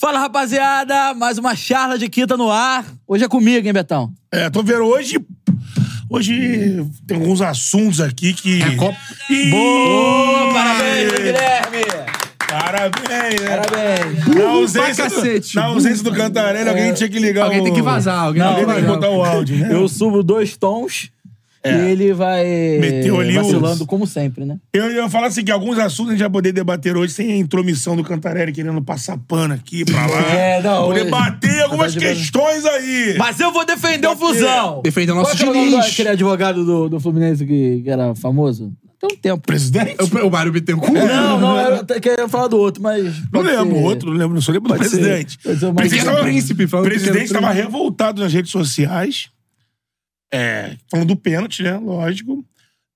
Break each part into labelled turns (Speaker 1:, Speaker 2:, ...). Speaker 1: Fala, rapaziada! Mais uma charla de quinta no ar. Hoje é comigo, hein, Betão?
Speaker 2: É, tô vendo hoje. Hoje tem alguns assuntos aqui que. Ih,
Speaker 1: É Boa! Parabéns, Guilherme!
Speaker 2: Parabéns, né?
Speaker 1: Parabéns!
Speaker 2: Na ausência,
Speaker 3: pra
Speaker 2: do,
Speaker 3: cacete.
Speaker 2: na ausência do
Speaker 1: É.
Speaker 2: Cantarelli, alguém tinha que ligar
Speaker 3: Alguém
Speaker 2: o-
Speaker 3: tem que vazar, alguém
Speaker 2: Alguém
Speaker 3: tem que
Speaker 2: tem que
Speaker 3: vazar.
Speaker 2: botar o áudio, né?
Speaker 1: Eu subo dois tons e ele vai
Speaker 2: Meteu ali
Speaker 1: vacilando,
Speaker 2: os-
Speaker 1: como sempre, né?
Speaker 2: Eu ia falar assim, que alguns assuntos a gente vai poder debater hoje sem a intromissão do Cantarelli querendo passar pano aqui pra lá.
Speaker 1: É, não,
Speaker 2: Poder
Speaker 1: hoje-
Speaker 2: bater algumas
Speaker 1: Verdade,
Speaker 2: questões aí.
Speaker 1: Mas eu vou defender o Fusão!
Speaker 3: Defender o nosso
Speaker 1: Qual que era o nome
Speaker 3: Diniz.
Speaker 1: do- Aquele advogado do, do Fluminense que, que era famoso? Tem um tempo.
Speaker 2: Presidente?
Speaker 3: É o- O Mário Bittencourt?
Speaker 1: Não, não, era, eu queria falar do outro, mas...
Speaker 2: Não
Speaker 1: pode
Speaker 2: lembro,
Speaker 1: ser.
Speaker 2: outro, não lembro, não só lembro do
Speaker 1: Pode ser.
Speaker 2: presidente.
Speaker 1: Pode ser o
Speaker 2: é O
Speaker 1: Marquinhos.
Speaker 2: tava-
Speaker 3: Príncipe, falando que
Speaker 2: presidente
Speaker 3: era o
Speaker 2: estava revoltado nas redes sociais, é, falando do pênalti, né? Lógico.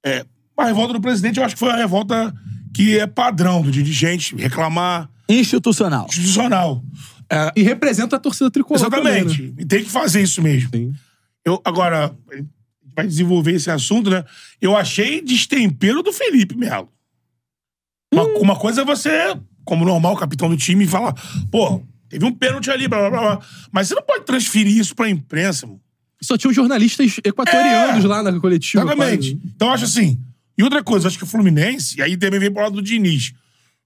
Speaker 2: É, a revolta do presidente, eu acho que foi a revolta que é padrão do dirigente reclamar
Speaker 1: Institucional.
Speaker 2: institucional. É,
Speaker 3: E representa a torcida tricolor.
Speaker 2: exatamente.
Speaker 3: também, né?
Speaker 2: E tem que fazer isso mesmo.
Speaker 3: Sim.
Speaker 2: Eu, agora, a gente vai desenvolver esse assunto, né? Eu achei destempero do Felipe Melo. Uma, uma coisa é você, como normal, capitão do time, falar, pô, teve um pênalti ali, blá blá blá. blá. Mas você não pode transferir isso pra imprensa, mano.
Speaker 3: Só tinham jornalistas equatorianos
Speaker 2: É.
Speaker 3: lá na coletiva.
Speaker 2: Exatamente.
Speaker 3: quase.
Speaker 2: Então, eu acho assim. E outra coisa, acho que o Fluminense, e aí também vem pro lado do Diniz.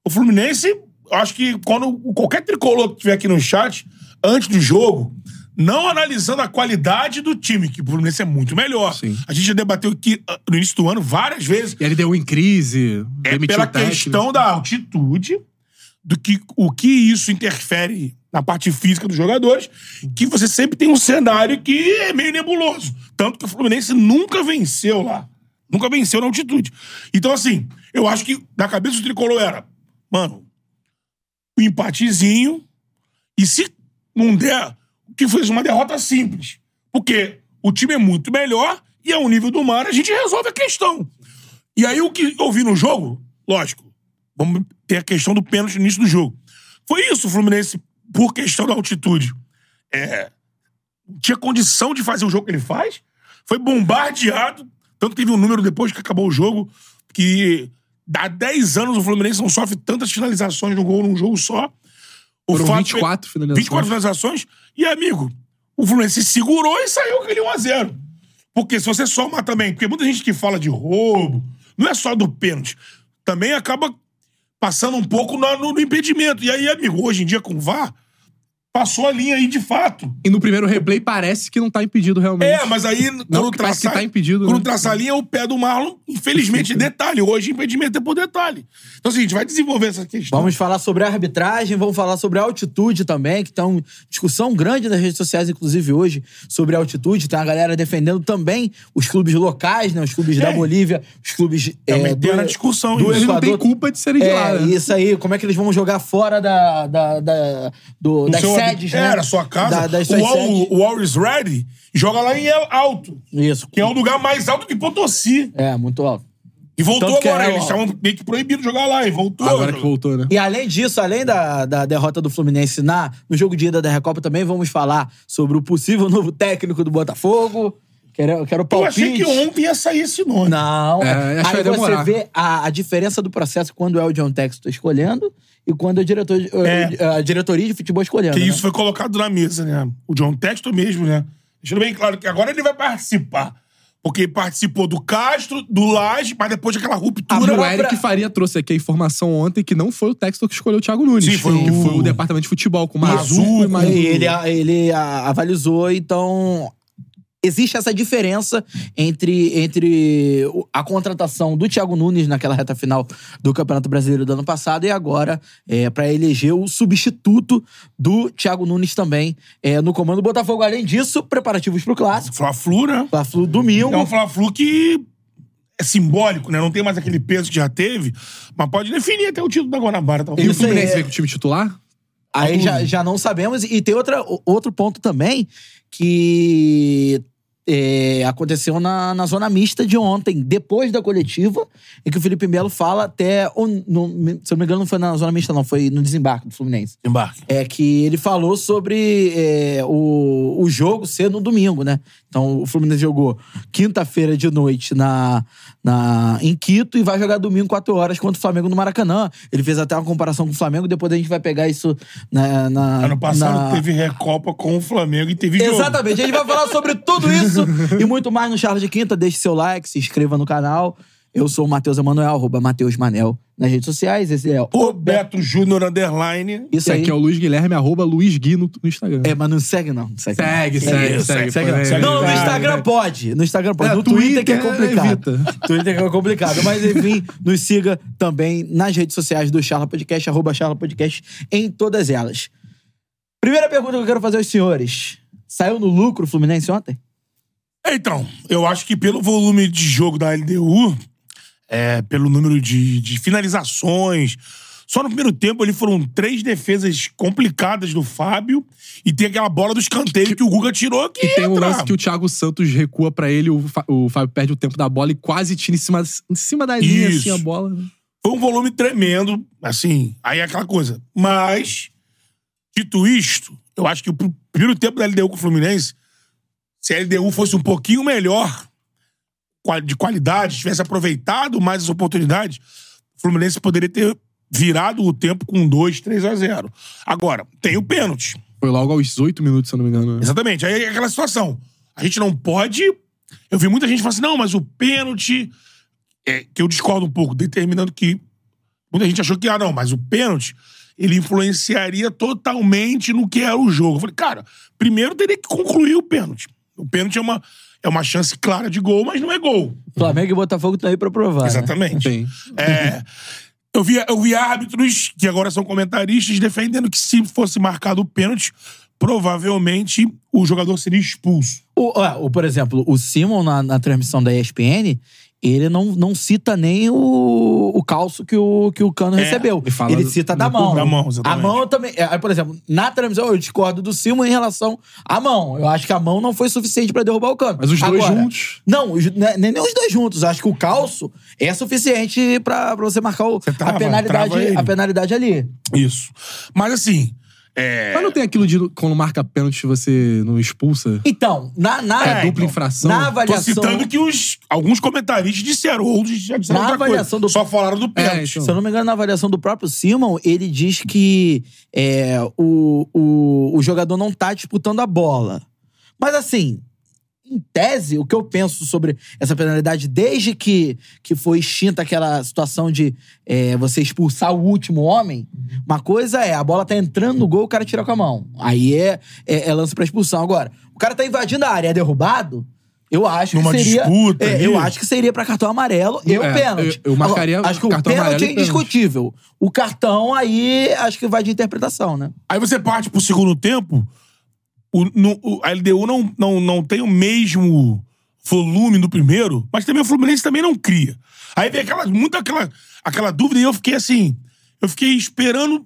Speaker 2: O Fluminense, eu acho que quando qualquer tricolor que tiver aqui no chat, antes do jogo, não analisando a qualidade do time, que o Fluminense é muito melhor.
Speaker 3: Sim.
Speaker 2: A gente já debateu aqui ah, no início do ano várias vezes
Speaker 3: E ele deu em crise,
Speaker 2: é
Speaker 3: demitiu
Speaker 2: pela
Speaker 3: o técnico.
Speaker 2: questão da altitude, do que o que isso interfere na parte física dos jogadores, que você sempre tem um cenário que é meio nebuloso. Tanto que o Fluminense nunca venceu lá. Nunca venceu na altitude. Então, assim, eu acho que na cabeça do tricolor era, mano, um empatezinho, e se não der, que fez uma derrota simples. Porque o time é muito melhor e ao nível do mar a gente resolve a questão. E aí o que eu vi no jogo, lógico, vamos ter a questão do pênalti no início do jogo. Foi isso, o Fluminense, por questão da altitude. É, tinha condição de fazer o jogo que ele faz, foi bombardeado. Tanto que teve um número depois que acabou o jogo, que há 10 anos o Fluminense não sofre tantas finalizações no gol num jogo só. O
Speaker 3: Foram
Speaker 2: fato é-
Speaker 3: 24 finalizações.
Speaker 2: 24 finalizações. E, amigo, o Fluminense segurou e saiu aquele 1x0. Porque se você soma também, porque muita gente que fala de roubo, não é só do pênalti, também acaba passando um pouco na- no, no impedimento. E aí, amigo, hoje em dia com o VAR, passou a linha aí de fato.
Speaker 3: E no primeiro replay parece que não tá impedido realmente.
Speaker 2: É, mas aí quando
Speaker 3: que parece
Speaker 2: traçar,
Speaker 3: que tá impedido,
Speaker 2: quando
Speaker 3: né?
Speaker 2: traçar a linha, o pé do Marlon, infelizmente, é detalhe. Hoje, impedimento é por detalhe. Então, assim, a gente vai desenvolver essa questão.
Speaker 1: Vamos falar sobre a arbitragem, vamos falar sobre a altitude também, que tá uma discussão grande nas redes sociais, inclusive hoje, sobre a altitude. Tem a galera defendendo também os clubes locais, né? Os clubes da
Speaker 2: É.
Speaker 1: Bolívia, os clubes.
Speaker 2: É uma
Speaker 1: eh,
Speaker 2: interna
Speaker 1: do-
Speaker 2: discussão
Speaker 1: do
Speaker 2: isso.
Speaker 3: Eles não
Speaker 1: Equador.
Speaker 3: têm culpa de serem de lá,
Speaker 1: É,
Speaker 3: né?
Speaker 1: isso aí, como é que eles vão jogar fora da, da, da- do-
Speaker 2: No
Speaker 1: das
Speaker 2: seu-
Speaker 1: sedes,
Speaker 2: é,
Speaker 1: né?
Speaker 2: Era sua casa.
Speaker 1: Da- das
Speaker 2: o,
Speaker 1: suas
Speaker 2: All,
Speaker 1: sedes.
Speaker 2: o All is Ready joga lá em El Alto,
Speaker 1: Isso.
Speaker 2: que é o lugar mais alto que Potosí.
Speaker 1: É, muito alto.
Speaker 2: E voltou
Speaker 1: Tanto que é,
Speaker 2: agora.
Speaker 1: era
Speaker 2: Eles
Speaker 1: o-
Speaker 2: estavam meio que proibidos de jogar lá e voltou.
Speaker 3: Agora que voltou, né?
Speaker 1: E além disso, além da, da derrota do Fluminense na, no jogo de ida da Recopa, também vamos falar sobre o possível novo técnico do Botafogo. Quero, quero
Speaker 2: Eu
Speaker 1: palpite.
Speaker 2: achei que um- ontem ia sair esse nome.
Speaker 1: Não.
Speaker 3: É, acho que
Speaker 1: Aí
Speaker 3: vai
Speaker 1: você
Speaker 3: demorar.
Speaker 1: vê a, a diferença do processo quando é o John Tex tá escolhendo e quando é, o diretor, de-
Speaker 2: É.
Speaker 1: a diretoria de futebol escolhendo.
Speaker 2: Que
Speaker 1: né?
Speaker 2: isso foi colocado na mesa, né? O John Texto mesmo, né? Deixando bem claro que agora ele vai participar. Porque ele participou do Castro, do Laje, mas depois daquela
Speaker 3: Ah,
Speaker 2: ruptura.
Speaker 3: O Eric Faria trouxe aqui a informação ontem que não foi o Textor que escolheu o Thiago Nunes.
Speaker 2: Sim, foi
Speaker 3: que
Speaker 2: o-
Speaker 3: foi o departamento de futebol, com o Mazuco
Speaker 2: Mazuco.
Speaker 3: e mais.
Speaker 1: E ele, a- ele a- avalizou, então. Existe essa diferença entre, entre o- a contratação do Thiago Nunes naquela reta final do Campeonato Brasileiro do ano passado e agora é, para eleger o substituto do Thiago Nunes também é, no comando do Botafogo. Além disso, preparativos para o Clássico.
Speaker 2: Fla-Flu, né?
Speaker 1: Fla-Flu
Speaker 2: É um
Speaker 1: domingo.
Speaker 2: Fla-Flu que é simbólico, né? Não tem mais aquele peso que já teve, mas pode definir até o título da Guanabara, talvez.
Speaker 3: E o
Speaker 1: Isso aí
Speaker 3: Fluminense
Speaker 1: é-
Speaker 3: veio com o time titular?
Speaker 1: Aí já, já não sabemos. E tem outra, o- outro ponto também que é, aconteceu na, na zona mista de ontem, depois da coletiva, em que o Felipe Melo fala até. on- no- se eu não me engano, não foi na zona mista, não, foi no desembarque do Fluminense.
Speaker 2: Embarque.
Speaker 1: É que ele falou sobre é, o, o jogo ser no domingo, né? Então o Fluminense jogou quinta-feira de noite na, na, em Quito e vai jogar domingo, 4 horas, contra o Flamengo no Maracanã. Ele fez até uma comparação com o Flamengo, depois a gente vai pegar isso na. na
Speaker 2: Ano passado
Speaker 1: na-
Speaker 2: teve Recopa com o Flamengo e teve jogo.
Speaker 1: Exatamente, a gente vai falar sobre tudo isso e muito mais no Charla de Quinta. Deixe seu like, se inscreva no canal. Eu sou o Matheus Emanuel, arroba Matheus Manel nas redes sociais. Esse é o.
Speaker 2: O Beto Júnior Underline.
Speaker 1: Isso
Speaker 3: E
Speaker 1: aí.
Speaker 3: aqui é o Luiz Guilherme, arroba Luiz Gui no, no Instagram.
Speaker 1: É, mas não segue, não. não Segue, não.
Speaker 2: segue,
Speaker 3: Segue, segue,
Speaker 2: segue,
Speaker 3: segue.
Speaker 2: segue,
Speaker 3: pô,
Speaker 2: segue.
Speaker 3: é,
Speaker 1: Não, no
Speaker 3: vai,
Speaker 1: Instagram
Speaker 3: vai.
Speaker 1: pode. No Instagram pode.
Speaker 3: É,
Speaker 1: no Twitter, que é
Speaker 3: Twitter
Speaker 1: complicado.
Speaker 3: evita.
Speaker 1: Twitter que é complicado. Mas enfim, nos siga também nas redes sociais do Charla Podcast, arroba Charla Podcast, em todas elas. Primeira pergunta que eu quero fazer aos senhores. Saiu no lucro o Fluminense ontem?
Speaker 2: Então, eu acho que pelo volume de jogo da LDU, é, pelo número de, de finalizações. Só no primeiro tempo ali foram três defesas complicadas do Fábio e tem aquela bola do escanteio que o Guga tirou que
Speaker 3: E tem
Speaker 2: entra.
Speaker 3: um lance que o Thiago Santos recua pra ele, o, Fa- o Fábio perde o tempo da bola e quase tira em cima, em cima da linha,
Speaker 2: Isso.
Speaker 3: assim, a bola.
Speaker 2: Foi um volume tremendo, assim, aí é aquela coisa. Mas, dito isto, eu acho que o pr- primeiro tempo da LDU com o Fluminense, se a LDU fosse um pouquinho melhor qua- de qualidade, tivesse aproveitado mais as oportunidades, o Fluminense poderia ter virado o tempo com 2, 3 a 0. Agora, tem o pênalti.
Speaker 3: Foi logo aos oito minutos, se eu não me engano. né?
Speaker 2: Exatamente. Aí é aquela situação. A gente não pode. Eu vi muita gente falando assim, não, mas o pênalti. é, que eu discordo um pouco, determinando que. Muita gente achou que, ah, não, mas o pênalti ele influenciaria totalmente no que era o jogo. Eu falei, cara, primeiro teria que concluir o pênalti. O pênalti é uma, é uma chance clara de gol, mas não é gol.
Speaker 1: Flamengo e Botafogo estão aí pra provar. né?
Speaker 2: Exatamente.
Speaker 3: Tem.
Speaker 2: É, eu, vi, eu vi árbitros que agora são comentaristas defendendo que se fosse marcado o pênalti, provavelmente o jogador seria expulso.
Speaker 1: O, ó, o, por exemplo, o Simon, na, na transmissão da ESPN, ele não, não cita nem o, o calço que o, que o Cano
Speaker 2: É,
Speaker 1: recebeu.
Speaker 3: ele fala
Speaker 1: ele cita
Speaker 3: do-
Speaker 1: da
Speaker 3: do-
Speaker 1: mão.
Speaker 2: da mão, exatamente.
Speaker 1: A mão eu também. é, aí, por exemplo, na transmissão eu discordo do Simon em relação à mão. Eu acho que a mão não foi suficiente pra derrubar o Cano.
Speaker 3: Mas os dois
Speaker 1: Agora,
Speaker 3: juntos.
Speaker 1: Não, os- né, nem, nem os dois juntos. Acho que o calço é suficiente pra, pra você marcar o-
Speaker 2: trava,
Speaker 1: a, penalidade,
Speaker 2: trava ele.
Speaker 1: a penalidade ali.
Speaker 2: Isso. Mas assim, é,
Speaker 3: Mas não tem aquilo de quando marca pênalti você não expulsa?
Speaker 1: Então, na, na,
Speaker 3: É, dupla infração.
Speaker 1: na
Speaker 2: então, tô
Speaker 1: avaliação.
Speaker 2: citando que os, alguns comentaristas disseram, outros já disseram
Speaker 1: Na
Speaker 2: outra coisa.
Speaker 1: avaliação do-
Speaker 2: Só falaram do pênalti.
Speaker 3: então.
Speaker 1: Se eu não me engano, na avaliação do próprio Simon, ele diz que é, o, o, o jogador não tá disputando a bola. Mas assim, em tese, o que eu penso sobre essa penalidade, desde que, que foi extinta aquela situação de é, você expulsar o último homem,
Speaker 2: Uhum.
Speaker 1: uma coisa é, a bola tá entrando no gol, o cara tira com a mão. Aí é, é, é lance pra expulsão. Agora, o cara tá invadindo a área, é derrubado... Eu acho
Speaker 2: Numa
Speaker 1: que seria.
Speaker 2: disputa
Speaker 1: é,
Speaker 2: ali.
Speaker 1: eu acho que seria pra cartão amarelo e
Speaker 3: É,
Speaker 1: o
Speaker 3: eu-
Speaker 1: pênalti.
Speaker 3: eu marcaria
Speaker 1: Agora, Acho que o
Speaker 3: cartão amarelo
Speaker 1: pênalti é
Speaker 3: e pênalti.
Speaker 1: indiscutível. O cartão aí acho que vai de interpretação, né?
Speaker 2: Aí você parte pro segundo tempo, o, no- o- a LDU não, não, não tem o mesmo volume do primeiro, mas também o Fluminense também não cria. Aí vem aquela, muito aquela, aquela dúvida e eu fiquei assim, eu fiquei esperando,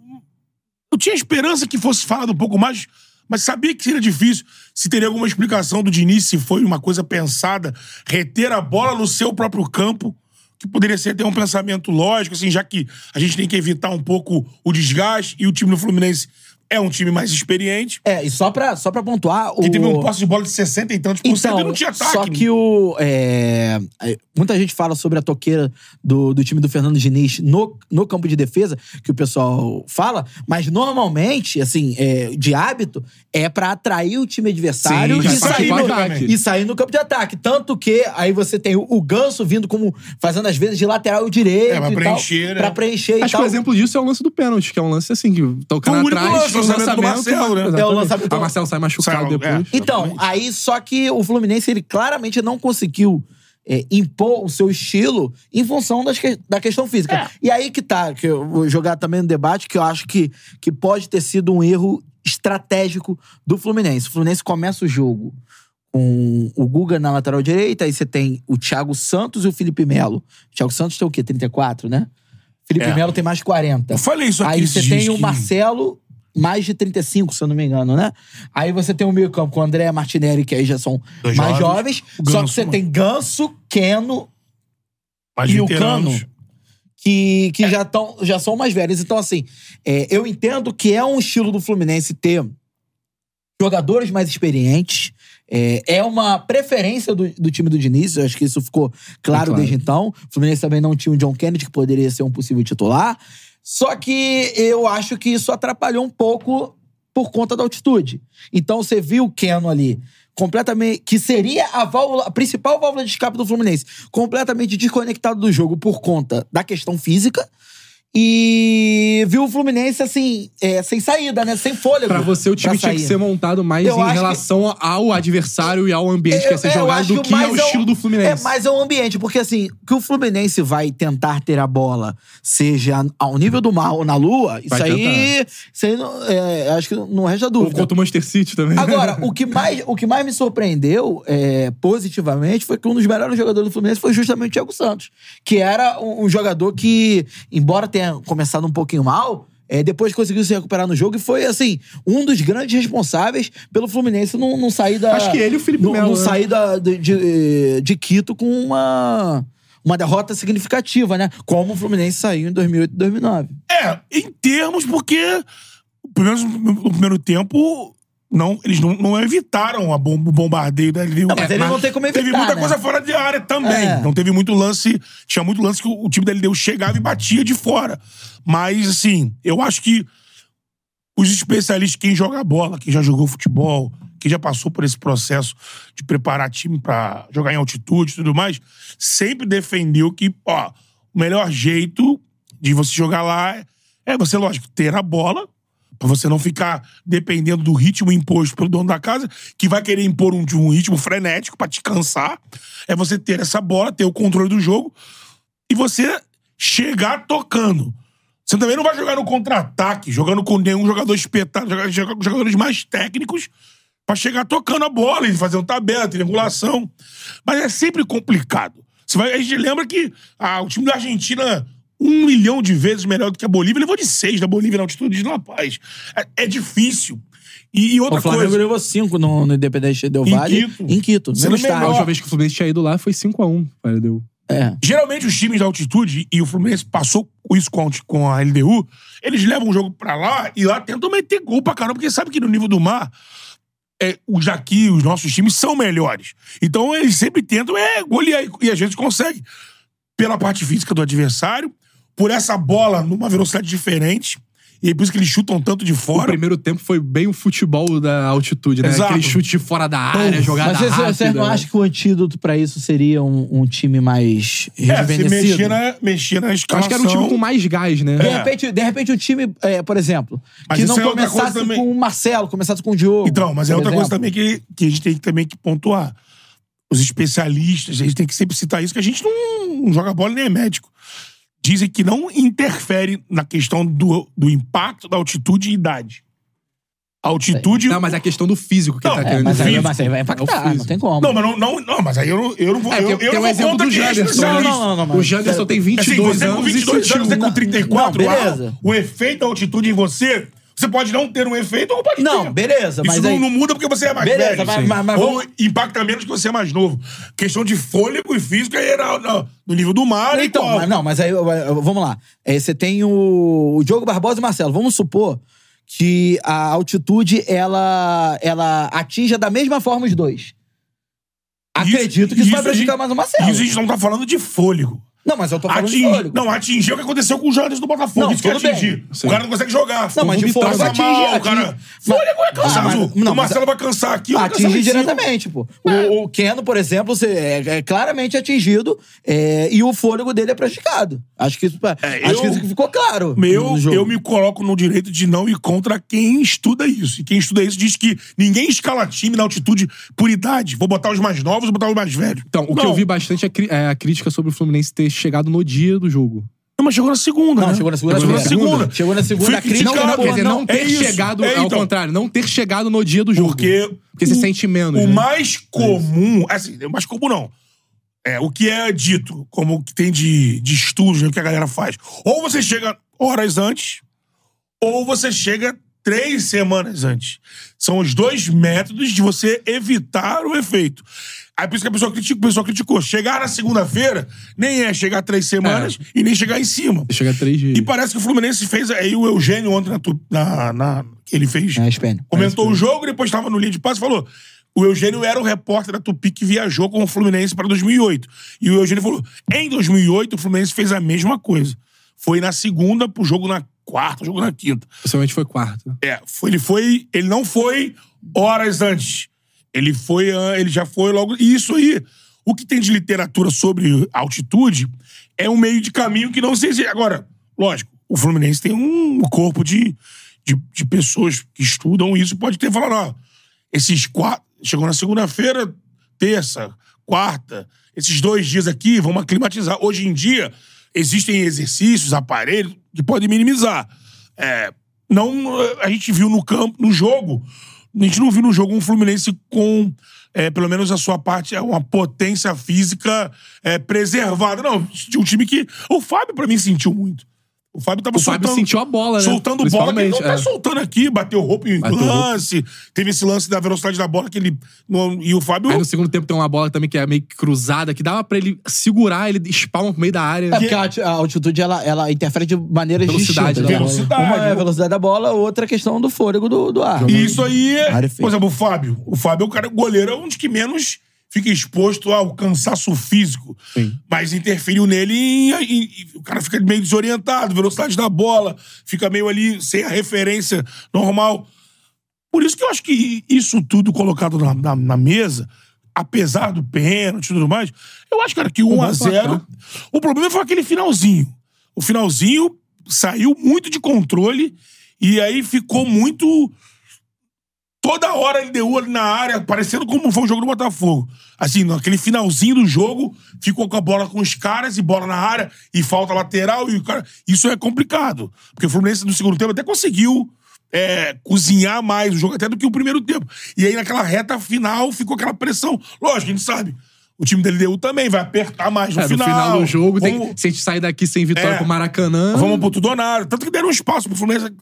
Speaker 2: eu tinha esperança que fosse falado um pouco mais, mas sabia que seria difícil, se teria alguma explicação do Diniz, se foi uma coisa pensada, reter a bola no seu próprio campo, que poderia ser ter um pensamento lógico, assim, já que a gente tem que evitar um pouco o desgaste e o time do Fluminense é um time mais experiente.
Speaker 1: É, e só pra, só pra pontuar.
Speaker 2: Que
Speaker 1: o...
Speaker 2: teve um posse de bola de 60 e tantos por cento
Speaker 1: Então,
Speaker 2: e não tinha ataque.
Speaker 1: só que o. é, é, muita gente fala sobre a toqueira do, do time do Fernando Diniz no, no campo de defesa, que o pessoal fala, mas normalmente, assim, é, de hábito, é pra atrair o time adversário
Speaker 3: Sim,
Speaker 1: e
Speaker 3: já
Speaker 2: sai
Speaker 1: sair,
Speaker 2: pro
Speaker 1: no,
Speaker 3: ataque.
Speaker 1: e sair no campo de ataque. Tanto que aí você tem o, o Ganso vindo como. fazendo às vezes de lateral direito.
Speaker 2: É, pra
Speaker 1: e tal,
Speaker 2: preencher, né?
Speaker 1: Pra preencher e
Speaker 3: Acho que
Speaker 1: tal.
Speaker 3: o exemplo disso é o lance do pênalti, que é um lance assim, que tá o cara
Speaker 2: Foi o único
Speaker 3: atrás,
Speaker 2: lance,
Speaker 3: o
Speaker 2: o lançamento do Marcelo, né?
Speaker 3: Exatamente.
Speaker 1: É, o lançamento-
Speaker 3: Ah, Marcelo sai machucado
Speaker 2: Sai,
Speaker 3: depois.
Speaker 2: é.
Speaker 1: Então, aí só que o Fluminense, ele claramente não conseguiu é, impor o seu estilo em função das que- da questão física. E aí que tá, que eu vou jogar também no debate, que eu acho que, que pode ter sido um erro estratégico do Fluminense. O Fluminense começa o jogo com o Guga na lateral direita, aí você tem o Thiago Santos e o Felipe Melo. O Thiago Santos tem o quê? 34, né? Felipe
Speaker 2: É.
Speaker 1: Melo tem mais 40.
Speaker 2: Eu falei isso aqui.
Speaker 1: Aí
Speaker 2: esses
Speaker 1: você
Speaker 2: dias
Speaker 1: tem o
Speaker 2: que-
Speaker 1: Marcelo mais de 35, se eu não me engano, né? Aí você tem o meio campo com o André Martinelli, que aí já são
Speaker 2: Dois
Speaker 1: mais
Speaker 2: jovens.
Speaker 1: jovens.
Speaker 2: O
Speaker 1: só
Speaker 2: Ganso, né?
Speaker 1: que você
Speaker 2: mano.
Speaker 1: tem Ganso, Keno
Speaker 2: Mas
Speaker 1: e o
Speaker 2: veteranos.
Speaker 1: Cano, que,
Speaker 2: É.
Speaker 1: que já, tão, já são mais velhos. Então, assim, é, eu entendo que é um estilo do Fluminense ter jogadores mais experientes. É, é uma preferência do, do time do Diniz, eu acho que isso ficou claro,
Speaker 3: É claro.
Speaker 1: desde então. O Fluminense também não tinha o John Kennedy, que poderia ser um possível titular. Só que eu acho que isso atrapalhou um pouco por conta da altitude. Então você viu o Keno ali completamente que seria a válvula, a principal válvula de escape do Fluminense, completamente desconectado do jogo por conta da questão física. E viu o Fluminense assim, é, sem saída, né? Sem fôlego.
Speaker 3: Pra você, o time
Speaker 1: pra
Speaker 3: tinha que
Speaker 1: sair.
Speaker 3: ser montado mais
Speaker 1: Eu acho
Speaker 3: em
Speaker 1: que-
Speaker 3: relação ao adversário e ao ambiente que ia ser
Speaker 1: Eu- eu
Speaker 3: jogado
Speaker 1: acho
Speaker 3: do
Speaker 1: que
Speaker 3: que ao
Speaker 1: mais é um-
Speaker 3: estilo do Fluminense.
Speaker 1: É mais é um ambiente, porque assim, que o Fluminense vai tentar ter a bola, seja ao nível do mar ou na lua, isso
Speaker 3: Vai
Speaker 1: aí, isso aí não- é, acho que não resta
Speaker 3: Ou
Speaker 1: dúvida.
Speaker 3: contra o Manchester City também.
Speaker 1: Agora, o que mais, o que mais me surpreendeu é, positivamente foi que um dos melhores jogadores do Fluminense foi justamente o Thiago Santos, que era um, um jogador que, embora tenha começado um pouquinho mal, é, depois conseguiu se recuperar no jogo e foi, assim, um dos grandes responsáveis pelo Fluminense não, não sair da.
Speaker 3: Acho que ele e o Felipe
Speaker 1: não-
Speaker 3: Melo,
Speaker 1: Não
Speaker 3: né?
Speaker 1: sair da, de, de, de Quito com uma. Uma derrota significativa, né? Como o Fluminense saiu em 2008 e 2009.
Speaker 2: É, em termos, porque pelo menos no no primeiro tempo, não, eles não, não evitaram a bom, o bombardeio né? da LDU.
Speaker 3: É,
Speaker 1: Não, mas eles não têm como
Speaker 2: é, Teve
Speaker 1: evitar,
Speaker 2: muita
Speaker 1: né?
Speaker 2: coisa fora de área também.
Speaker 1: É.
Speaker 2: Não teve muito lance. Tinha muito lance que o, o time da LDU chegava e batia de fora. Mas, assim, eu acho que os especialistas, quem joga bola, quem já jogou futebol, quem já passou por esse processo de preparar time pra jogar em altitude e tudo mais, sempre defendeu que, ó, o melhor jeito de você jogar lá é, é você, lógico, ter a bola, pra você não ficar dependendo do ritmo imposto pelo dono da casa, que vai querer impor um, um ritmo frenético pra te cansar. É você ter essa bola, ter o controle do jogo e você chegar tocando. Você também não vai jogar no contra-ataque, jogando com nenhum jogador espetado, joga- joga com jogadores mais técnicos pra chegar tocando a bola e fazer um tabela, triangulação. Mas é sempre complicado. Você vai, a gente lembra que ah, o time da Argentina, um milhão de vezes melhor do que a Bolívia, levou de seis da Bolívia na altitude de La Paz. É, é difícil. E, e outra
Speaker 1: O Flamengo
Speaker 2: coisa.
Speaker 1: levou cinco no, no Independente Del
Speaker 2: Em
Speaker 1: Valle.
Speaker 2: Quito.
Speaker 1: Em Quito.
Speaker 2: Se
Speaker 1: mesmo
Speaker 2: não me
Speaker 1: estádio.
Speaker 3: A
Speaker 2: engano,
Speaker 3: última vez que o Fluminense tinha ido lá foi 5x1, paredeu.
Speaker 1: É.
Speaker 2: Geralmente os times da altitude, e o Fluminense passou isso com a alti- com a LDU, eles levam o jogo pra lá e lá tentam meter gol pra caramba, porque sabe que no nível do mar, é, os daqui, os nossos times são melhores. Então eles sempre tentam é, golear e, e às vezes consegue. Pela parte física do adversário, por essa bola numa velocidade diferente, e é por isso que eles chutam tanto de
Speaker 3: O
Speaker 2: fora.
Speaker 3: primeiro tempo foi bem o futebol da altitude, né?
Speaker 2: Exato.
Speaker 3: Aquele chute fora da área,
Speaker 2: Pum.
Speaker 3: jogada
Speaker 1: Mas vocês,
Speaker 3: rápida.
Speaker 1: vocês
Speaker 2: né?
Speaker 1: não acham que o antídoto pra isso seria um, um time mais
Speaker 2: É, se
Speaker 1: rejuvenescido?
Speaker 2: mexer na, mexer na
Speaker 3: Eu
Speaker 2: escalação.
Speaker 3: acho que era um time com mais gás, né?
Speaker 1: De
Speaker 2: É.
Speaker 1: repente, de repente o time, é, por exemplo,
Speaker 2: Mas
Speaker 1: que
Speaker 2: isso
Speaker 1: não
Speaker 2: é outra coisa
Speaker 1: começasse
Speaker 2: também.
Speaker 1: com o Marcelo, começasse com o Diogo.
Speaker 2: Então, mas é
Speaker 1: por
Speaker 2: outra coisa
Speaker 1: exemplo.
Speaker 2: também que, que a gente tem que, também que pontuar. Os especialistas, a gente tem que sempre citar isso, que a gente não, não joga bola nem é médico. Dizem que não interfere na questão do, do impacto da altitude e idade. A altitude.
Speaker 3: Não, mas é a questão do físico que
Speaker 2: Não,
Speaker 3: tá
Speaker 2: é,
Speaker 1: É,
Speaker 3: querendo
Speaker 1: mas, aí,
Speaker 3: dizer.
Speaker 1: mas aí vai
Speaker 3: É o
Speaker 1: impactar, não
Speaker 3: físico.
Speaker 1: tem como.
Speaker 2: Não, mas não, não, não, mas aí eu não, eu não vou.
Speaker 3: É,
Speaker 2: eu,
Speaker 3: tem,
Speaker 2: eu
Speaker 3: tem
Speaker 2: não
Speaker 3: o
Speaker 2: vou
Speaker 3: exemplo
Speaker 2: contra
Speaker 3: do
Speaker 2: quem é
Speaker 3: Janderson. né?
Speaker 2: especialista.
Speaker 1: Não, não, não,
Speaker 3: o
Speaker 1: mas-
Speaker 3: Janderson tem
Speaker 2: Assim,
Speaker 3: 22
Speaker 2: você com
Speaker 3: anos e
Speaker 2: 22 anos,
Speaker 3: sentiu. um.
Speaker 2: você tá
Speaker 1: um.
Speaker 2: com 34
Speaker 1: Não,
Speaker 2: lá,
Speaker 1: beleza.
Speaker 2: o efeito da altitude em você, você pode não ter um efeito ou pode
Speaker 1: Não,
Speaker 2: ter.
Speaker 1: beleza,
Speaker 2: Isso
Speaker 1: Então, mas
Speaker 2: não,
Speaker 1: aí-
Speaker 2: não muda porque você é mais
Speaker 1: Beleza,
Speaker 2: velho.
Speaker 1: mas- mas- mas
Speaker 2: ou
Speaker 1: vamos-
Speaker 2: impacta menos que você é mais novo. Questão de fôlego e física aí era no, no nível do mar é
Speaker 1: Então,
Speaker 2: igual.
Speaker 1: mas, não, mas aí, eu- eu- vamos lá. É, você tem o, o Diogo Barbosa e o Marcelo. Vamos supor que a altitude, ela, ela atinja da mesma forma os dois.
Speaker 2: Isso-
Speaker 1: Acredito que isso, vai
Speaker 2: a gente-
Speaker 1: prejudicar mais o Marcelo.
Speaker 2: Isso a gente não tá falando de fôlego.
Speaker 1: Não, mas eu tô falando de
Speaker 2: Atingi-
Speaker 1: fôlego.
Speaker 2: Não, atingir é o que aconteceu com o Janderson do Botafogo.
Speaker 1: Não,
Speaker 2: isso que é
Speaker 1: tudo bem.
Speaker 2: atingir.
Speaker 3: Sim.
Speaker 2: O cara não consegue jogar.
Speaker 1: Não, mas de
Speaker 3: vomitar,
Speaker 1: fora
Speaker 2: passa
Speaker 1: atinge.
Speaker 2: mal,
Speaker 1: atinge-
Speaker 2: cara.
Speaker 1: mas-
Speaker 2: Fôlego é
Speaker 1: Ah, mas-
Speaker 2: cansado.
Speaker 1: não,
Speaker 2: o
Speaker 1: mas-
Speaker 2: Marcelo vai cansar aqui. vai cansar lá
Speaker 1: Atinge
Speaker 2: em cima.
Speaker 1: diretamente, pô. O, o Keno, por exemplo, você é, é claramente atingido é, e o fôlego dele é prejudicado. Acho que isso,
Speaker 2: É,
Speaker 1: acho que
Speaker 2: eu-
Speaker 1: isso ficou claro.
Speaker 2: Meu,
Speaker 1: no jogo.
Speaker 2: eu me coloco no direito de não ir contra quem estuda isso. E quem estuda isso diz que ninguém escala time na altitude por idade. Vou botar os mais novos, vou botar os mais velhos.
Speaker 3: Então, o que
Speaker 2: Não.
Speaker 3: eu vi bastante é, cri- é a crítica sobre o Fluminense ter chegado no dia do jogo.
Speaker 2: Não, mas chegou na segunda.
Speaker 1: Não,
Speaker 2: né?
Speaker 1: chegou na segunda.
Speaker 2: Chegou na
Speaker 1: Chegou
Speaker 2: segunda.
Speaker 1: Chegou na segunda,
Speaker 2: Foi
Speaker 1: a crítica
Speaker 3: Não,
Speaker 2: criticado,
Speaker 3: não, quer dizer,
Speaker 2: pô.
Speaker 3: não ter
Speaker 2: é isso.
Speaker 3: chegado,
Speaker 2: É,
Speaker 3: ao
Speaker 2: então,
Speaker 3: contrário, não ter chegado no dia do jogo.
Speaker 2: Porque,
Speaker 3: Porque você
Speaker 2: o-
Speaker 3: sente menos.
Speaker 2: O
Speaker 3: né?
Speaker 2: mais comum, assim, o mais comum não. É o que é dito, como o que tem de, de estudos, né, o que a galera faz. Ou você chega horas antes, ou você chega três semanas antes. São os dois métodos de você evitar o efeito. Aí por isso que a pessoa critica, o pessoal criticou. Chegar na segunda-feira nem é chegar três semanas e nem chegar em cima.
Speaker 3: Chega a três dias.
Speaker 2: E parece que o Fluminense fez. Aí o Eugênio ontem na. tu- na- na- que ele fez.
Speaker 1: Na SPN.
Speaker 2: Comentou o jogo, depois estava no linha de passe e falou. O Eugênio era o repórter da Tupi que viajou com o Fluminense para 2008. E o Eugênio falou: em 2008, o Fluminense fez a mesma coisa. Foi na segunda, pro jogo na quarta, jogo na quinta.
Speaker 3: Principalmente foi quarto.
Speaker 2: É, foi- ele foi. Ele não foi horas antes. Ele foi. ah, Ele já foi logo. E isso aí, o que tem de literatura sobre altitude é um meio de caminho que não se exige. Agora, lógico, o Fluminense tem um corpo de, de, de pessoas que estudam isso, pode ter falado, ó, esses quatro. Chegou na segunda-feira, terça, quarta, esses dois dias aqui, vamos aclimatizar. Hoje em dia, existem exercícios, aparelhos que podem minimizar. É, não, eh, a gente viu no campo, no jogo, a gente não viu no jogo um Fluminense com, eh, pelo menos a sua parte, eh, uma potência física eh, preservada. Não, de um time que. O Fábio, pra mim, sentiu muito. O Fábio tava
Speaker 3: O Fábio
Speaker 2: soltando.
Speaker 3: sentiu a bola, né?
Speaker 2: Soltando bola, que ele não
Speaker 3: Principalmente,
Speaker 2: tá
Speaker 3: é.
Speaker 2: soltando aqui, bateu roupa em
Speaker 3: Bateu
Speaker 2: lance, teve esse lance da velocidade da bola que ele. no- e o Fábio.
Speaker 3: Aí no segundo tempo tem uma bola também que é meio que cruzada, que dava pra ele segurar, ele espalma pro meio da área.
Speaker 1: É porque a alti- a altitude ela, ela interfere de maneiras
Speaker 3: Velocidade
Speaker 1: distintas.
Speaker 3: da
Speaker 1: né?
Speaker 2: bola.
Speaker 1: Uma é a velocidade da bola, outra é a questão do fôlego do, do ar.
Speaker 2: E isso aí é.
Speaker 1: né? Área feia.
Speaker 2: Por exemplo, o Fábio. O Fábio é o cara, o goleiro é um dos que menos fica exposto ao cansaço físico. Mas interferiu nele e, e- e o cara fica meio desorientado, velocidade da bola, fica meio ali sem a referência normal. Por isso que eu acho que isso tudo colocado na, na- na mesa, apesar do pênalti e tudo mais, eu acho, cara, que 1 a
Speaker 3: bom
Speaker 2: 0
Speaker 3: placar.
Speaker 2: O problema foi aquele finalzinho. O finalzinho saiu muito de controle e aí ficou muito. Toda hora ele deu olho na área, parecendo como foi o jogo do Botafogo. Assim, naquele finalzinho do jogo, ficou com a bola com os caras e bola na área, e falta lateral, e o cara. Isso é complicado. Porque o Fluminense no segundo tempo até conseguiu é, cozinhar mais o jogo até do que o primeiro tempo. E aí naquela reta final ficou aquela pressão. Lógico, a gente sabe. O time da LDU também vai apertar mais no
Speaker 3: É, no
Speaker 2: final.
Speaker 3: final do jogo, tem-
Speaker 2: Vamos-
Speaker 3: se a gente sair daqui sem vitória
Speaker 2: É.
Speaker 3: pro Maracanã.
Speaker 2: Vamos pro tudo ou nada. Tanto que deram um espaço pro Fluminense. Mesmo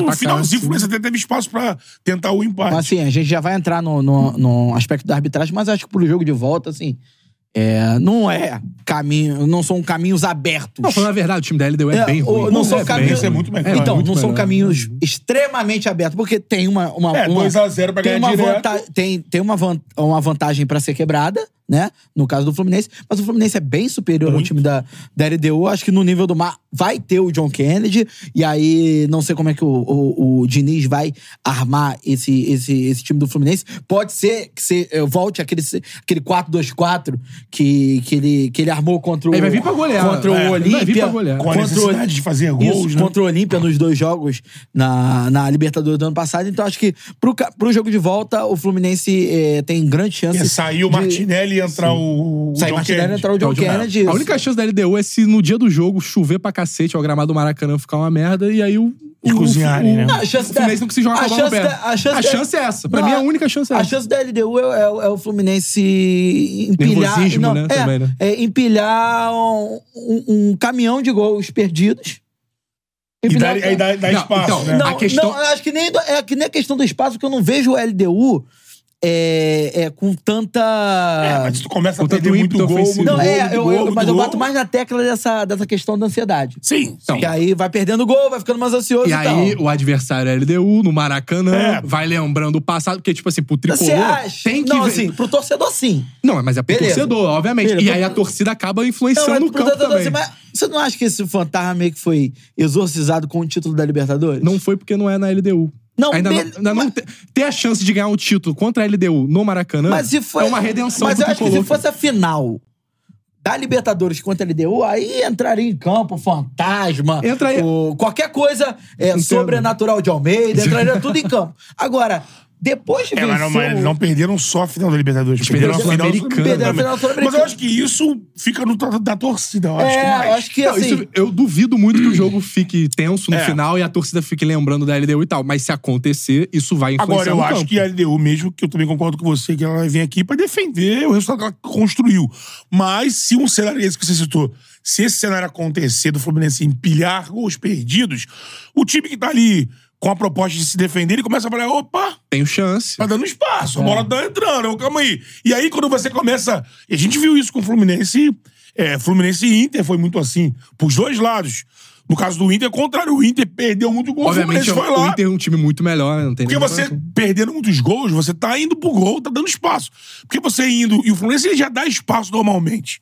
Speaker 2: no
Speaker 3: Contra-atacar,
Speaker 2: finalzinho, o
Speaker 3: sim.
Speaker 2: Fluminense até teve espaço pra tentar o empate.
Speaker 1: Mas, assim, a gente já vai entrar no, no, no aspecto da arbitragem, mas acho que pro jogo de volta, assim, é, não é caminho, não são caminhos abertos.
Speaker 3: Não, falando a verdade, o time da LDU é,
Speaker 1: É,
Speaker 3: bem
Speaker 1: ou-
Speaker 3: ruim.
Speaker 1: não
Speaker 3: É
Speaker 1: são
Speaker 3: bem
Speaker 1: caminhos.
Speaker 3: ruim.
Speaker 2: é muito melhor,
Speaker 1: Então,
Speaker 3: muito
Speaker 1: não são
Speaker 3: melhor.
Speaker 1: caminhos extremamente abertos, porque tem uma. uma
Speaker 2: É,
Speaker 1: uma,
Speaker 2: 2 a 0 pra
Speaker 1: tem
Speaker 2: ganhar
Speaker 1: uma
Speaker 2: direto.
Speaker 1: tem, tem uma, van- uma vantagem pra ser quebrada, né? No caso do Fluminense, mas o Fluminense é bem superior ao time da, da LDU. Acho que no nível do mar vai ter o John Kennedy, e aí não sei como é que o, o, o Diniz vai armar esse, esse, esse time do Fluminense. Pode ser que se, eh, volte aquele, se- aquele 4-2-4 que, que, ele, que ele armou contra o.
Speaker 3: Ele vai vir pra golear.
Speaker 1: Contra
Speaker 3: É,
Speaker 1: o
Speaker 3: ele vai vir
Speaker 1: Olímpia.
Speaker 3: pra golear.
Speaker 2: Com a
Speaker 1: contra o-
Speaker 2: necessidade de fazer
Speaker 1: isso,
Speaker 2: gols, né?
Speaker 1: contra o Olímpia nos dois jogos na, na Libertadores do ano passado. Então acho que pro, ca- pro jogo de volta, o Fluminense eh, tem grande chance.
Speaker 2: É, sair o
Speaker 1: de-
Speaker 2: Martinelli e entrar o. o
Speaker 1: Sair
Speaker 2: John
Speaker 1: Martinelli
Speaker 2: Kennedy.
Speaker 1: e entrar o
Speaker 3: É
Speaker 1: John
Speaker 3: o John-
Speaker 1: Kennedy.
Speaker 3: A única chance da LDU é se no dia do jogo chover pra cacete, o gramado do Maracanã ficar uma merda, e aí o.
Speaker 2: E
Speaker 3: o-
Speaker 2: cozinharem,
Speaker 3: o-
Speaker 2: né?
Speaker 3: o-
Speaker 1: Não, Ah, a chance
Speaker 3: o Fluminense
Speaker 1: da-
Speaker 3: não conseguiu jogar
Speaker 1: a
Speaker 3: com a bola no
Speaker 1: chance
Speaker 3: pé.
Speaker 1: da- a chance
Speaker 3: A
Speaker 1: da-
Speaker 3: chance é essa. Pra
Speaker 1: Não,
Speaker 3: mim, a única chance é
Speaker 1: A
Speaker 3: essa.
Speaker 1: chance da LDU é, é- é o Fluminense empilhar.
Speaker 3: Nervosismo, né,
Speaker 1: É,
Speaker 3: também, né?
Speaker 1: é empilhar um, um- um caminhão de gols perdidos.
Speaker 2: E dá,
Speaker 1: Empilhar-
Speaker 2: aí dá, dá
Speaker 3: Não,
Speaker 2: espaço,
Speaker 3: então,
Speaker 2: né?
Speaker 1: Não,
Speaker 3: A questão-
Speaker 1: não, acho que nem do- é que nem a questão do espaço, que eu não vejo o LDU é, é, com tanta.
Speaker 2: É, mas se tu começa a
Speaker 3: Contanto
Speaker 2: perder
Speaker 3: o
Speaker 2: muito
Speaker 3: ímpeto
Speaker 2: gol,
Speaker 3: ofensivo.
Speaker 2: muito
Speaker 1: Não,
Speaker 2: gol,
Speaker 1: é,
Speaker 2: muito
Speaker 1: eu-
Speaker 2: gol,
Speaker 1: eu-
Speaker 2: muito
Speaker 1: mas eu
Speaker 2: gol.
Speaker 1: bato mais na tecla dessa, dessa questão da ansiedade.
Speaker 2: Sim,
Speaker 3: Então,
Speaker 2: sim.
Speaker 1: Que aí vai perdendo gol, vai ficando mais ansioso e,
Speaker 3: E aí,
Speaker 1: tal.
Speaker 3: o adversário é LDU, no Maracanã,
Speaker 2: É.
Speaker 3: vai lembrando o passado, porque, tipo assim, pro
Speaker 1: Você
Speaker 3: tricolor,
Speaker 1: acha?
Speaker 3: tem que
Speaker 1: não,
Speaker 3: ver-
Speaker 1: assim, pro torcedor sim.
Speaker 3: Não, mas é pro
Speaker 1: Beleza.
Speaker 3: torcedor, obviamente.
Speaker 1: Beleza,
Speaker 3: E
Speaker 1: pro-
Speaker 3: aí a torcida acaba
Speaker 1: Não,
Speaker 3: influenciando
Speaker 1: mas
Speaker 3: o
Speaker 1: pro
Speaker 3: é campo
Speaker 1: torcedor
Speaker 3: também.
Speaker 1: sim, mas você não acha que esse fantasma meio que foi exorcizado com o título da Libertadores?
Speaker 3: Não foi porque não é na LDU.
Speaker 1: Não,
Speaker 3: ainda
Speaker 1: bele-
Speaker 3: não, ainda não te- ter a chance de ganhar um título contra a LDU no Maracanã
Speaker 1: Mas se for,
Speaker 3: é uma redenção
Speaker 1: Mas
Speaker 3: pro
Speaker 1: eu acho que se
Speaker 3: tricolor.
Speaker 1: fosse a final da Libertadores contra a LDU, aí entraria em campo fantasma,
Speaker 3: Entra aí.
Speaker 1: o- qualquer coisa é,
Speaker 3: Entendo.
Speaker 1: sobrenatural de Almeida, entraria tudo em campo. Agora, depois de
Speaker 2: É,
Speaker 1: vencer...
Speaker 2: mas não, mas
Speaker 1: o-
Speaker 2: eles não perderam só a final da Libertadores.
Speaker 3: perderam a
Speaker 2: do
Speaker 3: Sul-Americana.
Speaker 2: Sul-Americana
Speaker 1: Perderam a final do
Speaker 2: também. Mas eu
Speaker 1: Sul-Americana.
Speaker 2: acho que isso fica no to- da torcida, eu acho que
Speaker 1: É,
Speaker 2: mais.
Speaker 1: acho que
Speaker 3: Não,
Speaker 1: assim...
Speaker 3: isso- eu duvido muito que o jogo fique tenso no
Speaker 2: É.
Speaker 3: final e a torcida fique lembrando da LDU e tal. Mas se acontecer, isso vai influenciar
Speaker 2: Agora, eu
Speaker 3: no
Speaker 2: acho
Speaker 3: campo.
Speaker 1: é-
Speaker 2: que a LDU, mesmo que eu também concordo com você, que ela vai vir aqui pra defender o resultado que ela construiu. Mas se um cenário esse que você citou, se esse cenário acontecer do Fluminense empilhar gols perdidos, o time que tá ali com a proposta de se defender, ele começa a falar: opa,
Speaker 3: Tenho chance.
Speaker 2: Tá dando espaço,
Speaker 3: É.
Speaker 2: a bola tá entrando, ô, calma aí. E aí, quando você começa. e A gente viu isso com o Fluminense. é, Fluminense e Inter foi muito assim, pros dois lados. No caso do Inter, é o contrário, o Inter perdeu muito gol, o
Speaker 3: Obviamente,
Speaker 2: Fluminense foi
Speaker 3: o
Speaker 2: lá.
Speaker 3: Inter é um time muito melhor, não tem
Speaker 2: Porque
Speaker 3: nem
Speaker 2: você
Speaker 3: comparação.
Speaker 2: perdendo muitos gols, você tá indo pro gol, tá dando espaço. Porque você indo. E o Fluminense ele já dá espaço normalmente.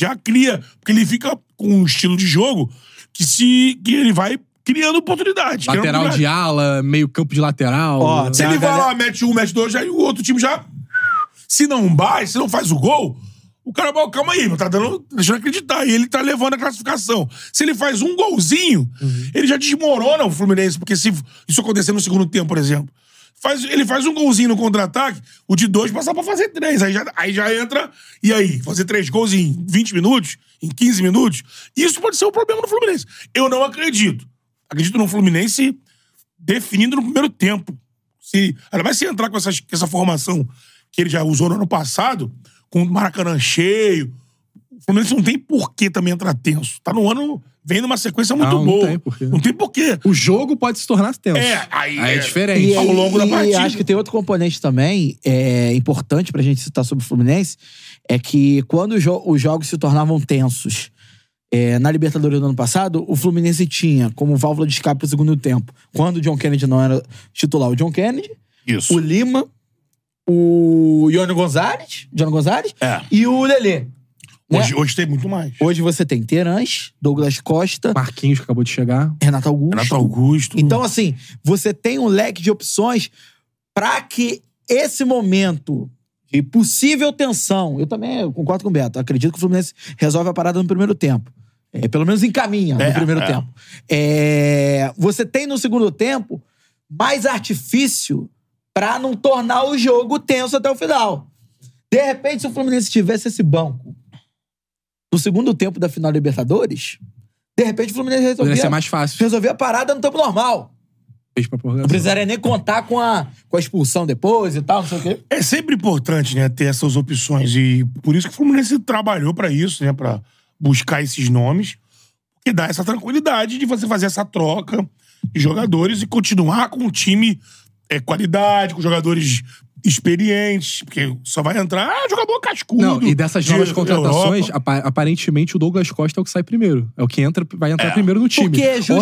Speaker 2: Já cria. Porque ele fica com um estilo de jogo que se. que ele vai criando oportunidade. criando
Speaker 3: Lateral
Speaker 2: oportunidade.
Speaker 3: de ala, meio campo de lateral.
Speaker 1: Ó,
Speaker 2: Se
Speaker 1: Tem
Speaker 2: ele
Speaker 1: uma
Speaker 2: vai
Speaker 1: galera-
Speaker 2: lá, mete um, mete dois, aí o outro time já. Se não vai, se não faz o gol, o cara vai, calma aí, não tá dando. Deixa eu acreditar. E ele tá levando a classificação. Se ele faz um golzinho,
Speaker 1: Uhum.
Speaker 2: ele já desmorona o Fluminense, porque se isso acontecer no segundo tempo, por exemplo. Faz, ele faz um golzinho no contra-ataque, o de dois passa pra fazer três. Aí já, aí já entra. E aí, fazer três gols em 20 minutos, em 15 minutos, isso pode ser o problema do Fluminense. Eu não acredito. Acredito no Fluminense definindo no primeiro tempo. Se, ainda mais se entrar com, essas- com essa formação que ele já usou no ano passado, com o Maracanã cheio. O Fluminense não tem porquê também entrar tenso. Tá no ano, vem numa sequência muito
Speaker 3: Não, não
Speaker 2: boa.
Speaker 3: tem porquê.
Speaker 2: Não tem porquê.
Speaker 3: O jogo pode se tornar tenso.
Speaker 2: É, aí,
Speaker 3: Aí é diferente.
Speaker 1: E,
Speaker 2: Ao longo da
Speaker 1: e
Speaker 2: partida.
Speaker 1: acho que tem outro componente também, é importante pra gente citar sobre o Fluminense, é que quando os, jo- os jogos se tornavam tensos é, na Libertadores do ano passado, o Fluminense tinha como válvula de escape pro segundo tempo, quando o John Kennedy não era titular, o John Kennedy,
Speaker 2: Isso.
Speaker 1: o Lima, o Ione Gonzalez, John Gonzalez
Speaker 2: É.
Speaker 1: e o Lelê. né?
Speaker 2: Hoje, hoje tem muito mais.
Speaker 1: Hoje você tem Terãs, Douglas Costa,
Speaker 3: Marquinhos que acabou de chegar.
Speaker 1: Renato Augusto.
Speaker 2: Renato Augusto.
Speaker 1: Então, assim, você tem um leque de opções pra que esse momento de possível tensão. Eu também concordo com o Beto. Acredito que o Fluminense resolve a parada no primeiro tempo. É, pelo menos encaminha
Speaker 2: É,
Speaker 1: no primeiro
Speaker 2: é.
Speaker 1: tempo. É, você tem no segundo tempo mais artifício pra não tornar o jogo tenso até o final. De repente, se o Fluminense tivesse esse banco no segundo tempo da final da Libertadores, de repente o Fluminense
Speaker 3: Poderia ser
Speaker 1: resolvia
Speaker 3: mais fácil.
Speaker 1: resolver a parada no tempo normal.
Speaker 3: Fez pra
Speaker 1: Não
Speaker 3: prorrogação.
Speaker 1: precisaria nem contar com a, com a expulsão depois e tal, não sei o quê.
Speaker 2: É sempre importante, né, ter essas opções. E por isso que o Fluminense trabalhou pra isso, né, Pra buscar esses nomes, que dá essa tranquilidade de você fazer essa troca de jogadores e continuar com um time é, qualidade, com jogadores experientes, porque só vai entrar ah, jogador cascudo.
Speaker 3: Não, e dessas
Speaker 2: de
Speaker 3: novas contratações,
Speaker 2: Europa.
Speaker 3: apa- aparentemente o Douglas Costa é o que sai primeiro. É o que entra, vai entrar
Speaker 2: É.
Speaker 3: primeiro no time.
Speaker 1: Porque
Speaker 3: Ontem o Keno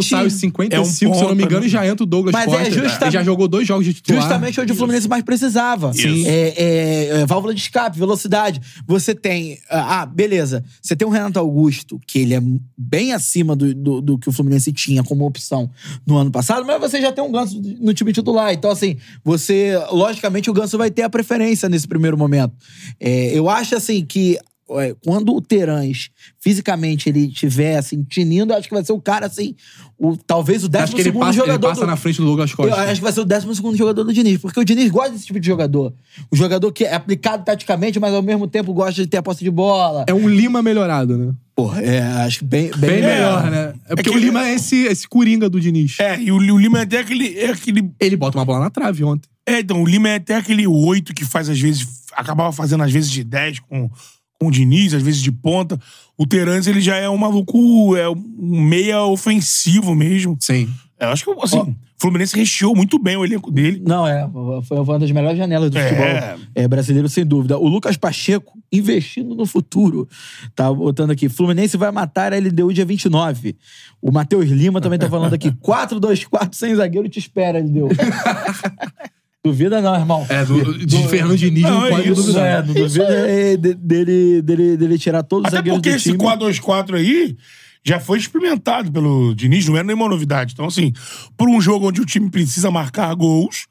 Speaker 1: justamente-
Speaker 3: sai os 55,
Speaker 2: É um
Speaker 3: se eu não
Speaker 2: ponta,
Speaker 3: me engano,
Speaker 2: né?
Speaker 3: e já entra o Douglas
Speaker 1: Mas é
Speaker 3: Costa.
Speaker 1: justa-
Speaker 3: Ele já jogou dois jogos de titular.
Speaker 1: Justamente onde o Fluminense mais precisava.
Speaker 2: Isso.
Speaker 1: É, é, é, válvula de escape, velocidade. Você tem. Ah, ah, beleza. Você tem o Renato Augusto, que ele é bem acima do, do, do que o Fluminense tinha como opção no ano passado, mas você já tem um ganso no time titular. Então, assim, você. Logicamente, o ganso vai ter a preferência nesse primeiro momento. É, eu acho, assim, que. é, Quando o Terãs fisicamente ele tiver assim, tinindo, eu acho que vai ser o cara assim, o, talvez o
Speaker 3: Acho
Speaker 1: décimo
Speaker 3: que ele
Speaker 1: segundo
Speaker 3: passa, ele
Speaker 1: jogador
Speaker 3: passa
Speaker 1: do-
Speaker 3: na frente do Douglas
Speaker 1: eu
Speaker 3: Costa.
Speaker 1: acho que vai ser o 12 segundo jogador do Diniz, porque o Diniz gosta desse tipo de jogador. O jogador que é aplicado taticamente, mas ao mesmo tempo gosta de ter a posse de bola.
Speaker 3: É um Lima melhorado, né?
Speaker 1: Porra, é, acho que bem,
Speaker 3: Bem
Speaker 1: bem,
Speaker 3: melhor, né? É porque
Speaker 2: que
Speaker 3: o
Speaker 2: ele-
Speaker 3: Lima é esse, esse coringa do Diniz.
Speaker 2: É, e o, o Lima é até aquele, é aquele
Speaker 3: Ele bota uma bola na trave ontem.
Speaker 2: É, então, o Lima é até aquele oito que faz às vezes, acabava fazendo às vezes de 10 com, com o Diniz, às vezes de ponta. O Terence, ele já é um maluco, é um meia ofensivo mesmo.
Speaker 3: Sim.
Speaker 2: Eu acho que, assim, o Fluminense recheou muito bem o elenco dele.
Speaker 1: Não, é. Foi uma das melhores janelas do
Speaker 2: É.
Speaker 1: futebol é, brasileiro, sem dúvida. O Lucas Pacheco, investindo no futuro, tá botando aqui. Fluminense vai matar a LDU dia 29. O Matheus Lima também tá falando aqui. 4-2-4 sem zagueiro te espera, LDU. Duvida não, irmão.
Speaker 3: É, do, de Fernando Diniz não,
Speaker 2: Não, é
Speaker 3: pode
Speaker 2: isso,
Speaker 3: duvidar.
Speaker 1: É, não duvida é, de- dele, dele, dele tirar todos os
Speaker 2: Até
Speaker 1: zagueiros
Speaker 2: porque
Speaker 1: do
Speaker 2: esse
Speaker 1: time.
Speaker 2: 4-2-4 aí já foi experimentado pelo Diniz, não é nenhuma novidade. Então, assim, por um jogo onde o time precisa marcar gols,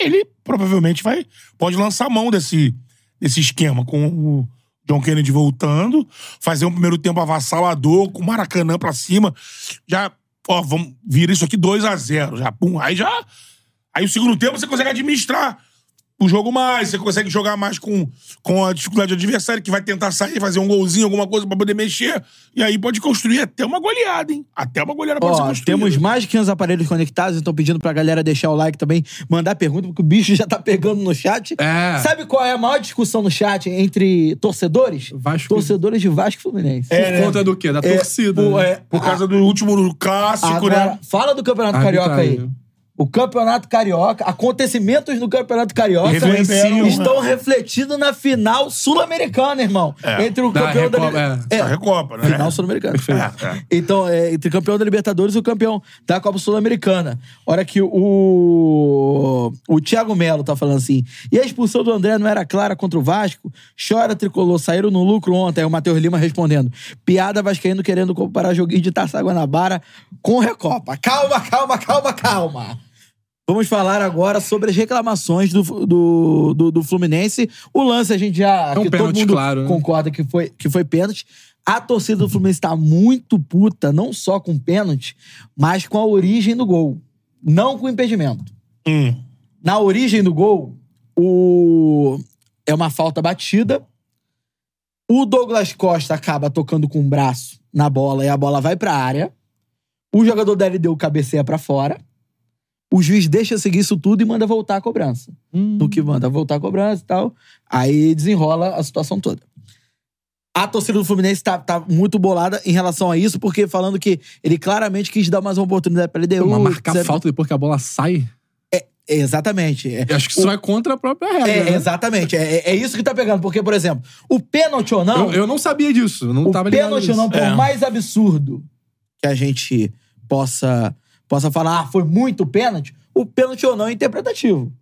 Speaker 2: ele provavelmente vai pode lançar mão desse, desse esquema com o John Kennedy voltando, fazer um primeiro tempo avassalador, com o Maracanã pra cima. Já, ó, vamos vira isso aqui 2 a 0 já, pum, aí já aí o segundo tempo você consegue administrar o jogo mais, você consegue jogar mais com, com a dificuldade do adversário, que vai tentar sair, fazer um golzinho, alguma coisa pra poder mexer. E aí pode construir até uma goleada, hein? Até uma goleada pode ser
Speaker 1: Ó,
Speaker 2: construída.
Speaker 1: temos mais de 500 aparelhos conectados, então pedindo pra galera deixar o like também, mandar pergunta, porque o bicho já tá pegando no chat.
Speaker 3: É.
Speaker 1: Sabe qual é a maior discussão no chat entre torcedores?
Speaker 3: Vasco-
Speaker 1: Torcedores de Vasco e Fluminense.
Speaker 3: Por É, né? conta do quê? Da torcida.
Speaker 1: pô,
Speaker 3: né?
Speaker 1: é,
Speaker 2: Por causa do último clássico,
Speaker 1: Agora,
Speaker 2: né?
Speaker 1: fala do Campeonato
Speaker 3: Arbitragem,
Speaker 1: Carioca aí.
Speaker 3: né?
Speaker 1: O Campeonato Carioca, acontecimentos do Campeonato Carioca
Speaker 2: Reverberam,
Speaker 1: estão
Speaker 2: né?
Speaker 1: refletidos na final sul-americana, irmão.
Speaker 2: É.
Speaker 1: Entre o
Speaker 3: Da
Speaker 1: campeão da, É, Liber-
Speaker 3: Recopa,
Speaker 2: A Recopa, né?
Speaker 1: Final Sul-Americana.
Speaker 2: É, é.
Speaker 1: Então, é, entre campeão da Libertadores e o campeão da Copa Sul-Americana. Hora que o. O Thiago Melo tá falando assim. E a expulsão do André não era clara contra o Vasco? Chora, tricolor, saíram no lucro ontem. Aí o Matheus Lima respondendo. Piada Vascaíno querendo comparar joguinho de Taça Guanabara com Recopa. Calma, calma, calma, calma. Vamos falar agora sobre as reclamações do, do, do, do Fluminense. O lance a gente já.
Speaker 3: É um
Speaker 1: que todo
Speaker 3: pênalti,
Speaker 1: mundo
Speaker 3: claro, né?
Speaker 1: Concorda que foi, que foi pênalti. A torcida do Fluminense está muito puta, não só com o pênalti, mas com a origem do gol. Não com o impedimento.
Speaker 2: Hum.
Speaker 1: Na origem do gol, o... é uma falta batida. O Douglas Costa acaba tocando com o braço na bola e a bola vai pra área. O jogador da LDU cabeceia pra fora. O juiz deixa seguir isso tudo e manda voltar a cobrança. No que manda voltar a cobrança e tal. Aí desenrola a situação toda. A torcida do Fluminense tá, tá muito bolada em relação a isso, porque falando que ele claramente quis dar mais uma oportunidade pra LDU.
Speaker 3: Mas marcar
Speaker 1: etc.
Speaker 3: falta depois que a bola sai,
Speaker 1: Exatamente. É,
Speaker 3: eu acho que isso é contra a própria regra.
Speaker 1: É,
Speaker 3: né?
Speaker 1: exatamente. É, é- é isso que tá pegando. Porque, por exemplo, o pênalti ou não,
Speaker 3: Eu, eu não sabia disso. eu Não
Speaker 1: o
Speaker 3: tava ligado.
Speaker 1: pênalti ou não,
Speaker 3: nisso.
Speaker 1: por
Speaker 2: É.
Speaker 1: mais absurdo que a gente possa, possa falar, ah, foi muito pênalti, o pênalti ou não é interpretativo.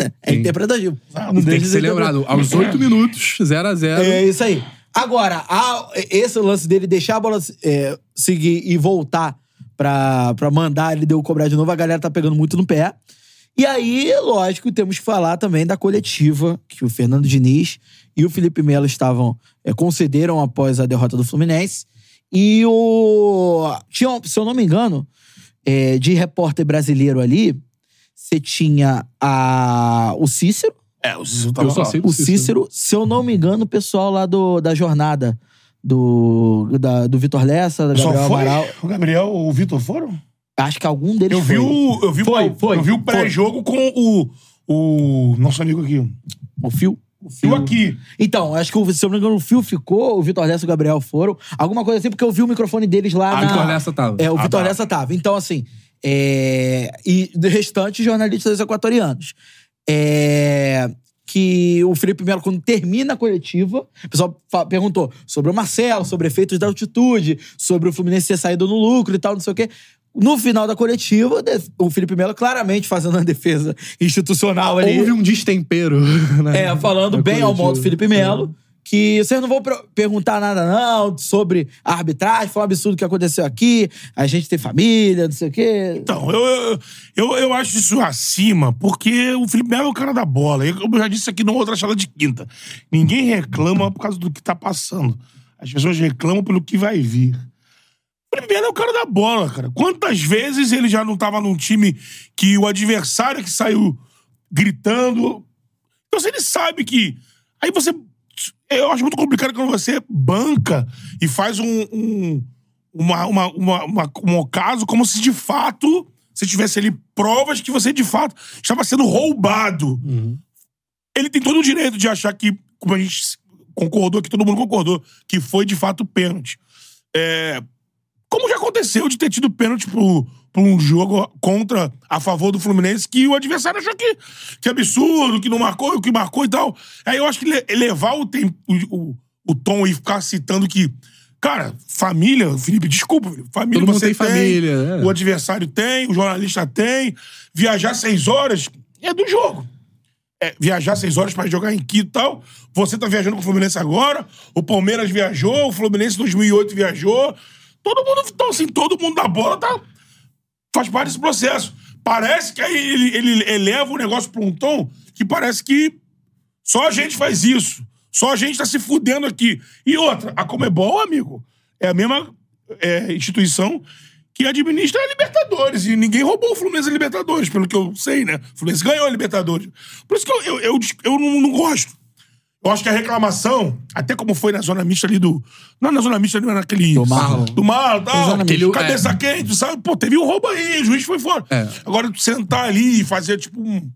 Speaker 1: É
Speaker 3: Sim.
Speaker 1: interpretativo. Não
Speaker 3: E
Speaker 1: deixa
Speaker 3: tem que
Speaker 1: de
Speaker 3: ser
Speaker 1: interpre-
Speaker 3: lembrado. Aos 8 minutos, 0x0.
Speaker 1: É isso aí. Agora, a- esse lance dele deixar a bola é, seguir e voltar pra, pra mandar, ele deu cobrar de novo, a galera tá pegando muito no pé. E aí, lógico, temos que falar também da coletiva que o Fernando Diniz e o Felipe Melo estavam é, concederam após a derrota do Fluminense. E o. Tinha, um- se eu não me engano, é, de repórter brasileiro ali, você tinha a, o Cícero.
Speaker 2: É, o Cícero tava
Speaker 3: Eu só
Speaker 2: lá.
Speaker 3: sei
Speaker 1: O
Speaker 3: do
Speaker 1: Cícero, se eu não me engano, o pessoal lá do, da jornada do, da- do Vitor Lessa, da
Speaker 2: Só
Speaker 1: Gabriel
Speaker 2: foi?
Speaker 1: Amaral.
Speaker 2: O Gabriel, o Vitor foram?
Speaker 1: Acho que algum deles
Speaker 2: Eu
Speaker 1: foi.
Speaker 2: vi o. Eu vi,
Speaker 1: Foi,
Speaker 2: o-
Speaker 1: foi,
Speaker 2: eu vi o
Speaker 1: foi.
Speaker 2: pré-jogo com o. O nosso amigo aqui.
Speaker 1: o Fio.
Speaker 2: Eu aqui.
Speaker 1: Então, acho que, o- se eu não me engano, o Fio ficou, o Vitor Lessa e o Gabriel foram. Alguma coisa assim, porque eu vi o microfone deles lá
Speaker 3: Ah,
Speaker 1: na...
Speaker 3: Vitor Lessa tava.
Speaker 1: É, o
Speaker 2: Ah,
Speaker 1: Vitor
Speaker 2: tá.
Speaker 1: Lessa tava. Então, assim, é... e do restante, jornalistas equatorianos. É... Que o Felipe Melo, quando termina a coletiva, o pessoal fa- perguntou sobre o Marcelo, sobre efeitos da altitude, sobre o Fluminense ter saído no lucro e tal, não sei o quê. No final da coletiva, de- o Felipe Melo claramente fazendo uma defesa institucional ali.
Speaker 3: Houve um destempero. né?
Speaker 1: É, falando
Speaker 3: Na
Speaker 1: bem ao modo
Speaker 3: coletiva.
Speaker 1: Felipe Melo. Que vocês não vão per- perguntar nada, não, sobre a arbitragem, foi um absurdo que aconteceu aqui, a gente tem família, não sei o quê.
Speaker 2: Então, eu, eu, eu, eu acho isso acima, porque o Felipe Melo é o cara da bola. Eu, eu já disse aqui numa outra sala de quinta. Ninguém reclama por causa do que tá passando. As pessoas reclamam pelo que vai vir. O Felipe Melo é o cara da bola, cara. Quantas vezes ele já não tava num time que o adversário que saiu gritando. Então, se ele sabe que. Aí você. Eu acho muito complicado quando você banca e faz um. um uma, uma, uma, uma- um ocaso como se de fato você tivesse ali provas que você de fato estava sendo roubado. Ele tem todo o direito de achar que, como a gente concordou, que todo mundo concordou, que foi de fato pênalti. É, como já aconteceu de ter tido pênalti pro, pro um jogo contra, a favor do Fluminense, que o adversário achou que, que absurdo, que não marcou, que marcou e tal. Aí eu acho que le- elevar o, tem- o, o, o tom e ficar citando que. Cara, família, Felipe, desculpa, Felipe, família
Speaker 3: Todo mundo
Speaker 2: você
Speaker 3: tem família, é.
Speaker 2: o adversário tem, o jornalista tem. Viajar seis horas é do jogo. É, viajar seis horas pra jogar em Quito e tal. Você tá viajando com o Fluminense agora, o Palmeiras viajou, o Fluminense em 2008 viajou. Todo mundo, então, assim, todo mundo da bola tá, faz parte desse processo. Parece que aí ele, ele eleva o negócio pra um tom que parece que só a gente faz isso. Só a gente tá se fudendo aqui. E outra, a Comebol, amigo, é a mesma é, instituição que administra a Libertadores. E ninguém roubou o Fluminense a Libertadores, pelo que eu sei, né? O Fluminense ganhou a Libertadores. Por isso que eu, eu, eu, dis- eu não, não gosto. Eu acho que a reclamação, até como foi na zona mista ali do. Não na zona mista, ali, mas naquele. Do
Speaker 1: Marlon.
Speaker 2: Do Marlon, tal.
Speaker 1: Zona
Speaker 3: mista.
Speaker 2: Cabeça quente, sabe? Pô, teve um roubo aí, o juiz foi fora.
Speaker 3: É.
Speaker 2: Agora, tu sentar ali e fazer, tipo, um.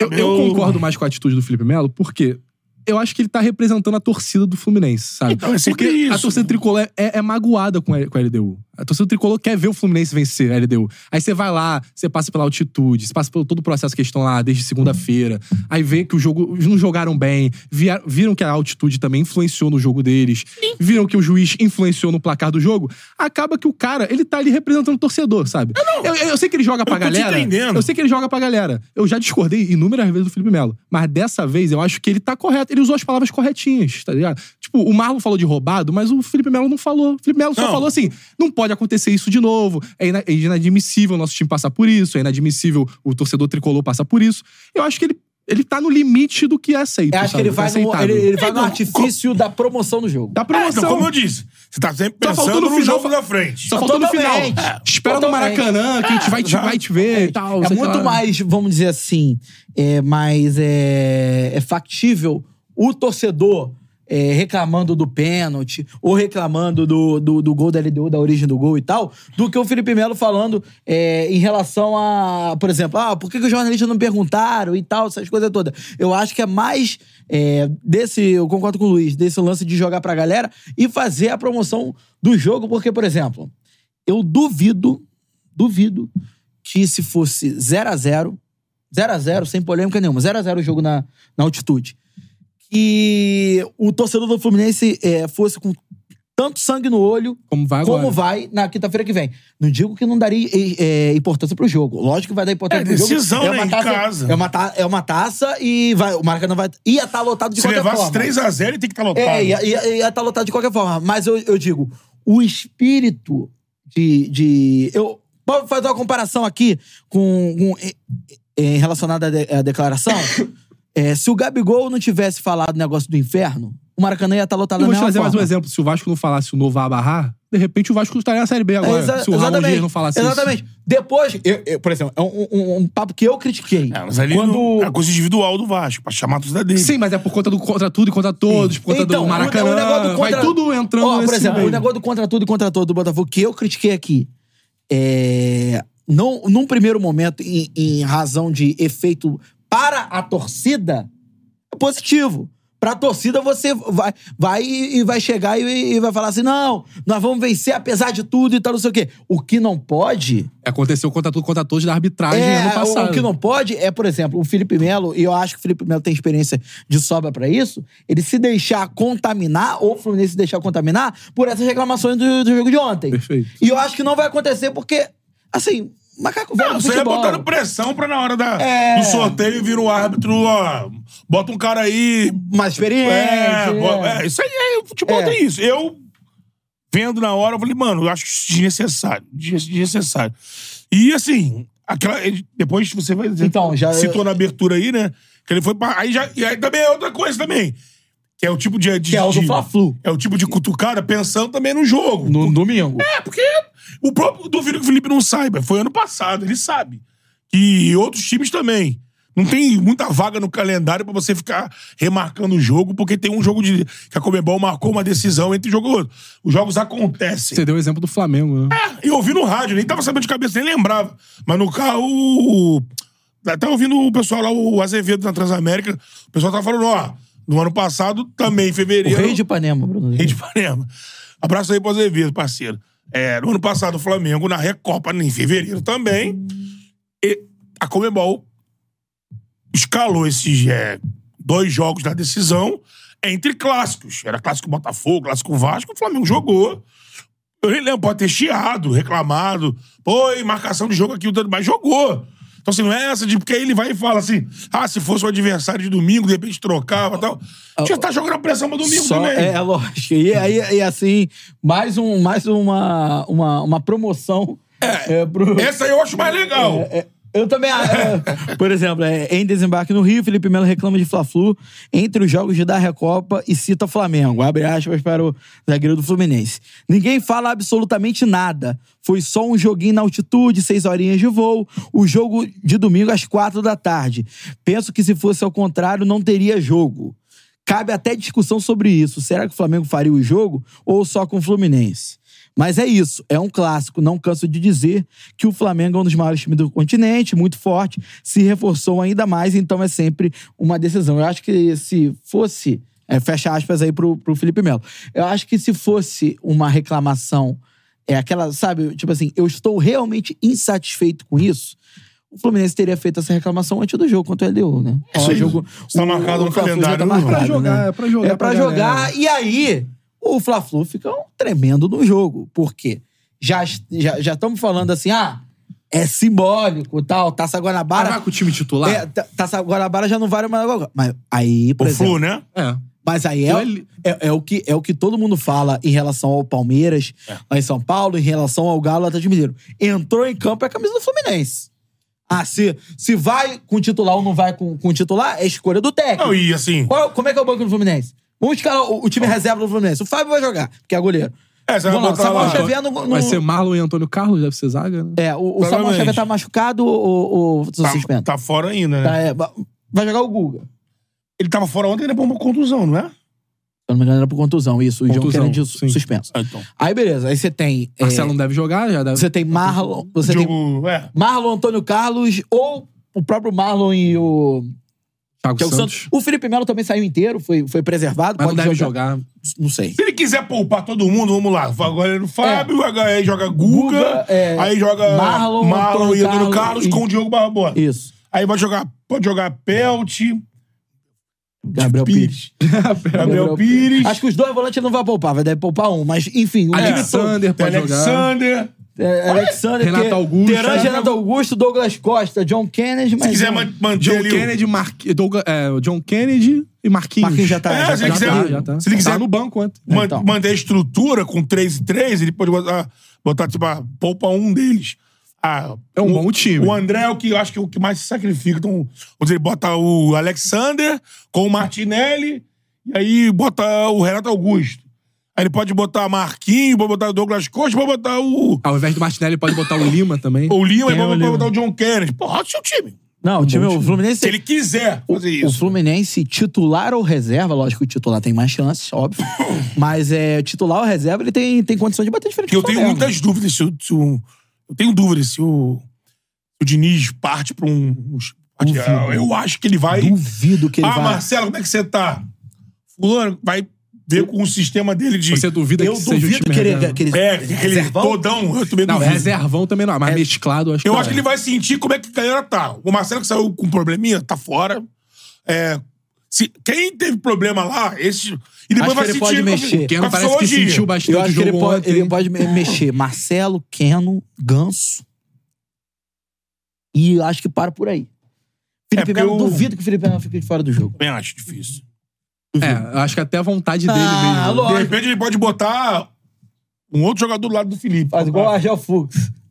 Speaker 3: Eu, eu concordo mais com a atitude do Felipe Melo, porque eu acho que ele tá representando a torcida do Fluminense, sabe?
Speaker 2: Então, é sempre
Speaker 3: porque a
Speaker 2: isso.
Speaker 3: torcida tricolor é, é- é magoada com a, com a LDU. A torcida tricolor quer ver o Fluminense vencer a LDU. Aí você vai lá, você passa pela altitude, você passa pelo todo o processo que eles estão lá desde segunda-feira. Aí vê que o jogo eles não jogaram bem, via- viram que a altitude também influenciou no jogo deles, viram que o juiz influenciou no placar do jogo. Acaba que o cara, ele tá ali representando o torcedor, sabe? Eu, eu- eu sei que ele joga pra
Speaker 2: tô te
Speaker 3: galera.
Speaker 2: entendendo.
Speaker 3: Eu sei que ele joga pra galera. Eu já discordei inúmeras vezes do Felipe Melo. Mas dessa vez eu acho que ele tá correto. Ele usou as palavras corretinhas, tá ligado? Tipo, o Marlon falou de roubado, mas o Felipe Melo não falou. O Felipe Melo só
Speaker 2: Não.
Speaker 3: falou assim: não pode acontecer isso de novo. É ina- é inadmissível o nosso time passar por isso. É inadmissível o torcedor tricolor passar por isso. Eu acho que ele, ele tá no limite do que é aceito.
Speaker 1: Eu acho que
Speaker 3: sabe?
Speaker 1: ele
Speaker 3: Do que é
Speaker 1: vai, no, ele,
Speaker 3: aceitável.
Speaker 1: ele vai no artifício da promoção do jogo.
Speaker 3: Da
Speaker 2: É,
Speaker 3: promoção.
Speaker 2: então, como eu disse, você tá sempre
Speaker 3: Só faltou
Speaker 2: pensando
Speaker 3: no
Speaker 2: no,
Speaker 3: final
Speaker 2: jogo
Speaker 3: fa-
Speaker 2: da frente.
Speaker 1: Tá
Speaker 3: Só faltou no final.
Speaker 1: Totalmente.
Speaker 3: É, Espera no
Speaker 1: Totalmente.
Speaker 3: Maracanã, que a gente vai te, vai te ver e tal.
Speaker 1: É
Speaker 3: sei
Speaker 1: muito
Speaker 3: lá.
Speaker 1: mais, vamos dizer assim, é, mais é, é factível o torcedor é, reclamando do pênalti ou reclamando do, do, do gol da LDU, da origem do gol e tal, do que o Felipe Melo falando é, em relação a, por exemplo, ah, por que, que os jornalistas não perguntaram e tal, essas coisas todas. Eu acho que é mais é, desse, eu concordo com o Luiz, desse lance de jogar pra galera e fazer a promoção do jogo, porque, por exemplo, eu duvido, duvido que se fosse 0 a 0 0 a 0 sem polêmica nenhuma, 0 a 0 o jogo na, na altitude, que o torcedor do Fluminense eh, fosse com tanto sangue no olho
Speaker 3: Como vai agora.
Speaker 1: como vai na quinta-feira que vem. Não digo que não daria eh, eh, importância pro jogo. Lógico que vai dar importância
Speaker 2: É
Speaker 1: pro jogo.
Speaker 2: decisão, né, em
Speaker 1: taça,
Speaker 2: casa.
Speaker 1: É uma, ta- é uma taça e vai, o Maracanã vai, ia estar lotado de
Speaker 2: Se
Speaker 1: qualquer
Speaker 2: levasse
Speaker 1: forma.
Speaker 2: 3x0, ele tem que estar lotado.
Speaker 1: É, ia, ia, ia tá lotado de qualquer forma. Mas eu, eu digo, o espírito de. de eu posso fazer uma comparação aqui com. com eh, eh, relacionada à, de- à declaração. É, se o Gabigol não tivesse falado o negócio do inferno, o Maracanã ia estar lotado da
Speaker 3: Eu vou te
Speaker 1: mesma
Speaker 3: trazer mais um
Speaker 1: é forma.
Speaker 3: exemplo. Se o Vasco não falasse o novo vai abarrar, de repente o Vasco estaria na Série B agora.
Speaker 1: É, exa-
Speaker 3: se o Ramon Dias não falasse
Speaker 1: Exatamente. Depois, eu- eu, por exemplo, é um, um- um papo que eu critiquei.
Speaker 2: É, mas ali
Speaker 1: quando...
Speaker 2: não- é coisa individual do Vasco, pra chamar a torcida dele.
Speaker 3: isso. Sim, mas é por conta do contra tudo e Tipo, contra todos, por conta do Maracanã.
Speaker 1: Então, o negócio do
Speaker 3: Vai tudo entrando
Speaker 1: Ó,
Speaker 3: nesse
Speaker 1: Por exemplo,
Speaker 3: meio.
Speaker 1: o negócio do contra tudo e contra todo do Botafogo, que eu critiquei aqui, é, não, num primeiro momento, em, em razão de efeito para a torcida, é positivo. Pra torcida, você vai, vai e e vai chegar e, e vai falar assim: não, nós vamos vencer apesar de tudo e tal, não sei o quê. O que não pode
Speaker 3: Aconteceu contra tudo e contra todos da arbitragem ano
Speaker 1: é, o-
Speaker 3: passado.
Speaker 1: o que não pode é, por exemplo, o Felipe Melo, e eu acho que o Felipe Melo tem experiência de sobra pra isso, ele se deixar contaminar, ou o Fluminense se deixar contaminar, por essas reclamações do, do jogo de ontem.
Speaker 3: Perfeito.
Speaker 1: E eu acho que não vai acontecer porque, assim, macaco velho
Speaker 2: Não,
Speaker 1: do
Speaker 2: você ia
Speaker 1: futebol.
Speaker 2: botando pressão pra na hora da,
Speaker 1: É.
Speaker 2: do sorteio vira o árbitro, ó. Bota um cara aí.
Speaker 1: Mais experiente.
Speaker 2: É, bo-
Speaker 1: é.
Speaker 2: é, isso aí é, o futebol
Speaker 1: É.
Speaker 2: tem isso. Eu, vendo na hora, eu falei, mano, eu acho desnecessário. des- Desnecessário. E assim, aquela, depois você vai dizer.
Speaker 1: Então, já-
Speaker 2: Citou na abertura aí, né? Que ele foi pra. Aí já, e aí também é outra coisa também. Que é o tipo de. de
Speaker 1: Que é o do
Speaker 2: de-
Speaker 1: Fla-Flu.
Speaker 2: É o tipo de cutucada pensando também no jogo.
Speaker 3: No domingo.
Speaker 2: É, porque o próprio duvido que o Felipe não saiba. Foi ano passado, ele sabe. E outros times também. Não tem muita vaga no calendário pra você ficar remarcando o jogo, porque tem um jogo de que a Comebol marcou uma decisão entre um jogo e outro. Os jogos acontecem.
Speaker 3: Você deu o exemplo do Flamengo, né?
Speaker 2: É, eu ouvi no rádio, nem tava sabendo de cabeça, nem lembrava. Mas no carro. o- Até ouvindo o pessoal lá, o Azevedo na Transamérica, o pessoal tava falando, ó, no ano passado, também em
Speaker 1: O
Speaker 2: fevereiro.
Speaker 1: rei de Ipanema, Bruno.
Speaker 2: Rei de Ipanema. Abraço aí pro Azevedo, parceiro. É, no ano passado, o Flamengo, na Recopa, em fevereiro também, e a Comebol escalou esses é, dois jogos da decisão entre clássicos. Era clássico Botafogo, clássico Vasco, o Flamengo jogou. Eu nem lembro, pode ter chiado, reclamado. Pô, e marcação de jogo aqui, o tanto, mas jogou. Então, assim, não é essa de. Porque aí ele vai e fala assim: ah, se fosse o adversário de domingo, de repente trocava e tal. Já tá jogando a pressão pra domingo
Speaker 1: Ah, Só,
Speaker 2: também.
Speaker 1: é, é lógico. E aí, e assim, mais, um, mais uma, uma, uma promoção é, pro,
Speaker 2: Essa eu acho mais legal.
Speaker 1: É, Eu também. é, Por exemplo, é, em desembarque no Rio, Felipe Melo reclama de Fla-Flu entre os jogos de da Recopa e cita Flamengo. Abre aspas para o zagueiro do Fluminense. Ninguém fala absolutamente nada. Foi só um joguinho na altitude, seis horinhas de voo. O jogo de domingo às quatro da tarde. Penso que se fosse ao contrário, não teria jogo. Cabe até discussão sobre isso. Será que o Flamengo faria o jogo ou só com o Fluminense? Mas é isso, é um clássico. Não canso de dizer que o Flamengo é um dos maiores times do continente, muito forte, se reforçou ainda mais, então é sempre uma decisão. Eu acho que se fosse. é, fecha aspas aí pro, pro Felipe Melo. Eu acho que se fosse uma reclamação, é aquela, sabe, tipo assim, eu estou realmente insatisfeito com isso. O Fluminense teria feito essa reclamação antes do jogo contra o LDU, né? É,
Speaker 2: Sim. Está tá marcado no calendário,
Speaker 1: Tá
Speaker 2: não
Speaker 1: marcado,
Speaker 3: pra jogar,
Speaker 1: né?
Speaker 3: é pra jogar
Speaker 1: É pra
Speaker 3: pra
Speaker 1: jogar.
Speaker 3: galera.
Speaker 1: E aí, o Fla-Flu fica um tremendo no jogo. Por quê? Já estamos já, já estamos falando assim, ah, é simbólico tal, Taça
Speaker 3: Parar
Speaker 2: Ah,
Speaker 1: Guanabara...
Speaker 3: com o time titular?
Speaker 1: É, Ta- Taça Guanabara já não vale mais agora. Mas aí, por
Speaker 2: O
Speaker 1: exemplo...
Speaker 2: Flu, né?
Speaker 3: É.
Speaker 1: Mas aí é,
Speaker 3: Ele-
Speaker 1: é, é o que, é o que todo mundo fala em relação ao Palmeiras, lá em São Paulo, em relação ao Galo, Atlético Mineiro. Entrou em campo é a camisa do Fluminense. Ah, se, se vai com o titular ou não vai com, com o titular, é escolha do técnico.
Speaker 2: Não, e assim...
Speaker 1: Qual- como é que é o banco do Fluminense? Vamos escalar o, o time reserva do Fluminense. O Fábio vai jogar, porque é goleiro.
Speaker 2: É, você vai
Speaker 1: Vamos lá,
Speaker 2: botar
Speaker 1: o Samuel
Speaker 2: lá-
Speaker 1: Xavier não... não-
Speaker 3: Vai ser Marlon e Antônio Carlos, deve ser zaga, né?
Speaker 1: É, o, o Samuel
Speaker 2: Provavelmente.
Speaker 1: Xavier tá machucado ou, ou tá,
Speaker 2: Tá,
Speaker 1: suspenso?
Speaker 2: tá fora ainda, né?
Speaker 1: Tá, é, ba- vai jogar o Guga. Se
Speaker 2: Ele tava fora ontem, ele é uma contusão, não é?
Speaker 1: eu não me engano, era por contusão, isso. O John
Speaker 3: Contusão,
Speaker 1: Kennedy su-
Speaker 3: sim.
Speaker 1: suspenso.
Speaker 2: Ah, então.
Speaker 1: Aí, beleza. Aí você tem... é,
Speaker 3: Marcelo não deve jogar, já deve.
Speaker 1: você tem Marlon... Você tem
Speaker 2: Jogo... É.
Speaker 1: Marlon, Antônio Carlos ou o próprio Marlon e o...
Speaker 3: Thiago
Speaker 1: Thiago
Speaker 3: Santos.
Speaker 1: Santos. O Felipe Melo também saiu inteiro, foi, foi preservado.
Speaker 3: Mas não
Speaker 1: pode
Speaker 3: deve jogar.
Speaker 1: Não sei.
Speaker 2: Se ele quiser poupar todo mundo, vamos lá. Agora é no Fábio, aí joga Guga,
Speaker 1: Guga, é,
Speaker 2: aí joga
Speaker 1: Marlon,
Speaker 2: Marlon,
Speaker 1: Antônio
Speaker 2: e Antônio
Speaker 1: Carlos
Speaker 2: Carlos
Speaker 1: e-
Speaker 2: com o Diogo Barbosa.
Speaker 1: Isso.
Speaker 2: Aí vai jogar, pode jogar Pelt,
Speaker 1: Gabriel Pires.
Speaker 2: Pires, Gabriel Pires,
Speaker 1: Acho que os dois volantes ele não vai poupar, vai deve poupar um, mas enfim, o
Speaker 3: Alexander pode jogar.
Speaker 2: Alexander.
Speaker 1: É, Alexander,
Speaker 3: Renato
Speaker 1: que-
Speaker 3: Augusto.
Speaker 1: Teran, Renato Augusto, Douglas Costa, John Kennedy, mas.
Speaker 2: Se quiser
Speaker 1: não.
Speaker 2: man- manter
Speaker 3: John
Speaker 2: ali o-
Speaker 3: Kennedy, Mar... Douglas- é, o John Kennedy e Marquinhos.
Speaker 1: Marquinhos já tá- já
Speaker 2: É, se
Speaker 3: Já
Speaker 2: ele
Speaker 1: tá-
Speaker 2: quiser,
Speaker 3: tá, já tá.
Speaker 2: se ele quiser
Speaker 3: Tá no banco antes.
Speaker 2: man-
Speaker 1: Então.
Speaker 2: manter a estrutura com 3 e 3, ele pode botar, botar tipo, ah, poupa um deles. Ah,
Speaker 3: É um
Speaker 2: o-
Speaker 3: bom time.
Speaker 2: O André é o que eu acho que é o que mais se sacrifica. Então, vamos dizer, ele bota o Alexander com o Martinelli e aí bota o Renato Augusto. Aí ele pode botar Marquinhos, pode botar o Douglas Costa, pode botar o,
Speaker 3: Ao invés do Martinelli, pode botar o Lima também.
Speaker 2: o Lima, e
Speaker 3: Quem é
Speaker 2: pode,
Speaker 3: o Lima?
Speaker 2: botar o John Kennedy. Porra, o seu time.
Speaker 1: Não, o time, o Fluminense.
Speaker 2: Se ele quiser fazer
Speaker 1: o
Speaker 2: isso.
Speaker 1: Fluminense, titular ou reserva, lógico que o titular tem mais chances, óbvio. mas é, titular ou reserva, ele tem, tem condição de bater de frente
Speaker 2: Porque
Speaker 1: com
Speaker 2: eu
Speaker 1: o
Speaker 2: tenho
Speaker 1: Flamengo.
Speaker 2: muitas dúvidas se, o- se o- eu tenho dúvidas se o, o Diniz parte pra um. um- eu acho que ele vai.
Speaker 1: Duvido que ele
Speaker 2: ah,
Speaker 1: vá.
Speaker 2: Marcelo, como é que você tá? Fulano, vai ver com o sistema dele de.
Speaker 3: Você duvida
Speaker 1: Eu
Speaker 3: que seja o
Speaker 1: duvido
Speaker 3: time
Speaker 1: que ele.
Speaker 3: reserva.
Speaker 1: Que ele
Speaker 2: É, aquele
Speaker 1: tá reservão?
Speaker 2: todão. Eu também
Speaker 3: Não,
Speaker 2: duvido.
Speaker 3: reservão também não, mas
Speaker 1: É.
Speaker 3: mesclado acho que
Speaker 2: Eu
Speaker 3: não.
Speaker 2: acho que ele vai sentir como é que a galera tá. O Marcelo que saiu com probleminha, tá fora. É, se, quem teve problema lá, esse. E depois
Speaker 1: Acho
Speaker 2: vai
Speaker 1: que ele
Speaker 2: sentir
Speaker 1: pode
Speaker 2: com a-
Speaker 1: mexer.
Speaker 2: com a
Speaker 3: Keno parece que
Speaker 2: fisiologia.
Speaker 3: sentiu bastante
Speaker 1: Eu
Speaker 3: o
Speaker 1: acho que
Speaker 3: jogo
Speaker 1: ele pode,
Speaker 3: ontem.
Speaker 1: ele pode me- mexer Marcelo, Keno, Ganso. E eu acho que para por aí. Felipe
Speaker 2: É, porque
Speaker 1: Melo,
Speaker 2: o-
Speaker 1: duvido que o Felipe Melo fique de fora do jogo.
Speaker 2: Também acho difícil.
Speaker 3: É, eu acho que até a vontade dele
Speaker 1: Ah,
Speaker 3: mesmo.
Speaker 1: louco.
Speaker 2: De repente ele pode botar um outro jogador do lado do Felipe.
Speaker 1: Faz igual o Argel Fux.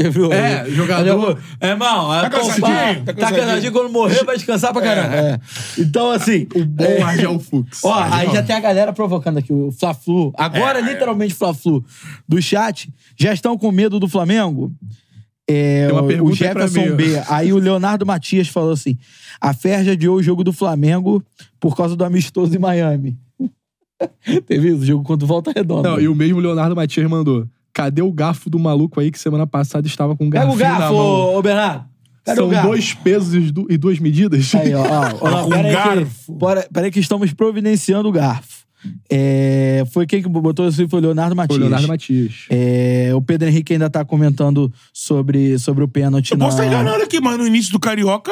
Speaker 1: Já viu?
Speaker 3: É,
Speaker 1: Ele-
Speaker 3: jogador-
Speaker 1: Ele- É, irmão, é
Speaker 2: Tá
Speaker 1: pau
Speaker 2: cansadinho,
Speaker 1: pá.
Speaker 2: tá
Speaker 1: Tá
Speaker 2: cansadinho.
Speaker 1: cansadinho. Quando morrer, vai descansar pra caramba. É. Então, assim. O bom
Speaker 3: Ou o
Speaker 2: é
Speaker 3: Argel Fux.
Speaker 1: Ó, aí já tem a é galera provocando aqui, o Fla-Flu. Agora,
Speaker 2: É,
Speaker 1: literalmente, Fla-Flu do chat. Já estão com medo do Flamengo? É,
Speaker 3: Tem uma
Speaker 1: o- o
Speaker 3: pergunta aí pra
Speaker 1: Jefferson
Speaker 3: mim, ó.
Speaker 1: B. Aí o Leonardo Matias falou assim: a Ferja adiou o jogo do Flamengo por causa do amistoso em Miami. Teve isso, o jogo quando volta redonda.
Speaker 3: Não, e o mesmo Leonardo Matias mandou. Cadê o garfo do maluco aí que semana passada estava com um
Speaker 1: Pega
Speaker 3: garfo
Speaker 1: o
Speaker 3: na
Speaker 1: garfo,
Speaker 3: mão?
Speaker 1: ô ô, Bernardo. Cadê
Speaker 3: São
Speaker 1: o garfo?
Speaker 3: dois pesos e du- e duas medidas?
Speaker 1: Aí, ó. ó, ó
Speaker 2: Com
Speaker 1: peraí
Speaker 2: garfo.
Speaker 1: Que, bora- peraí que estamos providenciando o garfo. É, foi quem que botou isso? aí? Foi o Leonardo Matias.
Speaker 3: Foi o Leonardo Matias.
Speaker 1: É, o Pedro Henrique ainda tá comentando sobre, sobre o pênalti.
Speaker 2: Eu
Speaker 1: na...
Speaker 2: posso estar enganado aqui, mas no início do Carioca,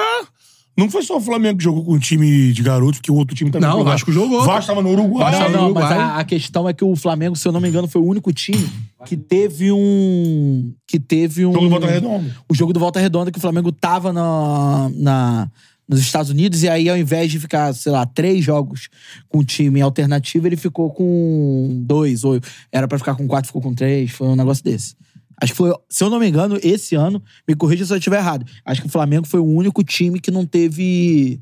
Speaker 2: não foi só o Flamengo que jogou com um time de garotos, porque o outro time também
Speaker 3: Não, o
Speaker 2: jogava.
Speaker 3: Vasco jogou.
Speaker 2: Vasco tava no Uruguai.
Speaker 3: Vasco
Speaker 1: Não,
Speaker 3: Aí,
Speaker 1: não, mas
Speaker 3: Uruguai.
Speaker 1: a, a questão é que o Flamengo, se eu não me engano, foi o único time que teve um. Que teve um.
Speaker 2: Jogo do Volta Redonda.
Speaker 1: O jogo do Volta Redonda, que o Flamengo tava na, na- nos Estados Unidos, e aí, ao invés de ficar, sei lá, três jogos com time alternativo, ele ficou com dois. Ou era pra ficar com quatro, ficou com três. Foi um negócio desse. Acho que foi, se eu não me engano, esse ano, me corrija se eu estiver errado. Acho que o Flamengo foi o único time que não teve.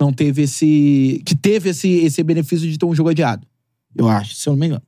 Speaker 1: Não teve esse. Que teve esse, esse benefício de ter um jogo adiado. Eu acho, se eu não me engano.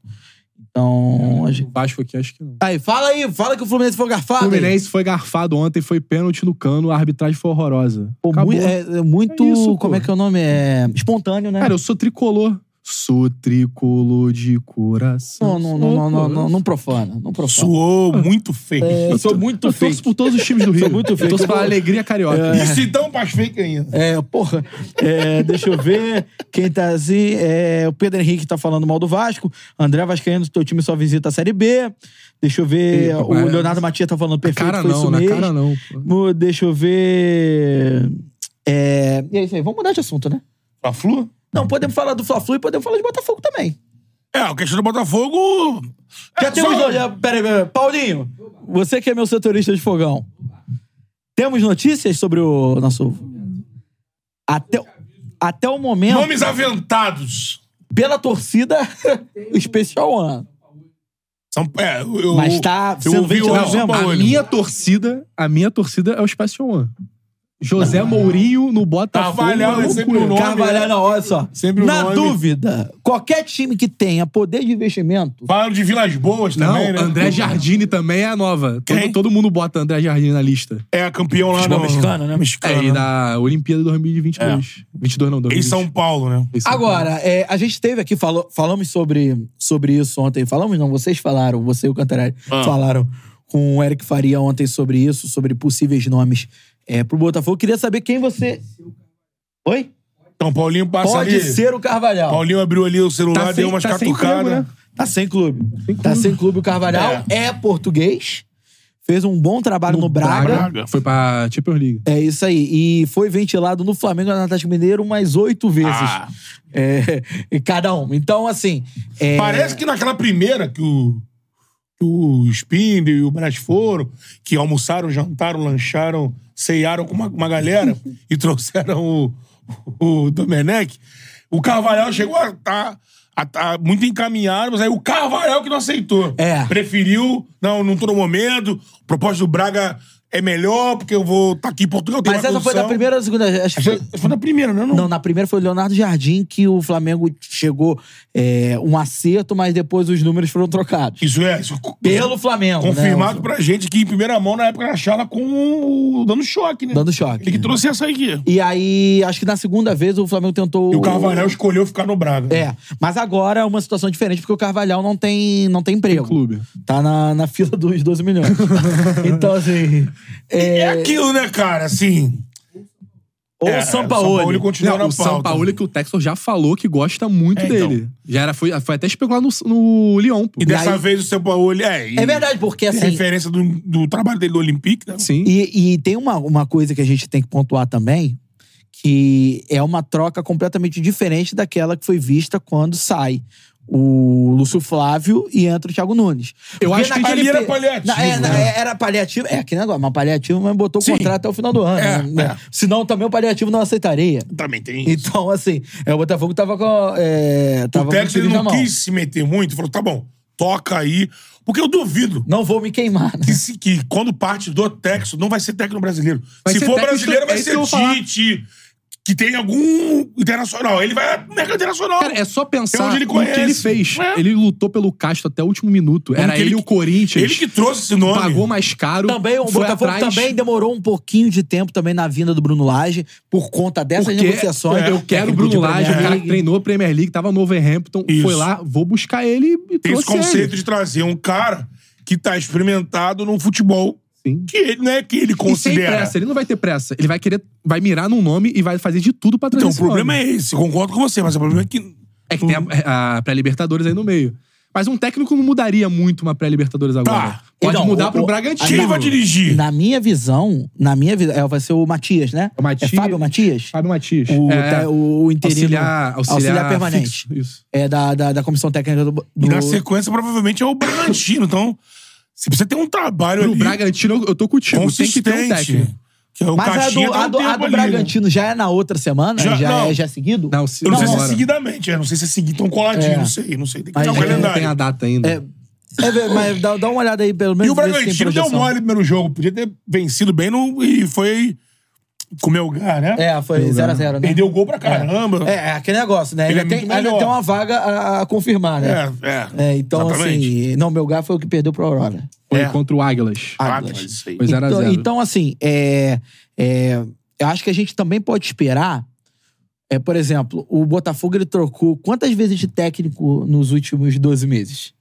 Speaker 1: Então. a gente-
Speaker 3: O Vasco aqui, acho que não.
Speaker 1: Aí, fala aí, fala que o Fluminense foi
Speaker 3: O
Speaker 1: garfado. aí.
Speaker 3: Fluminense foi garfado ontem, foi pênalti no cano, a arbitragem foi horrorosa.
Speaker 1: Pô,
Speaker 3: Acabou.
Speaker 1: mui- é, é muito.
Speaker 3: É isso,
Speaker 1: como
Speaker 3: pô.
Speaker 1: é que é o nome? É. Espontâneo, né?
Speaker 3: Cara, eu sou tricolor. Sou tricolor de coração.
Speaker 1: não, não, não, não, não, não,
Speaker 3: não.
Speaker 1: não profana. Não profana.
Speaker 2: Suou muito feio.
Speaker 1: Eu sou muito
Speaker 3: Eu torço por todos os times do Rio.
Speaker 1: Sou muito
Speaker 3: Eu
Speaker 1: fake. É.
Speaker 3: torço
Speaker 1: Eu
Speaker 3: pela
Speaker 1: vou-
Speaker 3: alegria carioca.
Speaker 2: Isso então faz fake ainda.
Speaker 1: É, porra. É, deixa eu ver. Quem tá assim. É, o Pedro Henrique tá falando mal do Vasco. André Vascaíno, teu time só visita a Série B. Deixa eu ver.
Speaker 3: Eita,
Speaker 1: o
Speaker 3: mas-
Speaker 1: Leonardo Matias tá falando
Speaker 3: Na
Speaker 1: perfeito.
Speaker 3: cara
Speaker 1: foi isso
Speaker 3: não, na
Speaker 1: mesmo.
Speaker 3: cara não. pô.
Speaker 1: Mo- Deixa eu ver. É, e é isso aí. Vamos mudar de assunto, né?
Speaker 2: A Flu?
Speaker 1: Não, podemos falar do Fla-Flu e podemos falar de Botafogo também.
Speaker 2: É, a questão do Botafogo.
Speaker 1: Já
Speaker 2: é,
Speaker 1: temos.
Speaker 2: só-
Speaker 1: no- já- Peraí, peraí, Paulinho, você que é meu setorista de fogão. Temos notícias sobre o nosso. Até, até o momento.
Speaker 2: Nomes aventados.
Speaker 1: pela torcida, o Special One.
Speaker 2: São, é, eu,
Speaker 1: Mas tá
Speaker 2: eu
Speaker 1: sendo
Speaker 2: ouvi o
Speaker 1: ventilado
Speaker 2: São
Speaker 1: mesmo?
Speaker 2: Paulo.
Speaker 3: A minha torcida, a minha torcida é o Space One. José Mourinho no
Speaker 1: Tá
Speaker 3: Botafogo.
Speaker 2: Carvalhal
Speaker 3: é
Speaker 2: é sempre
Speaker 3: loucura.
Speaker 2: o nome.
Speaker 1: Carvalhal, não, olha só.
Speaker 2: Sempre o
Speaker 1: Na
Speaker 2: nome.
Speaker 1: dúvida, qualquer time que tenha poder de investimento,
Speaker 2: Falaram de Vilas Boas
Speaker 3: Não,
Speaker 2: também, né?
Speaker 3: André Jardine também é a nova.
Speaker 2: Quem?
Speaker 3: Todo, todo mundo bota André Jardine na lista.
Speaker 2: É campeão lá
Speaker 1: Futebol
Speaker 2: no...
Speaker 1: mexicano, né?
Speaker 2: Mexicano,
Speaker 3: É, e
Speaker 2: né?
Speaker 3: da Olimpíada 2022. 22 não, 2020.
Speaker 2: É. Em São Paulo, né?
Speaker 3: Em São Paulo.
Speaker 1: Agora, é, a gente teve aqui, falou, falamos sobre, sobre isso ontem. Falamos, não, vocês falaram, você e o Cantarelli
Speaker 2: Ah.
Speaker 1: falaram com o Eric Faria ontem sobre isso, sobre possíveis nomes é, pro Botafogo. Queria saber quem você. Oi?
Speaker 2: Então, Paulinho passa
Speaker 1: Pode
Speaker 2: ali.
Speaker 1: ser o Carvalhal.
Speaker 2: Paulinho abriu ali o celular,
Speaker 3: Tá
Speaker 2: deu
Speaker 3: sem-
Speaker 2: umas
Speaker 3: tá sem
Speaker 2: catucadas.
Speaker 3: emprego, né?
Speaker 1: Tá sem clube. Tá sem clube o Carvalhal. É, português. Fez um bom trabalho no, Braga.
Speaker 2: Braga.
Speaker 3: Foi pra Champions League.
Speaker 1: É isso aí. E foi ventilado no Flamengo e no Atlético Mineiro umas oito vezes.
Speaker 2: Ah.
Speaker 1: É, e cada um. Então, assim. é,
Speaker 2: Parece que naquela primeira que o, que o Spindle e o Brás foram, que almoçaram, jantaram, lancharam, ceiaram com uma, uma galera e trouxeram o, o Domenech, o Carvalhal chegou a estar muito encaminhado, mas aí o Carvalhal que não aceitou.
Speaker 1: É.
Speaker 2: Preferiu, não, não tô no momento, o propósito do Braga é melhor, porque eu vou estar aqui em Portugal. tem
Speaker 1: Mas
Speaker 2: uma
Speaker 1: essa foi da
Speaker 2: condição.
Speaker 1: primeira ou da segunda? Acho que
Speaker 2: Acho
Speaker 1: foi...
Speaker 2: que Foi da primeira, né? não?
Speaker 1: Não, na primeira foi o Leonardo Jardim que o Flamengo chegou é, um acerto, mas depois os números foram trocados.
Speaker 2: Isso é, isso
Speaker 1: Pelo Flamengo. né?
Speaker 2: Confirmado pra gente que em primeira mão, na época, era a Chala com o dando choque, né?
Speaker 1: Dando choque.
Speaker 2: Ele que trouxe essa aqui.
Speaker 1: E aí, acho que na segunda vez o Flamengo tentou.
Speaker 2: E o Carvalhal escolheu ficar no Braga.
Speaker 1: É, mas agora é uma situação diferente porque o Carvalhal não tem, não tem emprego.
Speaker 3: Clube.
Speaker 1: Tá na, na fila dos 12 milhões. então, assim.
Speaker 2: E
Speaker 1: É,
Speaker 2: É, aquilo, né, cara? Assim.
Speaker 1: ou
Speaker 2: é,
Speaker 1: o São
Speaker 2: O Sampaoli
Speaker 1: Paulo.
Speaker 2: continua
Speaker 3: Não,
Speaker 2: na
Speaker 3: o
Speaker 2: pauta.
Speaker 3: São Paulo que o Textor já falou que gosta muito
Speaker 2: É, então.
Speaker 3: dele. Já era, foi, foi até especular no, no Lyon, pô.
Speaker 2: E dessa
Speaker 1: aí-
Speaker 2: vez o São Paulo. É, e-
Speaker 1: É verdade, porque
Speaker 2: tem
Speaker 1: assim.
Speaker 2: referência do, do trabalho dele do Olympique, né?
Speaker 3: Sim.
Speaker 1: E, e tem uma, uma coisa que a gente tem que pontuar também, que é uma troca completamente diferente daquela que foi vista quando sai o Lúcio Flávio e entra o Thiago Nunes.
Speaker 3: Eu
Speaker 1: Porque
Speaker 3: acho que
Speaker 1: naquele
Speaker 2: ali era
Speaker 1: pe-
Speaker 2: paliativo,
Speaker 1: na- é, na-
Speaker 2: né?
Speaker 1: era paliativo. É, que negócio, mas paliativo, mas botou o contrato até o final do ano.
Speaker 2: É,
Speaker 1: né?
Speaker 2: é.
Speaker 1: Senão também o paliativo não aceitaria.
Speaker 2: Também tem isso.
Speaker 1: Então, assim, é, o Botafogo tava com. É, tava
Speaker 2: o
Speaker 1: com
Speaker 2: Tex
Speaker 1: tiro
Speaker 2: ele
Speaker 1: na
Speaker 2: não
Speaker 1: mão.
Speaker 2: quis se meter muito, falou: tá bom, toca aí. Porque eu duvido.
Speaker 1: Não vou me queimar. né?
Speaker 2: que, se- que quando parte do Texo, não vai ser técnico brasileiro.
Speaker 3: Vai
Speaker 2: se
Speaker 3: ser
Speaker 2: for
Speaker 3: técnico-
Speaker 2: brasileiro, vai
Speaker 3: é isso
Speaker 2: ser
Speaker 3: que eu vou falar.
Speaker 2: Tite, que tem algum internacional. Ele vai no mercado internacional.
Speaker 3: Cara, é só pensar
Speaker 2: onde ele
Speaker 3: no que ele
Speaker 2: conhece.
Speaker 3: fez.
Speaker 2: É.
Speaker 3: Ele lutou pelo Castro até o último minuto.
Speaker 2: Como
Speaker 3: Era
Speaker 2: que
Speaker 3: ele,
Speaker 2: ele-
Speaker 3: o Corinthians.
Speaker 2: ele que trouxe esse nome.
Speaker 3: pagou mais caro.
Speaker 1: Também, o
Speaker 3: foi
Speaker 1: Botafogo
Speaker 3: atrás,
Speaker 1: também demorou um pouquinho de tempo também na vinda do Bruno Lage por conta dessas
Speaker 3: Porque é,
Speaker 1: negociações.
Speaker 2: é,
Speaker 3: eu quero o Bruno Lage, o cara que treinou a Premier League, tava no Overhampton,
Speaker 2: Isso.
Speaker 3: foi lá, vou buscar ele e
Speaker 2: Tem
Speaker 3: trouxe
Speaker 2: esse conceito
Speaker 3: ele.
Speaker 2: de trazer um cara que tá experimentado num futebol
Speaker 3: Sim.
Speaker 2: que ele não é que ele
Speaker 3: E sem
Speaker 2: considera.
Speaker 3: pressa, ele não vai ter pressa. Ele vai querer, vai mirar num nome e vai fazer de tudo pra trazer
Speaker 2: então, o
Speaker 3: esse
Speaker 2: problema
Speaker 3: nome.
Speaker 2: é esse. Eu concordo com você, mas o problema é que.
Speaker 3: É que tem a, a pré-Libertadores aí no meio. Mas um técnico não mudaria muito uma pré-Libertadores agora.
Speaker 2: Tá.
Speaker 3: Pode
Speaker 1: Então,
Speaker 3: mudar
Speaker 1: o-
Speaker 3: pro
Speaker 1: o-
Speaker 3: Bragantino.
Speaker 2: Quem vai dirigir?
Speaker 1: Na minha visão, na minha visão, é, vai ser o Matias, né?
Speaker 3: O Matias.
Speaker 1: É Fábio Matias?
Speaker 3: Fábio Matias.
Speaker 1: O,
Speaker 3: É,
Speaker 1: te- o, o interino.
Speaker 3: auxiliar, auxiliar,
Speaker 1: permanente.
Speaker 3: fixo, Isso.
Speaker 1: É da, da, da comissão técnica do. do-
Speaker 2: E na sequência, provavelmente, é o Bragantino. Então, você precisa ter um trabalho
Speaker 3: Pro
Speaker 2: ali
Speaker 3: Bragantino, eu- eu tô contigo. Tem que
Speaker 2: consistente.
Speaker 3: ter um técnico.
Speaker 2: que é o
Speaker 1: Mas a
Speaker 2: Caixinha
Speaker 1: do,
Speaker 2: tá
Speaker 1: a
Speaker 2: um
Speaker 1: do, a
Speaker 2: tempo
Speaker 1: do
Speaker 2: ali, né?
Speaker 1: Bragantino já é na outra semana?
Speaker 2: Já-
Speaker 1: Já,
Speaker 2: não.
Speaker 1: é, já é seguido?
Speaker 3: Não, se-
Speaker 2: Eu não, sei se é
Speaker 3: agora.
Speaker 2: seguidamente, eu não sei se é seguir tão coladinho,
Speaker 1: É.
Speaker 2: não sei, não sei. Tem que
Speaker 1: Mas
Speaker 2: ter um
Speaker 1: é,
Speaker 3: Não
Speaker 2: calendário.
Speaker 3: tem a data ainda.
Speaker 1: É, É, velho, mas dá, dá uma olhada aí, pelo menos.
Speaker 2: E o
Speaker 1: ver se tem
Speaker 2: Bragantino deu
Speaker 1: projeção.
Speaker 2: mole no primeiro jogo. Podia ter vencido bem no, e foi comer o lugar, né?
Speaker 1: É, foi 0x0, né?
Speaker 2: Perdeu o gol pra caramba.
Speaker 1: É, é aquele negócio, né?
Speaker 2: Ele
Speaker 1: Ainda,
Speaker 2: é
Speaker 1: tem,
Speaker 2: muito
Speaker 1: ainda
Speaker 2: melhor.
Speaker 1: tem uma vaga a, a confirmar, né?
Speaker 2: é. é.
Speaker 1: É, então,
Speaker 2: Exatamente.
Speaker 1: assim. Não, meu foi o que perdeu pro Aurora.
Speaker 3: Foi
Speaker 2: É.
Speaker 3: contra o Águilas.
Speaker 2: Ah,
Speaker 1: Atlas.
Speaker 2: mas isso aí.
Speaker 3: Foi 0x0.
Speaker 1: Então, então, assim, é, é, eu acho que a gente também pode esperar. É, por exemplo, o Botafogo ele trocou quantas vezes de técnico nos últimos 12 meses?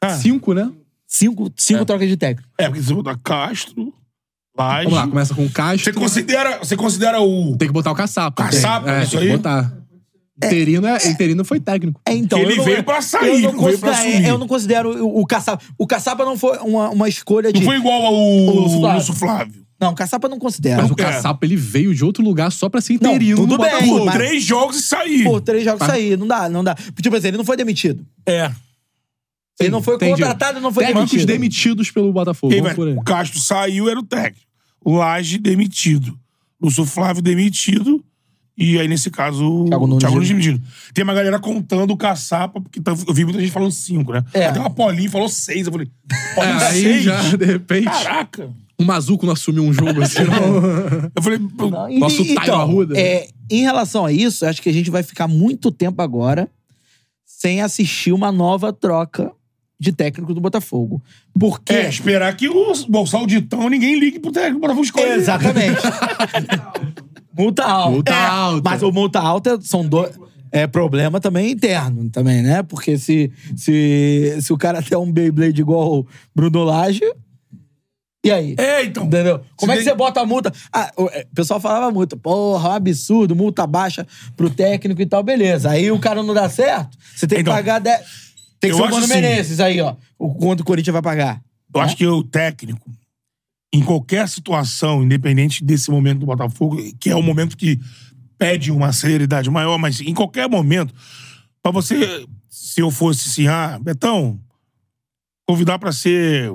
Speaker 2: Ah,
Speaker 3: Cinco, né?
Speaker 1: Cinco, cinco
Speaker 2: É.
Speaker 1: trocas de técnico.
Speaker 2: É, porque você botar Castro, Laje.
Speaker 3: Vamos lá,
Speaker 1: é
Speaker 3: começa com o Castro.
Speaker 2: Você considera, você considera
Speaker 1: Então,
Speaker 2: o.
Speaker 3: Tem que botar o caçapa.
Speaker 2: Caçapa, né,
Speaker 3: é,
Speaker 2: isso
Speaker 3: tem que
Speaker 2: aí?
Speaker 3: botar. Interino, é, interino foi técnico.
Speaker 1: É, então,
Speaker 2: Que
Speaker 1: eu
Speaker 2: ele
Speaker 1: não-
Speaker 2: veio pra sair,
Speaker 1: eu
Speaker 2: não
Speaker 1: não
Speaker 2: veio pra
Speaker 1: considero, é,
Speaker 2: assumir.
Speaker 1: eu não considero o, o Caçapa. O Caçapa não foi uma, uma escolha de.
Speaker 2: Não foi igual ao
Speaker 1: Lúcio Flávio.
Speaker 2: Lúcio Flávio.
Speaker 1: Não, o Caçapa não considera.
Speaker 3: Mas
Speaker 2: Não
Speaker 3: o
Speaker 2: quero.
Speaker 3: caçapa, ele veio de outro lugar só pra ser
Speaker 1: Não,
Speaker 3: interino.
Speaker 1: tudo
Speaker 3: no
Speaker 1: bem,
Speaker 2: Pô,
Speaker 3: Botafogo.
Speaker 1: tá mas-
Speaker 2: três jogos e sair.
Speaker 1: Por três jogos
Speaker 3: Ah.
Speaker 1: sair. Não dá, não dá. Tipo assim, ele não foi demitido.
Speaker 2: É.
Speaker 1: ele não foi
Speaker 3: entendi.
Speaker 1: contratado, não foi
Speaker 3: Técnicos
Speaker 1: demitido.
Speaker 3: demitidos pelo Botafogo.
Speaker 2: Quem
Speaker 3: Vamos
Speaker 2: vai-
Speaker 3: por aí.
Speaker 2: o Castro saiu, era o técnico. O Laje demitido. Lúcio Flávio demitido. E aí, nesse caso, o
Speaker 1: Thiago
Speaker 2: Thiago
Speaker 1: Nunes
Speaker 2: Nunes, demitido. Tem uma galera contando o caçapa, porque tá- eu vi muita gente falando cinco, né?
Speaker 1: É.
Speaker 2: Até uma Paulinho falou seis. Eu falei,
Speaker 3: É,
Speaker 2: Paulinho
Speaker 3: aí
Speaker 2: seis?
Speaker 3: já, de repente,
Speaker 2: Caraca!
Speaker 3: o Mazuco não assumiu um jogo assim. não.
Speaker 2: Eu falei,
Speaker 1: Não, e-
Speaker 3: Nosso né?
Speaker 1: e-
Speaker 3: Taio Arruda.
Speaker 1: é, em relação a isso, acho que a gente vai ficar muito tempo agora sem assistir uma nova troca de técnico do Botafogo. Porque.
Speaker 2: é, esperar que o Bolsal de Tão ninguém ligue pro técnico para escolher.
Speaker 1: Exatamente. multa alta.
Speaker 3: Multa
Speaker 1: É,
Speaker 3: alta.
Speaker 1: Mas o multa alta são dois. É problema também interno, também, né? Porque se, se, se o cara tem um Beyblade igual o Bruno Lage, e aí?
Speaker 2: É, então.
Speaker 1: Entendeu? Como é que
Speaker 2: tem-
Speaker 1: você bota a multa? Ah, o é, o pessoal falava multa. Porra, um absurdo, multa baixa pro técnico e tal, beleza. Aí o cara não dá certo, você tem que
Speaker 2: Então,
Speaker 1: pagar 10. Tem que
Speaker 2: eu
Speaker 1: ser o
Speaker 2: acho
Speaker 1: Mano
Speaker 2: assim-
Speaker 1: Menezes aí, ó. O quanto o Corinthians vai pagar.
Speaker 2: Eu acho que o técnico, em qualquer situação, independente desse momento do Botafogo, que é o momento que pede uma celeridade maior, mas em qualquer momento, pra você, se eu fosse assim, ah, Betão, convidar pra ser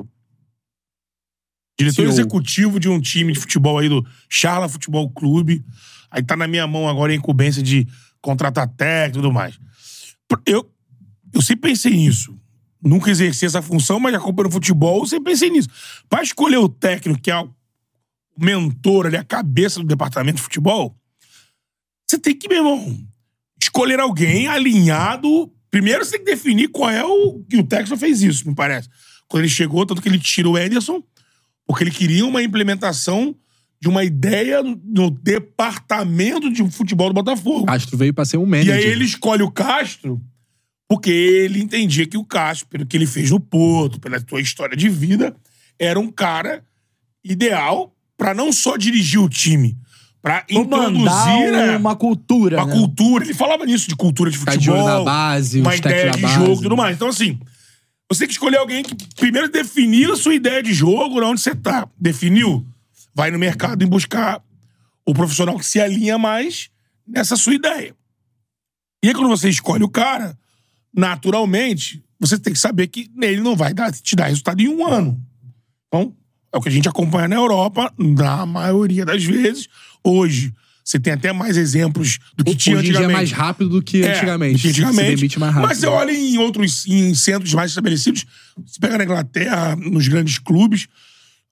Speaker 2: diretor
Speaker 3: CEO.
Speaker 2: executivo de um time de futebol aí do Charla Futebol Clube, aí tá na minha mão agora a incumbência de contratar técnico e tudo mais. Eu, eu sempre pensei nisso. Nunca exerci essa função, mas acompanhando futebol, eu sempre pensei nisso. Pra escolher o técnico, que é o mentor ali, a cabeça do departamento de futebol, você tem que, meu irmão, escolher alguém alinhado. Primeiro você tem que definir qual é o. E o Texas fez isso, me parece. Quando ele chegou, tanto que ele tirou o Ederson, porque ele queria uma implementação de uma ideia no departamento de futebol do Botafogo.
Speaker 3: Castro veio pra ser um
Speaker 2: E
Speaker 3: manager.
Speaker 2: aí ele escolhe o Castro porque ele entendia que o Castro, pelo que ele fez no Porto, pela sua história de vida, era um cara ideal pra não só dirigir o time, pra introduzir
Speaker 1: Mandar
Speaker 2: né, uma,
Speaker 1: uma cultura. né?
Speaker 2: cultura. Ele falava nisso, de cultura de
Speaker 3: Tá
Speaker 2: futebol,
Speaker 3: de olho na base,
Speaker 2: uma
Speaker 3: os técnicos
Speaker 2: ideia
Speaker 3: da
Speaker 2: de
Speaker 3: base.
Speaker 2: jogo e tudo mais. Então, assim, você tem que escolher alguém que primeiro definir a sua ideia de jogo, onde você tá. Definiu? Vai no mercado e buscar o profissional que se alinha mais nessa sua ideia. E aí, quando você escolhe o cara, naturalmente, você tem que saber que ele não vai dar- te dar resultado em um ano. Então, é o que a gente acompanha na Europa, na maioria das vezes. Hoje, você tem até mais exemplos do que tinha
Speaker 3: Hoje em dia é
Speaker 2: antigamente.
Speaker 3: mais rápido do que
Speaker 2: É,
Speaker 3: antigamente.
Speaker 2: que antigamente.
Speaker 3: Se demite mais rápido.
Speaker 2: Mas você olha em outros em centros mais estabelecidos, você pega na Inglaterra, nos grandes clubes,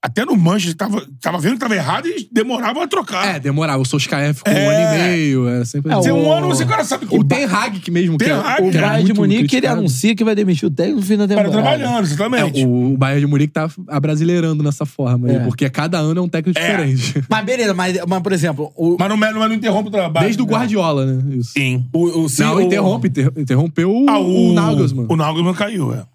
Speaker 2: até no Manchester, tava, tava vendo que tava errado e demorava a trocar.
Speaker 3: É, demorava. O Solskjaer ficou um
Speaker 2: É.
Speaker 3: ano e meio. É sempre
Speaker 1: É,
Speaker 2: Você,
Speaker 3: assim.
Speaker 2: um
Speaker 1: o-
Speaker 2: ano você cara sabe que
Speaker 3: O Ten Hag que mesmo
Speaker 2: Ten
Speaker 3: que era-
Speaker 2: Hag,
Speaker 3: que
Speaker 1: O
Speaker 3: era
Speaker 1: Bayern de
Speaker 3: é muito
Speaker 1: Munique, ele
Speaker 3: criticado.
Speaker 1: anuncia que vai demitir o técnico no fim da
Speaker 2: o cara
Speaker 1: temporada.
Speaker 2: trabalhando, exatamente.
Speaker 3: É, o, o Bayern de Munique tá abrasileirando nessa forma. aí,
Speaker 1: É.
Speaker 3: Porque cada ano é um técnico
Speaker 2: É.
Speaker 3: diferente.
Speaker 1: Mas beleza, mas, mas por exemplo, o,
Speaker 2: Mas não, mas não interrompe o trabalho.
Speaker 3: Desde o Guardiola, né? Isso.
Speaker 2: Sim.
Speaker 1: o, o, se
Speaker 3: Não,
Speaker 1: o-
Speaker 3: interrompe. inter- interrompeu o,
Speaker 2: Ah,
Speaker 3: o Nagelsmann.
Speaker 2: O Nagelsmann caiu, é.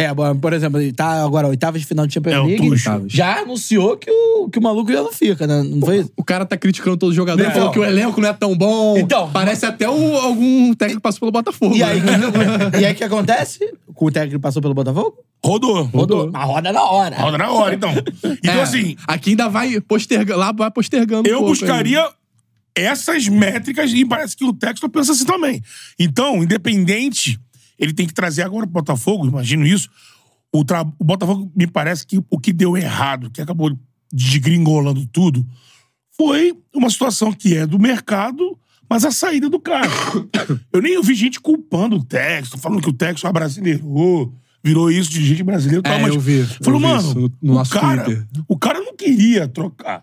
Speaker 1: É, bom, por exemplo, ele tá agora oitava de final de Champions
Speaker 2: É, o
Speaker 1: League.
Speaker 2: Tuchel.
Speaker 1: Já anunciou que o, que o maluco já não fica, né? Não foi isso?
Speaker 3: O cara tá criticando todos os jogadores,
Speaker 1: Então.
Speaker 3: falou que o elenco não é tão bom.
Speaker 1: Então.
Speaker 3: Parece até o- algum técnico que passou pelo Botafogo.
Speaker 1: E aí,
Speaker 3: né?
Speaker 1: que- e aí o que acontece? O técnico passou pelo Botafogo?
Speaker 2: Rodou.
Speaker 1: Rodou. Mas roda na hora.
Speaker 2: Roda na hora, então. Então,
Speaker 3: É,
Speaker 2: assim,
Speaker 3: Aqui ainda vai postergando. Lá vai postergando. um
Speaker 2: eu
Speaker 3: pouco ainda.
Speaker 2: buscaria essas métricas e parece que o Textor pensa assim também. Então, independente, ele tem que trazer agora pro Botafogo, imagino isso. O, tra- o Botafogo, me parece que o que deu errado, que acabou desgringolando tudo, foi uma situação que é do mercado, mas a saída do cara. Eu nem ouvi gente culpando o Textor, falando que o Textor abrasileirou, virou isso de gente brasileira e tal,
Speaker 3: É,
Speaker 2: mas
Speaker 3: eu vi, eu
Speaker 2: falou,
Speaker 3: vi
Speaker 2: mano,
Speaker 3: isso no- no
Speaker 2: o,
Speaker 3: nosso
Speaker 2: cara,
Speaker 3: Twitter.
Speaker 2: o cara não queria trocar.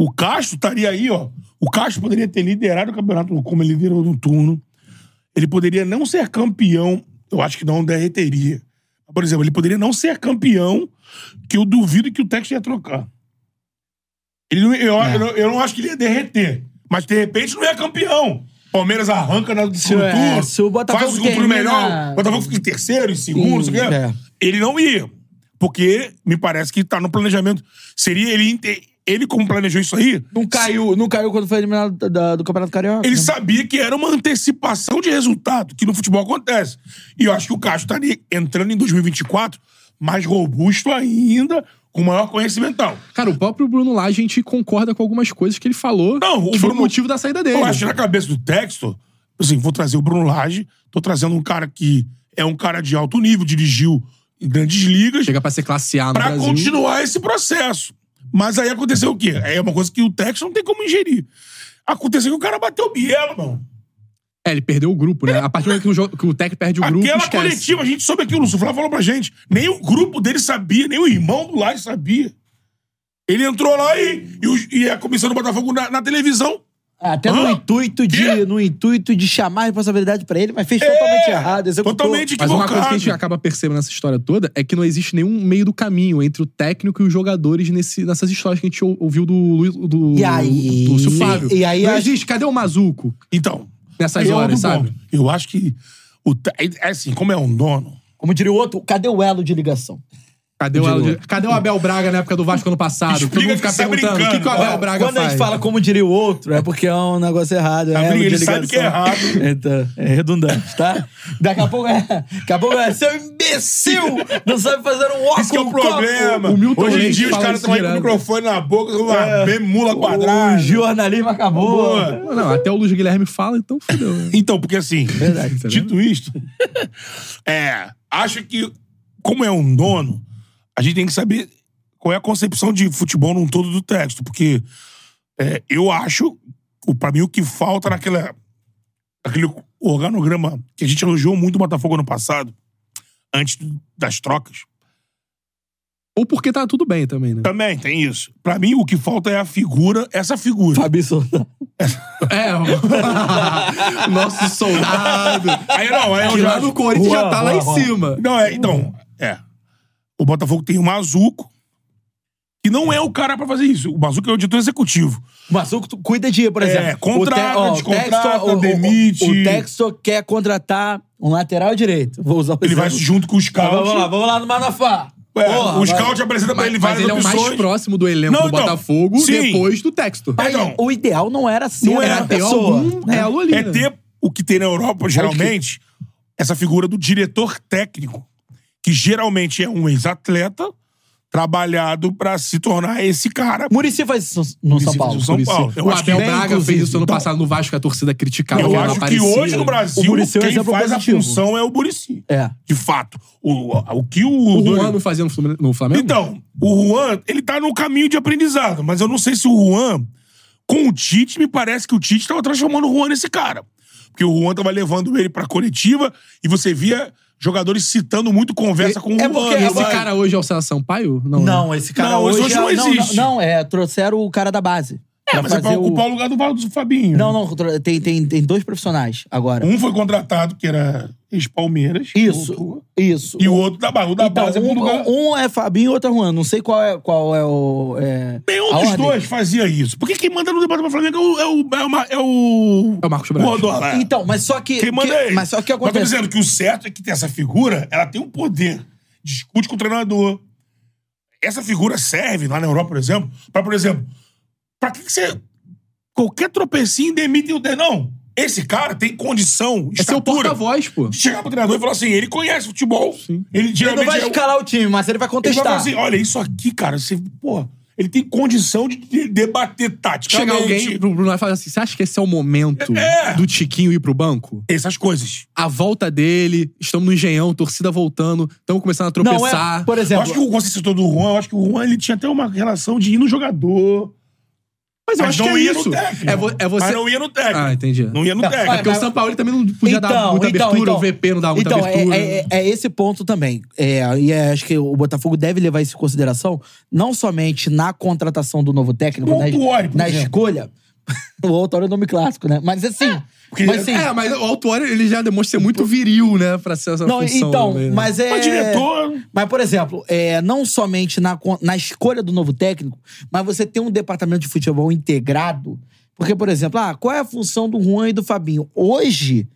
Speaker 2: O Castro estaria aí, ó. O Castro poderia ter liderado o campeonato como ele liderou no turno. Ele poderia não ser campeão, eu acho que não derreteria. Por exemplo, ele poderia não ser campeão, que eu duvido que o Texas ia trocar. Ele não- eu,
Speaker 1: É.
Speaker 2: eu não- eu não acho que ele ia derreter. Mas de repente não é campeão. Palmeiras arranca na do
Speaker 1: o-
Speaker 2: turno,
Speaker 1: é, se o Botafogo
Speaker 2: faz o segundo turno
Speaker 1: termina-
Speaker 2: melhor, o Botafogo fica em terceiro, em segundo, não sei o quê.
Speaker 1: é.
Speaker 2: Ele não ia. Porque me parece que tá no planejamento. Seria ele. inte- Ele, como planejou isso aí,
Speaker 1: Não caiu, não caiu quando foi eliminado da- da- do Campeonato Carioca.
Speaker 2: ele
Speaker 1: né?
Speaker 2: sabia que era uma antecipação de resultado, que no futebol acontece. E eu acho que o Castro tá ali entrando em 2024 mais robusto ainda, com maior conhecimento. Não,
Speaker 3: Cara, o próprio Bruno lá, a gente concorda com algumas coisas que ele falou.
Speaker 2: Não, o
Speaker 3: que foi o
Speaker 2: Bruno-
Speaker 3: motivo da saída dele.
Speaker 2: Eu acho que na cabeça do texto, assim, vou trazer o Bruno Lage, tô trazendo um cara que é um cara de alto nível, dirigiu em grandes ligas,
Speaker 3: Chega pra ser classe A no
Speaker 2: pra
Speaker 3: Brasil.
Speaker 2: continuar esse processo. Mas aí aconteceu o quê? É uma coisa que o texto não tem como ingerir. Aconteceu que o cara bateu o bielo, mano.
Speaker 3: É, ele perdeu o grupo, né? A partir do momento que o, jogo- que o técnico perde o grupo,
Speaker 2: Aquela
Speaker 3: esquece.
Speaker 2: é coletiva, a gente soube aquilo, o Flávio falou pra gente. Nem o grupo dele sabia, nem o irmão do Lage sabia. Ele entrou lá e, e, os- e a comissão do Botafogo na, na televisão.
Speaker 1: É, Até no
Speaker 2: Hã?
Speaker 1: intuito,
Speaker 2: Quê? É!
Speaker 1: de, no intuito de chamar a responsabilidade pra ele, mas fez totalmente errado. Executou.
Speaker 2: Totalmente
Speaker 3: Mas
Speaker 2: equivocado.
Speaker 3: uma coisa que a gente acaba percebendo nessa história toda é que não existe nenhum meio do caminho entre o técnico e os jogadores nesse, nessas histórias que a gente ou- ouviu do, Lu- do,
Speaker 1: E aí-
Speaker 3: do Lúcio Flávio.
Speaker 1: e aí
Speaker 3: não
Speaker 1: a-
Speaker 3: existe. Cadê o Mazuco
Speaker 2: Então.
Speaker 3: nessas
Speaker 2: aí é outro
Speaker 3: horas, sabe?
Speaker 2: ponto. Eu acho que. O, te- é assim, como é um dono.
Speaker 1: Como diria o outro, cadê o elo de ligação?
Speaker 3: Cadê o, Aldi- Cadê o Abel Braga na época do Vasco ano passado?
Speaker 2: Explica
Speaker 3: Todo mundo
Speaker 2: que
Speaker 3: fica
Speaker 2: você tá
Speaker 3: perguntando o que, que o
Speaker 2: brincando,
Speaker 3: Abel
Speaker 2: cara.
Speaker 3: Braga
Speaker 1: Quando
Speaker 3: faz.
Speaker 1: a gente fala como diria o outro, é porque é um negócio errado.
Speaker 2: Tá
Speaker 1: é
Speaker 2: brincando,
Speaker 1: elo de
Speaker 2: ele sabe
Speaker 1: ligação.
Speaker 2: que é errado.
Speaker 1: Então, é redundante, tá? Daqui a pouco é. Daqui a pouco é. Seu imbecil! Não sabe fazer um óculos.
Speaker 2: Esse que é o problema.
Speaker 3: o Milton
Speaker 2: Hoje em
Speaker 3: Leite
Speaker 2: dia os
Speaker 3: fala
Speaker 2: caras
Speaker 3: isso
Speaker 2: estão aí com o
Speaker 3: direto. É.
Speaker 2: microfone na boca, uma mula
Speaker 1: O
Speaker 2: quadrada.
Speaker 1: jornalismo acabou.
Speaker 2: Boa.
Speaker 3: Não, até o Luiz Guilherme fala, então fudeu. né?
Speaker 2: Então, porque assim,
Speaker 3: Verdade, tá
Speaker 2: dito isto, é, acho que, como é um dono, a gente tem que saber qual é a concepção de futebol num todo do texto, porque é, eu acho, o- pra mim, o que falta naquela, naquele organograma que a gente elogiou muito o Botafogo ano passado, antes das trocas,
Speaker 3: Ou porque tá tudo bem também, né?
Speaker 2: também tem isso. Pra mim, o que falta é a figura, essa figura.
Speaker 1: Fabi Soldado.
Speaker 3: É, o- nosso soldado.
Speaker 2: Aí não, aí eu
Speaker 3: Que lá
Speaker 2: já...
Speaker 3: no Corinthians já
Speaker 1: Juan,
Speaker 3: tá lá
Speaker 1: Juan,
Speaker 3: em
Speaker 1: Juan.
Speaker 3: cima.
Speaker 2: Não, é, então, é. O Botafogo tem o Mazuco, que não é o cara pra fazer isso. O Mazuco é o diretor executivo.
Speaker 1: O Mazuco tu cuida de, por exemplo.
Speaker 2: É, contrata,
Speaker 1: o te- ó, o
Speaker 2: descontrata,
Speaker 1: Textor- o- o-
Speaker 2: demite.
Speaker 1: O, Textor quer contratar um lateral direito. Vou usar o
Speaker 2: Ele vai
Speaker 1: exemplo.
Speaker 2: junto com o
Speaker 1: Mas
Speaker 2: scout.
Speaker 1: Vamos lá, vamos lá no Manafá.
Speaker 2: É,
Speaker 1: Porra,
Speaker 2: o
Speaker 1: vai.
Speaker 2: scout apresenta pra ele
Speaker 3: Mas
Speaker 2: várias
Speaker 3: ele é o
Speaker 2: opções.
Speaker 3: mais próximo do elenco
Speaker 2: Não,
Speaker 3: do
Speaker 2: então,
Speaker 3: Botafogo
Speaker 2: sim.
Speaker 3: depois do texto.
Speaker 1: Mas
Speaker 2: Então.
Speaker 1: o ideal não era ser
Speaker 2: Não
Speaker 1: a
Speaker 2: era,
Speaker 1: mesma
Speaker 3: Tem
Speaker 1: É, pessoa.
Speaker 3: É um algum
Speaker 1: né?
Speaker 3: elo ali,
Speaker 2: É
Speaker 3: né?
Speaker 2: ter o que tem na Europa, geralmente, essa figura do diretor técnico, que geralmente é um ex-atleta trabalhado pra se tornar esse cara.
Speaker 1: Muricy faz isso no no São
Speaker 2: faz
Speaker 1: Paulo.
Speaker 2: isso São
Speaker 3: Por isso.
Speaker 2: Paulo. Eu
Speaker 3: o
Speaker 2: acho que
Speaker 3: Abel
Speaker 2: bem,
Speaker 3: Braga
Speaker 2: inclusive.
Speaker 3: fez isso ano
Speaker 2: Então,
Speaker 3: passado no Vasco, que a torcida criticava
Speaker 2: Eu
Speaker 3: que não
Speaker 2: acho que
Speaker 3: aparecia.
Speaker 2: hoje no
Speaker 1: O
Speaker 2: Brasil,
Speaker 1: Muricy é um
Speaker 2: quem
Speaker 1: exemplo
Speaker 2: faz
Speaker 1: positivo.
Speaker 2: a função é o Burici.
Speaker 1: É.
Speaker 2: De fato. O, o que o.
Speaker 3: O
Speaker 2: do-
Speaker 3: Juan não fazia no Flumin- no Flamengo?
Speaker 2: Então, o Juan, ele tá no caminho de aprendizado, mas eu não sei se o Juan, com o Tite, me parece que o Tite tava transformando o Juan nesse cara. Porque o Juan tava levando ele pra coletiva e você via jogadores citando muito conversa com o
Speaker 1: é
Speaker 2: Juan.
Speaker 1: porque
Speaker 3: Esse
Speaker 1: vai.
Speaker 3: cara hoje é o César Sampaio? Não, né?
Speaker 1: Não, esse cara
Speaker 2: Não,
Speaker 1: hoje,
Speaker 2: hoje não
Speaker 1: é-
Speaker 2: existe.
Speaker 1: Não, não, é, trouxeram o cara da base.
Speaker 2: É, mas é pra ocupar o lugar do Valdo do Fabinho.
Speaker 1: Não, não, tro- tem, tem, tem dois profissionais agora.
Speaker 2: Um foi contratado, que era ex-Palmeiras.
Speaker 1: Isso.
Speaker 2: outro-
Speaker 1: Isso.
Speaker 2: E o outro da barra. O da
Speaker 1: Então,
Speaker 2: base é um lugar.
Speaker 1: um, um é Fabinho e outro é Juan. Não sei qual é, qual é o. É,
Speaker 2: Nenhum
Speaker 1: a
Speaker 2: dos
Speaker 1: ordem.
Speaker 2: dois fazia isso. Porque quem manda no debate do Flamengo é o. É o, é o, é o,
Speaker 3: É o Marcos Braz.
Speaker 2: Odor lá.
Speaker 1: Então, mas só que.
Speaker 2: Quem manda
Speaker 1: que-
Speaker 2: é ele.
Speaker 1: Mas só que
Speaker 2: Mas tô
Speaker 1: acontece.
Speaker 2: dizendo que o certo é que tem essa figura, ela tem um poder. Discute com o treinador. Essa figura serve lá na Europa, por exemplo, pra, por exemplo, pra que, que você. Qualquer tropecinho demite o. Não! Esse cara tem condição,
Speaker 3: é seu
Speaker 2: estatura,
Speaker 3: porta-voz, pô.
Speaker 2: de chegar pro treinador e falar assim: ele conhece futebol.
Speaker 3: Sim.
Speaker 2: Ele
Speaker 1: Ele
Speaker 2: geralmente
Speaker 1: não vai
Speaker 2: é o-
Speaker 1: escalar o time, mas ele vai
Speaker 2: ele vai falar
Speaker 1: contestar.
Speaker 2: assim: olha, isso aqui, cara, você. Pô, ele tem condição de de- debater tática.
Speaker 3: Chega alguém pro Bruno e fala assim: você acha que esse é o momento
Speaker 2: É.
Speaker 3: do Tiquinho ir pro banco?
Speaker 2: Essas coisas.
Speaker 3: A volta dele, estamos no engenhão, torcida voltando, estamos começando a
Speaker 1: Não,
Speaker 3: tropeçar.
Speaker 1: é, por
Speaker 2: Eu acho que
Speaker 1: exemplo.
Speaker 2: o- você citou do Juan, eu acho que o Juan ele tinha até uma relação de ir no jogador.
Speaker 3: Mas eu
Speaker 2: Mas
Speaker 3: acho
Speaker 2: não
Speaker 3: que é
Speaker 2: ia no
Speaker 3: isso.
Speaker 2: técnico.
Speaker 3: É, vo- é você.
Speaker 2: Mas não ia no técnico.
Speaker 3: Ah, entendi.
Speaker 2: Não ia no
Speaker 1: Não,
Speaker 2: técnico.
Speaker 1: olha,
Speaker 3: É porque o
Speaker 1: mas-
Speaker 3: São Paulo também não podia
Speaker 2: Então,
Speaker 3: dar muita abertura, o VP não dava muita
Speaker 1: então, é-
Speaker 3: abertura.
Speaker 1: É, é- é esse ponto também. É, e é- acho que o Botafogo deve levar isso em consideração, não somente na contratação do novo técnico,
Speaker 2: Ou
Speaker 1: na,
Speaker 2: do Ori, por
Speaker 1: na
Speaker 2: exemplo.
Speaker 1: escolha. o Autório é o nome clássico, né? Mas assim.
Speaker 2: porque-
Speaker 1: mas, assim
Speaker 3: É, mas o Autuori, ele já demonstra ser muito viril, né? Pra ser essa
Speaker 1: não,
Speaker 3: função.
Speaker 1: então,
Speaker 3: também, né?
Speaker 1: mas é.
Speaker 2: Mas diretor.
Speaker 1: Mas, por exemplo, é, não somente na, con- na escolha do novo técnico, mas você tem um departamento de futebol integrado. Porque, por exemplo, ah, qual é a função do Juan e do Fabinho? Hoje,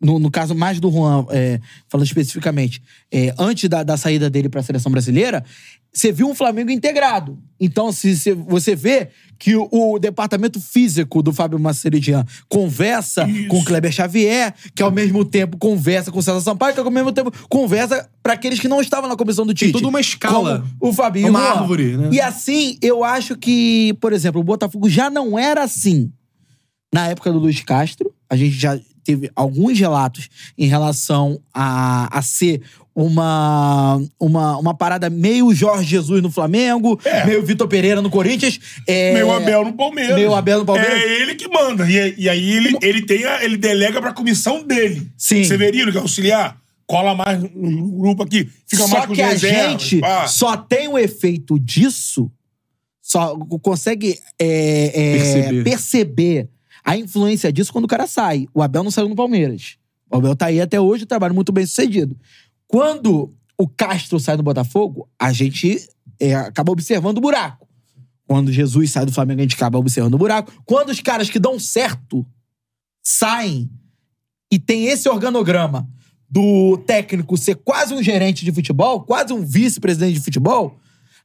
Speaker 1: no, no caso mais do Juan, é, falando especificamente, é, antes da, da saída dele para a seleção brasileira, você viu um Flamengo integrado. Então, se, se você vê que o, o departamento físico do Fábio Maceridian conversa com o Kleber Xavier, que ao mesmo tempo conversa com o César Sampaio, que ao mesmo tempo conversa para aqueles que não estavam na comissão do Tite.
Speaker 3: toda uma escala.
Speaker 1: Como o Fabinho.
Speaker 3: Uma
Speaker 1: e o Juan.
Speaker 3: árvore, né?
Speaker 1: E assim, eu acho que, por exemplo, o Botafogo já não era assim na época do Luiz Castro. A gente já teve alguns relatos em relação a, a ser uma, uma, uma parada meio Jorge Jesus no Flamengo,
Speaker 3: É.
Speaker 1: meio Vitor Pereira no Corinthians. é,
Speaker 2: Meio Abel no Palmeiras.
Speaker 1: Meio Abel no Palmeiras.
Speaker 2: É ele que manda. E, e aí ele, ele, tem a- ele delega pra comissão dele.
Speaker 1: Sim.
Speaker 2: Severino, que é auxiliar, cola mais no grupo aqui. Fica mais
Speaker 1: só
Speaker 2: com
Speaker 1: que
Speaker 2: os
Speaker 1: a
Speaker 2: reservas,
Speaker 1: gente
Speaker 2: pá.
Speaker 1: só tem o efeito disso, só consegue é, é,
Speaker 3: Perceber.
Speaker 1: perceber a influência disso quando o cara sai. O Abel não saiu no Palmeiras. O Abel tá aí até hoje, trabalho muito bem sucedido. Quando o Castro sai do Botafogo, a gente é, acaba observando o buraco. Quando Jesus sai do Flamengo, a gente acaba observando o buraco. Quando os caras que dão certo saem e tem esse organograma do técnico ser quase um gerente de futebol, quase um vice-presidente de futebol,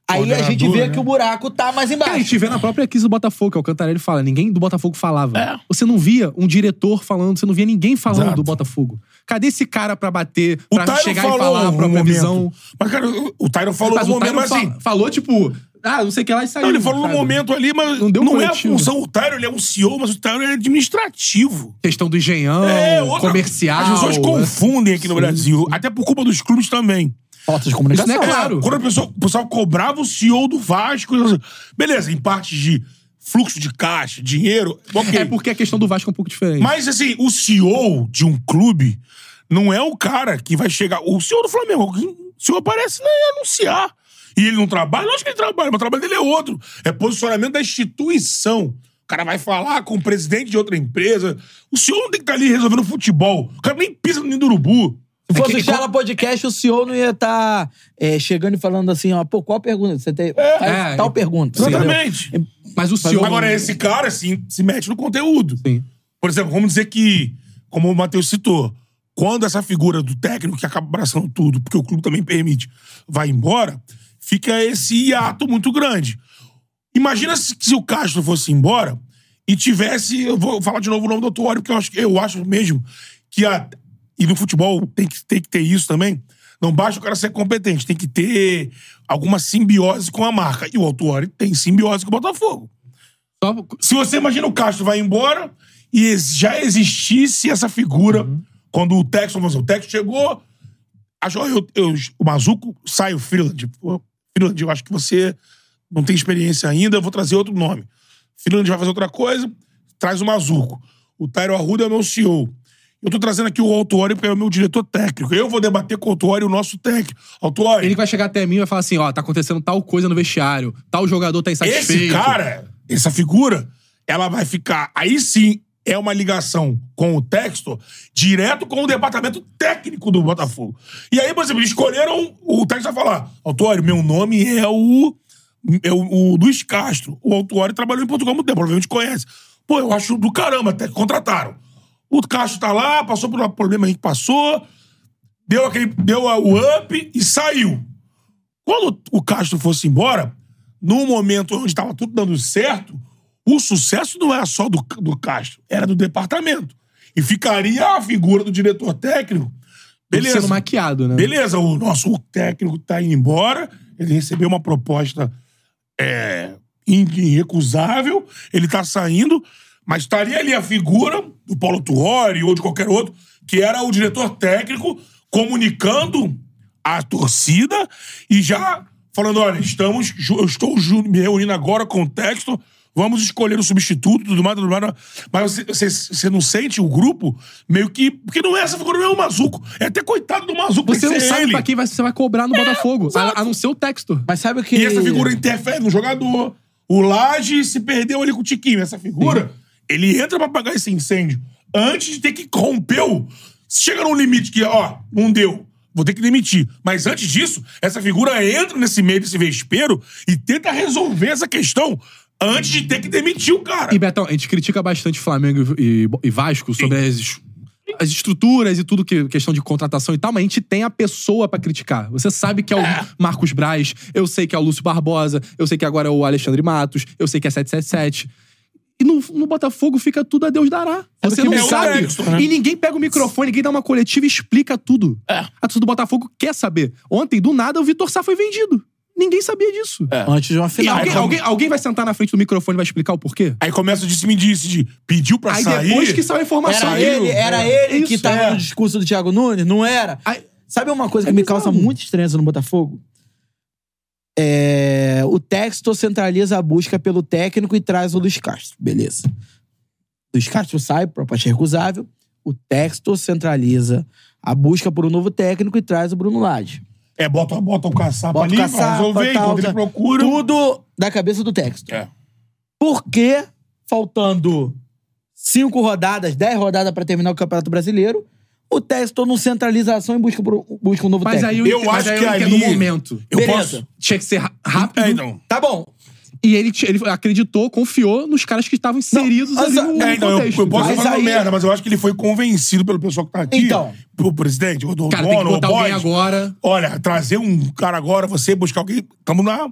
Speaker 1: aí a
Speaker 2: Coordenador,
Speaker 1: gente vê
Speaker 2: né?
Speaker 1: que o buraco tá mais
Speaker 3: Cara, a
Speaker 1: embaixo.
Speaker 3: gente vê na própria crise do Botafogo, que é o Cantarelli fala. Ninguém do Botafogo falava. Você não via um diretor falando, você não via ninguém falando
Speaker 2: É. Exato.
Speaker 3: do Botafogo. Cadê esse cara pra bater,
Speaker 2: O
Speaker 3: pra
Speaker 2: Tyron
Speaker 3: chegar
Speaker 2: falou
Speaker 3: e falar a
Speaker 2: no
Speaker 3: própria
Speaker 2: momento.
Speaker 3: visão?
Speaker 2: Mas, cara, o- o Tyron falou
Speaker 3: Mas
Speaker 2: no
Speaker 3: o
Speaker 2: momento,
Speaker 3: Tyron
Speaker 2: mas assim...
Speaker 3: fa- falou, tipo, ah, não sei o que lá e saiu.
Speaker 2: Não, ele falou no
Speaker 3: sabe?
Speaker 2: momento ali, mas não,
Speaker 3: Não deu
Speaker 2: é a
Speaker 3: coletivo.
Speaker 2: função. O Tyron, ele é um CEO, mas o Tyron é administrativo.
Speaker 3: Questão do engenhão,
Speaker 2: É, outra-
Speaker 3: Ah, comercial.
Speaker 2: As pessoas confundem aqui no Brasil, até por culpa dos clubes também.
Speaker 1: Falta de
Speaker 3: Isso não
Speaker 1: comunicação.
Speaker 3: é claro.
Speaker 2: Quando a pessoa, o pessoal cobrava o CEO do Vasco, assim, beleza, em parte de fluxo de caixa, dinheiro, ok.
Speaker 3: É porque a questão do Vasco é um pouco diferente.
Speaker 2: Mas assim, o CEO de um clube não é o cara que vai chegar. O CEO do Flamengo, o CEO aparece na anunciar. E ele não trabalha? Lógico que ele trabalha, mas o trabalho dele é outro. É posicionamento da instituição. O cara vai falar com o presidente de outra empresa. O CEO não tem que estar ali resolvendo futebol. O cara nem pisa no ninho do urubu.
Speaker 1: Se
Speaker 3: É
Speaker 1: fosse
Speaker 3: que-
Speaker 1: o Chala Podcast, o senhor não ia estar chegando e falando assim, ó, pô, qual pergunta? Você tem tal,
Speaker 3: É,
Speaker 1: tal pergunta. entendeu?
Speaker 2: Exatamente.
Speaker 3: Mas o senhor.
Speaker 2: Agora, esse cara, assim, se mete no conteúdo.
Speaker 3: Sim.
Speaker 2: Por exemplo, vamos dizer que, como o Matheus citou, quando essa figura do técnico que acaba abraçando tudo, porque o clube também permite, vai embora, fica esse hiato muito grande. Imagina se, se o Castro fosse embora e tivesse. Eu vou falar de novo o nome do Otuori, porque eu acho, eu acho mesmo que. A, e no futebol tem que, tem que ter isso também. Não basta o cara ser competente, tem que ter alguma simbiose com a marca. E o Otuori tem simbiose com o Botafogo.
Speaker 3: Só-
Speaker 2: Se você imagina o Castro vai embora e ex- já existisse essa figura quando o Texton vamos dizer, o Texton chegou, achou, eu, eu- o Mazuco sai o Freeland. Pô, Freeland, eu acho que você não tem experiência ainda, eu vou trazer outro nome. Freeland vai fazer outra coisa, traz o Mazuco. O Tairo Arruda é o meu CEO. Eu tô trazendo aqui o Autuori porque é o meu diretor técnico. Eu vou debater com o Autuori o nosso técnico. Autuori,
Speaker 3: Ele que vai chegar até mim e vai falar assim: ó, tá acontecendo tal coisa no vestiário, tal jogador tá insatisfeito.
Speaker 2: Esse cara, essa figura, ela vai ficar. Aí sim é uma ligação com o texto direto com o departamento técnico do Botafogo. E aí, por exemplo, eles escolheram. O texto vai falar: Autório, meu nome é o. É o, o Luiz Castro. O Autório trabalhou em Portugal há muito tempo, provavelmente conhece. Pô, eu acho do caramba, até que contrataram. O Castro tá lá, passou por um problema aí que passou, deu, aquele, deu a- o up e saiu. Quando o Castro fosse embora, num momento onde estava tudo dando certo, o sucesso não era só do, do Castro, era do departamento. E ficaria a figura do diretor técnico. Beleza.
Speaker 3: Sendo maquiado, né?
Speaker 2: Beleza, o nosso técnico tá indo embora, ele recebeu uma proposta é, in- irrecusável, ele tá saindo, mas estaria ali a figura do Paulo Tuori ou de qualquer outro, que era o diretor técnico comunicando a torcida e já falando, olha, estamos, ju- eu estou ju- me reunindo agora com o texto, vamos escolher o substituto, tudo mais, tudo mais. Mas você, você, você não sente o grupo meio que. Porque não é essa figura, não é o Mazuco. É até coitado do Mazuco,
Speaker 3: Você
Speaker 2: tem
Speaker 3: não
Speaker 2: que ser
Speaker 3: sabe
Speaker 2: é ele. É,
Speaker 3: pra quem vai- você vai cobrar no Botafogo. A, a não ser o texto.
Speaker 1: Mas sabe o que.
Speaker 2: E essa figura interfere no jogador. O Laje se perdeu ali com o Tiquinho. Essa figura, ele entra pra apagar esse incêndio. Antes de ter que romper o... Chega num limite que, ó, não deu. Vou ter que demitir. Mas antes disso, essa figura entra nesse meio desse vespeiro e tenta resolver essa questão antes de ter que demitir o cara.
Speaker 3: E, Betão, a gente critica bastante Flamengo e, e Vasco sobre as, as estruturas e tudo que questão de contratação e tal, mas a gente tem a pessoa pra criticar. Você sabe que é o Marcos Braz, eu sei que é o Lúcio Barbosa, eu sei que agora é o Alexandre Matos, eu sei que é 777. E no, no Botafogo fica tudo a Deus dará.
Speaker 2: porque
Speaker 3: Você não
Speaker 2: é o
Speaker 3: sabe.
Speaker 2: Textor, né? É.
Speaker 3: E ninguém pega o microfone, ninguém dá uma coletiva e explica tudo. A torcida do Botafogo quer saber. Ontem, do nada, o Vitor Sá foi vendido. Ninguém sabia disso.
Speaker 1: Antes de uma
Speaker 3: E
Speaker 1: final.
Speaker 3: alguém,
Speaker 2: como-
Speaker 3: alguém- alguém vai sentar na frente do microfone e vai explicar o porquê?
Speaker 2: Aí começa o disse-me-disse de pediu pra
Speaker 3: Aí
Speaker 2: sair.
Speaker 3: depois que saiu a
Speaker 1: Era
Speaker 3: informação.
Speaker 1: ele, era ele que
Speaker 3: Isso,
Speaker 1: tava
Speaker 3: é.
Speaker 1: no discurso do Thiago Nunes? Não era?
Speaker 3: Aí-
Speaker 1: Sabe uma coisa
Speaker 3: É
Speaker 1: que me
Speaker 3: bizarro.
Speaker 1: causa muita estranheza no Botafogo? É, o texto centraliza a busca pelo técnico e traz o Luiz Castro. Beleza. Luiz Castro sai, proposta recusável. O texto centraliza a busca por um novo técnico e traz o Bruno Lage.
Speaker 2: É, bota, bota o caçapa
Speaker 1: Bota
Speaker 2: ali
Speaker 1: o caçapa,
Speaker 2: pra
Speaker 1: tal,
Speaker 2: resolver, enquanto
Speaker 1: tal.
Speaker 3: né?
Speaker 2: ele procura.
Speaker 1: Tudo da cabeça do texto.
Speaker 2: É.
Speaker 1: Por que, faltando cinco rodadas, dez rodadas pra terminar o Campeonato Brasileiro, o Textor não centraliza a ação e busca, pro- busca um novo
Speaker 3: Mas aí
Speaker 1: técnico?
Speaker 3: eu,
Speaker 2: Eu
Speaker 3: entendo- mas
Speaker 2: acho
Speaker 3: aí
Speaker 2: que
Speaker 3: eu entendo
Speaker 2: ali-
Speaker 3: o é momento.
Speaker 2: Eu
Speaker 1: Beleza.
Speaker 2: posso...
Speaker 3: Tinha que ser ra- rápido.
Speaker 2: É, então.
Speaker 1: Tá bom.
Speaker 3: E ele, t- ele acreditou, confiou nos caras que estavam inseridos
Speaker 1: Não,
Speaker 3: ali
Speaker 1: mas-
Speaker 3: no
Speaker 2: É, então, eu,
Speaker 3: Um contexto.
Speaker 2: eu posso
Speaker 3: entendeu?
Speaker 1: Mas
Speaker 2: estar falando
Speaker 1: aí-
Speaker 2: merda, mas eu acho que ele foi convencido pelo pessoal que tá aqui.
Speaker 1: Então.
Speaker 2: Pro presidente, o dono,
Speaker 3: Cara, tem que botar
Speaker 2: o
Speaker 3: alguém
Speaker 2: boss.
Speaker 3: agora.
Speaker 2: Olha, trazer um cara agora, você buscar alguém, tamo lá.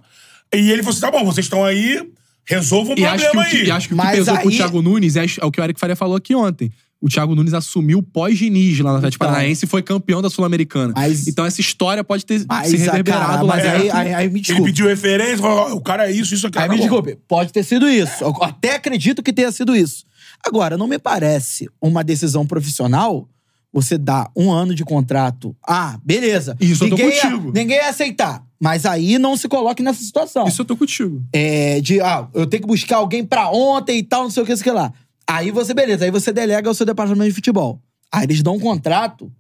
Speaker 2: E ele falou assim, tá bom, vocês estão aí, resolvam o
Speaker 3: E acho, que
Speaker 2: problema
Speaker 3: o que,
Speaker 2: aí.
Speaker 3: e acho que o que
Speaker 1: Mas
Speaker 3: pesou pro
Speaker 1: aí-
Speaker 3: Thiago Nunes é, é o que o Eric Faria falou aqui ontem. O Thiago Nunes assumiu pós-Diniz lá na Atlético
Speaker 1: Então.
Speaker 3: Paranaense e foi campeão da Sul-Americana.
Speaker 1: Mas-
Speaker 3: Então essa história pode ter se
Speaker 1: Mas, ah,
Speaker 3: reverberado
Speaker 1: cara,
Speaker 3: lá
Speaker 1: mas aí,
Speaker 3: dentro.
Speaker 1: aí, aí me
Speaker 2: Ele
Speaker 1: desculpe.
Speaker 2: pediu referência, falou, ó, o cara é isso, isso, aqui.
Speaker 1: Aí me desculpe. Pode ter sido isso. Eu até acredito que tenha sido isso. Agora, não me parece uma decisão profissional você dar um ano de contrato. Ah, beleza.
Speaker 3: Isso eu tô
Speaker 1: ninguém ia-
Speaker 3: contigo.
Speaker 1: ninguém ia aceitar. Mas aí não se coloque nessa situação.
Speaker 3: Isso eu tô contigo.
Speaker 1: É, de, ah, eu tenho que buscar alguém pra ontem e tal, não sei o que, não sei o que lá. Aí você, beleza, aí você delega ao seu departamento de futebol. Aí eles dão um contrato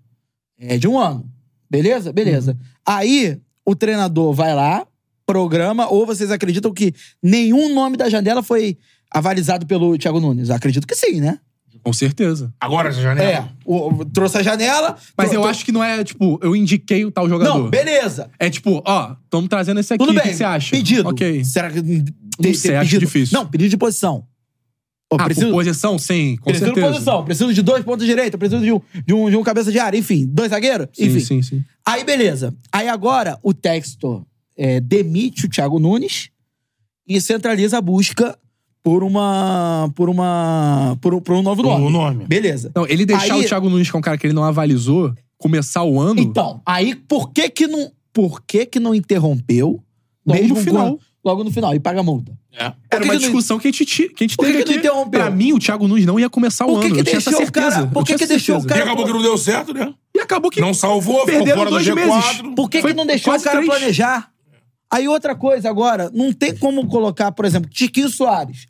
Speaker 1: é, de um ano. Beleza?
Speaker 3: Uhum.
Speaker 1: Beleza. Aí o treinador vai lá, programa, ou vocês acreditam que nenhum nome da janela foi avalizado pelo Thiago Nunes? Acredito que sim, né?
Speaker 3: Com certeza.
Speaker 2: Agora essa janela.
Speaker 1: É. o- o- trouxe a janela.
Speaker 3: Mas
Speaker 1: tro-
Speaker 3: eu
Speaker 1: tro-
Speaker 3: acho que não é, tipo, eu indiquei o tal jogador.
Speaker 1: Não, beleza.
Speaker 3: É tipo, ó, estamos trazendo esse aqui.
Speaker 1: Tudo
Speaker 3: o
Speaker 1: bem.
Speaker 3: que você acha?
Speaker 1: Pedido.
Speaker 3: Ok.
Speaker 1: Será que.
Speaker 3: Não sei, acho difícil.
Speaker 1: Não, pedido de posição. Pô,
Speaker 3: Ah, por posição, sim, com
Speaker 1: preciso de
Speaker 3: certeza.
Speaker 1: posição, preciso de dois pontos direita, preciso de um, de um, de um cabeça de área, enfim, dois zagueiros,
Speaker 3: Sim,
Speaker 1: enfim.
Speaker 3: sim, sim.
Speaker 1: Aí, beleza. Aí agora o Textor é, demite o Thiago Nunes e centraliza a busca por uma. por uma. por um, por um novo
Speaker 2: Por um
Speaker 1: nome.
Speaker 2: nome.
Speaker 1: Beleza.
Speaker 3: Não, ele deixar
Speaker 1: Aí-
Speaker 3: o Thiago Nunes, que é um cara que ele não avalizou, começar o ano.
Speaker 1: Então, aí por que que não. Por que que não interrompeu?
Speaker 3: Logo no
Speaker 1: quando-
Speaker 3: final.
Speaker 1: logo no final, e paga a multa.
Speaker 2: É.
Speaker 3: era
Speaker 1: por que
Speaker 3: uma
Speaker 1: que não-
Speaker 3: discussão que a gente, ti- que a gente
Speaker 1: Por que
Speaker 3: teve
Speaker 1: que não
Speaker 3: aqui.
Speaker 1: interrompeu?
Speaker 3: pra mim, o Thiago Nunes não ia começar o
Speaker 1: Por que
Speaker 3: ano.
Speaker 1: que
Speaker 3: eu tinha essa
Speaker 1: deixou o cara-
Speaker 3: certeza.
Speaker 1: por
Speaker 3: Eu
Speaker 1: que
Speaker 3: tinha
Speaker 1: que
Speaker 3: essa
Speaker 1: deixou o
Speaker 2: E
Speaker 3: certeza.
Speaker 2: acabou que não deu certo, né?
Speaker 3: E acabou que
Speaker 2: Não salvou, ficou
Speaker 3: Perderam
Speaker 2: fora do
Speaker 3: dois
Speaker 2: G4.
Speaker 3: meses.
Speaker 1: Por que,
Speaker 3: Foi
Speaker 1: que não deixou o
Speaker 3: quase
Speaker 1: cara
Speaker 3: três.
Speaker 1: planejar? Aí outra coisa agora, não tem como colocar, por exemplo, Tiquinho Soares.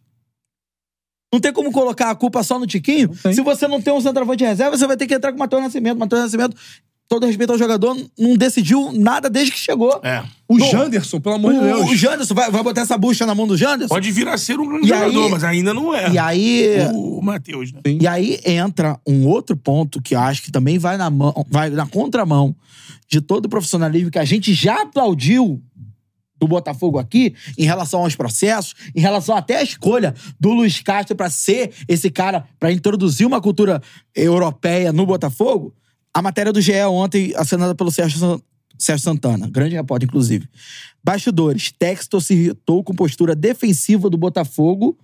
Speaker 1: Não tem como colocar a culpa só no Tiquinho.
Speaker 3: tem.
Speaker 1: Se você não tem um centroavante de reserva, você vai ter que entrar com o Matheus Nascimento. Matheus Nascimento, todo respeito ao jogador, não decidiu nada desde que chegou.
Speaker 2: É.
Speaker 3: o
Speaker 1: Pô,
Speaker 3: Janderson, pelo amor de
Speaker 1: O, o
Speaker 3: Deus.
Speaker 1: Janderson, vai, vai botar essa bucha na mão do Janderson?
Speaker 2: Pode vir a ser um grande
Speaker 1: E
Speaker 2: jogador,
Speaker 1: aí-
Speaker 2: mas ainda não é.
Speaker 1: E aí...
Speaker 2: O Matheus, né?
Speaker 1: E aí entra um outro ponto que eu acho que também vai na mão, vai na contramão de todo o profissionalismo que a gente já aplaudiu do Botafogo aqui em relação aos processos, em relação até à escolha do Luiz Castro pra ser esse cara pra introduzir uma cultura europeia no Botafogo. A matéria do GE ontem assinada pelo Sérgio San- Sérgio Santana, grande repórter, inclusive. Bastidores, Textor se irritou com postura defensiva do Botafogo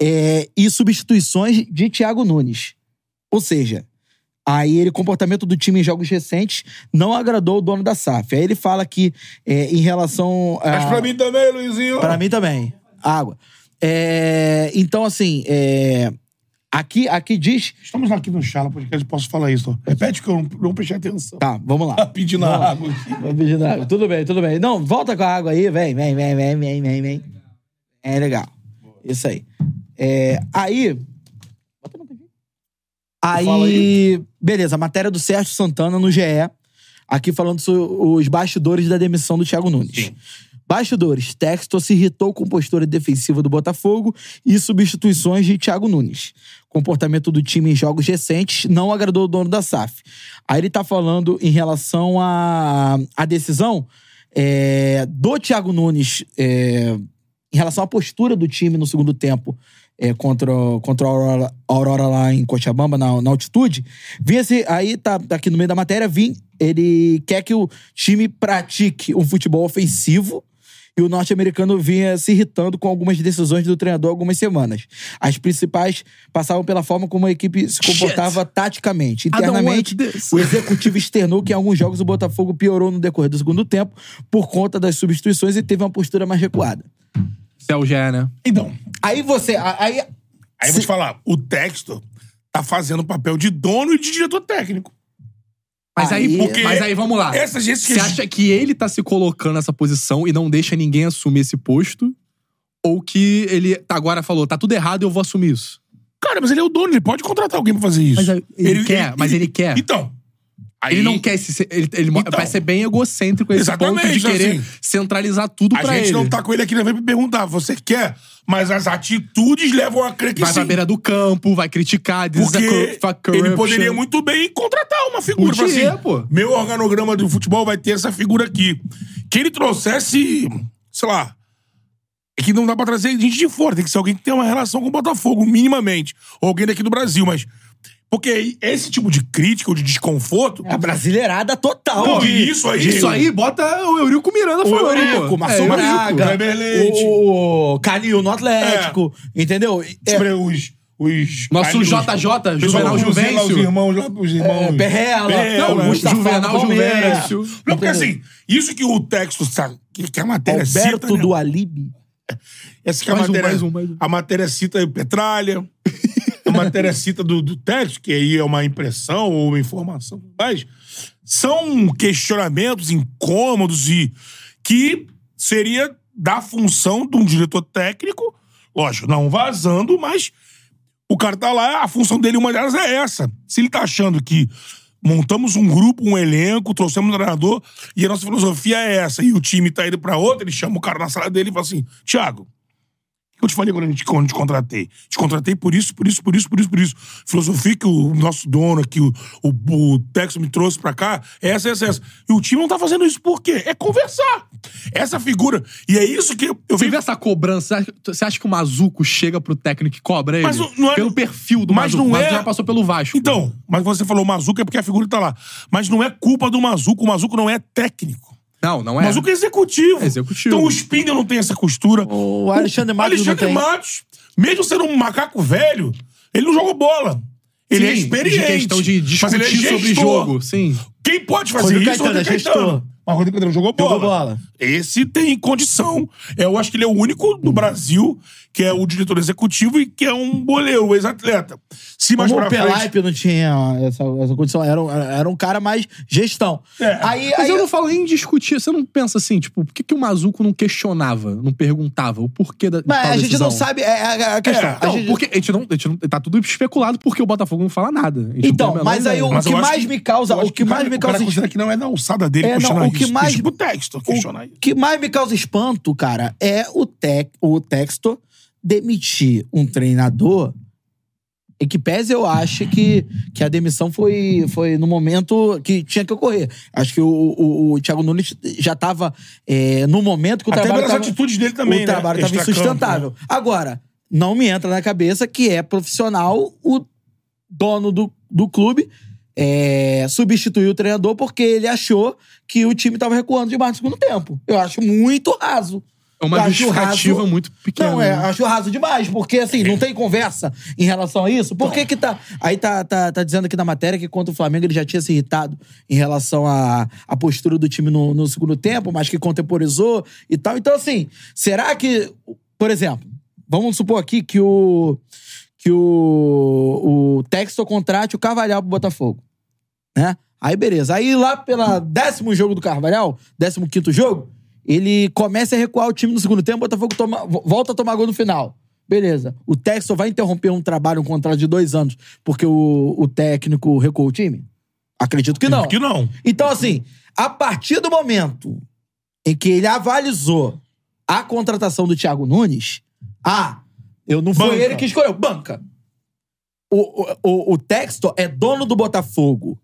Speaker 1: é, e substituições de Thiago Nunes. Ou seja, aí ele, o comportamento do time em jogos recentes não agradou o dono da SAF. Aí ele fala que é, em relação.
Speaker 3: É.
Speaker 1: a-
Speaker 2: Mas pra mim também, Luizinho.
Speaker 1: Pra mim também. Água. É, então, assim, é, aqui, aqui diz.
Speaker 2: Estamos aqui no Chala Podcast, posso falar isso. ó. Repete que eu não, não prestei atenção.
Speaker 1: Tá, vamos lá.
Speaker 2: Pedindo a água aqui.
Speaker 1: Vai pedindo água. Tudo bem, tudo bem. Não, volta com a água aí, vem, vem, vem, vem, vem, vem, vem. É legal. Isso aí. É, aí. Aí,
Speaker 2: Fala
Speaker 1: Beleza, a matéria do Sérgio Santana no GE, aqui falando sobre os bastidores da demissão do Thiago Nunes. Bastidores, Textor se irritou com postura defensiva do Botafogo e substituições de Thiago Nunes. Comportamento do time em jogos recentes não agradou o dono da SAF. Aí ele tá falando em relação à à decisão é, do Thiago Nunes é, em relação à postura do time no segundo tempo é, contra, contra a Aurora, a Aurora lá em Cochabamba, na, na altitude, vinha se, aí tá, tá aqui no meio da matéria, vim, ele quer que o time pratique um futebol ofensivo e o norte-americano vinha se irritando com algumas decisões do treinador há algumas semanas. As principais passavam pela forma como a equipe se comportava taticamente.
Speaker 3: I don't want
Speaker 1: Internamente,
Speaker 3: this.
Speaker 1: o executivo externou que em alguns jogos o Botafogo piorou no decorrer do segundo tempo por conta das substituições e teve uma postura mais recuada.
Speaker 3: Isso é o GE, né?
Speaker 2: Então,
Speaker 1: Aí você. a- Aí,
Speaker 2: aí eu vou te falar, o texto tá fazendo o papel de dono e de diretor técnico.
Speaker 3: Mas aí,
Speaker 1: Aí-
Speaker 3: porque- mas aí vamos lá.
Speaker 2: Essas gente que
Speaker 3: Você acha que ele tá se colocando nessa posição e não deixa ninguém assumir esse posto? Ou que ele tá, agora falou, tá tudo errado e eu vou assumir isso?
Speaker 2: Cara, mas ele é o dono, ele pode contratar alguém pra fazer isso.
Speaker 3: Mas aí- ele quer, mas ele quer.
Speaker 2: Então. Aí,
Speaker 3: Ele não quer esse. Ele, ele mo-
Speaker 2: Então.
Speaker 3: vai ser bem egocêntrico esse
Speaker 2: Exatamente,
Speaker 3: ponto de querer
Speaker 2: assim.
Speaker 3: centralizar tudo
Speaker 2: A
Speaker 3: pra
Speaker 2: gente
Speaker 3: ele.
Speaker 2: não tá com ele aqui na vez pra perguntar, você quer? Mas as atitudes levam a crer que
Speaker 3: vai pra
Speaker 2: sim.
Speaker 3: beira do campo, vai criticar, é diz
Speaker 2: Porque ele poderia muito bem contratar uma figura.
Speaker 3: Podia,
Speaker 2: Podia, assim,
Speaker 3: pô.
Speaker 2: Meu organograma do futebol vai ter essa figura aqui. Que ele trouxesse, sei lá. É que não dá pra trazer gente de fora. Tem que ser alguém que tenha uma relação com o Botafogo, minimamente. Ou alguém daqui do Brasil, mas. Porque esse tipo de crítica ou de desconforto.
Speaker 3: É,
Speaker 1: A brasileirada total.
Speaker 2: Não,
Speaker 1: Pô,
Speaker 2: e isso aí.
Speaker 3: Isso aí, bota o Eurico Miranda
Speaker 1: o
Speaker 3: falando.
Speaker 1: Eurico,
Speaker 3: pô.
Speaker 1: o Marcelo
Speaker 3: É, Eurico.
Speaker 1: Braga,
Speaker 2: Kleber Leite.
Speaker 1: o Canil no Atlético, entendeu? É,
Speaker 2: sobre Tipo, os. os
Speaker 3: Nosso
Speaker 2: os-
Speaker 3: JJ, Juvenal
Speaker 2: os- os-
Speaker 3: Juvencio.
Speaker 2: Os irmãos lá, os irmãos.
Speaker 1: é, Perrela,
Speaker 2: Perrela,
Speaker 1: não,
Speaker 2: o
Speaker 1: Mustafa
Speaker 3: Juvenal
Speaker 1: do Palmeiras,
Speaker 3: Juvencio.
Speaker 2: Não, porque
Speaker 1: entendeu?
Speaker 2: assim, isso que o texto sabe, que, que a matéria
Speaker 1: Alberto
Speaker 2: cita. né?
Speaker 1: do Alibi.
Speaker 2: Essa que é a
Speaker 3: Mais um,
Speaker 2: matéria.
Speaker 3: mais um, mais um.
Speaker 2: A matéria cita Petralha. a matéria cita do, do texto, que aí é uma impressão ou uma informação. Mas são questionamentos incômodos e que seria da função de um diretor técnico, lógico, não vazando, mas o cara tá lá, a função dele, uma delas é essa. Se ele tá achando que montamos um grupo, um elenco, trouxemos um treinador e a nossa filosofia é essa, e o time tá indo pra outra, ele chama o cara na sala dele e fala assim: Thiago, o que eu te falei quando eu te, quando eu te contratei? Te contratei por isso, por isso, por isso, por isso, por isso. Filosofia que o nosso dono aqui, o, o, o Tex me trouxe pra cá, é essa, essa, essa. E o time não tá fazendo isso por quê? É conversar. Essa figura. E é isso que eu eu
Speaker 3: Você
Speaker 2: venho
Speaker 3: vê essa cobrança? você acha- Você acha que o Mazuco chega pro técnico e cobra ele?
Speaker 2: Mas não- não é-
Speaker 3: pelo perfil do
Speaker 2: Mas
Speaker 3: Mazuco.
Speaker 2: não
Speaker 3: O
Speaker 2: é-
Speaker 3: Mazuco já passou pelo Vasco.
Speaker 2: Então, mas você falou Mazuco é porque a figura tá lá. Mas não é culpa do Mazuco, o Mazuco não é técnico.
Speaker 3: Não, não
Speaker 2: O
Speaker 3: é.
Speaker 2: Mazuco é executivo.
Speaker 3: É executivo.
Speaker 2: Então o Spindle não tem essa costura.
Speaker 1: O Alexandre Matos
Speaker 2: Alexandre
Speaker 1: não tem.
Speaker 2: Matos, mesmo sendo um macaco velho, ele não jogou bola. Ele é
Speaker 3: Sim,
Speaker 2: experiente.
Speaker 3: De questão de
Speaker 2: mas
Speaker 3: discutir
Speaker 2: ele é
Speaker 3: sobre
Speaker 2: gestor.
Speaker 3: jogo. Sim.
Speaker 2: Quem pode fazer
Speaker 1: Rodrigo
Speaker 2: isso é o
Speaker 1: Caetano,
Speaker 2: Rodrigo
Speaker 1: é gestor.
Speaker 2: Caetano. Mas o Rodrigo Caetano jogou bola.
Speaker 1: Jogou bola.
Speaker 2: Esse tem condição. Eu acho que ele é o único do Brasil que é o diretor executivo e que é um boleiro, um ex-atleta. Se mais
Speaker 1: Como o
Speaker 2: pra frente...
Speaker 1: Pelaipe não tinha essa, essa condição, era um, era um cara mais gestão.
Speaker 2: É.
Speaker 1: Aí,
Speaker 3: Mas
Speaker 1: aí-
Speaker 3: eu não falo nem em discutir. Você não pensa assim, tipo, por que, que o Mazuco não questionava, não perguntava o porquê da. de
Speaker 1: mas
Speaker 3: tal
Speaker 1: a gente
Speaker 3: decisão?
Speaker 1: não sabe é, é, é a questão.
Speaker 2: É,
Speaker 1: a
Speaker 3: Não,
Speaker 1: gente-
Speaker 3: porque a gente não, a gente não. Tá tudo especulado porque o Botafogo não fala nada. A gente não tem a
Speaker 1: Então,
Speaker 3: menor
Speaker 1: mas aí
Speaker 3: ideia.
Speaker 1: o,
Speaker 2: Mas
Speaker 1: que
Speaker 2: eu acho
Speaker 1: mais
Speaker 2: que-
Speaker 1: me causa, o que mais me
Speaker 2: O
Speaker 1: causa
Speaker 2: cara considera que não é da alçada dele
Speaker 1: É, não,
Speaker 2: questionar
Speaker 1: o que
Speaker 2: isso.
Speaker 1: mais-
Speaker 2: Tipo o texto, questionar isso.
Speaker 1: O que mais me causa espanto, cara, é o, tec, o texto demitir um treinador. E que pese eu acho que, que a demissão foi, foi no momento que tinha que ocorrer. Acho que o, o, o Thiago Nunes já estava no momento que o
Speaker 2: Até
Speaker 1: trabalho.
Speaker 2: pelas
Speaker 1: tava-
Speaker 2: atitudes dele também,
Speaker 1: O
Speaker 2: né?
Speaker 1: trabalho estava
Speaker 2: Extracampo, né?
Speaker 1: insustentável. Agora, não me entra na cabeça que é profissional o dono do, do clube é, substituir o treinador porque ele achou que o time estava recuando demais no segundo tempo. Eu acho muito raso.
Speaker 3: É uma
Speaker 1: Eu acho
Speaker 3: justificativa
Speaker 1: raso-
Speaker 3: muito pequena.
Speaker 1: Não, é,
Speaker 3: né?
Speaker 1: acho raso demais, porque assim, não tem conversa em relação a isso. Por que que tá... Aí tá, tá, tá dizendo aqui na matéria que contra o Flamengo ele já tinha se irritado em relação à à postura do time no, no segundo tempo, mas que contemporizou e tal. Então assim, será que... Por exemplo, vamos supor aqui que o... Que o, o Texto contrate o Carvalhal pro Botafogo. Né? Aí beleza. Aí lá pela décimo jogo do Carvalhal, décimo quinto jogo, ele começa a recuar o time no segundo tempo, o Botafogo toma- vo- volta a tomar gol no final. Beleza. O técnico só vai interromper um trabalho, um contrato de dois anos, porque o, o técnico recuou o time? Acredito que não.
Speaker 2: Que não.
Speaker 1: Então, assim, a partir do momento em que ele avalizou a contratação do Thiago Nunes, ah, eu não foi
Speaker 2: Banca.
Speaker 1: ele que escolheu. Banca. O, o, o, o Textor é dono do Botafogo.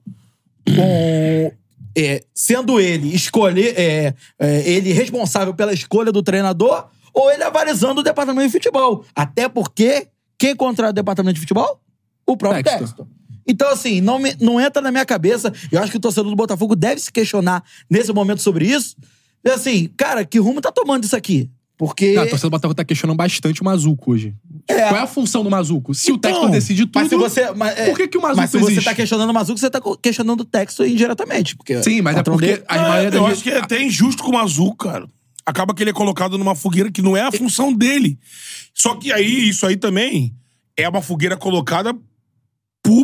Speaker 1: Com, é, sendo ele escolher, é, é, ele responsável pela escolha do treinador, ou ele avalizando o departamento de futebol. Até porque quem contrata o departamento de futebol? O próprio
Speaker 3: Textor.
Speaker 1: Textor. Então, assim, não, me- não entra na minha cabeça. Eu acho que o torcedor do Botafogo deve se questionar nesse momento sobre isso. E, assim, cara, que rumo tá tomando isso aqui? Porque.
Speaker 3: Cara, a torcida do Botafogo tá questionando bastante o Mazuco hoje.
Speaker 1: É.
Speaker 3: Qual é a função do Mazuco? Se o
Speaker 2: Então,
Speaker 3: técnico decidir tudo.
Speaker 1: mas se você. Mas, é,
Speaker 3: Por que, que o Mazuco
Speaker 1: mas se
Speaker 3: existe?
Speaker 1: você tá questionando o Mazuco, você tá co- questionando o texto indiretamente. Porque
Speaker 3: Sim, mas é
Speaker 1: patrão
Speaker 3: porque
Speaker 1: dele-
Speaker 3: as
Speaker 2: Ah,
Speaker 3: maneiras
Speaker 2: eu
Speaker 3: da-
Speaker 2: acho que é até injusto com o Azul, cara. Acaba que ele é colocado numa fogueira que não é a função dele. Só que aí, isso aí também é uma fogueira colocada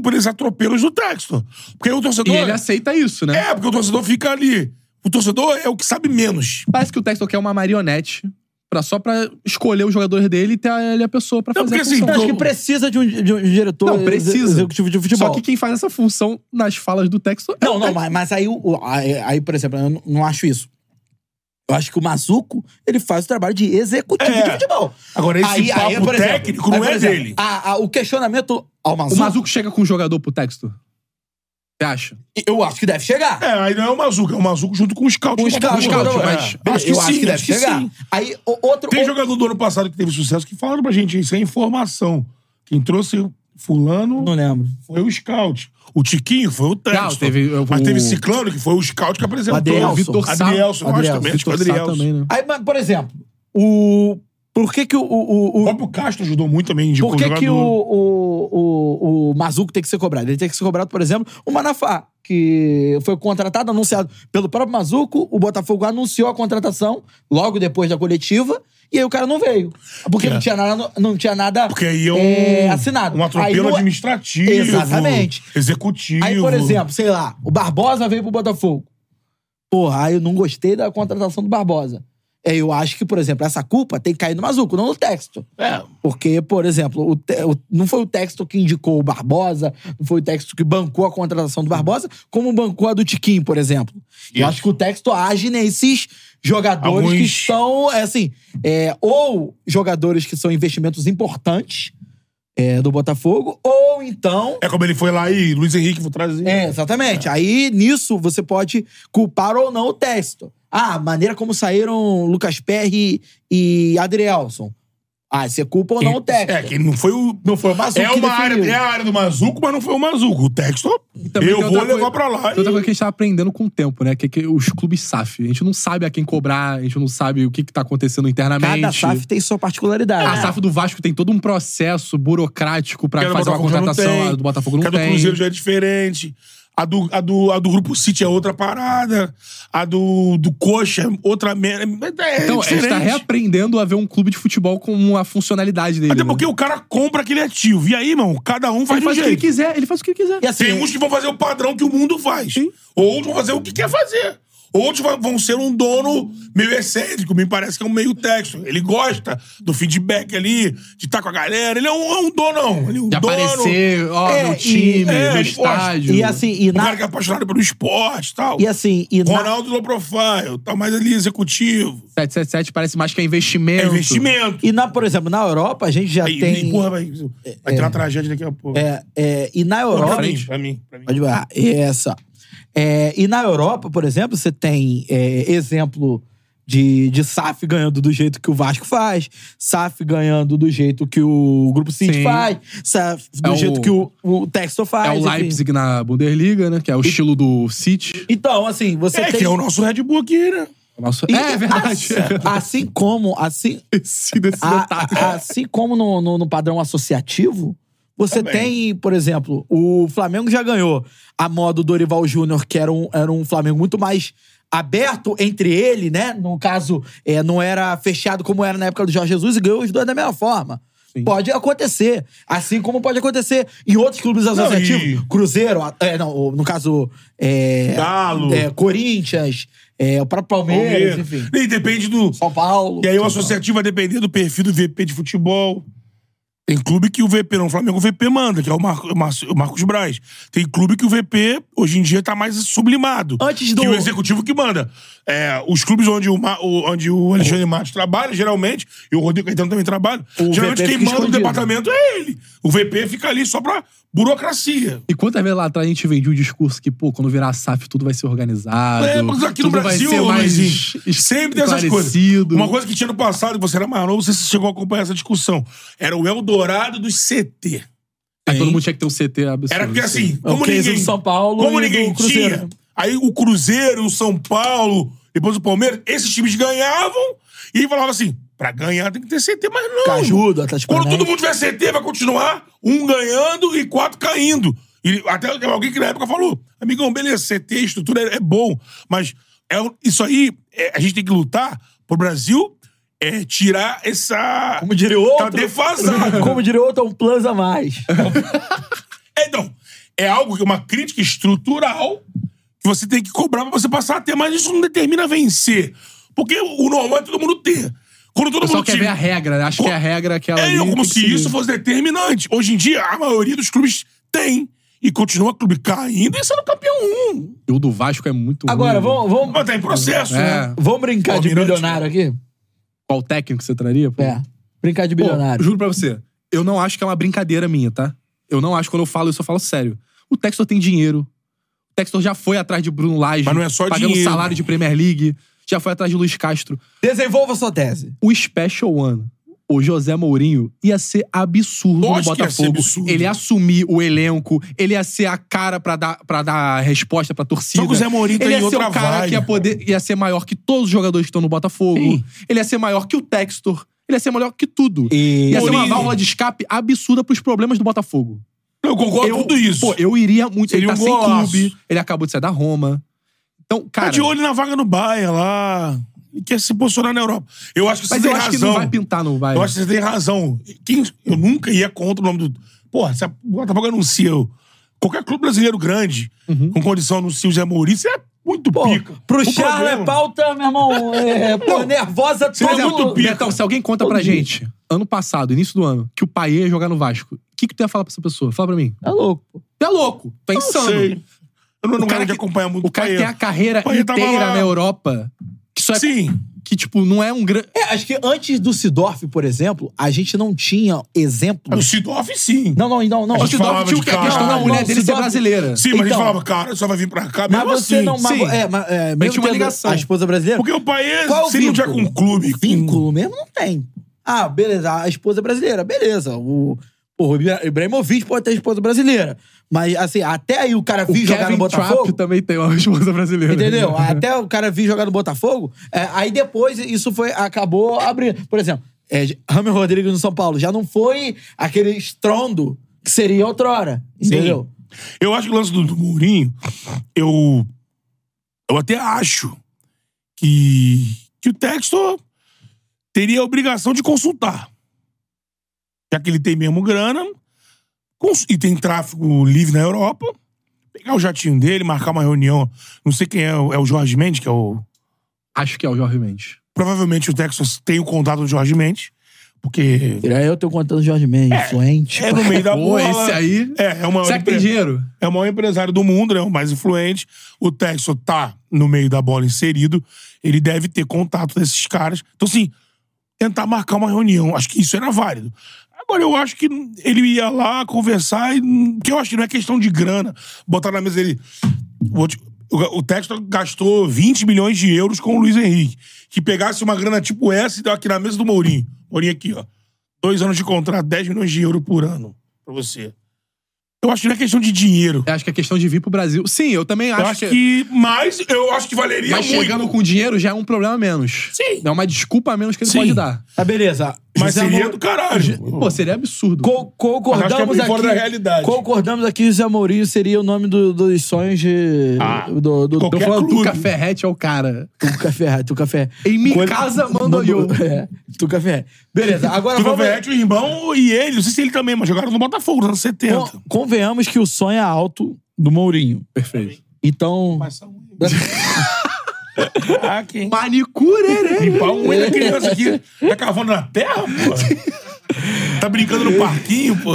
Speaker 2: por eles atropelos do texto. Porque aí o
Speaker 3: E
Speaker 2: torcedor.
Speaker 3: ele
Speaker 1: assim,
Speaker 3: aceita isso, né?
Speaker 2: É, porque o torcedor fica ali. O torcedor é o que sabe menos.
Speaker 3: Parece que o Textor quer uma marionete pra, só pra escolher os jogadores dele e ter ele a pessoa pra
Speaker 2: Não,
Speaker 3: fazer
Speaker 2: porque
Speaker 3: a função.
Speaker 2: assim,
Speaker 1: Eu Então, acho que precisa de um, de um diretor
Speaker 3: Então, Não, precisa.
Speaker 1: ex- executivo de futebol.
Speaker 3: Só que quem faz essa função nas falas do Textor é o
Speaker 1: Não, não,
Speaker 3: Textor.
Speaker 1: mas, mas aí, o- o- aí, aí, por exemplo, eu não- não acho isso. Eu acho que o Mazuco, ele faz o trabalho de executivo
Speaker 2: É.
Speaker 1: de futebol.
Speaker 2: Agora, esse papo
Speaker 1: por exemplo,
Speaker 2: técnico não
Speaker 1: por
Speaker 2: é
Speaker 1: exemplo,
Speaker 2: dele.
Speaker 1: a- a- o questionamento ao
Speaker 3: O
Speaker 1: Mazuco,
Speaker 3: Mazuco chega com o jogador pro Textor? Você acha?
Speaker 1: eu acho que deve chegar.
Speaker 2: É, aí não é o Mazuco, é o Mazuco junto com o Scout.
Speaker 1: Os caras,
Speaker 3: scout,
Speaker 1: jogador, é.
Speaker 3: mas-
Speaker 2: eu acho que
Speaker 1: eu acho
Speaker 2: sim,
Speaker 1: que deve
Speaker 2: acho que
Speaker 1: chegar.
Speaker 2: sim.
Speaker 1: Aí, o- outro...
Speaker 2: Tem
Speaker 1: o-
Speaker 2: jogador do ano passado que teve sucesso que falaram pra gente, isso é informação. Quem trouxe fulano
Speaker 1: Não lembro.
Speaker 2: foi o scout. O Tiquinho foi o técnico.
Speaker 3: Não, teve, eh,
Speaker 2: Mas
Speaker 3: o-
Speaker 2: teve Ciclano, que foi o scout que apresentou.
Speaker 1: Adrielson.
Speaker 2: O Vitor
Speaker 3: Sá.
Speaker 2: Adrielson, eu acho
Speaker 1: Adrielson,
Speaker 2: também. Acho que o
Speaker 3: Vitor Sá
Speaker 2: Adrielson.
Speaker 3: também, né?
Speaker 1: Aí, mas, por exemplo, o... Por que que o... o-
Speaker 2: O
Speaker 1: o- o-
Speaker 2: próprio Castro ajudou muito também. indicou
Speaker 1: por que que o,
Speaker 2: jogador.
Speaker 1: o, o, o Mazuco tem que ser cobrado? Ele tem que ser cobrado, por exemplo, o Manafá, que foi contratado, anunciado pelo próprio Mazuco, o Botafogo anunciou a contratação logo depois da coletiva, e aí o cara não veio. Porque
Speaker 2: É.
Speaker 1: não tinha nada... Não tinha nada
Speaker 2: Porque aí é um,
Speaker 1: é, assinado.
Speaker 2: um
Speaker 1: Aí
Speaker 2: atropelo
Speaker 1: no-
Speaker 2: administrativo.
Speaker 1: Exatamente.
Speaker 2: Executivo.
Speaker 1: Aí, por exemplo, sei lá, o Barbosa veio pro Botafogo. Porra, aí eu não gostei da contratação do Barbosa. É, Eu acho que, por exemplo, essa culpa tem que cair no Mazuco, não no texto.
Speaker 2: É,
Speaker 1: Porque, por exemplo, o te- o- não foi o texto que indicou o Barbosa, não foi o texto que bancou a contratação do Barbosa, como bancou a do Tiquinho, por exemplo. Eu
Speaker 2: Isso.
Speaker 1: acho que o texto age nesses jogadores que
Speaker 2: Alguns-
Speaker 1: estão, é, assim, é, ou jogadores que são investimentos importantes é, do Botafogo, ou então
Speaker 2: é como ele foi lá e Luiz Henrique, vou trazer.
Speaker 1: é, exatamente. Aí, nisso, você pode culpar ou não o texto. Ah, a maneira como saíram Lucas Perry e Adrielson. Ah, você culpa ou não o texto.
Speaker 2: É, que não foi o.
Speaker 1: Não foi o Mazuco
Speaker 2: É
Speaker 1: que
Speaker 2: uma área,
Speaker 1: definiu.
Speaker 2: é a área do Mazuco, mas não foi o Mazuco. O texto,
Speaker 3: também
Speaker 2: eu
Speaker 3: tem
Speaker 2: vou
Speaker 3: outra
Speaker 2: levar
Speaker 3: coisa-
Speaker 2: pra lá.
Speaker 3: Tem outra
Speaker 2: e-
Speaker 3: coisa que a gente tá aprendendo com o tempo, né? Que, que os clubes SAF. A gente não sabe a quem cobrar, a gente não sabe o que, que tá acontecendo internamente.
Speaker 1: Cada SAF tem sua particularidade.
Speaker 3: A SAF do Vasco tem todo um processo burocrático pra
Speaker 2: né? Porque a do
Speaker 3: fazer uma
Speaker 2: Botafogo já não
Speaker 3: contratação.
Speaker 2: tem.
Speaker 3: A do Botafogo não
Speaker 2: Porque a do
Speaker 3: tem.
Speaker 2: Cruzeiro já é diferente. A do, a, do, a do Grupo City é outra parada. A do, do Coxa é outra merda. É,
Speaker 3: Então, a gente
Speaker 2: diferente.
Speaker 3: tá reaprendendo a ver um clube de futebol com a funcionalidade dele.
Speaker 2: Até
Speaker 3: né?
Speaker 2: porque o cara compra aquele ativo. E aí, irmão, cada um faz
Speaker 3: ele
Speaker 2: de um
Speaker 3: faz o que ele
Speaker 2: jeito.
Speaker 3: quiser, ele faz o que ele quiser.
Speaker 1: E assim,
Speaker 2: Tem um uns que vão fazer o padrão que o mundo faz. Outros vão fazer o que quer fazer. Outros vão- vão ser um dono meio excêntrico, me parece que é um meio texto. Ele gosta do feedback ali, de estar com a galera. Ele é um, é um donão. Ele é um
Speaker 3: De
Speaker 2: dono.
Speaker 3: aparecer, ó,
Speaker 1: É,
Speaker 3: no
Speaker 1: e-
Speaker 3: time,
Speaker 2: é,
Speaker 3: no
Speaker 2: ele
Speaker 3: estádio.
Speaker 1: e assim, e
Speaker 2: Um cara
Speaker 1: na,
Speaker 2: que é apaixonado pelo esporte e tal.
Speaker 1: e assim, e na,
Speaker 2: Ronaldo low profile, tá mais ali executivo.
Speaker 3: 777 parece mais que é investimento.
Speaker 2: É investimento.
Speaker 1: e na, por exemplo, na Europa a gente já
Speaker 2: Aí,
Speaker 1: tem.
Speaker 2: e, porra, vai, vai ter uma tragédia daqui a pouco.
Speaker 1: é, é, e na
Speaker 2: Não, pra
Speaker 1: Europa.
Speaker 2: mim, pra mim, pra mim.
Speaker 1: Pode ah, essa. É, e na Europa, por exemplo, você tem é, exemplo de, de SAF ganhando do jeito que o Vasco faz, SAF ganhando do jeito que o Grupo City
Speaker 3: Sim.
Speaker 1: faz, SAF do
Speaker 3: É o-
Speaker 1: jeito que o, o Texto
Speaker 3: É
Speaker 1: faz.
Speaker 3: o
Speaker 1: enfim.
Speaker 3: Leipzig na Bundesliga, né? Que é o estilo do City.
Speaker 1: Então, assim, você
Speaker 2: É
Speaker 1: tem.
Speaker 2: que é o nosso Red Bull aqui, né?
Speaker 3: Nossa,
Speaker 1: E-
Speaker 3: é, é verdade.
Speaker 1: Assim, assim como. Assim,
Speaker 3: Esse desse
Speaker 1: a-
Speaker 3: detalhe.
Speaker 1: assim como no, no- no padrão associativo, você
Speaker 2: Também.
Speaker 1: tem, por exemplo, o Flamengo já ganhou a moda do Dorival Júnior, que era um, era um Flamengo muito mais aberto entre ele, né? No caso, é, não era fechado como era na época do Jorge Jesus e ganhou os dois da mesma forma.
Speaker 3: Sim.
Speaker 1: Pode acontecer. Assim como pode acontecer em outros clubes associativos.
Speaker 2: e-
Speaker 1: Cruzeiro, a- é, não, o- no caso, é,
Speaker 2: Galo.
Speaker 1: é, Corinthians, é, o próprio Palmeiras,
Speaker 2: Palmeiras.
Speaker 1: enfim.
Speaker 2: E depende do.
Speaker 1: São Paulo.
Speaker 2: E aí o
Speaker 1: São Paulo.
Speaker 2: associativo vai depender do perfil do VP de futebol. Tem clube que o VP, não, o Flamengo, o VP manda, que é o, Marco- o Marcio- o Marcos Braz. Tem clube que o VP, hoje em dia, tá mais sublimado.
Speaker 1: Antes do-
Speaker 2: Que o executivo que manda. É, os clubes onde o, Ma- o- onde o Alexandre Matos trabalha, geralmente, e o Rodrigo Caetano também trabalha,
Speaker 1: O
Speaker 2: geralmente
Speaker 1: VP fica
Speaker 2: quem manda o
Speaker 1: escondido.
Speaker 2: departamento é ele. O VP fica ali só pra burocracia.
Speaker 3: E quantas vezes lá atrás a gente vendia o discurso que, pô, quando virar SAF tudo vai ser
Speaker 1: Ah,
Speaker 3: organizado.
Speaker 2: É, mas aqui no
Speaker 3: tudo
Speaker 2: Brasil,
Speaker 3: vai ser mais
Speaker 2: Luizinho,
Speaker 3: es-
Speaker 2: sempre tem essas coisas.
Speaker 3: esclarecido.
Speaker 2: Uma coisa que tinha no passado, que você era mais novo, você chegou a acompanhar essa discussão. Era o Eldorado dos CT.
Speaker 3: Aí todo mundo tinha que ter um CT absurdo.
Speaker 2: Era porque assim,
Speaker 1: É o
Speaker 2: como
Speaker 1: case
Speaker 2: ninguém.
Speaker 1: do São Paulo
Speaker 2: como
Speaker 1: e do
Speaker 2: ninguém
Speaker 1: Cruzeiro.
Speaker 2: tinha. Aí o Cruzeiro, o São Paulo, depois o Palmeiras, esses times ganhavam e falava assim: pra ganhar tem que ter CT, mas não.
Speaker 1: Cajudo, Atlético
Speaker 2: Tipo,
Speaker 3: né?
Speaker 2: Quando todo
Speaker 1: Paranaense.
Speaker 2: mundo tiver CT, vai continuar um ganhando e quatro caindo. E até alguém que na época falou: amigão, beleza, CT, estrutura é, é bom, mas é, o- isso aí, é, a gente tem que lutar pro Brasil é, tirar essa.
Speaker 1: Como diria outro.
Speaker 2: Tá defasado.
Speaker 1: Como diria outro, é um plus a mais.
Speaker 2: É, Então, é algo que é uma crítica estrutural que você tem que cobrar pra você passar a ter, mas isso não determina vencer. Porque o normal é todo mundo ter. Quando todo
Speaker 3: O pessoal
Speaker 2: mundo
Speaker 3: quer
Speaker 2: tiver
Speaker 3: ver a regra, né? Acho que é a regra aquela
Speaker 2: é,
Speaker 3: ali.
Speaker 2: como
Speaker 3: tem que
Speaker 2: se
Speaker 3: seguir.
Speaker 2: isso fosse determinante. Hoje em dia, a maioria dos clubes tem. E continua o clube caindo e sendo campeão um.
Speaker 3: E O do Vasco é muito
Speaker 1: Agora,
Speaker 3: ruim.
Speaker 1: vamos, vamos,
Speaker 2: Mas tá em processo,
Speaker 3: É.
Speaker 2: né?
Speaker 1: vamos brincar de
Speaker 2: Palmeiras,
Speaker 1: bilionário aqui?
Speaker 3: Qual técnico você traria? Pô?
Speaker 1: É. Brincar de
Speaker 3: Pô,
Speaker 1: bilionário.
Speaker 3: juro pra você, eu não acho que é uma brincadeira minha, tá? Eu não acho, quando eu falo isso, eu falo sério. O Textor tem dinheiro. O Textor já foi atrás de Bruno Lage.
Speaker 2: Mas não é só
Speaker 3: Pagando
Speaker 2: dinheiro.
Speaker 3: salário de Premier League. Já foi atrás de Luiz Castro.
Speaker 1: Desenvolva sua tese.
Speaker 3: o Special One, o José Mourinho, ia ser absurdo
Speaker 2: Lógico
Speaker 3: no
Speaker 2: que ia ser
Speaker 3: Botafogo.
Speaker 2: absurdo.
Speaker 3: Ele ia assumir o elenco, ele ia ser a cara pra dar, pra dar resposta pra torcida.
Speaker 2: Só que o Zé Mourinho tá
Speaker 3: ele ia
Speaker 2: em
Speaker 3: ser
Speaker 2: outra
Speaker 3: o cara
Speaker 2: vibe,
Speaker 3: que é ia poder, ia ser maior que todos os jogadores que estão no Botafogo.
Speaker 1: Sim.
Speaker 3: Ele ia ser maior que o Textor. Ele ia ser maior que tudo.
Speaker 1: E- é
Speaker 3: Ia ser uma
Speaker 2: Mourinho.
Speaker 3: válvula de escape absurda pros problemas do Botafogo.
Speaker 2: Eu concordo com tudo isso.
Speaker 3: Pô, eu iria muito.
Speaker 2: Seria
Speaker 3: ele tá
Speaker 2: um
Speaker 3: sem
Speaker 2: golaço.
Speaker 3: clube, ele acabou de sair da Roma. Então, cara.
Speaker 2: tá de olho na vaga no Bahia lá. E quer se posicionar na Europa. Eu acho que você
Speaker 3: mas
Speaker 2: tem
Speaker 3: eu acho que
Speaker 2: razão.
Speaker 3: não vai pintar no vai.
Speaker 2: Eu acho que você tem razão. Quem- eu nunca ia contra o nome do. Porra, se a Botafogo anuncia o- qualquer clube brasileiro grande
Speaker 3: Uhum.
Speaker 2: com condição anuncia o Zé Mourinho, isso é muito
Speaker 1: Pô,
Speaker 2: pica.
Speaker 1: pro
Speaker 2: O
Speaker 1: Charles
Speaker 2: problema-
Speaker 1: é pauta, meu irmão. É, pô, nervosa
Speaker 2: Seria
Speaker 1: todo-
Speaker 2: muito pica.
Speaker 3: Betão, se alguém conta pra gente, ano passado, início do ano, que o Paê ia jogar no Vasco, o que, que tu ia falar pra essa pessoa? Fala pra mim.
Speaker 1: Tá louco. pô.
Speaker 3: Tu é louco, tu é
Speaker 2: Não
Speaker 3: insano.
Speaker 2: sei. Eu não, não
Speaker 3: O cara
Speaker 2: gosto de
Speaker 3: que-
Speaker 2: acompanhar muito
Speaker 3: O cara que é
Speaker 2: Bahia.
Speaker 3: tem a carreira
Speaker 2: Paê tava
Speaker 3: inteira
Speaker 2: lá.
Speaker 3: na Europa, que só é,
Speaker 2: Sim.
Speaker 3: que tipo, não é um grande...
Speaker 1: É, acho que antes do Sidorf, por exemplo, a gente não tinha exemplo.
Speaker 2: O Sidoff, sim.
Speaker 1: Não, não, não, não.
Speaker 2: A
Speaker 3: O
Speaker 2: gente falava
Speaker 3: Sidorf tinha
Speaker 2: de
Speaker 3: que a questão da
Speaker 2: caralho.
Speaker 3: mulher
Speaker 1: Não,
Speaker 3: dele ser
Speaker 1: Sidorf-
Speaker 3: brasileira.
Speaker 2: Sim, mas a gente
Speaker 1: Então.
Speaker 2: falava, cara, só vai vir pra cá.
Speaker 1: Mas
Speaker 2: mesmo
Speaker 1: você
Speaker 2: assim.
Speaker 1: não. mas-
Speaker 3: sim.
Speaker 1: É, mas, é, mesmo
Speaker 3: tinha uma
Speaker 1: tendo
Speaker 3: ligação.
Speaker 1: A esposa brasileira.
Speaker 2: Porque o país,
Speaker 1: Qual é o
Speaker 2: se não tiver com
Speaker 1: vínculo?
Speaker 2: um clube...
Speaker 1: O Vínculo mesmo não tem. Ah, beleza, a esposa brasileira, beleza. O, pô, o Ibra- Ibrahimovic pode ter esposa brasileira. Mas, assim, até aí o cara vir
Speaker 3: O
Speaker 1: jogar no
Speaker 3: Kevin Trapp
Speaker 1: Botafogo.
Speaker 3: também tem uma esposa brasileira.
Speaker 2: né?
Speaker 1: Entendeu?
Speaker 2: Ah,
Speaker 1: Até o cara vir jogar no Botafogo. é, aí depois isso foi, acabou abrindo. Por exemplo, é, Rami Rodrigues no São Paulo já não foi aquele estrondo que seria outrora. Entendeu?
Speaker 2: Eu acho que o lance do, do Mourinho, eu. Eu até acho que, que o Textor teria a obrigação de consultar. Já que ele tem mesmo grana cons- e tem tráfego livre na Europa, pegar o jatinho dele, marcar uma reunião. Não sei quem é, o- é o Jorge Mendes, que é o.
Speaker 3: Acho que é o Jorge Mendes.
Speaker 2: Provavelmente o Texas tem o contato do Jorge Mendes, porque.
Speaker 1: E aí eu tô contando o Jorge Mendes, influente.
Speaker 2: É no meio da
Speaker 3: Pô,
Speaker 2: bola.
Speaker 3: esse aí...
Speaker 2: É, é uma
Speaker 3: Será que tem dinheiro?
Speaker 2: é o maior empresário do mundo, né? O mais influente. O Texo tá no meio da bola inserido. Ele deve ter contato desses caras. Então, assim, tentar marcar uma reunião. Acho que isso era válido. Agora, eu acho que ele ia lá conversar, e, hum, que eu acho que não é questão de grana. Botar na mesa ele. Vou te- o o Textor gastou 20 milhões de euros com o Luiz Henrique. Que pegasse uma grana tipo essa e deu aqui na mesa do Mourinho. Mourinho aqui, ó. Dois anos de contrato, 10 milhões de euros por ano pra você. Eu acho que não é questão de dinheiro.
Speaker 3: Eu Acho que é questão de vir pro Brasil. Sim, eu também
Speaker 2: Eu
Speaker 3: acho,
Speaker 2: acho que. Mas eu acho que valeria
Speaker 3: Mas
Speaker 2: muito.
Speaker 3: chegando com dinheiro já é um problema a menos.
Speaker 2: Sim.
Speaker 3: É uma desculpa a menos que ele
Speaker 2: Sim.
Speaker 3: pode dar.
Speaker 1: Tá, beleza.
Speaker 2: Mas
Speaker 1: José
Speaker 2: seria
Speaker 1: Mou-
Speaker 2: do caralho.
Speaker 3: Pô, seria absurdo.
Speaker 1: Co-
Speaker 2: Mas acho que é
Speaker 1: concordamos
Speaker 2: meio fora
Speaker 1: aqui.
Speaker 2: da realidade.
Speaker 1: Concordamos aqui que Zé Mourinho seria o nome do- dos sonhos de.
Speaker 2: Ah,
Speaker 1: do, do,
Speaker 2: qualquer
Speaker 1: do-
Speaker 3: Falando
Speaker 2: clube.
Speaker 3: do Café Hatch é o cara.
Speaker 1: do café, do café.
Speaker 3: Em minha casa, mandou eu.
Speaker 1: É, do café. Beleza, agora
Speaker 2: Tuca
Speaker 1: vamos.
Speaker 2: Verrete, o irmão e ele, não sei se ele também, mas jogaram no Botafogo nos anos 70.
Speaker 1: Con- convenhamos que o sonho é alto do Mourinho.
Speaker 3: Perfeito.
Speaker 1: Então.
Speaker 2: Mas são. Caraca, hein?
Speaker 3: Manicure! né?
Speaker 2: é Limpar um ele criança aqui. Tá cavando na terra, pô. Tá brincando no parquinho, pô?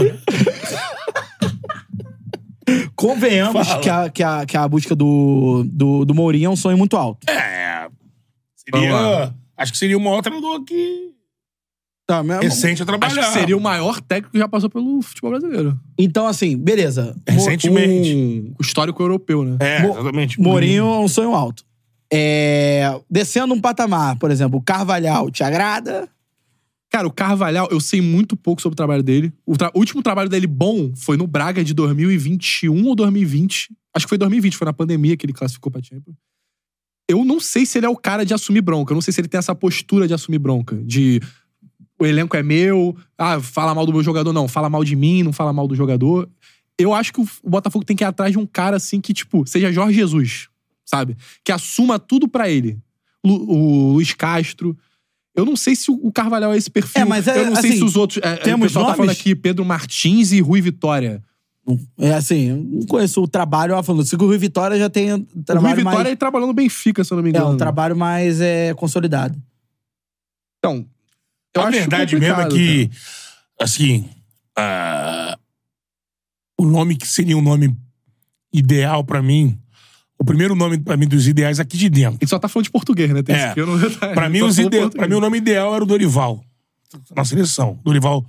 Speaker 1: Convenhamos
Speaker 2: Fala.
Speaker 1: que a, que, a, que a busca do, do, do Mourinho é um sonho muito alto.
Speaker 2: É.
Speaker 3: Vamos lá.
Speaker 2: Seria. Acho que seria o maior treinador que
Speaker 1: Tá, mas-
Speaker 2: recente a trabalhar.
Speaker 3: Acho que seria o maior técnico que já passou pelo futebol brasileiro.
Speaker 1: Então, assim, beleza.
Speaker 2: É Recentemente.
Speaker 3: Um histórico europeu, né?
Speaker 2: É,
Speaker 1: Mo-
Speaker 2: exatamente.
Speaker 1: Mourinho é um sonho alto. É, descendo um patamar, por exemplo, o Carvalhal te agrada?
Speaker 3: Cara, o Carvalhal, eu sei muito pouco sobre o trabalho dele. O, tra- o último trabalho dele bom foi no Braga de 2021 ou 2020. Acho que foi 2020, foi na pandemia que ele classificou pra Champions. Eu não sei se ele é o cara de assumir bronca. Eu não sei se ele tem essa postura de assumir bronca. De o elenco é meu, ah, fala mal do meu jogador, não. Fala mal de mim, não fala mal do jogador. Eu acho que o o Botafogo tem que ir atrás de um cara assim que, tipo, seja Jorge Jesus, sabe? Que assuma tudo pra ele. Lu- o Luiz Castro. Eu não sei se o Carvalhal é esse perfil.
Speaker 1: É, mas é,
Speaker 3: eu não sei
Speaker 1: assim,
Speaker 3: se os outros. É,
Speaker 1: temos
Speaker 3: o pessoal tá falando
Speaker 1: nomes?
Speaker 3: aqui Pedro Martins e Rui Vitória.
Speaker 1: É assim, não conheço o trabalho, ah, falando, se o Rui Vitória já tem um
Speaker 3: o Rui
Speaker 1: trabalho
Speaker 3: Vitória
Speaker 2: é
Speaker 3: ele trabalhou no Benfica, se eu não me
Speaker 1: mais, é,
Speaker 3: engano.
Speaker 1: um trabalho mais é, consolidado.
Speaker 3: Então, eu
Speaker 2: A
Speaker 3: acho
Speaker 2: verdade mesmo é
Speaker 3: complicado,
Speaker 2: que, assim, ah, o nome que seria um nome ideal pra mim, o primeiro nome pra mim dos ideais aqui de dentro.
Speaker 3: A gente só tá falando de português, né? Tem
Speaker 2: É.
Speaker 3: isso que eu não
Speaker 2: Pra mim,
Speaker 3: só
Speaker 2: os
Speaker 3: falou
Speaker 2: ide-
Speaker 3: português.
Speaker 2: pra mim, o nome ideal era o Dorival. Na seleção. O Dorival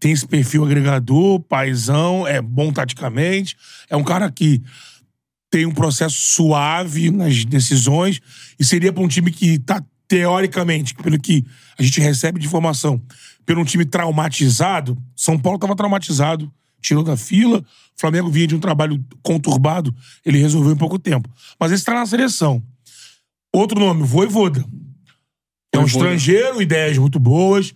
Speaker 2: tem esse perfil agregador, paizão, é bom taticamente. É um cara que tem um processo suave nas decisões. E seria pra um time que tá, teoricamente, pelo que a gente recebe de informação, pelo um time traumatizado. São Paulo tava traumatizado, tirou da fila. O Flamengo vinha de um trabalho conturbado, ele resolveu em pouco tempo. Mas esse tá na seleção. Outro nome, Voivoda. É um
Speaker 3: Voivoda.
Speaker 2: estrangeiro, ideias muito boas.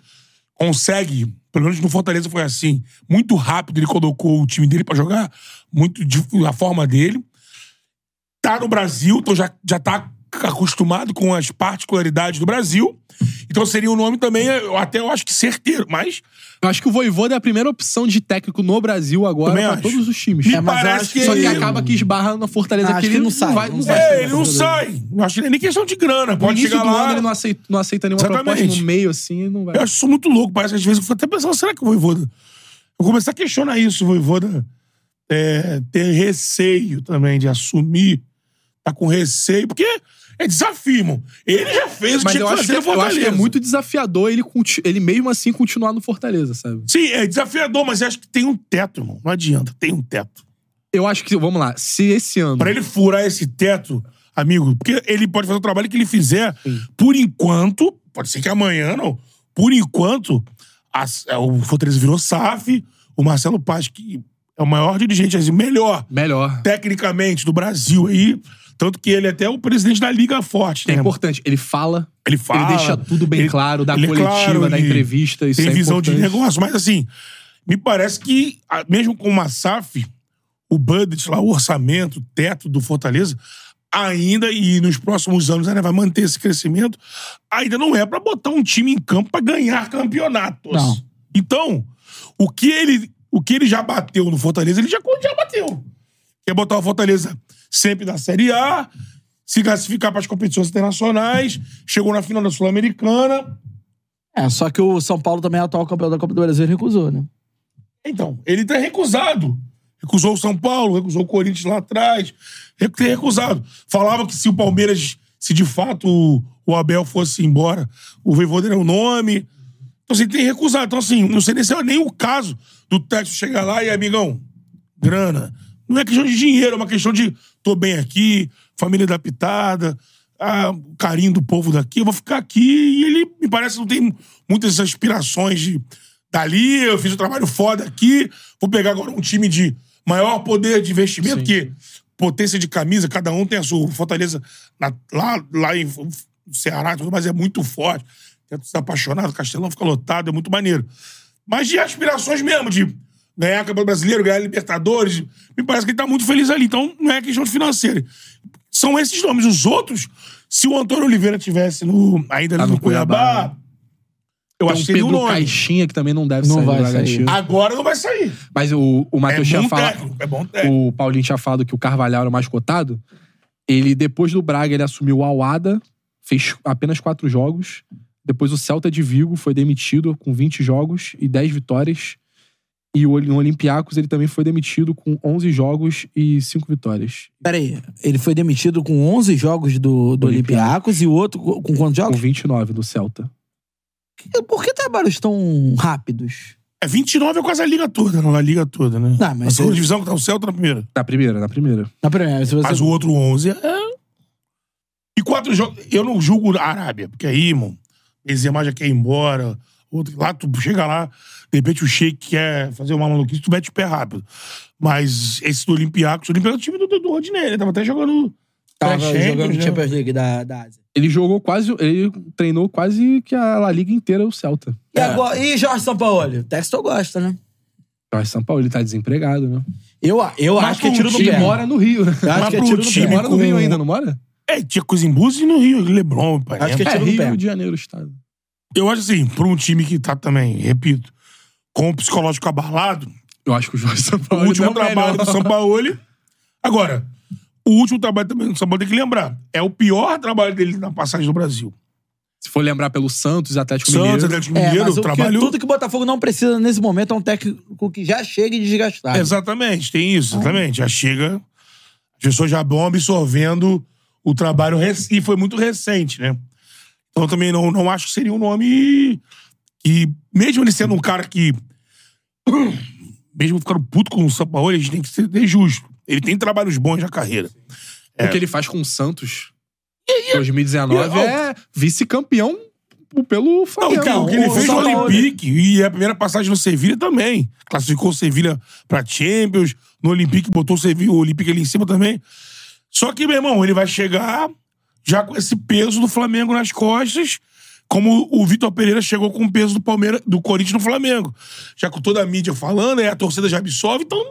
Speaker 2: Consegue, pelo menos no Fortaleza foi assim, muito rápido ele colocou o time dele pra jogar, muito de, a forma dele. Tá no Brasil, então já, já tá acostumado com as particularidades do Brasil. Então seria um nome também, eu até eu acho que certeiro, mas
Speaker 3: Eu acho que o Voivoda é a primeira opção de técnico no Brasil agora
Speaker 2: Também
Speaker 3: pra
Speaker 2: acho.
Speaker 3: todos os times.
Speaker 2: Me
Speaker 3: É, mas
Speaker 2: parece
Speaker 3: acho
Speaker 2: que
Speaker 3: Só que
Speaker 2: ele-
Speaker 3: acaba que esbarra na Fortaleza
Speaker 1: Ah, Acho
Speaker 3: que
Speaker 1: que
Speaker 3: ele
Speaker 1: não sai,
Speaker 3: vai,
Speaker 1: não sai.
Speaker 3: vai ser
Speaker 2: é, ele não
Speaker 3: jogador.
Speaker 2: sai. Eu acho que não é nem questão de grana,
Speaker 3: No
Speaker 2: pode
Speaker 3: início
Speaker 2: chegar
Speaker 3: do
Speaker 2: lá.
Speaker 3: ano né? ele não aceita, não aceita nenhuma
Speaker 2: Exatamente.
Speaker 3: proposta no meio assim e não vai.
Speaker 2: Eu acho isso muito louco. Parece que às vezes eu fico até pensando, será que o Voivoda... Eu comecei a questionar isso, o Voivoda é, tem receio também de assumir. Tá com receio, porque é desafio, irmão. Ele já fez o que
Speaker 3: Mas
Speaker 2: tinha
Speaker 3: eu
Speaker 2: que
Speaker 3: acho, que,
Speaker 2: fazer no
Speaker 3: eu acho que é
Speaker 2: Fortaleza.
Speaker 3: muito desafiador ele, conti- ele mesmo assim continuar no Fortaleza, sabe?
Speaker 2: Sim, é desafiador, mas eu acho que tem um teto, irmão. Não adianta, tem um teto.
Speaker 3: Eu acho que, vamos lá, se esse ano.
Speaker 2: Pra ele furar esse teto, amigo, porque ele pode fazer o trabalho que ele fizer. Por enquanto, pode ser que amanhã não. Por enquanto, as- é, o Fortaleza virou SAF, o Marcelo Paz, que é o maior dirigente, assim, melhor
Speaker 3: Melhor. é
Speaker 2: tecnicamente do Brasil aí. Tanto que ele é até o presidente da Liga Forte,
Speaker 3: É
Speaker 2: né?
Speaker 3: importante. Ele fala,
Speaker 2: Ele fala.
Speaker 3: ele deixa tudo bem
Speaker 2: ele-
Speaker 3: claro, da
Speaker 2: ele é
Speaker 3: coletiva,
Speaker 2: claro,
Speaker 3: da
Speaker 2: ele
Speaker 3: entrevista. Isso
Speaker 2: tem
Speaker 3: é
Speaker 2: visão de
Speaker 3: importante.
Speaker 2: negócio, mas assim, me parece que, a- mesmo com uma SAF, o budget lá, o orçamento, o teto do Fortaleza, ainda, e nos próximos anos ainda vai manter esse crescimento, ainda não é pra botar um time em campo pra ganhar campeonatos.
Speaker 1: Não.
Speaker 2: Então, o que ele, o que ele já bateu no Fortaleza, ele já, já bateu. Quer botar o Fortaleza sempre na Série A, se classificar para as competições internacionais, chegou na final da Sul-Americana,
Speaker 1: É, só que o São Paulo também é atual campeão da Copa do Brasil e recusou, né?
Speaker 2: Então, ele tá recusado. Recusou o São Paulo, recusou o Corinthians lá atrás. Re- Tem recusado. Falava que se o Palmeiras, se de fato o, o Abel fosse embora, o Voivoda era o nome. Então, assim, tem recusado. Então, assim, não sei nem se é nem o caso do Texas chegar lá e, amigão, grana. Não é questão de dinheiro, é uma questão de tô bem aqui, família da pitada, ah, o carinho do povo daqui, eu vou ficar aqui. E ele, me parece, não tem muitas aspirações de dali, eu fiz um trabalho foda aqui, vou pegar agora um time de maior poder de investimento,
Speaker 3: Sim.
Speaker 2: que potência de camisa, cada um tem a sua. O Fortaleza, na- lá, lá em Ceará, tudo, mas é muito forte. É apaixonado, o Castelão fica lotado, é muito maneiro mas de aspirações mesmo, de ganhar Campeonato Brasileiro, ganhar Libertadores. Me parece que ele tá muito feliz ali, então não é questão financeira. São esses nomes. Os outros, se o Antônio Oliveira tivesse no, ainda ali
Speaker 3: Tá
Speaker 2: no,
Speaker 3: no
Speaker 2: Cuiabá,
Speaker 3: Cuiabá.
Speaker 2: eu
Speaker 3: Tem
Speaker 2: acho que
Speaker 3: um
Speaker 2: seria um
Speaker 3: Pedro
Speaker 2: nome.
Speaker 3: Caixinha, que também não deve
Speaker 1: Não
Speaker 3: sair
Speaker 1: vai
Speaker 3: do
Speaker 1: sair.
Speaker 3: Bragantino.
Speaker 2: Agora não vai sair.
Speaker 3: Mas o, o
Speaker 2: É
Speaker 3: Matheus tinha
Speaker 2: bom
Speaker 3: falado.
Speaker 2: técnico, é bom técnico.
Speaker 3: o Paulinho tinha falado que o Carvalhal era o mais cotado. Ele, depois do Braga, ele assumiu o Alada, fez apenas quatro jogos. Depois o Celta de Vigo foi demitido com 20 jogos e 10 vitórias. E o Oli- no Olympiacos ele também foi demitido com 11 jogos e 5 vitórias.
Speaker 1: Peraí, ele foi demitido com 11 jogos do, do Olympiacos e o outro com com quantos
Speaker 3: Com
Speaker 1: jogos?
Speaker 3: 29 do Celta.
Speaker 1: Por que trabalhos tão rápidos?
Speaker 2: É 29 é quase a liga toda, não a liga toda, né?
Speaker 1: Não, mas
Speaker 2: a segunda
Speaker 1: eu-
Speaker 2: divisão que tá o Celta na primeira.
Speaker 3: Na primeira, na primeira.
Speaker 1: Na primeira, se
Speaker 2: Mas
Speaker 1: você...
Speaker 2: o outro 11 é... E quatro jogos... Eu não julgo a Arábia, porque aí, irmão, Benzema já quer ir embora. Outro... Lá, tu chega lá, de repente o Sheik quer fazer uma maluquice, tu mete o pé rápido. Mas esse do Olympiacos... O Olympiacos é o time do, do Rodinei, ele tava até jogando...
Speaker 1: Tava
Speaker 2: Champions,
Speaker 1: jogando
Speaker 2: né?
Speaker 1: Champions League da, da Ásia.
Speaker 3: Ele jogou quase, ele treinou quase que a La Liga inteira o Celta.
Speaker 1: E, agora, e Jorge Sampaoli? O Texto gosta, né?
Speaker 3: Jorge São Paulo ele tá desempregado, né?
Speaker 1: Eu, eu
Speaker 2: Mas
Speaker 1: acho que é
Speaker 2: com
Speaker 1: tiro
Speaker 2: o
Speaker 1: no
Speaker 2: time
Speaker 1: pé.
Speaker 2: É.
Speaker 3: Mora no Rio, né?
Speaker 1: Eu acho
Speaker 2: Mas
Speaker 1: que é
Speaker 2: pro
Speaker 1: tiro no
Speaker 2: time
Speaker 1: pé.
Speaker 3: Mora no
Speaker 2: com-
Speaker 3: Rio ainda, não mora?
Speaker 2: É, tinha coisa em Búzios e no Rio, Leblon, pai.
Speaker 1: Acho que
Speaker 3: É
Speaker 1: Tiro no pé.
Speaker 3: Rio de Janeiro, o estado.
Speaker 2: Eu acho assim, pra um time que tá também, repito, com o psicológico abalado,
Speaker 3: Eu acho que o Jorge São
Speaker 2: o
Speaker 3: Paulo é
Speaker 2: último trabalho do Sampaoli. Agora, o último trabalho também do Sampaoli tem que lembrar. É o pior trabalho dele na passagem do Brasil.
Speaker 3: Se for lembrar pelo Santos e Atlético
Speaker 2: Santos,
Speaker 3: Mineiro.
Speaker 2: Atlético
Speaker 1: É,
Speaker 2: Mineiro,
Speaker 1: mas o que-
Speaker 2: trabalho.
Speaker 1: tudo que o Botafogo não precisa nesse momento é um técnico que já chega e desgastado.
Speaker 2: Exatamente, tem isso, exatamente. Já chega, as pessoas já vão absorvendo o trabalho rec- e foi muito recente, né? Então eu também não, não acho que seria um nome que, mesmo ele sendo um cara que. Mesmo ficando puto com o Sampaoli, a gente tem que ser ser justo. Ele tem trabalhos bons na carreira. É.
Speaker 3: O que ele faz com o Santos em 2019
Speaker 2: e-
Speaker 3: é vice-campeão pelo
Speaker 2: Não,
Speaker 3: Flamengo.
Speaker 2: cara, o que ele fez no Olympique e é a primeira passagem no Sevilha também. Classificou o Sevilha pra Champions, no Olympique botou o Sevilha, o Olympique ali em cima também. Só que, meu irmão, ele vai chegar já com esse peso do Flamengo nas costas, como o Vitor Pereira chegou com o peso do Palmeiras, do Corinthians no Flamengo. Já com toda a mídia falando, aí a torcida já absorve, então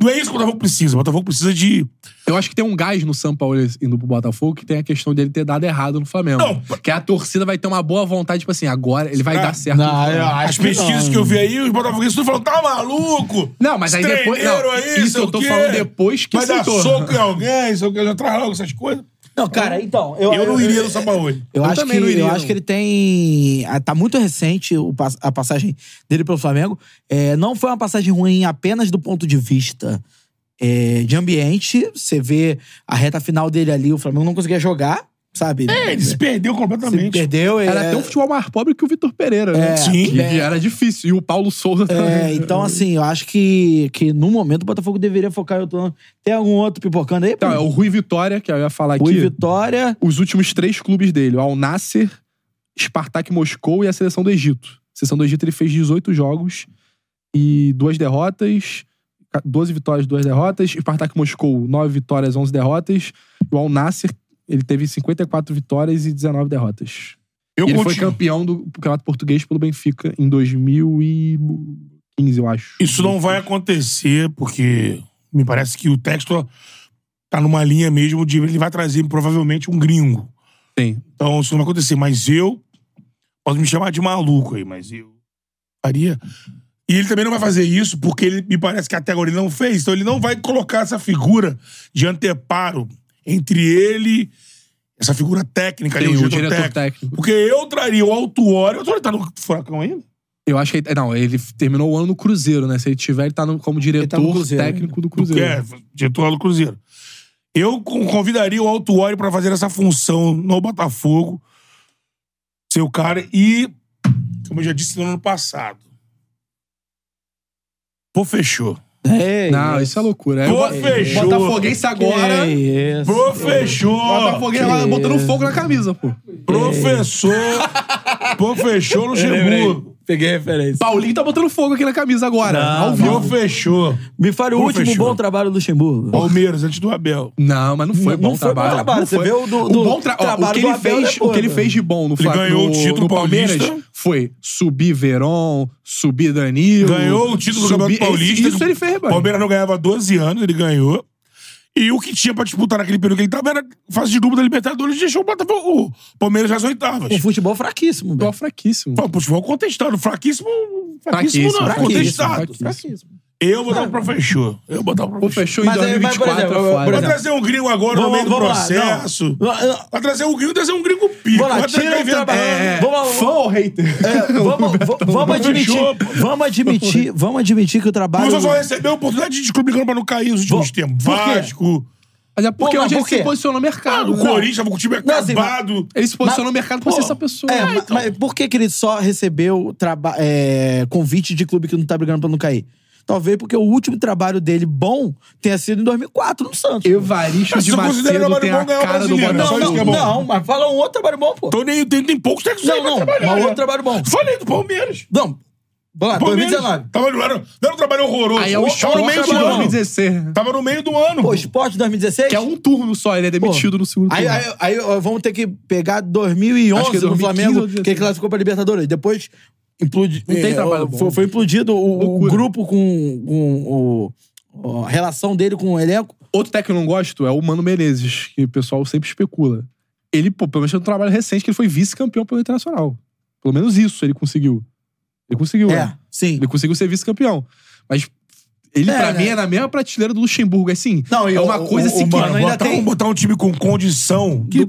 Speaker 2: não é isso que o Botafogo precisa. O Botafogo precisa de
Speaker 3: Eu acho que tem um gás no São Paulo indo pro Botafogo que tem a questão dele ter dado errado no Flamengo.
Speaker 2: Não.
Speaker 3: Que a torcida vai ter uma boa vontade, tipo assim, agora ele vai
Speaker 2: Ah,
Speaker 3: dar certo. no Flamengo.
Speaker 2: As pesquisas que eu vi aí, os botafoguenses tudo falando, tá maluco?
Speaker 3: Não, mas aí
Speaker 2: Esse
Speaker 3: depois-
Speaker 2: treineiro
Speaker 3: não, isso
Speaker 2: é- sei
Speaker 3: eu tô
Speaker 2: o quê.
Speaker 3: falando depois que
Speaker 2: Vai dar
Speaker 3: aceitou.
Speaker 2: soco em alguém, sei o que, já traz logo essas coisas.
Speaker 1: Não, cara, então. Eu,
Speaker 2: Eu não iria no Sampaoli.
Speaker 1: Eu,
Speaker 3: Eu
Speaker 1: acho que,
Speaker 3: também não iria,
Speaker 1: eu
Speaker 3: não.
Speaker 1: acho que ele tem. ah, Tá muito recente o pas- a passagem dele pelo Flamengo. É, não foi uma passagem ruim apenas do ponto de vista é, de ambiente. Você vê a reta final dele ali, o Flamengo não conseguia jogar, sabe?
Speaker 2: É, ele se perdeu
Speaker 1: se
Speaker 2: completamente.
Speaker 1: perdeu.
Speaker 3: Era
Speaker 1: é,
Speaker 3: até um futebol mais pobre que o Vitor Pereira, né?
Speaker 2: Sim.
Speaker 3: Que era difícil. E o Paulo Souza
Speaker 1: é,
Speaker 3: também.
Speaker 1: então, assim, eu acho que, que no momento o Botafogo deveria focar em outro nome. Tem algum outro pipocando aí?
Speaker 3: Então, é o Rui Vitória, que eu ia falar aqui.
Speaker 1: Rui Vitória.
Speaker 3: os últimos três clubes dele: o Al Nasser, Spartak Moscou e a seleção do Egito. A seleção do Egito ele fez 18 jogos e duas derrotas, 12 vitórias, duas derrotas. Spartak Moscou, 9 vitórias, 11 derrotas. O Al Nasser, ele teve 54 vitórias e 19 derrotas.
Speaker 2: Eu
Speaker 3: E ele foi
Speaker 2: continuo.
Speaker 3: campeão do Campeonato Português pelo Benfica em 2015, eu acho.
Speaker 2: Isso não vai acontecer, porque me parece que o texto tá numa linha mesmo de ele vai trazer provavelmente um gringo.
Speaker 3: Sim.
Speaker 2: Então isso não vai acontecer. Mas eu. Pode me chamar de maluco aí, mas eu faria. E ele também não vai fazer isso, porque ele me parece que até agora ele não fez. Então ele não vai colocar essa figura de anteparo entre ele, essa figura técnica ali,
Speaker 3: Tem
Speaker 2: o
Speaker 3: o
Speaker 2: diretor,
Speaker 3: diretor
Speaker 2: técnico.
Speaker 3: técnico.
Speaker 2: Porque eu traria o Altuori. O Altuori tá no Furacão ainda?
Speaker 3: Eu acho que. Ele, não, ele terminou o ano no Cruzeiro, né? Se ele tiver, ele tá no- como diretor
Speaker 1: tá no Cruzeiro
Speaker 3: técnico do
Speaker 2: Porque
Speaker 3: Cruzeiro.
Speaker 2: é, diretor do Cruzeiro. Eu con- convidaria o Altuori pra fazer essa função no Botafogo, ser o cara, e, como eu já disse no ano passado, pô, fechou.
Speaker 1: É,
Speaker 3: Não, isso é loucura. É,
Speaker 2: Pô,
Speaker 3: o Bo-
Speaker 2: fechou.
Speaker 3: Botafoguense agora.
Speaker 1: Que isso.
Speaker 2: Pô, fechou!
Speaker 3: Botafoguense agora
Speaker 1: Que
Speaker 3: botando
Speaker 1: isso.
Speaker 3: fogo na camisa, pô.
Speaker 2: Professor! Professor
Speaker 3: é
Speaker 2: Luxemburgo!
Speaker 1: Peguei a referência.
Speaker 3: Paulinho tá botando fogo aqui na camisa agora.
Speaker 1: Não,
Speaker 3: ao vivo.
Speaker 2: Professor!
Speaker 1: Me fale o
Speaker 2: Pô,
Speaker 1: último
Speaker 2: fechou.
Speaker 1: bom trabalho do Luxemburgo.
Speaker 2: Palmeiras, antes do Abel.
Speaker 3: Não, mas não foi
Speaker 1: Não-
Speaker 3: bom
Speaker 1: não foi bom
Speaker 3: trabalho.
Speaker 1: trabalho.
Speaker 3: Não
Speaker 1: Você
Speaker 3: foi.
Speaker 1: vê o do-
Speaker 3: o
Speaker 1: do
Speaker 3: bom tra- ó,
Speaker 1: trabalho
Speaker 3: o que
Speaker 1: do
Speaker 3: ele
Speaker 1: Abel
Speaker 3: fez,
Speaker 1: depois,
Speaker 3: o que ele
Speaker 1: né?
Speaker 3: fez de bom no
Speaker 2: Ele
Speaker 3: Fla-
Speaker 2: ganhou o
Speaker 3: no-
Speaker 2: título
Speaker 3: no Palmeiras
Speaker 2: paulista.
Speaker 3: foi subir Verón, subir Danilo.
Speaker 2: Ganhou o título do
Speaker 3: subir-
Speaker 2: Campeonato Paulista.
Speaker 3: Isso, isso ele fez,
Speaker 2: O
Speaker 3: mano.
Speaker 2: Palmeiras não ganhava há 12 anos, ele ganhou. E o que tinha pra disputar naquele período que ele tava era fase de dupla da Libertadores, deixou o Botafogo. O Palmeiras nas oitavas.
Speaker 1: Um futebol fraquíssimo,
Speaker 3: Futebol
Speaker 1: velho.
Speaker 3: fraquíssimo.
Speaker 2: Foi um futebol é contestado. Fraquíssimo. Fraquíssimo,
Speaker 3: Fraquíssimo,
Speaker 2: não.
Speaker 3: fraquíssimo,
Speaker 2: contestado.
Speaker 3: fraquíssimo.
Speaker 1: Fraquíssimo.
Speaker 2: Eu vou dar pro Fechou. Eu vou dar pro
Speaker 3: Pô,
Speaker 2: Fechou.
Speaker 3: fechou em
Speaker 1: Mas aí, mas, por
Speaker 3: 2024, é
Speaker 1: exemplo,
Speaker 3: foda.
Speaker 1: por
Speaker 2: Vai
Speaker 1: exemplo,
Speaker 2: trazer um gringo agora no
Speaker 1: Vamos-
Speaker 2: meio do
Speaker 1: vamos lá, não.
Speaker 2: processo.
Speaker 1: Não.
Speaker 2: Vai trazer um gringo, trazer um gringo pico.
Speaker 1: Vamos lá,
Speaker 2: Vai trazer-
Speaker 1: tira
Speaker 2: vai
Speaker 1: o trabalho.
Speaker 2: É.
Speaker 1: Vamos- é,
Speaker 3: Fã ou hater?
Speaker 1: Vamos, va- vamos admitir,
Speaker 2: Fechou, pô.
Speaker 1: vamos admitir, vamos admitir que o trabalho.
Speaker 2: Você só recebeu a oportunidade de clube ligando pra não cair nos últimos
Speaker 1: Vou-
Speaker 2: tempos.
Speaker 1: Por quê?
Speaker 2: Vasco.
Speaker 3: Mas é porque
Speaker 1: Pô, mas
Speaker 3: hoje ele
Speaker 1: por quê?
Speaker 3: se posiciona no mercado.
Speaker 2: O
Speaker 3: né?
Speaker 2: Corinthians tava com o time
Speaker 1: Não, assim,
Speaker 2: acabado.
Speaker 3: Ele se
Speaker 1: Mas-
Speaker 3: posiciona no mercado pra
Speaker 1: Pô,
Speaker 3: ser essa pessoa.
Speaker 1: É,
Speaker 3: Ah,
Speaker 1: ma-
Speaker 3: então.
Speaker 1: mas por que, que ele só recebeu traba- é, convite de clube que não tá brigando pra não cair? Talvez porque o último trabalho dele bom tenha sido em 2004 no Santos.
Speaker 3: Evaristo
Speaker 2: Mas
Speaker 3: de
Speaker 2: se eu considero
Speaker 3: Macedo
Speaker 2: o
Speaker 3: tem a
Speaker 2: Mario Bom ganhar o
Speaker 3: cara do
Speaker 2: brasileiro,
Speaker 1: é Não,
Speaker 2: só isso
Speaker 1: não,
Speaker 2: que é
Speaker 3: Botafogo.
Speaker 2: bom.
Speaker 1: não, mas fala um outro trabalho bom, pô.
Speaker 2: Então nem tem, tem poucos técnicos
Speaker 1: Não,
Speaker 2: aí pra
Speaker 1: não,
Speaker 2: trabalhar,
Speaker 1: mas um
Speaker 2: né?
Speaker 1: outro trabalho bom.
Speaker 2: Falei do Palmeiras.
Speaker 1: Não,
Speaker 3: Ah,
Speaker 1: vamos lá,
Speaker 2: Palmeiras
Speaker 1: 2019.
Speaker 2: Tava no, era, não era um trabalho horroroso.
Speaker 3: Aí é o
Speaker 2: Tava no meio
Speaker 3: esporte
Speaker 2: do
Speaker 3: de
Speaker 2: ano.
Speaker 3: 2016.
Speaker 2: Tava no meio do ano.
Speaker 1: Pô, esporte 2016?
Speaker 3: Que é um turno só, ele é demitido no segundo
Speaker 1: Aí,
Speaker 3: turno.
Speaker 1: aí, aí, ó, vamos ter que pegar 2011
Speaker 3: Acho que é
Speaker 1: no
Speaker 3: 2015 ou
Speaker 1: Flamengo,
Speaker 3: 2016.
Speaker 1: que classificou pra Libertadores. Depois implodi,
Speaker 3: Não tem
Speaker 1: eh,
Speaker 3: trabalho
Speaker 1: foi,
Speaker 3: bom. né?
Speaker 1: foi implodido o, o
Speaker 3: Loucura.
Speaker 1: grupo com, com o, a relação dele com o elenco.
Speaker 3: Outro técnico que eu não gosto é o Mano Menezes, que o pessoal sempre especula. Ele, pô, pelo menos tem um trabalho recente que ele foi vice-campeão pelo Internacional. Pelo menos isso ele conseguiu. Ele conseguiu,
Speaker 1: é,
Speaker 3: né?
Speaker 1: sim.
Speaker 3: Ele conseguiu ser vice-campeão. Mas ele,
Speaker 1: É,
Speaker 3: pra
Speaker 1: né?
Speaker 3: mim, é na mesma prateleira do Luxemburgo. É assim,
Speaker 1: Não, e
Speaker 3: é
Speaker 1: o-
Speaker 3: uma coisa
Speaker 1: o-
Speaker 3: assim
Speaker 1: o
Speaker 3: que...
Speaker 1: Mano ainda
Speaker 2: botar,
Speaker 1: tem-
Speaker 2: um, botar um time com condição que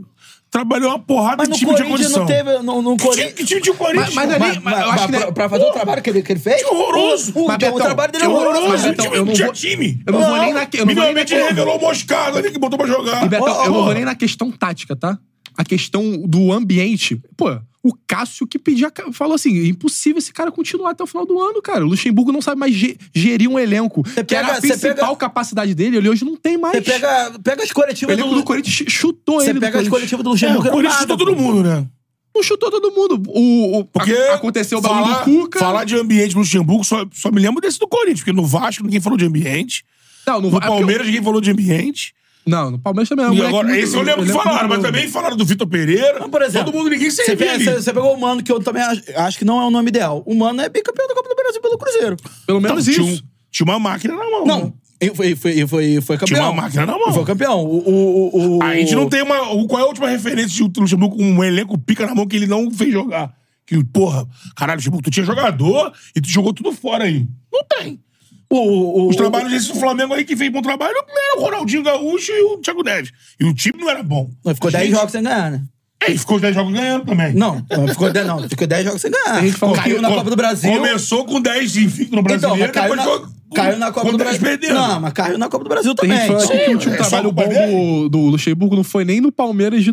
Speaker 2: trabalhou uma porrada
Speaker 1: Mas
Speaker 2: de
Speaker 1: no
Speaker 3: um
Speaker 2: time de
Speaker 1: Corinthians
Speaker 2: condição.
Speaker 1: não teve. No, no
Speaker 2: Que time,
Speaker 1: Corinthians.
Speaker 2: que time de Corinthians?
Speaker 3: Mas- mas não é nem- mas eu acho que um não é-
Speaker 1: pra, pra fazer o trabalho que ele, que ele fez?
Speaker 2: Que horroroso. então,
Speaker 1: O, o,
Speaker 3: Mas,
Speaker 1: o
Speaker 3: Betão,
Speaker 1: trabalho dele é
Speaker 3: que
Speaker 1: horroroso.
Speaker 3: horroroso.
Speaker 2: Mas,
Speaker 3: Betão,
Speaker 2: time,
Speaker 3: eu não
Speaker 2: tinha
Speaker 3: vou-
Speaker 2: time.
Speaker 3: eu não vou nem na- eu não vou nem
Speaker 2: Finalmente
Speaker 3: na-
Speaker 2: revelou o Moscardo ali que botou pra jogar.
Speaker 3: E Betão,
Speaker 1: Ó, ó,
Speaker 3: eu
Speaker 1: ó.
Speaker 3: não vou nem na questão tática, tá? A questão do ambiente. Pô, o Cássio que pedia. Falou assim: é impossível esse cara continuar até o final do ano, cara. O Luxemburgo não sabe mais ge- gerir um elenco. que
Speaker 1: pega-
Speaker 3: era a
Speaker 1: você
Speaker 3: principal
Speaker 1: pega-
Speaker 3: capacidade dele, ele hoje não tem mais.
Speaker 1: Você pega, pega as
Speaker 3: o
Speaker 1: coletivas
Speaker 3: elenco do
Speaker 1: do.
Speaker 3: Corinthians ch- chutou
Speaker 1: Você
Speaker 3: ele. do
Speaker 1: pega as
Speaker 3: Corinthians.
Speaker 1: coletivas do
Speaker 2: É, o
Speaker 1: Luxemburgo. era
Speaker 2: Corinthians
Speaker 1: nada,
Speaker 3: tá
Speaker 2: chutou
Speaker 1: pô.
Speaker 2: todo mundo, né?
Speaker 3: Não chutou todo mundo. O, o-
Speaker 2: Porque
Speaker 3: a- aconteceu o bagulho
Speaker 2: falar-
Speaker 3: do Cuca.
Speaker 2: Falar de ambiente no Luxemburgo, só, só me lembro desse do Corinthians, porque no Vasco ninguém falou de ambiente.
Speaker 3: não, não
Speaker 2: No
Speaker 3: vai- é porque
Speaker 2: Palmeiras ninguém falou de ambiente.
Speaker 3: eu- não, no Palmeiras também. é um
Speaker 2: E
Speaker 3: moleque
Speaker 2: agora,
Speaker 3: muito-
Speaker 2: esse eu lembro que
Speaker 3: elenco
Speaker 2: falaram,
Speaker 3: muito
Speaker 2: mas
Speaker 3: novo.
Speaker 2: também falaram do Vitor Pereira.
Speaker 1: Mas, por exemplo,
Speaker 2: todo mundo, ninguém
Speaker 1: Você,
Speaker 2: servia
Speaker 1: pega-
Speaker 2: ali.
Speaker 1: você- você pegou o Mano, que eu também acho, acho que não é o nome ideal. O Mano é bicampeão da Copa do Brasil pelo Cruzeiro.
Speaker 3: Pelo
Speaker 2: Então,
Speaker 3: menos
Speaker 2: tinha, um-
Speaker 3: isso.
Speaker 2: tinha uma máquina na mão.
Speaker 1: Não, e foi, e foi, e foi, e foi campeão.
Speaker 2: Tinha uma máquina na mão.
Speaker 1: E Foi campeão. O, o, o- o-
Speaker 2: A gente não tem uma. o- Qual é a última referência de o Luxemburgo com um elenco pica na mão que ele não fez jogar? Que, porra, caralho, Luxemburgo, tu tinha jogador e tu jogou tudo fora aí. Não tem.
Speaker 1: O, o, o-
Speaker 2: Os trabalhos desse do Flamengo aí que fez bom trabalho era o Ronaldinho Gaúcho e o Thiago Neves. E o time não era bom.
Speaker 1: Mas ficou 10 jogos sem ganhar, né?
Speaker 2: É, e ficou os 10 jogos ganhando também.
Speaker 1: Não, mas ficou 10, não, ficou 10 jogos sem ganhar.
Speaker 3: gente falou-
Speaker 1: caiu na
Speaker 2: Co-
Speaker 1: Copa do Brasil.
Speaker 2: Começou com 10 invicto no
Speaker 1: Então,
Speaker 2: Brasileiro,
Speaker 1: mas caiu
Speaker 2: depois
Speaker 1: na,
Speaker 2: jogou-
Speaker 1: caiu na Copa
Speaker 2: com
Speaker 1: do
Speaker 2: 10
Speaker 1: Brasil.
Speaker 2: perdendo.
Speaker 1: Não, mas caiu na Copa do Brasil
Speaker 3: Tem
Speaker 1: também.
Speaker 3: gente falando aqui que o último
Speaker 2: é só
Speaker 3: trabalho
Speaker 2: culpa
Speaker 3: bom
Speaker 2: dele.
Speaker 3: do, do Luxemburgo não foi nem no Palmeiras de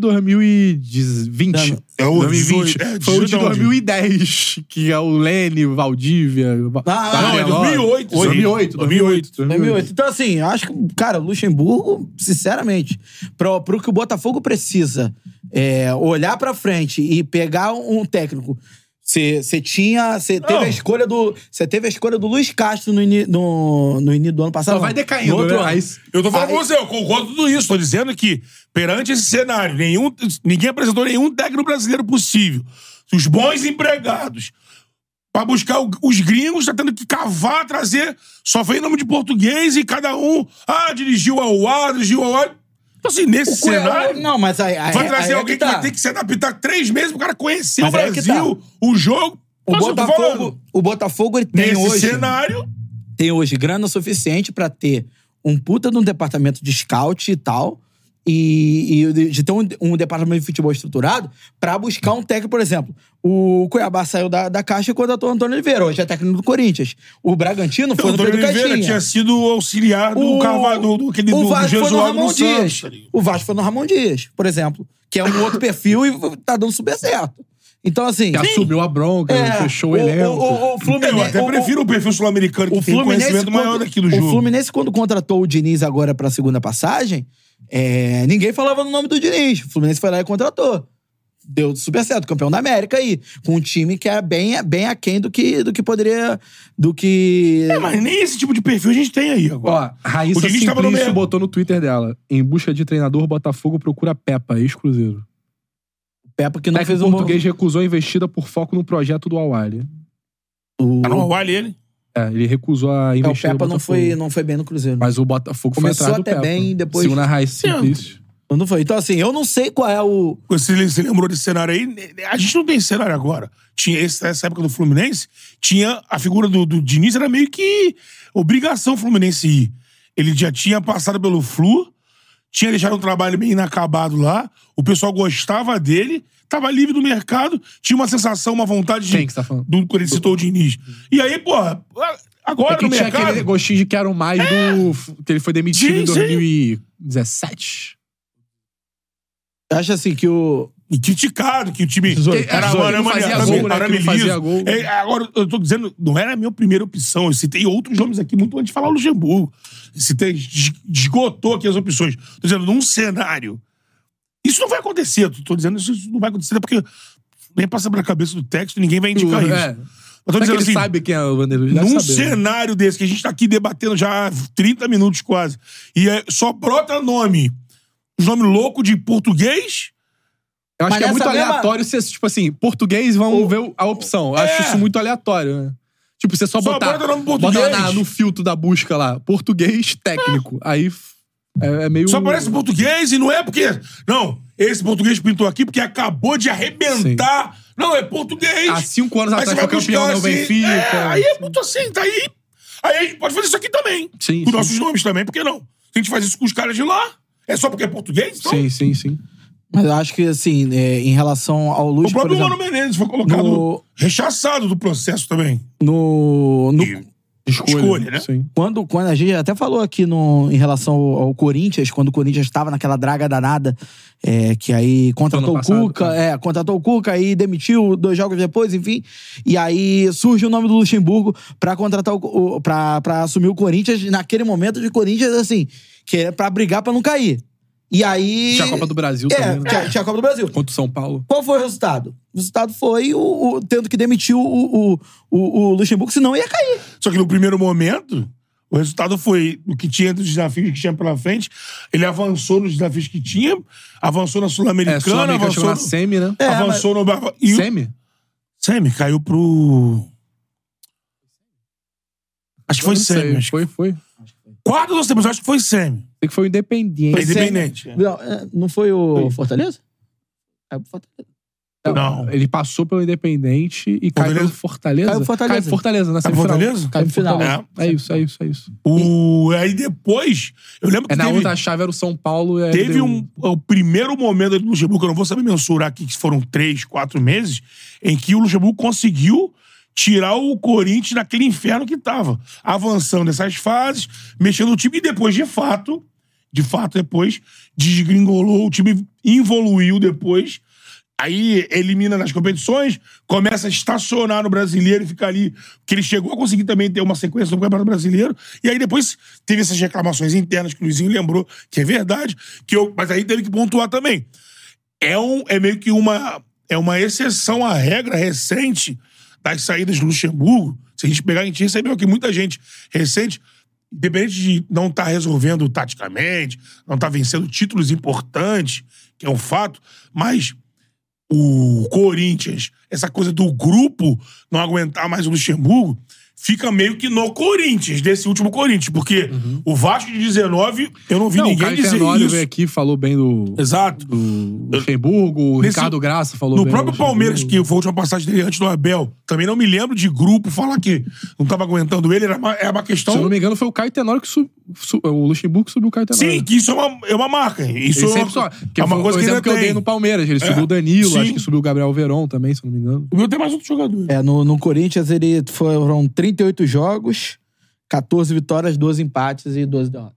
Speaker 3: 2020.
Speaker 2: É o
Speaker 3: 2020.
Speaker 2: 18, é,
Speaker 3: foi o
Speaker 2: 18
Speaker 3: de
Speaker 2: é onde?
Speaker 3: 2010, que é o Lene, Valdívia.
Speaker 1: Ah,
Speaker 2: Não, é 2008. isso aí.
Speaker 3: 2008,
Speaker 2: 2008.
Speaker 1: 2008. Então, assim, eu acho que, cara, o Luxemburgo, sinceramente, pro, pro que o Botafogo precisa é, olhar pra frente e pegar um técnico. Você tinha. Você teve
Speaker 2: Não.
Speaker 1: a escolha do. Você teve a escolha do Luiz Castro no, ini- no, no início do ano passado.
Speaker 3: Só vai
Speaker 1: não.
Speaker 3: decaindo,
Speaker 1: No outro
Speaker 3: né?
Speaker 1: ano.
Speaker 3: Aí-
Speaker 2: Eu tô falando
Speaker 1: Aí-
Speaker 2: com você, eu concordo com tudo isso. Tô dizendo que, perante esse cenário, nenhum, ninguém apresentou nenhum técnico brasileiro possível. Os bons empregados. Pra buscar o- os gringos, tá tendo que cavar, trazer. Só vem nome de português e cada um. Ah, dirigiu ao ar, dirigiu ao ar. Então, assim, nesse
Speaker 1: O Cunha-
Speaker 2: cenário.
Speaker 1: Não, mas aí. aí
Speaker 2: Vai trazer
Speaker 1: aí é
Speaker 2: alguém que,
Speaker 1: tá.
Speaker 2: vai ter que se adaptar três meses pro cara conhecer
Speaker 1: Mas
Speaker 2: o
Speaker 1: aí é que
Speaker 2: Brasil, o jogo.
Speaker 1: O
Speaker 2: Nossa, eu tô
Speaker 1: Botafogo,
Speaker 2: falando,
Speaker 1: o Botafogo ele tem
Speaker 2: Nesse
Speaker 1: hoje.
Speaker 2: cenário,
Speaker 1: tem hoje grana suficiente pra ter um puta de um departamento de scout e tal, e, e de- de ter um, um departamento de futebol estruturado pra buscar um técnico, por exemplo. O Cuiabá saiu da, da caixa e contratou o Antônio Oliveira, hoje é técnico do Corinthians. O Bragantino
Speaker 2: o
Speaker 1: foi no
Speaker 2: Antônio
Speaker 1: Pedro
Speaker 2: Oliveira
Speaker 1: Caixinha.
Speaker 2: tinha sido auxiliar do Carvalho, do, aquele
Speaker 1: o
Speaker 2: do, do
Speaker 1: Vasco foi no
Speaker 2: Jesualdo
Speaker 1: Ramon
Speaker 2: no Santos. tá
Speaker 1: Dias. O Vasco foi no Ramon Dias, por exemplo, que é um outro perfil e tá dando super certo. Então, assim...
Speaker 3: Que assumiu a bronca,
Speaker 1: é,
Speaker 3: fechou o
Speaker 1: o,
Speaker 3: elenco.
Speaker 1: o, o Fluminense...
Speaker 2: É, Eu até
Speaker 1: o- o-
Speaker 2: prefiro o perfil sul-americano, que
Speaker 1: o
Speaker 2: tem um
Speaker 1: Fluminense,
Speaker 2: conhecimento maior
Speaker 1: quando-
Speaker 2: daqui do
Speaker 1: o
Speaker 2: jogo.
Speaker 1: Fluminense, quando contratou o Diniz agora pra segunda passagem, é, ninguém falava no nome do Diniz. O Fluminense foi lá e contratou. Deu super certo, campeão da América aí. Com um time que era bem, bem aquém do que, do que poderia. Do que.
Speaker 2: É, mas nem esse tipo de perfil a gente tem aí agora.
Speaker 3: Ó, Raíssa
Speaker 2: O Diniz tá tava no
Speaker 3: Simplício
Speaker 2: meio.
Speaker 3: botou no Twitter dela. Em busca de treinador, Botafogo procura Peppa, ex-cruzeiro.
Speaker 1: Pepa que
Speaker 3: O
Speaker 1: não fez
Speaker 3: técnico
Speaker 1: um bom.
Speaker 3: português recusou a investida por foco no projeto do Awali.
Speaker 2: Tá no Hawaii ele.
Speaker 3: É, ele recusou a
Speaker 1: É, o
Speaker 3: investida. do
Speaker 1: Pepa não
Speaker 3: Botafogo.
Speaker 1: foi, não foi bem no Cruzeiro.
Speaker 3: Mas o Botafogo
Speaker 1: Começou
Speaker 3: foi atrás do
Speaker 1: até
Speaker 3: né? Peppa.
Speaker 1: bem, depois-
Speaker 3: Segundo a Raíssa Simplício.
Speaker 1: Não foi. Então, assim, eu não sei qual é o.
Speaker 2: Você, você lembrou desse cenário aí? A gente não tem esse cenário agora. Tinha esse- essa época do Fluminense, tinha a figura do, do Diniz, era meio que obrigação o Fluminense ir. Ele já tinha passado pelo Flu, tinha deixado um trabalho meio inacabado lá, o pessoal gostava dele, tava livre do mercado, tinha uma sensação, uma vontade de.
Speaker 3: Quem que você tá falando?
Speaker 2: Do, quando ele citou o Diniz. E aí, porra, agora
Speaker 3: É que
Speaker 2: no
Speaker 3: tinha
Speaker 2: mercado. É.
Speaker 3: aquele gostinho de quero mais do. que ele foi demitido
Speaker 2: Sim,
Speaker 3: em
Speaker 2: sim.
Speaker 3: 2017.
Speaker 1: Eu acho assim que o.
Speaker 2: E criticado que o time
Speaker 3: Tesouro,
Speaker 2: era
Speaker 3: tesouro.
Speaker 2: mano,
Speaker 3: Não
Speaker 2: mano,
Speaker 3: fazia
Speaker 2: arame-
Speaker 3: gol, né?
Speaker 2: arame
Speaker 3: Que não fazia
Speaker 2: liso.
Speaker 3: gol.
Speaker 2: É, agora, eu tô dizendo, não era a minha primeira opção. Eu citei outros nomes aqui muito antes de falar o Luxemburgo. Eu Citei, es- esgotou aqui as opções. Tô dizendo, num cenário. Isso não vai acontecer. Tô- Tô dizendo, isso não vai acontecer, até porque nem passa pela cabeça do texto, ninguém vai indicar isso.
Speaker 3: É.
Speaker 2: Mas tô
Speaker 3: Será que
Speaker 2: dizendo
Speaker 3: ele
Speaker 2: assim,
Speaker 3: sabe quem é o Vanderlei? Deve
Speaker 2: num
Speaker 3: saber, né?
Speaker 2: cenário desse que a gente tá aqui debatendo já há 30 minutos quase, e é- só brota nome, os nomes loucos de português.
Speaker 3: Eu acho
Speaker 1: Mas
Speaker 3: que é muito
Speaker 1: nessa mesma-
Speaker 3: aleatório ser, tipo assim, português vão ver o- a opção. Eu acho
Speaker 2: É.
Speaker 3: isso muito aleatório, né? Tipo, você só,
Speaker 2: Só
Speaker 3: botar.
Speaker 2: bota nome
Speaker 3: bota lá
Speaker 2: português.
Speaker 3: na- no filtro da busca lá, português técnico. Aí f- é, é meio.
Speaker 2: Só parece português e não é porque. Não, esse português pintou aqui porque acabou de arrebentar. Não, é português.
Speaker 3: Há cinco anos
Speaker 2: Aí
Speaker 3: atrás
Speaker 2: você
Speaker 3: foi
Speaker 2: vai
Speaker 3: tá campeão
Speaker 2: buscar
Speaker 3: do
Speaker 2: assim,
Speaker 3: Benfica.
Speaker 2: É, aí é muito assim, tá aí. Aí a gente pode fazer isso aqui também.
Speaker 3: Sim,
Speaker 2: Com
Speaker 3: sim.
Speaker 2: nossos nomes também, por que não? Se a gente faz isso com os caras de lá, é só porque é português? Então,
Speaker 3: Sim, sim, sim.
Speaker 1: Mas eu acho que, assim, é, em relação ao Luz.
Speaker 2: O próprio
Speaker 1: por
Speaker 2: Mano
Speaker 1: exemplo,
Speaker 2: Menezes foi colocado
Speaker 1: No-
Speaker 2: rechaçado do processo também.
Speaker 1: no, no,
Speaker 3: Escolha,
Speaker 2: Escolha, né?
Speaker 3: Sim.
Speaker 1: quando, quando a gente até falou aqui no, em relação ao, ao Corinthians, quando o Corinthians estava naquela draga danada, é, que aí contratou
Speaker 3: Ano
Speaker 1: o
Speaker 3: passado,
Speaker 1: Cuca,
Speaker 3: tá.
Speaker 1: é, contratou o Cuca aí demitiu dois jogos depois, enfim. E aí surge o nome do Luxemburgo pra contratar o, o pra, pra assumir o Corinthians naquele momento de Corinthians assim, que é pra brigar pra não cair. E aí
Speaker 3: Tinha a Copa do Brasil
Speaker 1: é,
Speaker 3: também, né?
Speaker 1: tinha- tinha a Copa do Brasil.
Speaker 3: Contra o São Paulo.
Speaker 1: Qual foi o resultado? O resultado foi o, o- tendo que demitir o, o, o, o Luxemburgo, senão ia cair.
Speaker 2: Só que no primeiro momento, o resultado foi o que tinha dos desafios que tinha pela frente. Ele avançou nos desafios que tinha, avançou na
Speaker 3: É,
Speaker 2: Sul-Americana,
Speaker 3: Sul-Americana chegou
Speaker 2: avançou,
Speaker 3: na semi, né?
Speaker 1: É,
Speaker 2: avançou no. E o
Speaker 3: Semi?
Speaker 2: Semi caiu pro. Acho que foi
Speaker 3: Eu não sei.
Speaker 2: Semi. Acho que...
Speaker 3: Foi, foi. Sei
Speaker 2: Quarto ou mas acho que foi Semi.
Speaker 3: que foi o Independiente.
Speaker 1: Semi.
Speaker 2: Independente. é.
Speaker 1: Não, é, não foi o Fortaleza? É o Fortaleza.
Speaker 2: Não.
Speaker 3: Ele passou pelo Independente e
Speaker 2: Fortaleza?
Speaker 3: caiu pelo Fortaleza.
Speaker 1: Caiu pro Fortaleza.
Speaker 3: Caiu pro Fortaleza na
Speaker 2: Sabe
Speaker 3: semifinal.
Speaker 2: Fortaleza?
Speaker 1: Caiu pro final.
Speaker 3: Fortaleza. É isso, é isso, é isso.
Speaker 2: O... Aí depois, eu lembro que
Speaker 3: É na
Speaker 2: teve,
Speaker 3: outra chave era o São Paulo. e a
Speaker 2: teve
Speaker 3: LDU.
Speaker 2: um, o primeiro momento do Luxemburgo, eu não vou saber mensurar aqui, que foram três, quatro meses, em que o Luxemburgo conseguiu tirar o Corinthians daquele inferno que tava. Avançando essas fases, mexendo o time, e depois, de fato, de fato, depois, desgringolou, o time evoluiu depois. Aí elimina nas competições, começa a estacionar no brasileiro e fica ali. Porque ele chegou a conseguir também ter uma sequência no Campeonato Brasileiro. E aí depois teve essas reclamações internas que o Luizinho lembrou, que é verdade. Que eu, mas aí teve que pontuar também. É, um, é meio que uma, é uma exceção à regra recente das saídas do Luxemburgo. Se a gente pegar, a gente recebeu aqui muita gente recente, independente de não estar resolvendo taticamente, não estar vencendo títulos importantes, que é um fato, mas o Corinthians, essa coisa do grupo não aguentar mais o Luxemburgo, fica meio que no Corinthians, desse último Corinthians, porque o Vasco de 19, eu não vi
Speaker 3: Uhum. Não, o
Speaker 2: ninguém
Speaker 3: Caio
Speaker 2: dizer
Speaker 3: Tenório
Speaker 2: isso.
Speaker 3: veio aqui, falou bem do,
Speaker 2: Exato.
Speaker 3: do Luxemburgo, o
Speaker 2: Nesse-
Speaker 3: Ricardo Graça falou
Speaker 2: No
Speaker 3: bem.
Speaker 2: próprio
Speaker 3: do Luxemburgo.
Speaker 2: Palmeiras, que foi a última passagem dele antes do Abel, também não me lembro de grupo falar que não tava aguentando ele, era uma, é uma
Speaker 3: Se eu não
Speaker 2: questão.
Speaker 3: me engano, foi o Caio Tenório que subiu. o Luxemburgo que subiu o Caio Tenório.
Speaker 2: Sim, que isso é uma, é uma marca. Isso
Speaker 3: Ele
Speaker 2: é uma,
Speaker 3: sempre só. Que
Speaker 2: é uma
Speaker 3: foi
Speaker 2: coisa
Speaker 3: o
Speaker 2: que
Speaker 3: exemplo
Speaker 2: ele
Speaker 3: que eu dei
Speaker 2: tem.
Speaker 3: no Palmeiras. Ele
Speaker 2: É.
Speaker 3: subiu o Danilo,
Speaker 2: Sim.
Speaker 3: acho que subiu o Gabriel Verón também, se eu não me engano.
Speaker 2: O meu tem mais outro jogador.
Speaker 1: É, no, no Corinthians ele foram 38 jogos, 14 vitórias, 12 empates e 12 derrotas.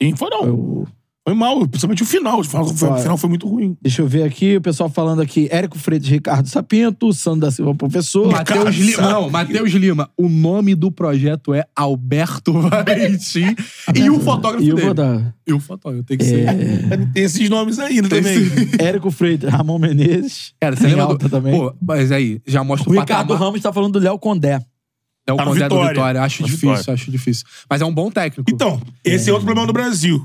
Speaker 2: E foi não.
Speaker 1: Eu-
Speaker 2: Foi mal, principalmente o final. O final foi, o
Speaker 1: Foi.
Speaker 2: final foi muito ruim.
Speaker 1: deixa eu ver aqui, o pessoal falando aqui, Érico Freitas, Ricardo Sapinto, Sandro da Silva, professor.
Speaker 3: Matheus
Speaker 2: Cara,
Speaker 3: Lima. Não, Matheus Lima. O nome do projeto é Alberto Valentim. e o fotógrafo
Speaker 1: e o
Speaker 3: dele.
Speaker 1: Vodar.
Speaker 3: E o fotógrafo, tem que
Speaker 2: É,
Speaker 3: ser.
Speaker 2: Tem esses nomes ainda
Speaker 3: Tem
Speaker 2: também.
Speaker 3: esse-
Speaker 1: É, Érico Freitas, Ramon Menezes.
Speaker 3: Cara,
Speaker 1: em
Speaker 3: você lembra
Speaker 1: alta
Speaker 3: do...
Speaker 1: também.
Speaker 3: Pô, mas aí, já mostra
Speaker 1: o
Speaker 3: o
Speaker 1: Ricardo
Speaker 3: patamar.
Speaker 1: Ramos tá falando do Léo Condé.
Speaker 3: É o
Speaker 2: Tá no
Speaker 3: Condé do
Speaker 2: Vitória.
Speaker 3: Vitória. Acho
Speaker 2: No
Speaker 3: difícil,
Speaker 2: Vitória.
Speaker 3: acho difícil. Mas é um bom técnico.
Speaker 2: Então, esse é outro problema do Brasil.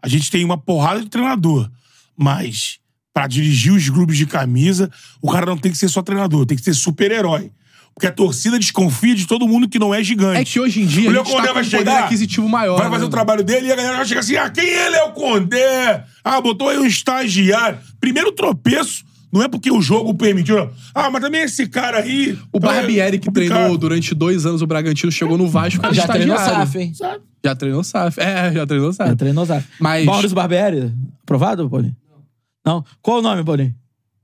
Speaker 2: A gente tem uma porrada de treinador, mas pra dirigir os grupos de camisa, o cara não tem que ser só treinador, tem que ser super-herói. Porque a torcida desconfia de todo mundo que não é gigante.
Speaker 3: É que hoje em dia
Speaker 2: o
Speaker 3: a
Speaker 2: Léo
Speaker 3: gente
Speaker 2: Condé
Speaker 3: tá com
Speaker 2: vai
Speaker 3: um poder
Speaker 2: chegar,
Speaker 3: aquisitivo maior.
Speaker 2: vai fazer
Speaker 3: né?
Speaker 2: o trabalho dele e a galera vai chegar assim: ah, quem é Léo Condé? Ah, botou aí um estagiário. Primeiro tropeço, não é porque o jogo permitiu. não. Ah, mas também esse cara aí. é
Speaker 3: O Barbieri, que treinou durante dois anos o Bragantino, chegou no Vasco era
Speaker 1: Ah, Já treinou
Speaker 3: Tá estagiário.
Speaker 1: SAF, hein?
Speaker 2: Sabe?
Speaker 3: Já treinou SAF. É, já treinou
Speaker 1: Já
Speaker 3: SAF.
Speaker 1: treinou SAF.
Speaker 3: Mas-
Speaker 1: Maurício Barbieri, aprovado, Paulinho? Não. Qual o nome, Paulinho?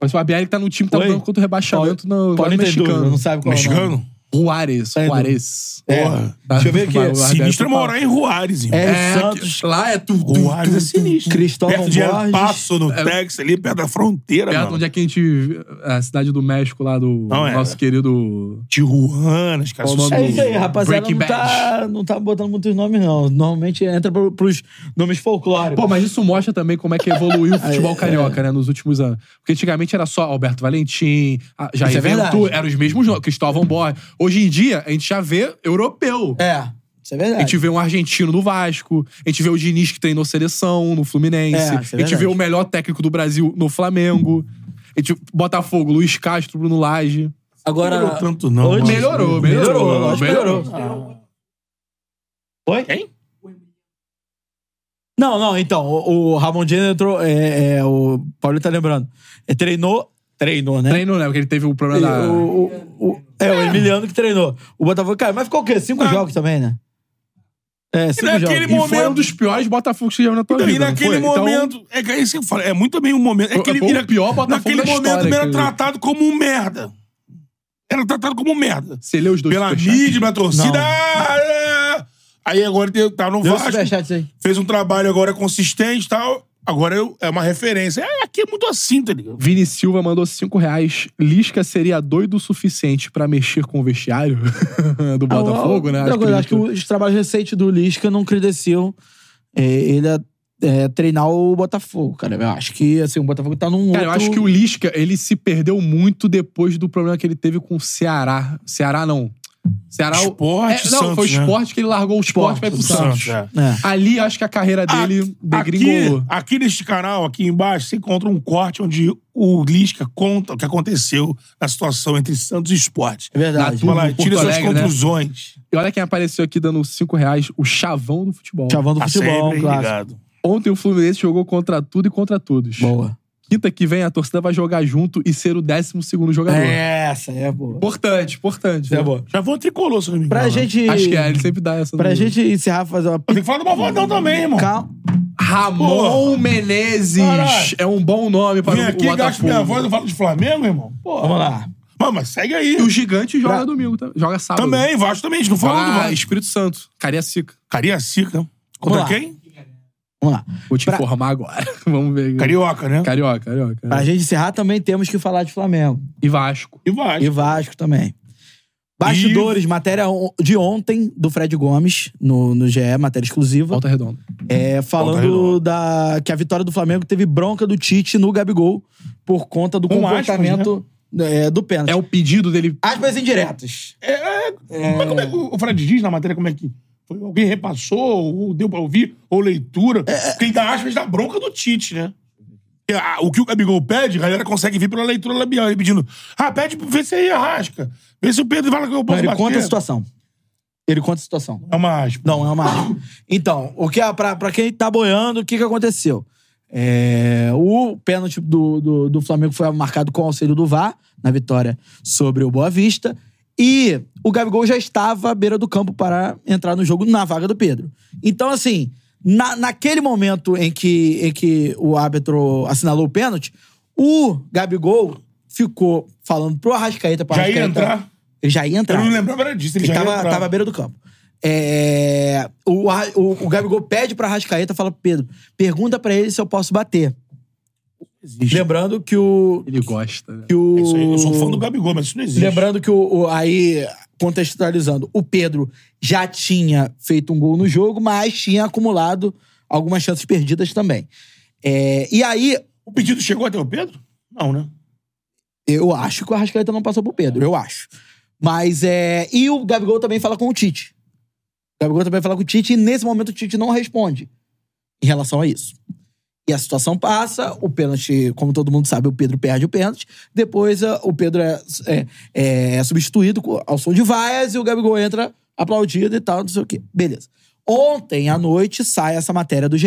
Speaker 3: Mas o Barbieri que tá no time que tá
Speaker 1: Oi?
Speaker 3: dando contra o rebaixamento no
Speaker 1: Paulinho
Speaker 3: no
Speaker 1: tem dúvida,
Speaker 3: mexicano.
Speaker 1: não sabe qual é o nome.
Speaker 2: Mexicano?
Speaker 3: Juárez.
Speaker 1: Tem
Speaker 3: Juárez.
Speaker 1: É.
Speaker 2: Porra.
Speaker 1: Deixa eu ver aqui.
Speaker 3: Vai, vai.
Speaker 2: Sinistro é
Speaker 1: Fala.
Speaker 2: morar em Juárez, irmão.
Speaker 1: É,
Speaker 3: É,
Speaker 1: o Santos.
Speaker 3: que- lá é tu, tu,
Speaker 2: Juárez
Speaker 3: tu,
Speaker 2: é
Speaker 3: tu,
Speaker 2: sinistro.
Speaker 1: Cristóvão
Speaker 2: Perto de El
Speaker 1: Borges.
Speaker 2: Passo, no Texas, ali, perto da fronteira,
Speaker 3: É. Perto
Speaker 2: mano.
Speaker 3: onde é que a gente. A cidade do México lá do
Speaker 2: Não é.
Speaker 3: nosso querido.
Speaker 2: Tijuana, os caras
Speaker 3: Qual o nome
Speaker 1: É
Speaker 2: sucedidos.
Speaker 1: isso aí, rapaziada.
Speaker 3: Breaking
Speaker 1: Não tá, não tá botando muitos nomes, não. Normalmente entra pro, pros nomes folclóricos.
Speaker 3: Pô, mas isso mostra também como é que evoluiu o futebol carioca, né, nos últimos anos. Porque antigamente era só Alberto Valentim, a- Jair
Speaker 1: Isso é verdade.
Speaker 3: Ventura, eram os mesmos nomes, Cristóvão Borges. Hoje em dia, a gente já vê europeu.
Speaker 1: É, isso é
Speaker 3: A gente
Speaker 1: verdade.
Speaker 3: vê um argentino no Vasco, a gente vê o Diniz que treinou seleção no Fluminense,
Speaker 1: É, isso é
Speaker 3: a gente
Speaker 1: verdade.
Speaker 3: vê o melhor técnico do Brasil no Flamengo, a gente Botafogo, Luiz Castro, Bruno Lage.
Speaker 2: Não
Speaker 1: Agora.
Speaker 2: melhorou tanto, não.
Speaker 1: Hoje-
Speaker 2: mano.
Speaker 3: Melhorou, melhorou.
Speaker 1: Melhorou, Ah. lógico que
Speaker 3: melhorou.
Speaker 1: melhorou. Oi?
Speaker 2: Quem?
Speaker 1: Não, não, então, o, o Ramon Dias entrou. É, é, o Paulinho tá lembrando. É, treinou. Treinou, né?
Speaker 3: Treinou, né? Porque ele teve o
Speaker 1: Ele-
Speaker 3: problema da...
Speaker 1: o- o- o- é, o Emiliano que treinou. O Botafogo, cara, mas ficou o quê? Cinco
Speaker 2: Ah.
Speaker 1: jogos também, né? É, cinco
Speaker 2: naquele
Speaker 1: jogos.
Speaker 3: E
Speaker 2: momento-
Speaker 3: foi um dos piores Botafogos que você já viu na tua
Speaker 2: E
Speaker 3: vida. não
Speaker 2: naquele
Speaker 3: foi? Então,
Speaker 2: momento. É que é isso que eu falo. É muito bem um momento. É
Speaker 3: Foi-
Speaker 2: que ele
Speaker 3: foi o
Speaker 2: vira-
Speaker 3: pior Botafogo é né?
Speaker 2: Naquele
Speaker 3: da
Speaker 2: momento
Speaker 3: história,
Speaker 2: ele era
Speaker 3: aquele-
Speaker 2: tratado como um merda. Era tratado como um merda.
Speaker 3: você leu os dois
Speaker 2: Pela
Speaker 3: superchats?
Speaker 2: mídia, pela torcida.
Speaker 1: Não.
Speaker 2: ah, é. Aí agora ele tá no
Speaker 1: Deu
Speaker 2: Vasco.
Speaker 1: superchat aí.
Speaker 2: Fez um trabalho agora consistente e tal. Agora eu- é uma referência. É, aqui é muito assim, tá ligado?
Speaker 3: Vini Silva mandou 5 reais. Lisca seria doido o suficiente pra mexer com o vestiário do Botafogo,
Speaker 1: Ah,
Speaker 3: né?
Speaker 1: outra coisa, acho que os trabalhos recentes do Lisca não credenciam é, ele a é, treinar o Botafogo, cara. Eu acho que assim, o Botafogo tá num.
Speaker 3: Cara, eu
Speaker 1: outro-
Speaker 3: acho que o Lisca, ele se perdeu muito depois do problema que ele teve com o Ceará. Ceará não. Ceará. o-
Speaker 2: Esporte,
Speaker 3: É, não, foi o
Speaker 2: Santos, né?
Speaker 3: esporte que ele largou o esporte pra ir pro Santos.
Speaker 2: é.
Speaker 1: É.
Speaker 3: Ali acho que a carreira dele degringolou.
Speaker 2: Aqui, aqui neste canal, aqui embaixo, você encontra um corte onde o Lisca conta o que aconteceu na situação entre Santos e Esporte.
Speaker 1: É verdade.
Speaker 3: Na
Speaker 2: Vai lá,
Speaker 3: Porto
Speaker 2: tira suas
Speaker 3: Alegre, né?
Speaker 2: conclusões.
Speaker 3: E olha quem apareceu aqui dando 5 reais: o chavão do futebol. um
Speaker 1: Chavão do
Speaker 2: Tá
Speaker 1: futebol, é um
Speaker 2: sempre
Speaker 1: clássico.
Speaker 2: ligado.
Speaker 3: Ontem o Fluminense jogou contra tudo e contra todos.
Speaker 1: Boa.
Speaker 3: Quinta que vem a torcida vai jogar junto e ser o 12 segundo jogador.
Speaker 1: É, Essa é boa.
Speaker 3: Importante, importante.
Speaker 1: Essa é
Speaker 3: né?
Speaker 1: boa.
Speaker 2: Já vou tricolor, se não me engano.
Speaker 1: Pra
Speaker 2: né?
Speaker 1: gente.
Speaker 3: Acho que é, ele sempre dá essa.
Speaker 1: Pra
Speaker 3: no-
Speaker 1: gente encerrar, fazer uma.
Speaker 2: Eu tenho que falar do Malvadão também, irmão.
Speaker 1: Calma.
Speaker 3: Ramon Menezes
Speaker 2: Caralho.
Speaker 3: é um bom nome para
Speaker 2: Vem
Speaker 3: o
Speaker 2: aqui, gasto minha voz,
Speaker 3: Botafogo.
Speaker 2: eu falo de Flamengo, irmão. Pô,
Speaker 1: Vamos lá.
Speaker 2: Mano, mas segue
Speaker 3: E
Speaker 2: aí.
Speaker 3: o Gigante joga
Speaker 1: Pra-
Speaker 3: domingo, tá? joga sábado.
Speaker 2: Também, Vasco também, a gente não
Speaker 3: Joga
Speaker 2: fala do Vasco.
Speaker 3: Espírito Santo, Cariacica.
Speaker 2: Cariacica. Contra
Speaker 1: lá.
Speaker 2: quem?
Speaker 1: Vamos lá.
Speaker 3: Vou te
Speaker 1: Pra-
Speaker 3: informar agora. Vamos ver. aqui.
Speaker 2: Carioca, né?
Speaker 3: Carioca, carioca.
Speaker 1: Pra gente encerrar, também temos que falar de Flamengo.
Speaker 3: E Vasco.
Speaker 2: E Vasco.
Speaker 1: E Vasco também. Bastidores, matéria on- de ontem do Fred Gomes no, no GE, matéria exclusiva.
Speaker 3: Volta redonda.
Speaker 1: É, falando
Speaker 2: Redonda.
Speaker 1: da, que a vitória do Flamengo teve bronca do Tite no Gabigol por conta do
Speaker 2: Com
Speaker 1: comportamento é, do pênalti.
Speaker 3: É o pedido dele.
Speaker 1: Aspas indiretas.
Speaker 2: É, é, Mas como é que o o Fred diz na matéria como é que. Foi, alguém repassou, ou deu pra ouvir, ou leitura.
Speaker 1: É,
Speaker 2: Porque ele dá aspas da bronca do Tite, né? É, a- O que o Gabigol pede, a galera consegue vir pela leitura labial. Ele pedindo, ah, pede, vê se aí arrasca. Vê se o Pedro fala que eu
Speaker 1: Não,
Speaker 2: posso
Speaker 1: ele
Speaker 2: bater.
Speaker 1: conta a situação. Ele conta a situação.
Speaker 2: É uma aspa.
Speaker 1: Não, é uma aspa. Então, o que, a- pra, pra quem tá boiando, o que, que aconteceu? É, o pênalti do, do, do Flamengo foi marcado com o auxílio do VAR na vitória sobre o Boa Vista. E o Gabigol já estava à beira do campo para entrar no jogo na vaga do Pedro. Então, assim, na, naquele momento em que, em que o árbitro assinalou o pênalti, o Gabigol ficou falando pro Arrascaeta. Pro
Speaker 2: Já ia
Speaker 1: Arrascaeta-
Speaker 2: entrar?
Speaker 1: Ele já ia entrar.
Speaker 2: Eu não lembrava era disso. Ele,
Speaker 1: Tá. Ele
Speaker 2: já
Speaker 1: tava,
Speaker 2: ia entrar.
Speaker 1: tava à beira do campo. É, o, Arra- o, o Gabigol pede pra Rascaeta, fala, Pedro, pergunta pra ele se eu posso bater. Lembrando que o...
Speaker 3: Ele gosta. né?
Speaker 1: Que o
Speaker 2: É isso aí, eu sou fã do Gabigol, mas isso não existe.
Speaker 1: Lembrando que o, o- aí, contextualizando, o Pedro já tinha feito um gol no jogo, mas tinha acumulado algumas chances perdidas também. É, e aí,
Speaker 2: O pedido chegou até o Pedro? Não, né?
Speaker 1: eu acho que o Arrascaeta não passou pro Pedro, eu acho. Mas é. E o Gabigol também fala com o Tite. O Gabigol também fala com o Tite, e nesse momento o Tite não responde em relação a isso. E a situação passa, o pênalti, como todo mundo sabe, o Pedro perde o pênalti. Depois a- o Pedro é, é- é substituído co- ao som de vaias e o Gabigol entra aplaudido e tal, não sei o quê. Beleza. Ontem à noite sai essa matéria do GE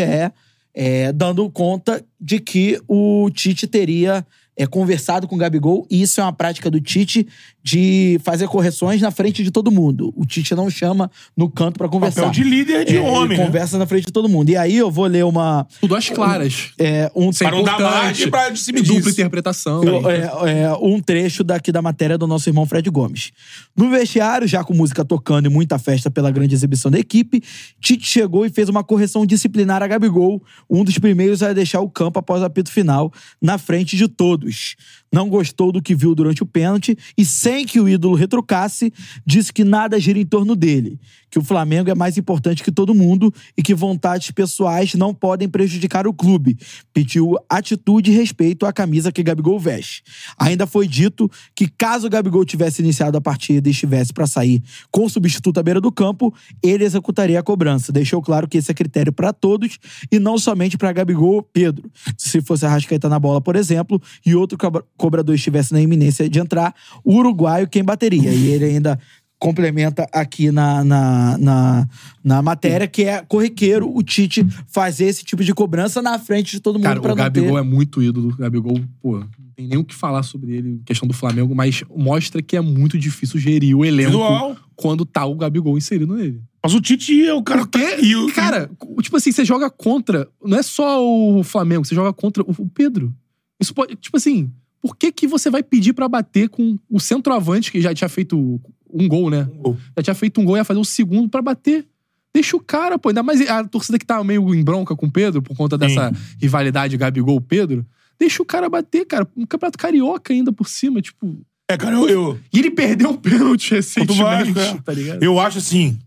Speaker 1: é, dando conta de que o Tite teria é, conversado com o Gabigol, e isso é uma prática do Tite de fazer correções na frente de todo mundo. O Tite não chama no canto pra conversar.
Speaker 2: Papel de líder de
Speaker 1: É, ele
Speaker 2: homem. né?
Speaker 1: Conversa na frente de todo mundo. E aí eu vou ler uma.
Speaker 3: Tudo às claras.
Speaker 1: é, um
Speaker 3: Isso é
Speaker 2: Para não dar
Speaker 3: importante.
Speaker 2: margem pra se medir
Speaker 3: Dupla
Speaker 2: isso.
Speaker 3: interpretação.
Speaker 1: eu-
Speaker 2: né?
Speaker 1: é, é, um trecho daqui da matéria do nosso irmão Fred Gomes. No vestiário, já com música tocando e muita festa pela grande exibição da equipe, Tite chegou e fez uma correção disciplinar a Gabigol, um dos primeiros a deixar o campo após o apito final, na frente de todos. Não gostou do que viu durante o pênalti e, sem que o ídolo retrucasse, disse que nada gira em torno dele, que o Flamengo é mais importante que todo mundo e que vontades pessoais não podem prejudicar o clube. Pediu atitude e respeito à camisa que Gabigol veste. Ainda foi dito que caso Gabigol tivesse iniciado a partida e estivesse para sair com o substituto à beira do campo, ele executaria a cobrança. Deixou claro que esse é critério para todos e não somente para Gabigol ou Pedro. Se fosse a Rascaeta na bola, por exemplo, e outro cabra- cobrador estivesse na iminência de entrar, o uruguaio quem bateria. E ele ainda complementa aqui na, na, na, na matéria, que é corriqueiro o Tite fazer esse tipo de cobrança na frente de todo mundo
Speaker 3: Cara,
Speaker 1: pra
Speaker 3: o
Speaker 1: não ter...
Speaker 3: Gabigol é muito ídolo. O Gabigol, pô, não tem nem o que falar sobre ele, questão do Flamengo, mas mostra que é muito difícil gerir o elenco
Speaker 2: Visual.
Speaker 3: quando tá o Gabigol inserido nele.
Speaker 2: Mas o Tite é o cara que. E o,
Speaker 3: Cara, tipo assim, você joga contra. Não é só o Flamengo, você joga contra o- o Pedro. Isso pode. Tipo assim, por que, que você vai pedir pra bater com o centroavante que já tinha feito um gol, né? Já tinha feito um gol e ia fazer o segundo pra bater. Deixa o cara, pô. Ainda mais a torcida que tá meio em bronca com o Pedro por conta dessa rivalidade Gabigol-Pedro. Deixa o cara bater, cara. Um campeonato carioca ainda por cima, tipo.
Speaker 2: É, cara, eu, eu,
Speaker 3: E ele perdeu um pênalti recentemente,
Speaker 2: Vasco, é.
Speaker 3: tá ligado?
Speaker 2: eu acho assim.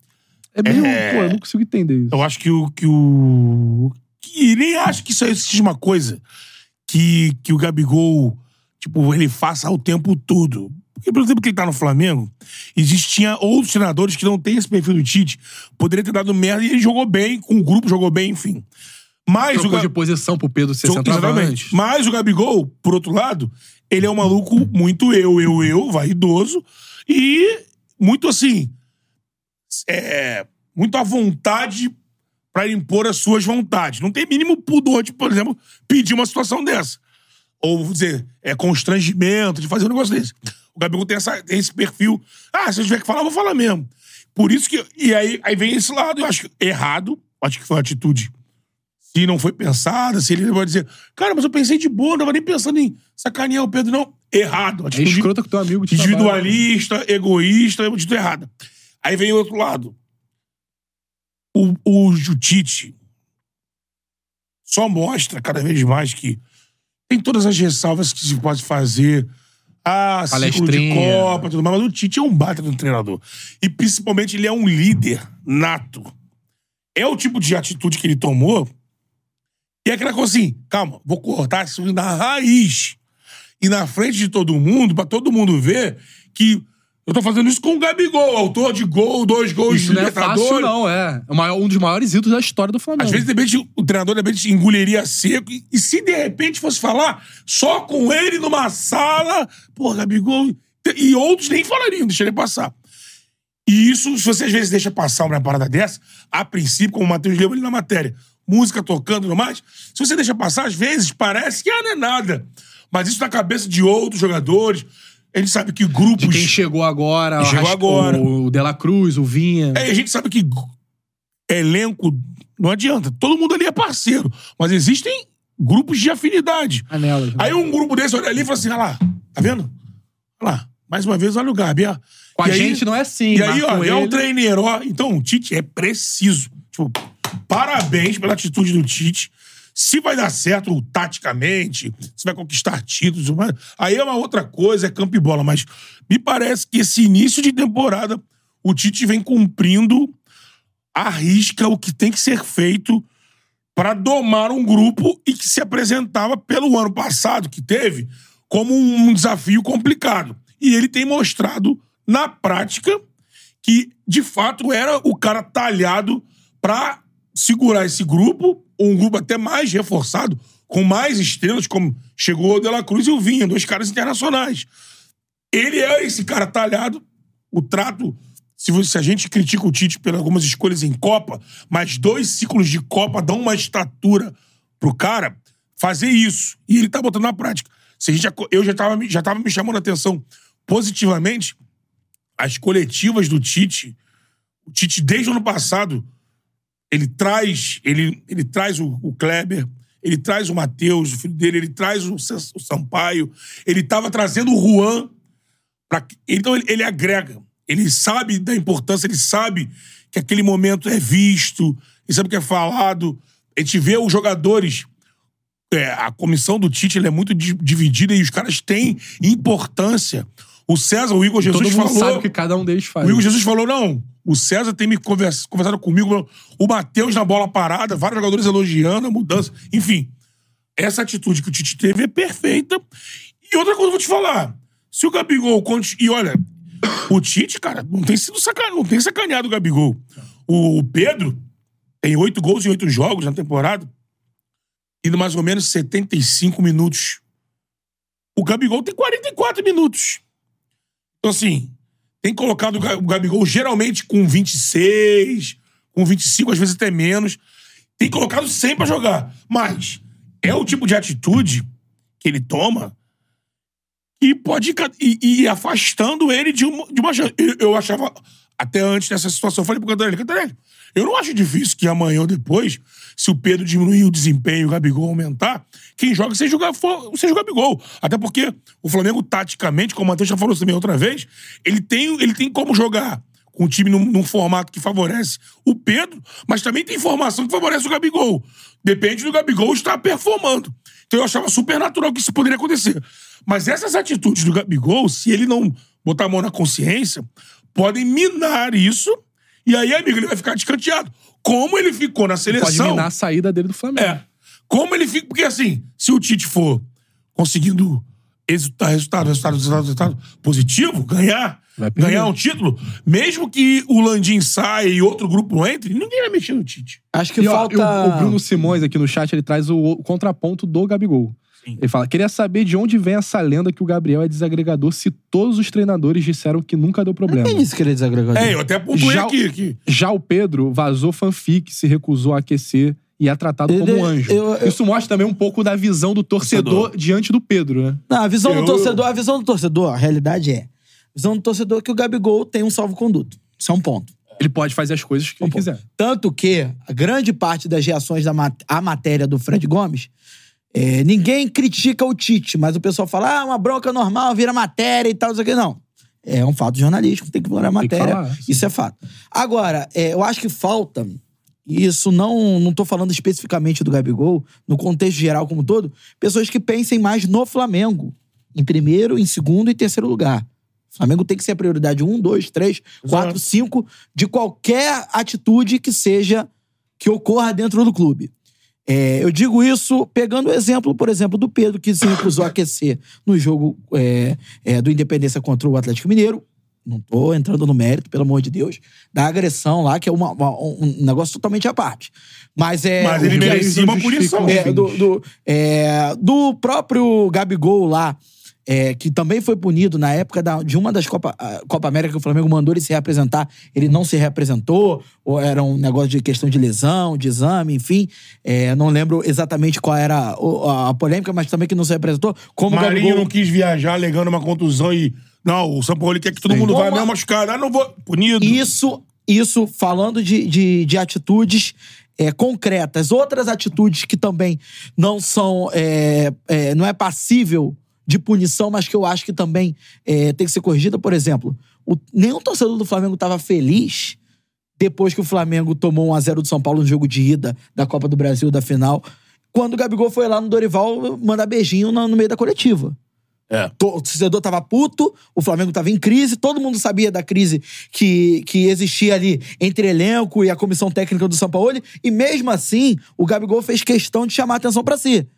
Speaker 3: É meio.
Speaker 2: É.
Speaker 3: Pô, eu não consigo entender isso.
Speaker 2: Eu acho que o. Que o que, e nem acho que isso aí existe uma coisa que, que o Gabigol, tipo, ele faça o tempo todo. Porque, por exemplo, que ele tá no Flamengo, existia outros treinadores que não têm esse perfil do Tite. Poderia ter dado merda e ele jogou bem, com o grupo jogou bem, enfim. Mas o,
Speaker 3: Trocou
Speaker 2: Ga-
Speaker 3: de posição pro Pedro ser
Speaker 2: Jogou-
Speaker 3: centroavante.
Speaker 2: Mas o Gabigol, por outro lado, ele é um maluco muito eu, eu, eu, vaidoso. E muito assim. É, muito à vontade pra impor as suas vontades. Não tem mínimo pudor de, por exemplo, pedir uma situação dessa. Ou vou dizer, é constrangimento de fazer um negócio desse. O Gabigol tem, essa- tem esse perfil. Ah, se eu tiver que falar, eu vou falar mesmo. Por isso que. E aí, aí vem esse lado, eu acho que errado. Acho que foi uma atitude se não foi pensada, se ele vai dizer, cara, mas eu pensei de boa, não tava nem pensando em sacanear o Pedro, não. Errado.
Speaker 3: É
Speaker 2: Atitude
Speaker 3: escroto que teu amigo te trabalha.
Speaker 2: individualista, egoísta, é uma atitude errada. Aí vem o outro lado. O, o, o Tite só mostra cada vez mais que tem todas as ressalvas que se pode fazer. Ah, ciclo de
Speaker 3: Palestrinha.
Speaker 2: Copa, tudo mais. Mas o Tite é um baita do treinador. E principalmente ele é um líder nato. É o tipo de atitude que ele tomou. E é aquela coisa assim, calma, vou cortar isso na raiz. E na frente de todo mundo, pra todo mundo ver que eu tô fazendo isso com o Gabigol, autor de gol, dois gols
Speaker 3: Isso
Speaker 2: de
Speaker 3: não é fácil,
Speaker 2: Libertadores.
Speaker 3: não, é. É o maior- um dos maiores ídolos da história do Flamengo.
Speaker 2: Às vezes, de repente, o treinador de repente engoliria seco. E, e se de repente fosse falar só com ele numa sala, pô, Gabigol. E outros nem falariam, deixaria passar. E isso, se você às vezes deixa passar uma parada dessa, a princípio, como o Matheus leu ali na matéria, música tocando e tudo mais, se você deixa passar, às vezes parece que ah, não é nada. Mas isso na cabeça de outros jogadores, a gente sabe que grupos.
Speaker 3: De quem chegou agora,
Speaker 2: Quem chegou
Speaker 3: Arrasca-
Speaker 2: agora.
Speaker 3: o De La Cruz, o Vinha.
Speaker 2: É, e a gente sabe que gru- elenco não adianta. Todo mundo ali é parceiro. Mas existem grupos de afinidade.
Speaker 3: Anelas. né?
Speaker 2: Aí um grupo desse olha ali e fala assim: olha lá, tá vendo? Olha lá, mais uma vez, olha o Gabi. ó.
Speaker 3: Com a
Speaker 2: E aí-
Speaker 3: gente não é assim.
Speaker 2: E aí,
Speaker 3: mas
Speaker 2: ó,
Speaker 3: com
Speaker 2: é um
Speaker 3: ele-
Speaker 2: treineiro, ó. Então, o Tite é preciso. Tipo, parabéns pela atitude do Tite. Se vai dar certo taticamente, se vai conquistar títulos, mas- aí é uma outra coisa, é campo e bola. Mas me parece que esse início de temporada, o Tite vem cumprindo à risca o que tem que ser feito para domar um grupo e que se apresentava pelo ano passado que teve como um desafio complicado. E ele tem mostrado na prática que de fato era o cara talhado pra segurar esse grupo, ou um grupo até mais reforçado, com mais estrelas, como chegou o De La Cruz e o Vinha, dois caras internacionais. Ele é esse cara talhado, o trato. Se, você- se a gente critica o Tite por algumas escolhas em Copa, mas dois ciclos de Copa dão uma estatura pro cara fazer isso. E ele tá botando na prática. Se a gente, aco- eu já tava, me- já tava me chamando a atenção positivamente as coletivas do Tite. O Tite, desde o ano passado, ele traz, ele, ele traz o, o Kleber, ele traz o Matheus, o filho dele, ele traz o, Sa- o Sampaio, ele estava trazendo o Juan. pra que- então ele, ele agrega, ele sabe da importância, ele sabe que aquele momento é visto, ele sabe que é falado. A gente vê os jogadores. é, a comissão do Tite ela é muito di- dividida e os caras têm importância. O César, o Igor Jesus
Speaker 3: Todo mundo
Speaker 2: falou.
Speaker 3: sabe o que cada um deles faz.
Speaker 2: O Igor Jesus falou: não, o César tem me convers- conversado comigo, falou, o Matheus na bola parada, vários jogadores elogiando a mudança. Enfim, essa atitude que o Tite teve é perfeita. E outra coisa eu vou te falar: se o Gabigol. conti- E olha, o Tite, cara, não tem sido sacaneado, não tem sacaneado o Gabigol. O o Pedro tem oito gols em oito jogos na temporada, indo mais ou menos 75 minutos. O Gabigol tem 44 minutos. Então, assim, tem colocado o Ga- o Gabigol geralmente com 26, com 25, às vezes até menos. Tem colocado sempre pra jogar. Mas é o tipo de atitude que ele toma e pode ir ca- e, e ir afastando ele de uma, de uma chance. Eu, eu achava, até antes dessa situação, eu falei pro Cantarelli, Cantarelli, eu não acho difícil que amanhã ou depois, se o Pedro diminuir o desempenho e o Gabigol aumentar, quem joga seja o, Gafo- seja o Gabigol. Até porque o Flamengo, taticamente, como o Matheus já falou também outra vez, ele tem, ele tem como jogar com o time num, num formato que favorece o Pedro, mas também tem formação que favorece o Gabigol. Depende do Gabigol estar performando. Então eu achava super natural que isso poderia acontecer. Mas essas atitudes do Gabigol, se ele não botar a mão na consciência, podem minar isso. E aí, amigo, ele vai ficar descanteado. Como ele ficou na
Speaker 3: Pode
Speaker 2: seleção.
Speaker 3: minar a saída dele do Flamengo.
Speaker 2: É. Como ele fica. Porque assim, se o Tite for conseguindo exultar, resultado, resultado, resultado, resultado positivo, ganhar,
Speaker 3: Vai perder.
Speaker 2: ganhar um título, mesmo que o Landim saia e outro grupo não entre, ninguém vai mexer no Tite.
Speaker 1: Acho que
Speaker 3: é- E, ó,
Speaker 1: falta.
Speaker 3: o, o Bruno Simões aqui no chat, ele traz o, o contraponto do Gabigol. Ele fala: queria saber de onde vem essa lenda que o Gabriel é desagregador se todos os treinadores disseram que nunca deu problema.
Speaker 1: Quem disse que ele é desagregador?
Speaker 2: É, eu até pontuei
Speaker 3: Já o-
Speaker 2: aqui. Que...
Speaker 3: Já o Pedro vazou fanfic, se recusou a aquecer e é tratado
Speaker 1: Ele-
Speaker 3: como um anjo.
Speaker 1: eu- eu-
Speaker 3: Isso mostra também um pouco da visão do torcedor diante do Pedro, né?
Speaker 1: Não, a visão
Speaker 2: Eu-
Speaker 1: do torcedor, a visão do torcedor, a realidade é. A visão do torcedor é que o Gabigol tem um salvo-conduto. Isso é um ponto.
Speaker 3: Ele pode fazer as coisas que ele quiser.
Speaker 1: Tanto que a grande parte das reações da mat- à matéria do Fred Gomes, é, ninguém critica o Tite, mas o pessoal fala, ah, uma bronca normal, vira matéria e tal, não sei o quê. Não. É um fato jornalístico, tem que virar matéria.
Speaker 3: falar, sim.
Speaker 1: isso é fato. Agora, é, eu acho que falta, e isso não não tô falando especificamente do Gabigol, no contexto geral como um todo, pessoas que pensem mais no Flamengo, em primeiro, em segundo e terceiro lugar. O Flamengo tem que ser a prioridade um, dois, três, quatro, cinco de qualquer atitude que seja que ocorra dentro do clube. É, eu digo isso pegando o exemplo, por exemplo, do Pedro, que se recusou a aquecer no jogo é, é, do Independência contra o Atlético Mineiro. Não tô entrando no mérito, pelo amor de Deus, da agressão lá, que é uma- uma- um negócio totalmente à parte. Mas é.
Speaker 2: Mas
Speaker 1: o
Speaker 2: ele
Speaker 1: que-
Speaker 3: Gabriel
Speaker 2: merecia uma
Speaker 3: justifica
Speaker 2: punição.
Speaker 3: os
Speaker 1: é,
Speaker 3: fins.
Speaker 1: do, do, é, do próprio Gabigol lá, é, que também foi punido na época da- de uma das Copa, a Copa América que o Flamengo mandou ele se reapresentar, ele não se reapresentou, ou era um negócio de questão de lesão, de exame, enfim. É, não lembro exatamente qual era o- a, a polêmica, mas também que não se reapresentou. Como o
Speaker 2: Marinho
Speaker 1: Gabigol,
Speaker 2: não quis viajar alegando uma contusão e. Não, o São Paulo quer que todo mundo vá
Speaker 1: Como a-
Speaker 2: mesmo machucado. Ah, não vou. Punido.
Speaker 1: Isso, isso falando de, de, de atitudes é, concretas. Outras atitudes que também não são. é, é, não é passível de punição, mas que eu acho que também é, tem que ser corrigida. Por exemplo, o- nenhum torcedor do Flamengo estava feliz depois que o Flamengo tomou 1x0 do São Paulo no jogo de ida da Copa do Brasil, da final. Quando o Gabigol foi lá no Dorival mandar beijinho na- no meio da coletiva. To- O torcedor tava puto, o Flamengo tava em crise, todo mundo sabia da crise que, que existia ali entre elenco e a comissão técnica do São Paulo, e mesmo assim, o Gabigol fez questão de chamar a atenção pra si.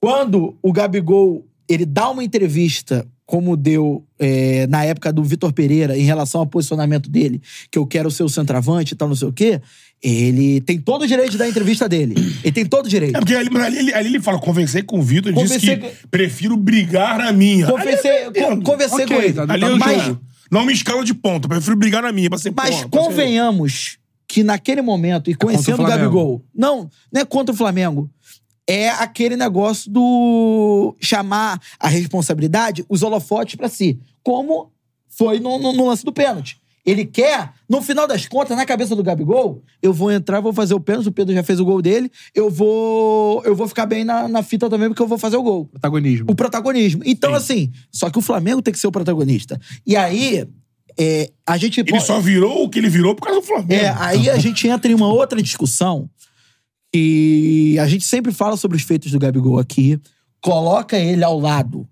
Speaker 1: Quando o Gabigol ele dá uma entrevista como deu é, na época do Vitor Pereira em relação ao posicionamento dele, que eu quero ser o centroavante e tal, não sei o quê, ele tem todo o direito de dar a entrevista dele. Ele tem todo o direito.
Speaker 2: É porque ali, mas ali, ele- ali ele fala, conversei com o Vitor, ele disse que
Speaker 1: Conversei
Speaker 2: prefiro brigar na minha. Ali é
Speaker 1: Conversei,
Speaker 2: eu entendo.
Speaker 1: con- conversei
Speaker 3: Ok,
Speaker 1: com ele.
Speaker 3: tá- tá
Speaker 2: Ali eu
Speaker 1: mas,
Speaker 2: jogo. Não me escala de ponta, prefiro brigar na minha. Pra ser
Speaker 1: mas
Speaker 2: ponta, pra ser-
Speaker 1: convenhamos que naquele momento, e conhecendo
Speaker 3: contra
Speaker 1: o,
Speaker 3: o Flamengo.
Speaker 1: Gabigol, não, não é contra o Flamengo. É aquele negócio do chamar a responsabilidade, os holofotes pra si. Como foi no, no- no lance do pênalti. Ele quer, no final das contas, na cabeça do Gabigol, eu vou entrar, vou fazer o pênalti, o Pedro já fez o gol dele, eu vou eu vou ficar bem na, na fita também, porque eu vou fazer o gol
Speaker 3: Protagonismo.
Speaker 1: o protagonismo. Então, assim, só que o Flamengo tem que ser o protagonista. E aí, é, a gente.
Speaker 2: Ele só virou o que ele virou por causa do Flamengo.
Speaker 1: É, aí a gente entra em uma outra discussão que a gente sempre fala sobre os feitos do Gabigol aqui, coloca ele ao lado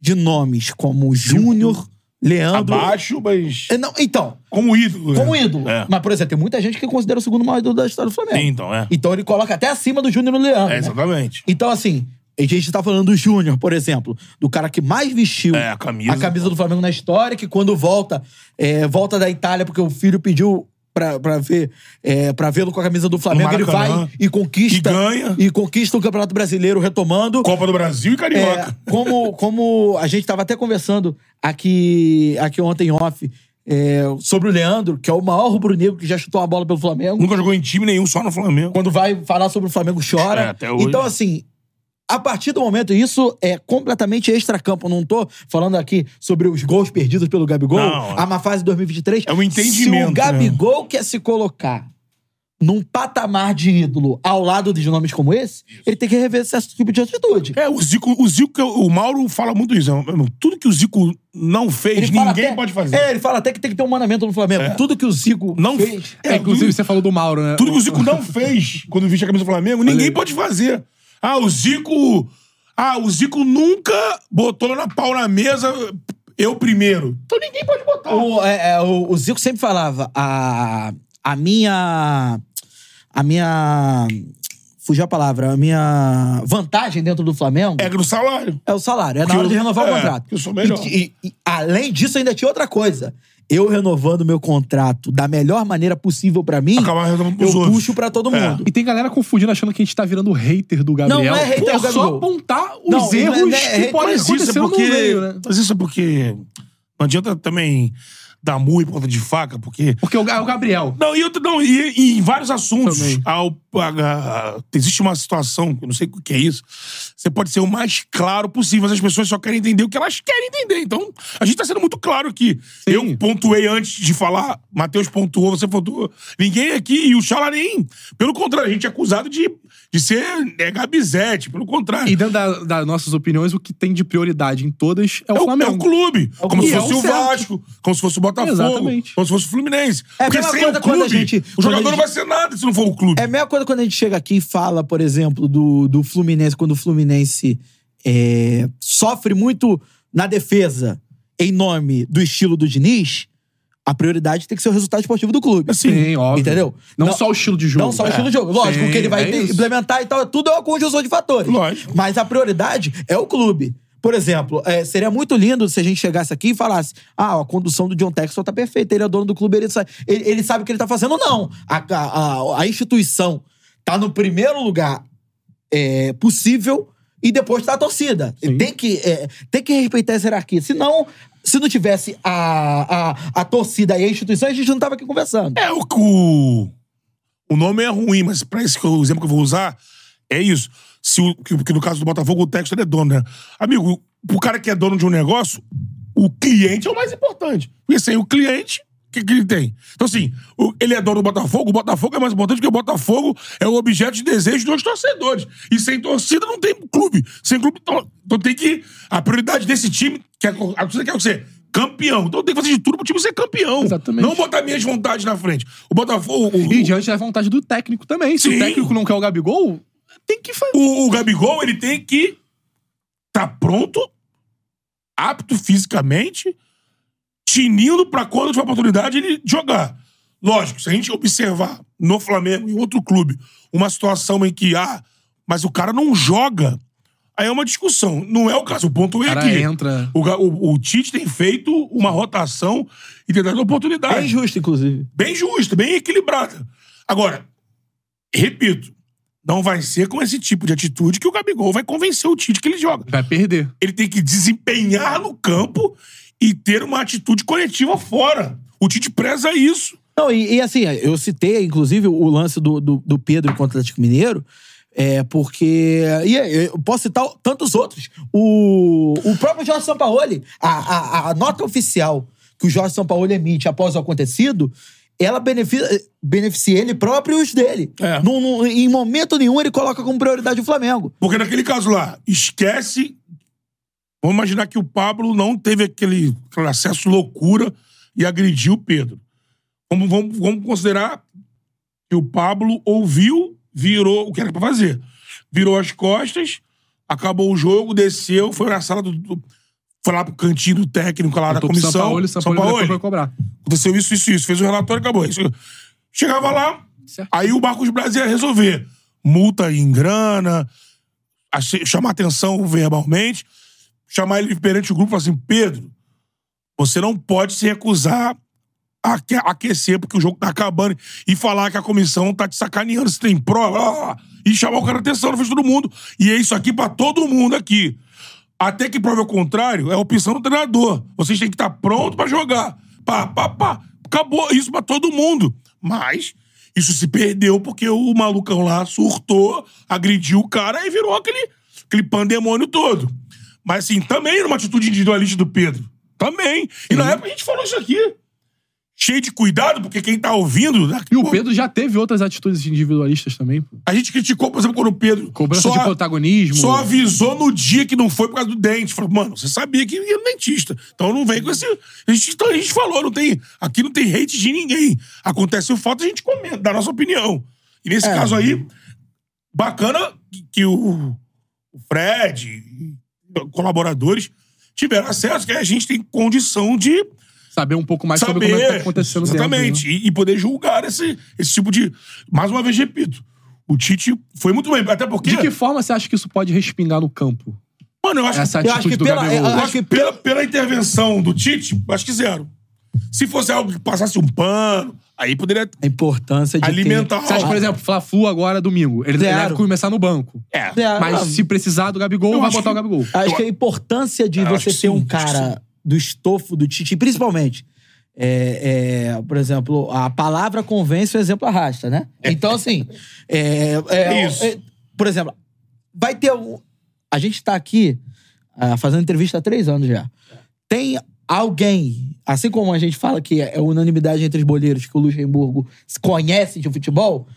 Speaker 1: de nomes como Júnior, Leandro.
Speaker 2: Abaixo, mas.
Speaker 1: É, não, então,
Speaker 2: Como ídolo. né?
Speaker 1: como ídolo.
Speaker 2: É.
Speaker 1: Mas, por exemplo, tem muita gente que considera o segundo maior ídolo da história do Flamengo.
Speaker 2: Sim, então, é.
Speaker 1: Então ele coloca até acima do Júnior e do Leandro.
Speaker 2: É,
Speaker 1: né?
Speaker 2: exatamente.
Speaker 1: Então, assim, a gente tá falando do Júnior, por exemplo, do cara que mais vestiu
Speaker 2: É, a camisa.
Speaker 1: a camisa do Flamengo na história, que quando volta, é, volta da Itália, porque o filho pediu pra, pra ver, é, pra vê-lo com a camisa do Flamengo, ele
Speaker 2: Maracanã.
Speaker 1: vai e conquista.
Speaker 2: E ganha.
Speaker 1: e conquista o Campeonato Brasileiro retomando.
Speaker 2: Copa do Brasil e Carioca.
Speaker 1: É, como, como a gente estava até conversando aqui, aqui ontem em off é, sobre o Leandro, que é o maior rubro-negro que já chutou a bola pelo Flamengo
Speaker 2: Nunca jogou em time nenhum, só no Flamengo.
Speaker 1: quando vai falar sobre o Flamengo chora.
Speaker 2: É, até hoje.
Speaker 1: Então, assim, a partir do momento, isso é completamente extracampo. Eu Não tô falando aqui sobre os gols perdidos pelo Gabigol,
Speaker 2: Não.
Speaker 1: a má fase de 2023.
Speaker 2: É um entendimento,
Speaker 1: Se o Gabigol quer se colocar num patamar de ídolo ao lado de nomes como esse, ele tem que rever esse tipo de atitude.
Speaker 2: É, o Zico, o Zico, que o Mauro fala muito isso. né? Meu irmão, Tudo que o Zico não fez,
Speaker 1: Ele fala
Speaker 2: ninguém
Speaker 1: até-
Speaker 2: pode fazer. É.
Speaker 1: É, ele fala até que tem que ter um manamento no Flamengo. Tudo que o Zico
Speaker 2: Não
Speaker 1: fez.
Speaker 2: É,
Speaker 3: É, inclusive, você falou do Mauro, né?
Speaker 2: Tudo que o Zico não fez quando viste a camisa do Flamengo, ninguém
Speaker 3: aí.
Speaker 2: pode fazer. Ah, o Zico. Ah, o Zico nunca botou na pau na mesa eu primeiro. Então ninguém pode botar.
Speaker 1: O, é, é, o- o Zico sempre falava, a, a minha. A minha. Fugiu a palavra, a minha vantagem dentro do Flamengo
Speaker 2: É
Speaker 1: é,
Speaker 2: no salário.
Speaker 1: o salário, é na
Speaker 2: que
Speaker 1: hora
Speaker 2: eu-
Speaker 1: de renovar
Speaker 2: é,
Speaker 1: o contrato.
Speaker 2: que eu sou melhor.
Speaker 1: E, e- e, além disso, ainda tinha outra coisa. Eu renovando meu contrato da melhor maneira possível pra mim,
Speaker 2: Acabar renovando
Speaker 1: eu
Speaker 2: pros outros.
Speaker 1: puxo pra todo
Speaker 2: É.
Speaker 1: mundo.
Speaker 3: E tem galera confundindo, achando que a gente tá virando hater do
Speaker 1: Não,
Speaker 3: Gabriel.
Speaker 1: não é hater
Speaker 3: Pô,
Speaker 1: do Gabigol.
Speaker 3: só apontar os
Speaker 1: Não,
Speaker 3: erros
Speaker 1: não é- é-
Speaker 3: que podem
Speaker 1: mas
Speaker 2: Mas isso é
Speaker 3: acontecer
Speaker 2: porque.
Speaker 3: no meio, né?
Speaker 2: Mas isso é porque. Não adianta também dar murro em ponta de faca, porque.
Speaker 3: Porque o, Ga- é o Gabriel.
Speaker 2: Não, e, outro, não, e, e em vários assuntos.
Speaker 3: Também.
Speaker 2: Ao, a- a- existe uma situação, eu não sei o que é isso. Você pode ser o mais claro possível, mas as pessoas só querem entender o que elas querem entender. Então, a gente tá sendo muito claro aqui.
Speaker 3: Sim.
Speaker 2: Eu pontuei antes de falar, Matheus pontuou, você pontuou. Ninguém aqui, e o Chala nem. Pelo contrário, a gente é acusado de, de ser é, Gabizete, pelo contrário.
Speaker 3: E dentro da- das nossas opiniões, o que tem de prioridade em todas é o
Speaker 2: É o, é
Speaker 3: Flamengo.
Speaker 2: o clube. como se
Speaker 3: clube.
Speaker 2: fosse
Speaker 3: É o
Speaker 2: o
Speaker 3: Celtic.
Speaker 2: Vasco, como se fosse o Botafogo,
Speaker 3: Exatamente.
Speaker 2: como se fosse o Fluminense.
Speaker 1: É a
Speaker 2: Porque
Speaker 1: mesma
Speaker 2: sem
Speaker 1: coisa
Speaker 2: o
Speaker 1: quando a
Speaker 2: clube,
Speaker 1: gente-
Speaker 2: o
Speaker 1: quando a
Speaker 2: jogador não
Speaker 1: gente-
Speaker 2: vai ser nada se não for o clube.
Speaker 1: É a mesma coisa quando a gente chega aqui e fala, por exemplo, do, do Fluminense, quando o Fluminense é, sofre muito na defesa em nome do estilo do Diniz, a prioridade tem que ser o resultado esportivo do clube.
Speaker 2: Assim,
Speaker 3: Sim, óbvio.
Speaker 1: Entendeu?
Speaker 3: Não, só o estilo de jogo.
Speaker 1: Não só o
Speaker 3: É.
Speaker 1: estilo de jogo. Lógico
Speaker 3: Sim,
Speaker 1: que ele vai
Speaker 3: é
Speaker 1: ter-
Speaker 3: isso.
Speaker 1: implementar e tal. Tudo é uma conjunção de fatores.
Speaker 2: Lógico.
Speaker 1: Mas a prioridade é o clube. Por exemplo, é, seria muito lindo se a gente chegasse aqui e falasse: ah, a condução do John Texel tá perfeita, ele é dono do clube, ele, sa- ele- ele sabe o que ele tá fazendo. Não. A, a- a- a instituição tá no primeiro lugar é, possível e depois tá a torcida. Tem que, é, tem que respeitar essa hierarquia. Senão, se não tivesse a, a, a torcida e a instituição, a gente não tava aqui conversando.
Speaker 2: É o que o. O nome é ruim, mas pra esse que eu- o exemplo que eu vou usar, é isso. Se o, que, que no caso do Botafogo, o texto ele é dono, né? Amigo, pro cara que é dono de um negócio, o cliente é o mais importante. Porque sem o cliente, o que, que ele tem? Então, assim, o- ele é dono do Botafogo, o Botafogo é mais importante porque o Botafogo é o objeto de desejo dos torcedores. E sem torcida não tem clube. Sem clube, então, então tem que. A prioridade desse time, que a, a torcida quer ser campeão. Então tem que fazer de tudo pro time ser campeão.
Speaker 3: Exatamente.
Speaker 2: Não botar minhas vontades na frente. O Botafogo. O,
Speaker 3: E diante da vontade do técnico também. Se
Speaker 2: Sim.
Speaker 3: o técnico não quer o Gabigol, tem que fazer.
Speaker 2: o, o Gabigol, ele tem que tá pronto, apto fisicamente, tinindo pra quando tiver oportunidade ele jogar. Lógico, se a gente observar no Flamengo, em outro clube, uma situação em que, ah, mas o cara não joga. Aí é uma discussão. Não é o caso. O ponto é
Speaker 3: cara
Speaker 2: que
Speaker 3: entra. né?
Speaker 2: o, ga- o- o Tite tem feito uma rotação e tem dado oportunidade.
Speaker 1: É injusto, inclusive.
Speaker 2: bem justa, bem equilibrada. Agora, repito, não vai ser com esse tipo de atitude que o Gabigol vai convencer o Tite que ele joga.
Speaker 3: Vai perder.
Speaker 2: Ele tem que desempenhar no campo e ter uma atitude coletiva fora. O Tite preza isso.
Speaker 1: Não, e, e assim, eu citei, inclusive, o lance do, do, do Pedro contra o Atlético Mineiro, é porque. E é, eu posso citar tantos outros. O, o próprio Jorge Sampaoli, a, a, a nota oficial que o Jorge Sampaoli emite após o acontecido, ela beneficia, beneficia ele próprio e os dele.
Speaker 2: É.
Speaker 1: Num- num- em momento nenhum ele coloca como prioridade o Flamengo.
Speaker 2: Porque naquele caso lá, esquece. Vamos imaginar que o Pablo não teve aquele, aquele acesso loucura e agrediu o Pedro. Vamos, vamos, vamos considerar que o Pablo ouviu, virou o que era pra fazer. Virou as costas, acabou o jogo, desceu, foi na sala do. do foi lá pro cantinho do técnico lá da
Speaker 3: Eu tô com
Speaker 2: comissão.
Speaker 3: São Paulo, São Paulo,
Speaker 2: Sampaoli,
Speaker 3: vai cobrar.
Speaker 2: aconteceu isso, isso, isso. Fez o relatório, acabou. Isso. Chegava lá,
Speaker 3: Certo.
Speaker 2: aí o Marcos Brasil ia resolver. Multa em grana, ache- chamar atenção verbalmente, chamar ele perante o grupo e falar assim, Pedro, você não pode se recusar a aque- aquecer porque o jogo tá acabando e falar que a comissão tá te sacaneando, se tem prova, lá, lá, lá. e chamar o cara de atenção na frente de todo mundo. E é isso aqui pra todo mundo aqui. Até que prove o contrário, é a opção do treinador. Vocês têm que estar pronto pra jogar. Pá, pá, pá. Acabou isso pra todo mundo. Mas isso se perdeu porque o malucão lá surtou, agrediu o cara e virou aquele, aquele pandemônio todo. Mas assim, também numa atitude individualista do Pedro. Também. E na época a gente falou isso aqui. Cheio de cuidado, porque quem tá ouvindo. né,
Speaker 3: E o
Speaker 2: pô,
Speaker 3: Pedro já teve outras atitudes individualistas também. pô.
Speaker 2: A gente criticou, por exemplo, quando o Pedro.
Speaker 3: Cobrança
Speaker 2: só-
Speaker 3: de protagonismo.
Speaker 2: só avisou no dia que não foi por causa do dente. Falou, mano, você sabia que ia no dentista. Então não vem com esse. A gente, então a gente falou, não tem. Aqui não tem hate de ninguém. Acontece falta, a gente comenta, dá a nossa opinião. E nesse
Speaker 1: É.
Speaker 2: caso aí, bacana que- que o, o Fred, colaboradores, tiveram acesso, que a gente tem condição de
Speaker 3: Saber um pouco mais sobre
Speaker 2: saber.
Speaker 3: como é que tá acontecendo dentro,
Speaker 2: Exatamente. E- e, poder julgar esse, esse tipo de. Mais uma vez, repito. O Tite foi muito bem, até porque.
Speaker 3: né? De que forma você acha que isso pode respingar no campo?
Speaker 2: Mano, eu acho
Speaker 3: Essa
Speaker 1: Eu
Speaker 3: atitude
Speaker 1: acho que
Speaker 3: do
Speaker 1: pela-
Speaker 3: Gabigol.
Speaker 1: eu
Speaker 2: Eu acho que pela, é, pela intervenção do Tite, eu acho que zero. Se fosse algo que passasse um pano, aí poderia
Speaker 1: A importância de. ter-
Speaker 2: alimentar.
Speaker 3: Você acha, por exemplo, Fla-Flu agora, domingo. Ele ele
Speaker 1: Zero.
Speaker 3: deve começar no banco.
Speaker 2: É.
Speaker 1: É,
Speaker 3: Mas
Speaker 1: não,
Speaker 3: se precisar do Gabigol,
Speaker 2: Eu
Speaker 3: vai
Speaker 2: acho
Speaker 3: botar o
Speaker 2: que-
Speaker 3: Gabigol.
Speaker 1: Acho
Speaker 2: Eu- É,
Speaker 1: que a importância de
Speaker 2: Eu acho
Speaker 1: você
Speaker 2: que
Speaker 1: ter
Speaker 2: sim,
Speaker 1: um
Speaker 2: acho que
Speaker 1: cara do estofo do Tite, principalmente. é, é, por exemplo, a palavra convence, o exemplo arrasta, né? Então, assim. é, é,
Speaker 2: Isso.
Speaker 1: é, por exemplo, vai ter. um- A gente tá aqui ah, fazendo entrevista há três anos já. Tem alguém, assim como a gente fala que é unanimidade entre os boleiros, que o Luxemburgo se conhece de futebol,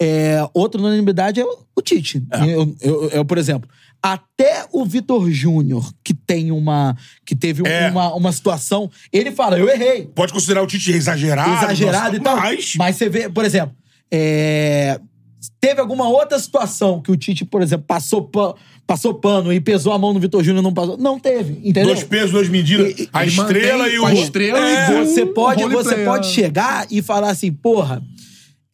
Speaker 1: é, outra unanimidade é o o Tite. Eu, eu- eu, por exemplo, até o Vitor Júnior, que tem uma. que teve
Speaker 2: É.
Speaker 1: uma, uma situação, ele fala: eu errei
Speaker 2: Pode considerar o Tite exagerado.
Speaker 1: exagerado e
Speaker 2: Ah,
Speaker 1: tal.
Speaker 2: nossa, Mas,
Speaker 1: Mas você vê, por exemplo, é, teve alguma outra situação que o Tite, por exemplo, passou, pa- passou pano e pesou a mão no Vitor Júnior e não passou? Não teve, entendeu?
Speaker 2: dois pesos, duas medidas.
Speaker 1: E- e-
Speaker 2: a
Speaker 3: ele
Speaker 2: estrela
Speaker 3: mantém
Speaker 2: e
Speaker 3: com
Speaker 2: o.
Speaker 3: a estrela e
Speaker 2: É.
Speaker 3: gol.
Speaker 1: Você
Speaker 3: Um
Speaker 1: pode,
Speaker 3: roleplay,
Speaker 1: você
Speaker 3: é.
Speaker 1: pode chegar e falar assim, porra,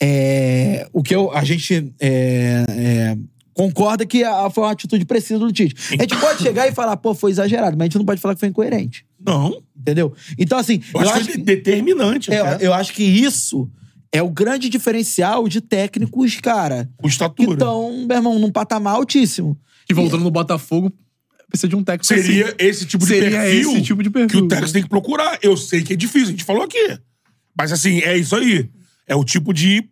Speaker 1: é, o que eu, a gente é, é, concorda que a- foi uma atitude precisa do Tite. A gente pode chegar e falar, pô, foi exagerado, mas a gente não pode falar que foi incoerente,
Speaker 2: Não.
Speaker 1: entendeu? Então, assim,
Speaker 2: Eu acho, que é determinante.
Speaker 1: é,
Speaker 2: até.
Speaker 1: eu acho que isso é o grande diferencial de técnicos, cara,
Speaker 2: Com
Speaker 1: que
Speaker 2: estatura.
Speaker 1: estão, meu irmão, num patamar altíssimo.
Speaker 3: Que voltando no Botafogo, precisa de um técnico
Speaker 2: seria
Speaker 3: assim.
Speaker 2: esse tipo de
Speaker 3: Seria
Speaker 2: perfil.
Speaker 3: esse tipo de
Speaker 2: que
Speaker 3: perfil.
Speaker 2: o técnico tem que procurar. Eu sei que é difícil, a gente falou aqui. Mas assim, é isso aí. É o tipo de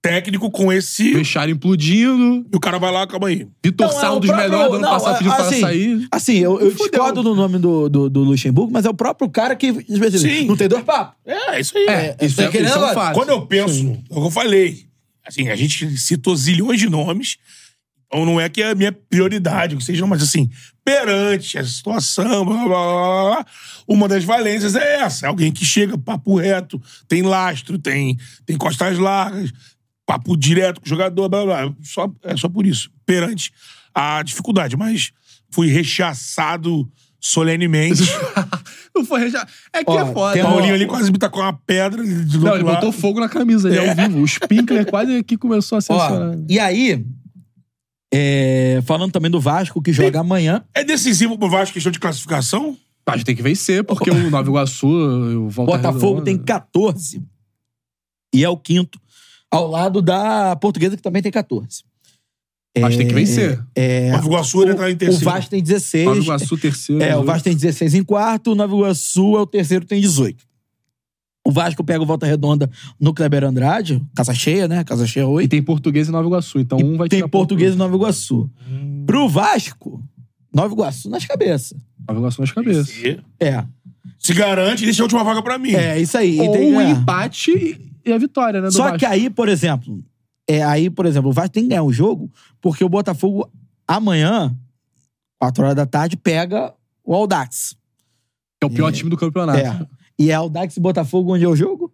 Speaker 2: técnico com esse.
Speaker 3: Vestiário implodindo.
Speaker 2: E o cara vai lá, calma aí.
Speaker 3: Vitor
Speaker 1: Não, é
Speaker 3: Sá,
Speaker 1: o
Speaker 3: um dos
Speaker 1: próprio-
Speaker 3: melhores do ano
Speaker 1: não,
Speaker 3: passado,
Speaker 1: é-
Speaker 3: pediu para
Speaker 1: assim,
Speaker 3: sair.
Speaker 1: Assim, eu, eu
Speaker 3: Fudeu.
Speaker 1: discordo do nome do, do, do Luxemburgo, mas é o próprio cara que.
Speaker 2: Sim.
Speaker 1: Não tem dois papos.
Speaker 2: É, é isso aí.
Speaker 3: É, isso
Speaker 1: tá
Speaker 3: é,
Speaker 1: querendo
Speaker 3: isso é um
Speaker 1: agora?
Speaker 3: fato.
Speaker 2: Quando eu penso, é o que eu falei. Assim, a gente citou zilhões de nomes, então não é que é a minha prioridade, o que seja, mas assim, perante a situação, blá, blá, blá, blá, uma das valências é essa. Alguém que chega, papo reto, tem lastro, tem, tem costas largas, papo direto com o jogador, blá, blá, blá. Só, é só por isso. Perante a dificuldade, mas fui rechaçado solenemente.
Speaker 3: Não foi já. É que
Speaker 1: Ó,
Speaker 3: é foda.
Speaker 1: tem
Speaker 3: né?
Speaker 2: Paulinho ali quase me tacou uma pedra. do
Speaker 3: Não,
Speaker 2: outro
Speaker 3: ele
Speaker 2: lado.
Speaker 3: botou é fogo na camisa, ele é. ao vivo. O Spinkler quase que começou a
Speaker 1: Ó,
Speaker 3: censurar.
Speaker 1: e aí, É, falando também do Vasco, que joga amanhã.
Speaker 3: Tá
Speaker 2: É decisivo pro Vasco questão de classificação?
Speaker 3: A gente tem que vencer, porque o Nova Iguaçu, o Volta
Speaker 1: Botafogo
Speaker 3: Redonda-
Speaker 1: tem 14. E é o quinto. Ao lado da Portuguesa, que também tem 14.
Speaker 3: Mas tem que vencer.
Speaker 1: É,
Speaker 2: Nova Iguaçu ele tá em
Speaker 1: o, o
Speaker 2: terceiro.
Speaker 1: Vasco tem 16.
Speaker 3: Nova Iguaçu, terceiro.
Speaker 1: É, o Vasco tem 16 em quarto, o Nova Iguaçu é o terceiro, tem 18. O Vasco pega o Volta Redonda no Kleber Andrade, casa cheia, né? Casa cheia
Speaker 3: E
Speaker 1: 8.
Speaker 3: tem português e Nova Iguaçu, então um vai
Speaker 1: Tem
Speaker 3: tirar
Speaker 1: português e Nova Iguaçu.
Speaker 2: Hum.
Speaker 1: Pro Vasco, Nova Iguaçu nas cabeças.
Speaker 3: Nova Iguaçu
Speaker 1: tá
Speaker 3: nas cabeças.
Speaker 1: É.
Speaker 2: Se garante e deixa a última vaga pra mim.
Speaker 1: É, isso aí. E
Speaker 3: Ou
Speaker 1: tem-
Speaker 3: o
Speaker 1: é.
Speaker 3: empate e- e a vitória, né, do
Speaker 1: Só
Speaker 3: Vasco.
Speaker 1: que aí, por exemplo, é, aí, por exemplo, o Vasco tem que ganhar o jogo, porque o Botafogo amanhã, 4 horas da tarde, pega o Aldax.
Speaker 3: É o pior time do campeonato.
Speaker 1: É. E é Aldax e Botafogo onde é o jogo?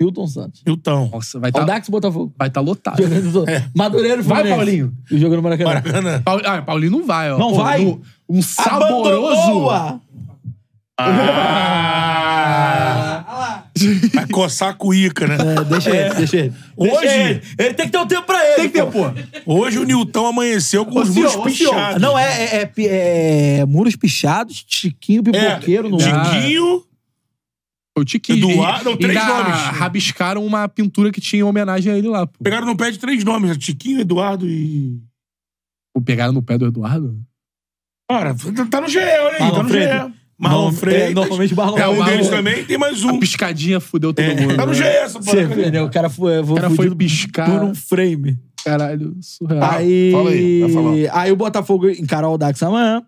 Speaker 1: Hilton Santos.
Speaker 2: Então.
Speaker 3: Nossa, vai estar tá,
Speaker 1: Aldax e Botafogo.
Speaker 3: vai tá lotado.
Speaker 1: Jogando Madureira e
Speaker 3: Vai,
Speaker 1: Fluminense.
Speaker 3: Paulinho.
Speaker 1: E jogando no Maracanã.
Speaker 2: Maracanã.
Speaker 3: Paul- Ah, Paulinho não vai, ó.
Speaker 1: Não vai?
Speaker 3: no- Um
Speaker 1: Abandonou
Speaker 3: saboroso.
Speaker 1: a-
Speaker 2: Ah. Vai coçar a cuíca, né?
Speaker 1: É, deixa ele, deixa ele.
Speaker 2: Hoje-
Speaker 1: Deixa ele. Ele tem que ter um tempo pra ele.
Speaker 3: Tem que ter,
Speaker 1: pô.
Speaker 3: pô.
Speaker 2: Hoje o Nilton amanheceu com os
Speaker 1: Ô, senhor,
Speaker 2: muros
Speaker 1: ô, senhor.
Speaker 2: pichados.
Speaker 1: Não, é, é- é pi- é muros pichados, chiquinho, pipoqueiro no
Speaker 3: de-
Speaker 1: ar.
Speaker 2: Tiquinho.
Speaker 3: Foi o Tiquinho.
Speaker 2: Eduardo, não, três
Speaker 3: ainda
Speaker 2: nomes.
Speaker 3: rabiscaram uma pintura que tinha em homenagem a ele lá, pô.
Speaker 2: Pegaram no pé de três nomes, né? Tiquinho, Eduardo e.
Speaker 3: Pô, Pegaram no pé do Eduardo?
Speaker 2: Cara, tá no GE, olha aí,
Speaker 1: Marlon
Speaker 2: tá no
Speaker 1: Freitas.
Speaker 2: GE. Marlon
Speaker 1: Norm-
Speaker 2: Freitas.
Speaker 1: é, normalmente Marlon
Speaker 2: É um
Speaker 3: Marlon-
Speaker 2: deles também, tem mais
Speaker 3: A
Speaker 2: um.
Speaker 3: piscadinha fudeu
Speaker 1: É.
Speaker 3: todo mundo.
Speaker 2: Tá no
Speaker 3: né?
Speaker 2: GE essa
Speaker 1: Você
Speaker 2: parada.
Speaker 1: entendeu? O cara foi,
Speaker 3: O cara foi
Speaker 1: fudido
Speaker 3: piscar.
Speaker 1: por um frame.
Speaker 3: Caralho, surreal.
Speaker 1: Tá, aí,
Speaker 4: fala aí, vai falar.
Speaker 1: aí o Botafogo encara o Dax amanhã.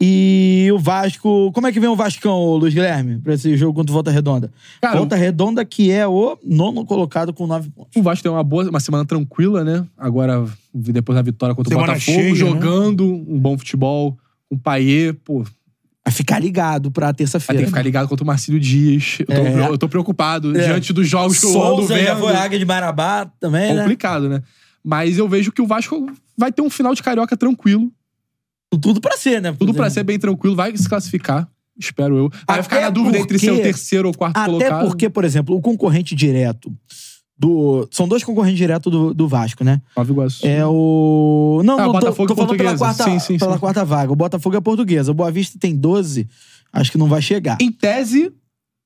Speaker 1: E o Vasco. Como é que vem o Vascão, Luiz Guilherme, pra esse jogo contra o Volta Redonda?
Speaker 3: Cara,
Speaker 1: Volta Redonda, que é o nono colocado com nove pontos.
Speaker 3: O Vasco tem uma boa, uma semana tranquila, né? Agora, depois da vitória contra
Speaker 2: Semana
Speaker 3: o Botafogo,
Speaker 2: cheia, né?
Speaker 3: jogando um bom futebol, um Paiê, pô,
Speaker 1: Vai ficar ligado pra
Speaker 3: vai ter
Speaker 1: terça-feira.
Speaker 3: que ficar ligado contra o Marcílio Dias. Eu tô,
Speaker 1: É.
Speaker 3: eu tô preocupado
Speaker 1: É.
Speaker 3: diante dos jogos que eu ando
Speaker 1: Souza já foi
Speaker 3: vendo.
Speaker 1: Águia de Marabá também, né?
Speaker 3: Complicado, né? Mas eu vejo que o Vasco vai ter um final de carioca tranquilo.
Speaker 1: Tudo pra ser, né?
Speaker 3: Tudo pra ser bem tranquilo, vai se classificar, espero eu. Vai
Speaker 1: Até
Speaker 3: ficar na dúvida entre ser o
Speaker 1: porque-
Speaker 3: terceiro ou quarto
Speaker 1: Até
Speaker 3: colocado.
Speaker 1: porque, por exemplo, o concorrente direto do. São dois concorrentes diretos do, do Vasco, né?
Speaker 3: Nova Iguaçu.
Speaker 1: É o. Não,
Speaker 3: Ah,
Speaker 1: não, tô,
Speaker 3: Botafogo
Speaker 1: tô
Speaker 3: e
Speaker 1: falando pela,
Speaker 3: Portuguesa.
Speaker 1: quarta,
Speaker 3: Sim, sim,
Speaker 1: pela
Speaker 3: sim.
Speaker 1: quarta vaga. O Botafogo é portuguesa. O Boa Vista tem 12. Acho que não vai chegar.
Speaker 3: Em tese,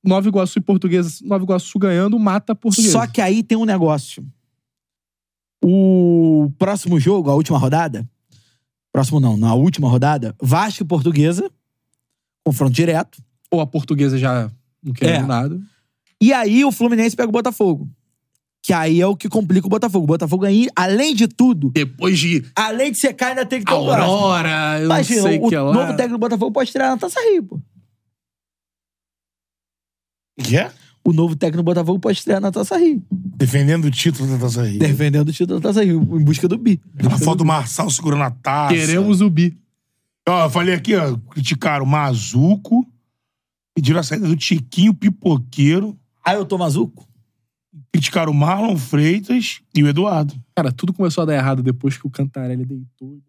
Speaker 3: Nova Iguaçu e Portuguesa, Nova Iguaçu ganhando, mata a Portuguesa.
Speaker 1: Só que aí tem um negócio. O próximo jogo, a última rodada. Próximo não, na última rodada, Vasco e Portuguesa. Confronto direto.
Speaker 3: Ou a Portuguesa já não querendo
Speaker 1: É.
Speaker 3: nada.
Speaker 1: E aí o Fluminense pega o Botafogo. Que aí é o que complica o Botafogo. O Botafogo aí, além de tudo,
Speaker 3: depois de
Speaker 1: além de secar, ainda tem que ter um próximo.
Speaker 3: Aurora, eu
Speaker 1: Imagina,
Speaker 3: não sei
Speaker 1: o
Speaker 3: que é lá.
Speaker 1: novo técnico do Botafogo pode tirar na Taça Rio, pô.
Speaker 2: Que é?
Speaker 1: O novo técnico do Botafogo pode estrear na Taça Rio.
Speaker 2: Defendendo o título da Taça Rio.
Speaker 1: Defendendo o título da Taça Rio, em busca do bi.
Speaker 2: Aquela foto do Marçal segurando a taça.
Speaker 3: Queremos o bi.
Speaker 2: Ó, eu falei aqui, ó, criticaram o Mazuco, pediram a saída do Tiquinho Pipoqueiro,
Speaker 1: Ah, eu tô mazuco?
Speaker 2: criticaram o Marlon Freitas e o Eduardo.
Speaker 3: Cara, tudo começou a dar errado depois que o Cantarelli deitou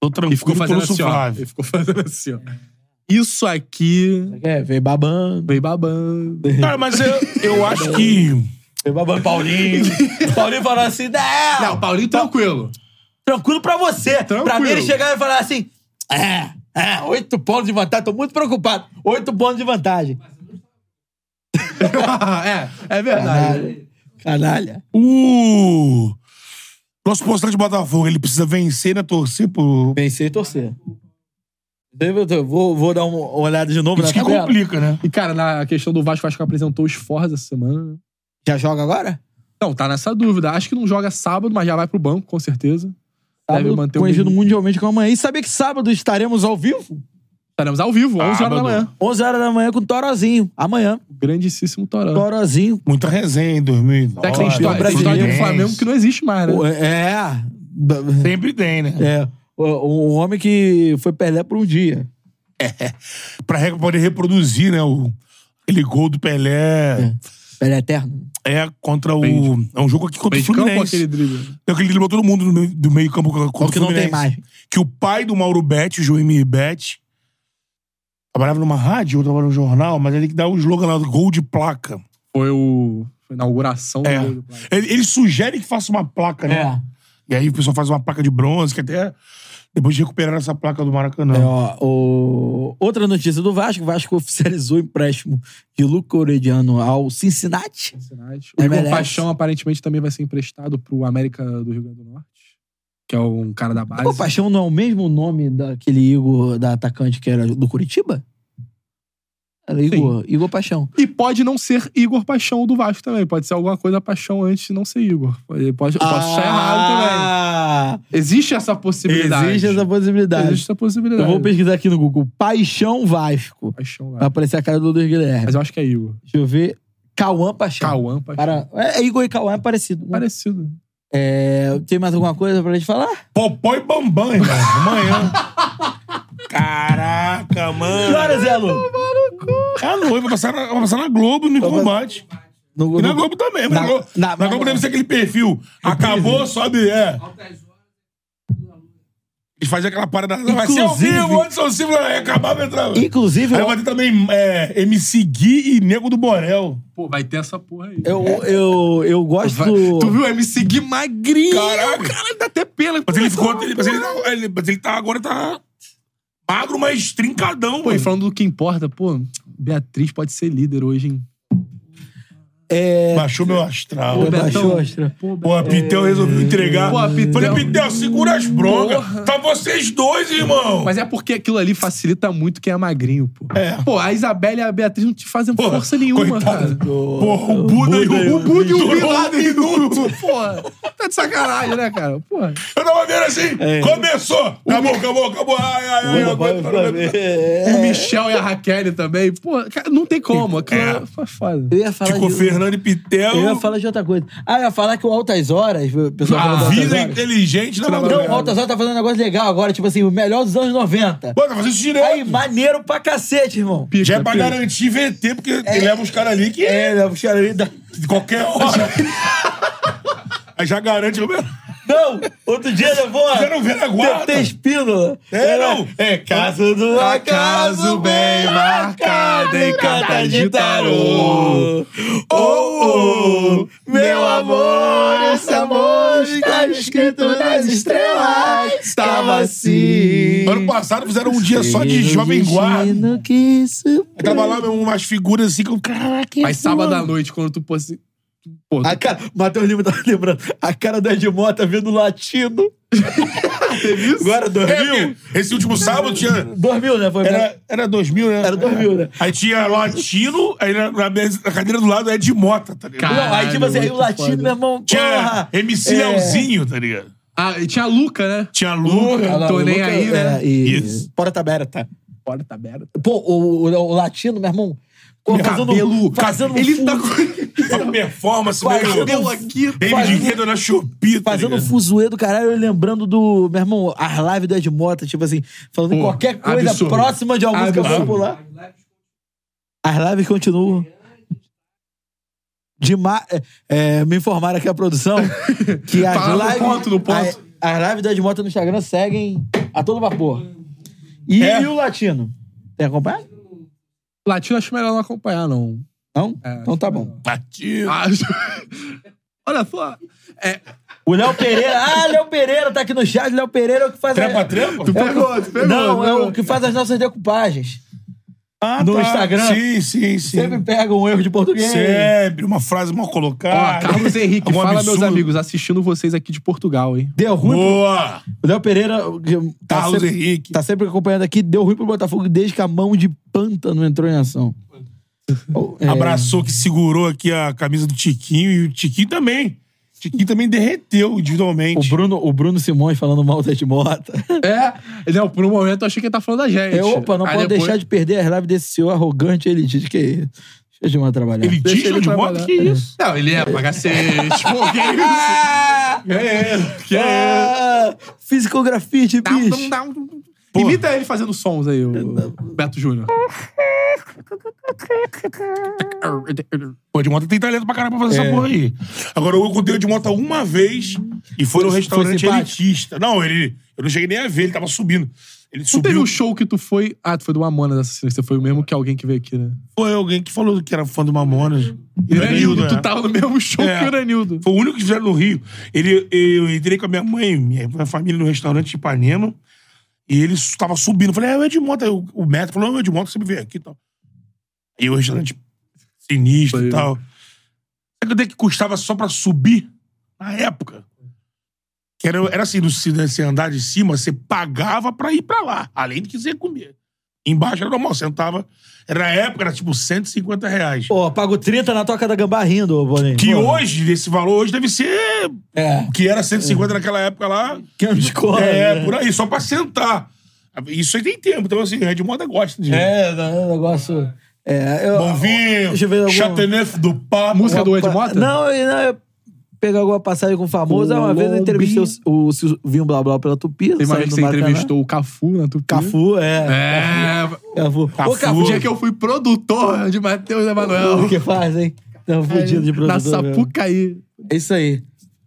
Speaker 2: Tô
Speaker 3: e
Speaker 2: tranquilo
Speaker 3: ficou fazendo
Speaker 2: pelo
Speaker 3: assim, ó.
Speaker 2: Suflávio.
Speaker 3: Ele ficou fazendo assim, ó. Isso aqui
Speaker 1: É, vem babando.
Speaker 3: vem babando.
Speaker 2: Cara, mas eu, eu acho que...
Speaker 1: Vem babando Paulinho. Paulinho falou assim, "Não,
Speaker 3: Não, Paulinho tranquilo.
Speaker 1: tranquilo pra você. Pra mim
Speaker 3: Tranquilo.
Speaker 1: ele chegar e falar assim, é, é, oito pontos de vantagem, tô muito preocupado. Oito pontos de vantagem.
Speaker 3: é, é verdade.
Speaker 1: Canalha.
Speaker 2: O nosso postulante de Botafogo, ele precisa vencer, né? Torcer por.
Speaker 1: Vencer e torcer. Deve- eu Vou, vou dar uma olhada de novo
Speaker 2: Isso
Speaker 3: é
Speaker 2: que
Speaker 1: na tabela.
Speaker 2: complica, né?
Speaker 3: E, cara, na questão do Vasco, o Vasco apresentou os Forras essa semana. né?
Speaker 1: Já joga agora?
Speaker 3: Não, tá nessa dúvida. Acho que não joga sábado, mas já vai pro banco, com certeza. Deve
Speaker 1: Sábado,
Speaker 3: manter o
Speaker 1: conhecido
Speaker 3: menino.
Speaker 1: mundialmente como amanhã. E sabia que sábado estaremos ao vivo?
Speaker 3: Estaremos ao vivo, 11 horas da
Speaker 2: Sábado.
Speaker 3: manhã.
Speaker 1: 11 horas da manhã com o Torozinho. Amanhã.
Speaker 3: Grandíssimo Torão.
Speaker 1: Torozinho.
Speaker 2: Muita resenha em 2009.
Speaker 3: Até que tem um história, tem
Speaker 1: brasileiro.
Speaker 3: história
Speaker 2: um
Speaker 3: do Flamengo que não existe mais, né?
Speaker 1: O- É. b-
Speaker 2: Sempre tem, né?
Speaker 1: É. O, o homem que foi Pelé por um dia.
Speaker 2: Pra re- poder reproduzir, né? O, aquele gol do Pelé
Speaker 1: Pelé eterno.
Speaker 2: é, contra o.
Speaker 3: Meio
Speaker 2: É um jogo aqui contra o
Speaker 3: Meio de campo,
Speaker 2: Fluminense.
Speaker 3: aquele drible.
Speaker 2: É aquele que driblou todo mundo do meio, do meio campo contra o
Speaker 1: Porque não
Speaker 3: é
Speaker 2: Fluminense.
Speaker 1: tem mais.
Speaker 2: Que o pai do Mauro Betti, o Joemir Betti, trabalhava numa rádio, ou trabalhava num jornal, mas ele que dá o slogan lá do gol de placa.
Speaker 3: Foi o. Foi a inauguração
Speaker 2: É.
Speaker 3: do.
Speaker 1: É.
Speaker 2: Ele, ele sugere que faça uma placa, né? E aí o pessoal faz uma placa de bronze, que até depois de recuperar essa placa do Maracanã.
Speaker 1: É, ó, o- Outra notícia do Vasco: o Vasco oficializou o empréstimo de Luca Orediano ao Cincinnati.
Speaker 3: O Igor
Speaker 1: MLS.
Speaker 3: Paixão aparentemente também vai ser emprestado pro América do Rio Grande do Norte, que é um cara da base.
Speaker 1: Pô, Paixão não é o mesmo nome daquele Igor, da atacante que era do Curitiba? Era Igor, Igor Paixão.
Speaker 3: E pode não ser Igor Paixão do Vasco também. Pode ser alguma coisa Paixão antes de não ser Igor. Pode, pode, eu posso estar errado
Speaker 1: errado
Speaker 3: também. Existe essa possibilidade.
Speaker 1: Ah! Existe essa possibilidade.
Speaker 3: Existe essa possibilidade.
Speaker 1: Eu vou Tá pesquisar aqui no Google. Paixão Vasco.
Speaker 3: Paixão
Speaker 1: Vai
Speaker 3: lá.
Speaker 1: aparecer a cara do Luiz Guilherme.
Speaker 3: Mas eu acho que é Igor.
Speaker 1: Deixa eu ver. Cauã Paixão.
Speaker 3: Cauã, Paixão.
Speaker 1: Cara, é, é Igor e Cauã é parecido. né?
Speaker 3: Parecido.
Speaker 1: É, tem mais alguma coisa pra gente falar?
Speaker 2: Popó e Bambam, irmão. Amanhã. Caraca, mano.
Speaker 1: é, Lu?
Speaker 2: É a noite, vai passar, na- vai passar na Globo, no combate.
Speaker 1: No,
Speaker 2: E na
Speaker 1: no-
Speaker 2: Globo também. mas
Speaker 1: Na-
Speaker 2: Na, Globo-
Speaker 1: na-
Speaker 2: na
Speaker 1: na-
Speaker 2: Globo deve ser aquele perfil. Acabou, sobe, é. Eles fazem aquela parada. Vai ser ao
Speaker 1: Inclusive-
Speaker 2: vivo, Anderson Silva. Aí acabava entrando.
Speaker 1: Inclusive,
Speaker 2: Aí
Speaker 1: eu,
Speaker 2: vai ter também é, MC Gui e Nego do Borel.
Speaker 3: Pô, vai ter essa porra aí.
Speaker 1: eu, eu, eu gosto.
Speaker 3: Vai- Tu viu? MC Gui magrinho.
Speaker 2: Caraca.
Speaker 3: Caralho, dá até pena.
Speaker 2: Mas ele ficou. Ele, mas, ele tá, ele- mas ele tá agora tá magro, mas trincadão.
Speaker 3: Pô, e
Speaker 2: mano.
Speaker 3: falando do que importa, pô, Beatriz pode ser líder hoje, hein?
Speaker 1: É.
Speaker 2: Baixou meu astral.
Speaker 1: Pô,
Speaker 3: Betão.
Speaker 1: baixou, Astra.
Speaker 3: Pô, Be-
Speaker 2: Pô, a Pitel resolveu entregar.
Speaker 3: Pô, a Pitel-
Speaker 2: Falei, Pitel, segura as
Speaker 3: Porra.
Speaker 2: broncas. Tá vocês dois, irmão.
Speaker 3: Mas é porque aquilo ali facilita muito quem é magrinho, pô.
Speaker 2: É.
Speaker 3: Pô, a Isabela e a Beatriz não te fazem
Speaker 2: Pô,
Speaker 3: força nenhuma,
Speaker 2: coitado.
Speaker 3: cara.
Speaker 2: Porra, o Buda, e o,
Speaker 3: O Bug e o Bin
Speaker 2: Durou um
Speaker 3: Laden
Speaker 2: minuto.
Speaker 3: junto, porra. Tá de sacanagem, né, cara? Porra.
Speaker 2: Eu tava vendo assim. Começou. Acabou, acabou, acabou. Ai, ai, ai. eu aguento, não aguento.
Speaker 3: O
Speaker 1: É.
Speaker 3: Michel e a Raquel também. Pô, cara, não tem como. Aquilo
Speaker 2: É.
Speaker 3: é. foi foda.
Speaker 1: Eu ia falar
Speaker 2: Ficou
Speaker 1: de...
Speaker 2: Fernando e Pitel.
Speaker 1: Eu ia falar de outra coisa. Ah, eu ia falar que o Altas Horas. O pessoal falou do
Speaker 2: A
Speaker 1: Altas
Speaker 2: vida
Speaker 1: Horas.
Speaker 2: inteligente na
Speaker 1: Não, o
Speaker 2: madrugada.
Speaker 1: Altas Horas tá fazendo um negócio legal agora, tipo assim, o melhor dos anos 90.
Speaker 2: Pô, tá fazendo isso direto.
Speaker 1: Aí, maneiro pra cacete, irmão.
Speaker 3: Pica,
Speaker 2: Já é pra
Speaker 3: pica.
Speaker 2: garantir VT, porque leva uns caras ali que
Speaker 1: É, né, os caras ali da-
Speaker 2: de qualquer hora. Aí já garante o meu.
Speaker 1: Não, outro dia levou a...
Speaker 2: Você não vê na guarda.
Speaker 1: TT Espínola.
Speaker 2: É, não.
Speaker 1: Ah. É caso do acaso bem marcado em carta de tarô. Oh, oh, meu amor, esse amor está escrito nas estrelas. Estava assim.
Speaker 2: Ano passado fizeram um dia só de Jovem Guarda.
Speaker 1: Imagino que isso-
Speaker 2: Aí Tava lá meu, umas figuras assim que eu. Caraca,
Speaker 3: Mas sábado à
Speaker 2: mano.
Speaker 3: noite, quando tu pôs. Pô,
Speaker 1: A cara, o Matheus Lima tava lembrando. A cara do Edmota vindo latino. Teve isso? Agora
Speaker 2: É,
Speaker 1: 2000.
Speaker 2: porque Esse último sábado tinha.
Speaker 1: 2000, né? Foi
Speaker 2: Era, era 2000, né?
Speaker 1: Era 2000, né?
Speaker 2: Aí tinha Latino, aí na, na mesa- na cadeira do lado é de Mota, tá ligado?
Speaker 3: Cara,
Speaker 1: Não, aí tipo assim, aí o
Speaker 3: muito
Speaker 1: latino,
Speaker 3: foda.
Speaker 1: meu irmão,
Speaker 2: Tinha
Speaker 1: porra. é.
Speaker 2: MC Leozinho, tá ligado?
Speaker 3: Ah, e tinha a Luca, né?
Speaker 2: Tinha Luca.
Speaker 3: Tô nem aí, né?
Speaker 1: É, e,
Speaker 2: Isso.
Speaker 1: Bora tabera, tá?
Speaker 3: Bora, tá aberto.
Speaker 1: Pô, o, o- o latino, meu irmão, pô,
Speaker 3: Meu
Speaker 1: fazendo,
Speaker 3: cabelo,
Speaker 1: fazendo um
Speaker 3: ele
Speaker 1: fu-
Speaker 3: tá com
Speaker 2: Uma performance
Speaker 1: Quase
Speaker 2: meio.
Speaker 1: cabelo
Speaker 3: aqui,
Speaker 2: Baby
Speaker 1: fazendo-
Speaker 2: de dedo na Shopee, tá
Speaker 1: Fazendo
Speaker 2: ligado?
Speaker 1: fuzuê do caralho, eu lembrando do, meu irmão, as lives do Edmota, tipo assim, falando
Speaker 3: Pô,
Speaker 1: qualquer coisa
Speaker 3: absurdo.
Speaker 1: próxima de uma música
Speaker 3: Absurdo.
Speaker 1: popular. As lives continuam. De ma- é, é, me informaram aqui a produção que as
Speaker 3: Fala no
Speaker 1: lives.
Speaker 3: ponto, no ponto.
Speaker 1: As, as lives do Edmota no Instagram seguem a todo vapor. E,
Speaker 2: É.
Speaker 1: e o latino? Tem acompanhado?
Speaker 3: Latino acho melhor não acompanhar, não.
Speaker 1: Não?
Speaker 3: É,
Speaker 1: então tá
Speaker 3: acho
Speaker 1: bom.
Speaker 2: Latino.
Speaker 1: Ah,
Speaker 3: Acho. Olha só. É,
Speaker 1: O Léo Pereira. Ah, Léo Pereira tá aqui no chat. Léo Pereira é o que faz.
Speaker 2: Trepa, trepa?
Speaker 1: É o que-
Speaker 3: Pegou, tu pegou,
Speaker 1: não, é
Speaker 3: pegou.
Speaker 1: o que faz as nossas decupagens.
Speaker 2: Ah,
Speaker 1: no Instagram?
Speaker 2: Sim, sim, sim. é
Speaker 1: Sempre pega um erro de português.
Speaker 2: Sempre, uma frase mal
Speaker 3: ó,
Speaker 1: Ah,
Speaker 2: colocada.
Speaker 3: Carlos
Speaker 1: é um
Speaker 3: Henrique,
Speaker 2: algum
Speaker 3: fala,
Speaker 2: absurdo.
Speaker 3: meus amigos, assistindo vocês aqui de Portugal, hein?
Speaker 1: Deu ruim. pro-
Speaker 2: Boa!
Speaker 1: O Léo Pereira o que- tá
Speaker 2: Carlos
Speaker 1: sempre,
Speaker 2: Henrique.
Speaker 1: tá sempre acompanhando aqui. Deu ruim pro Botafogo desde que a mão de pântano entrou em ação. Oh, é,
Speaker 2: Abraçou que segurou aqui a camisa do Tiquinho e o Tiquinho também. O Tiquinho também derreteu
Speaker 1: O
Speaker 2: individualmente.
Speaker 1: Bruno, o Bruno Simões falando mal da Edmota.
Speaker 3: É. Não, por um momento eu achei que ele tá falando da gente.
Speaker 1: É, opa, não
Speaker 3: Aí
Speaker 1: pode
Speaker 3: depois-
Speaker 1: deixar de perder as lives desse senhor arrogante. Ele diz que é isso. Deixa eu chamar trabalhar.
Speaker 2: Ele diz
Speaker 3: Deixa ele
Speaker 2: de moto?
Speaker 3: trabalhar.
Speaker 2: Que isso?
Speaker 3: Não, ele é pra cacete. Pô, que isso?
Speaker 1: Ah!
Speaker 3: Que é?
Speaker 1: Ah, Fisicografias de bicho.
Speaker 3: Tá Dá um- dá um- Imita ele fazendo sons aí, o o Beto Júnior.
Speaker 2: Pô, de moto tem talento pra caramba pra fazer essa porra aí. Agora, eu encontrei o de moto uma vez e foi num
Speaker 1: Foi-
Speaker 2: restaurante
Speaker 1: foi simpático?
Speaker 2: elitista. Não, ele. Eu não cheguei nem a ver, ele tava subindo. Ele
Speaker 3: Tu teve
Speaker 2: subiu.
Speaker 3: um show que tu foi. Ah, tu foi do Mamona dessa cena. Você foi o mesmo que alguém que veio aqui, né?
Speaker 2: Foi alguém que falou que era fã do Mamonas.
Speaker 3: Iranildo, tu
Speaker 2: é.
Speaker 3: tava no mesmo show
Speaker 2: É.
Speaker 3: que o Iranildo.
Speaker 2: Foi o único que fizeram no Rio. Ele, eu entrei com a minha mãe, minha, minha família, no restaurante de Ipanema. E ele estava subindo. Eu falei, é o Edmota. Aí O, o Beto falou, é o Edmota, sempre veio aqui e tal. E o restaurante sinistro
Speaker 3: Foi.
Speaker 2: e tal. Sabe quanto é que custava só pra subir? Na época. Que era, era assim, no, se você andar de cima, você pagava pra ir pra lá. Além do que você ia comer. Embaixo era normal, sentava. Era na época, era tipo 150 reais.
Speaker 1: Pô, pago 30 na toca da gambá rindo, ô Boninho.
Speaker 2: Que
Speaker 1: Pô,
Speaker 2: hoje, esse valor hoje deve ser
Speaker 1: É.
Speaker 2: o que era 150 naquela época lá.
Speaker 1: Que é um escola,
Speaker 2: É,
Speaker 1: né?
Speaker 2: por aí, só pra sentar. Isso aí tem tempo. Então, assim, a Edmonda gosta de.
Speaker 1: É, é um negócio. É, eu,
Speaker 2: Bom vinho,
Speaker 1: Deixa eu ver alguma-
Speaker 2: Chateauneuf do Pá.
Speaker 3: Música do Ed
Speaker 1: pa-
Speaker 3: Mota?
Speaker 1: Não, eu- não, eu pegar alguma passagem com o famoso. Ah, Uma vez eu entrevistei o, o Silvinho Blá Blá pela Tupi.
Speaker 3: Tem
Speaker 1: saindo
Speaker 3: uma vez que
Speaker 1: do
Speaker 3: você
Speaker 1: Maracanã.
Speaker 3: entrevistou o Cafu na Tupi.
Speaker 1: Cafu, é.
Speaker 3: É.
Speaker 1: Cafu.
Speaker 3: Ô, Cafu. O dia que eu fui produtor de Matheus Emanuel.
Speaker 1: O que faz, hein? Tamo fudido de produtor.
Speaker 3: É, Na
Speaker 1: mesmo.
Speaker 3: Sapucaí.
Speaker 1: É isso aí.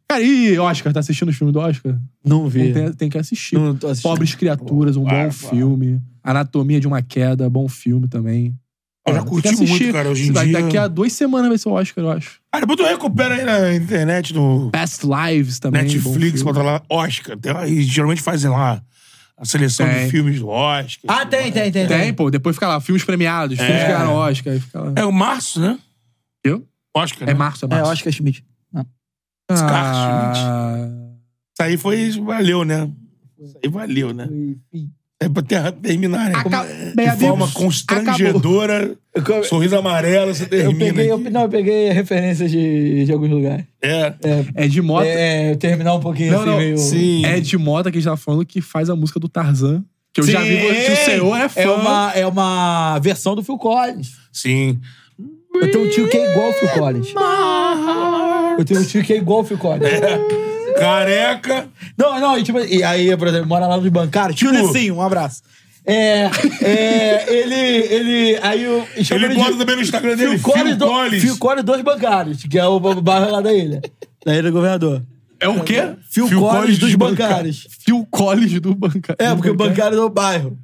Speaker 3: Cara, e Oscar? Tá assistindo os filmes do Oscar?
Speaker 1: Não vi.
Speaker 3: Não tem, tem que assistir.
Speaker 1: Não tô assistindo.
Speaker 3: Pobres Criaturas, um
Speaker 2: Claro,
Speaker 3: bom
Speaker 2: claro.
Speaker 3: filme. Anatomia de uma Queda, bom filme também.
Speaker 2: Eu já
Speaker 3: Tem
Speaker 2: curti
Speaker 3: que assistir.
Speaker 2: muito, cara, hoje em
Speaker 3: Da-
Speaker 2: dia.
Speaker 3: Daqui a duas semanas vai ser o Oscar, eu acho.
Speaker 2: Ah, depois tu recupera aí na internet, no
Speaker 3: Past Lives também. bom
Speaker 2: Netflix,
Speaker 3: filme.
Speaker 2: bota lá Oscar. Tem lá, e geralmente fazem lá a seleção
Speaker 3: Tem.
Speaker 2: de filmes do Oscar.
Speaker 1: Ah, tem, tem, tem.
Speaker 3: Tem, pô. Depois fica lá, filmes premiados, filmes que ganharam Oscar. aí Fica lá.
Speaker 2: É o março, né?
Speaker 3: Eu?
Speaker 2: Oscar.
Speaker 3: É
Speaker 2: né?
Speaker 3: março, é
Speaker 1: É,
Speaker 3: março.
Speaker 1: eu acho que é Schmidt.
Speaker 3: Ah,
Speaker 2: Isso aí foi. Valeu, né? Isso aí valeu, né? É pra ter- terminar, né?
Speaker 3: Aca- Bem,
Speaker 2: de forma
Speaker 3: amigos,
Speaker 2: constrangedora,
Speaker 1: Eu come-
Speaker 2: sorriso amarelo, você
Speaker 1: Eu
Speaker 2: termina.
Speaker 1: peguei, eu, não, eu peguei referências de, de alguns lugares.
Speaker 2: É.
Speaker 3: É de moto.
Speaker 1: É, eu terminar um pouquinho
Speaker 3: Não,
Speaker 1: assim,
Speaker 3: não.
Speaker 1: meio...
Speaker 2: Sim.
Speaker 3: É de moda que a gente tá falando que faz a música do Tarzan. Que eu já vi
Speaker 2: Sim!
Speaker 3: que o senhor é fã.
Speaker 1: É uma, é uma versão do Phil Collins.
Speaker 2: Sim.
Speaker 1: Eu tenho um tio que é igual ao Phil Collins. Eu tenho um tio que é igual ao Phil Collins.
Speaker 2: Careca.
Speaker 1: Não, não, e, tipo, e aí, por exemplo, mora lá nos bancários. Tio
Speaker 2: Tipo-
Speaker 1: Nessinho, um abraço. É, é, ele, ele, aí o... chama
Speaker 2: Ele
Speaker 1: de-
Speaker 2: bota também no Instagram dele, Phil
Speaker 1: Collins do-
Speaker 2: Collins.
Speaker 1: Phil Collins dos bancários, que é o bairro lá da ilha. Da ilha do governador.
Speaker 3: É o quê?
Speaker 1: Phil,
Speaker 2: Phil
Speaker 1: Collins,
Speaker 2: Collins
Speaker 1: dos
Speaker 2: dos
Speaker 1: bancários.
Speaker 3: Phil Collins do bancário.
Speaker 1: É, porque o bancário é do bairro.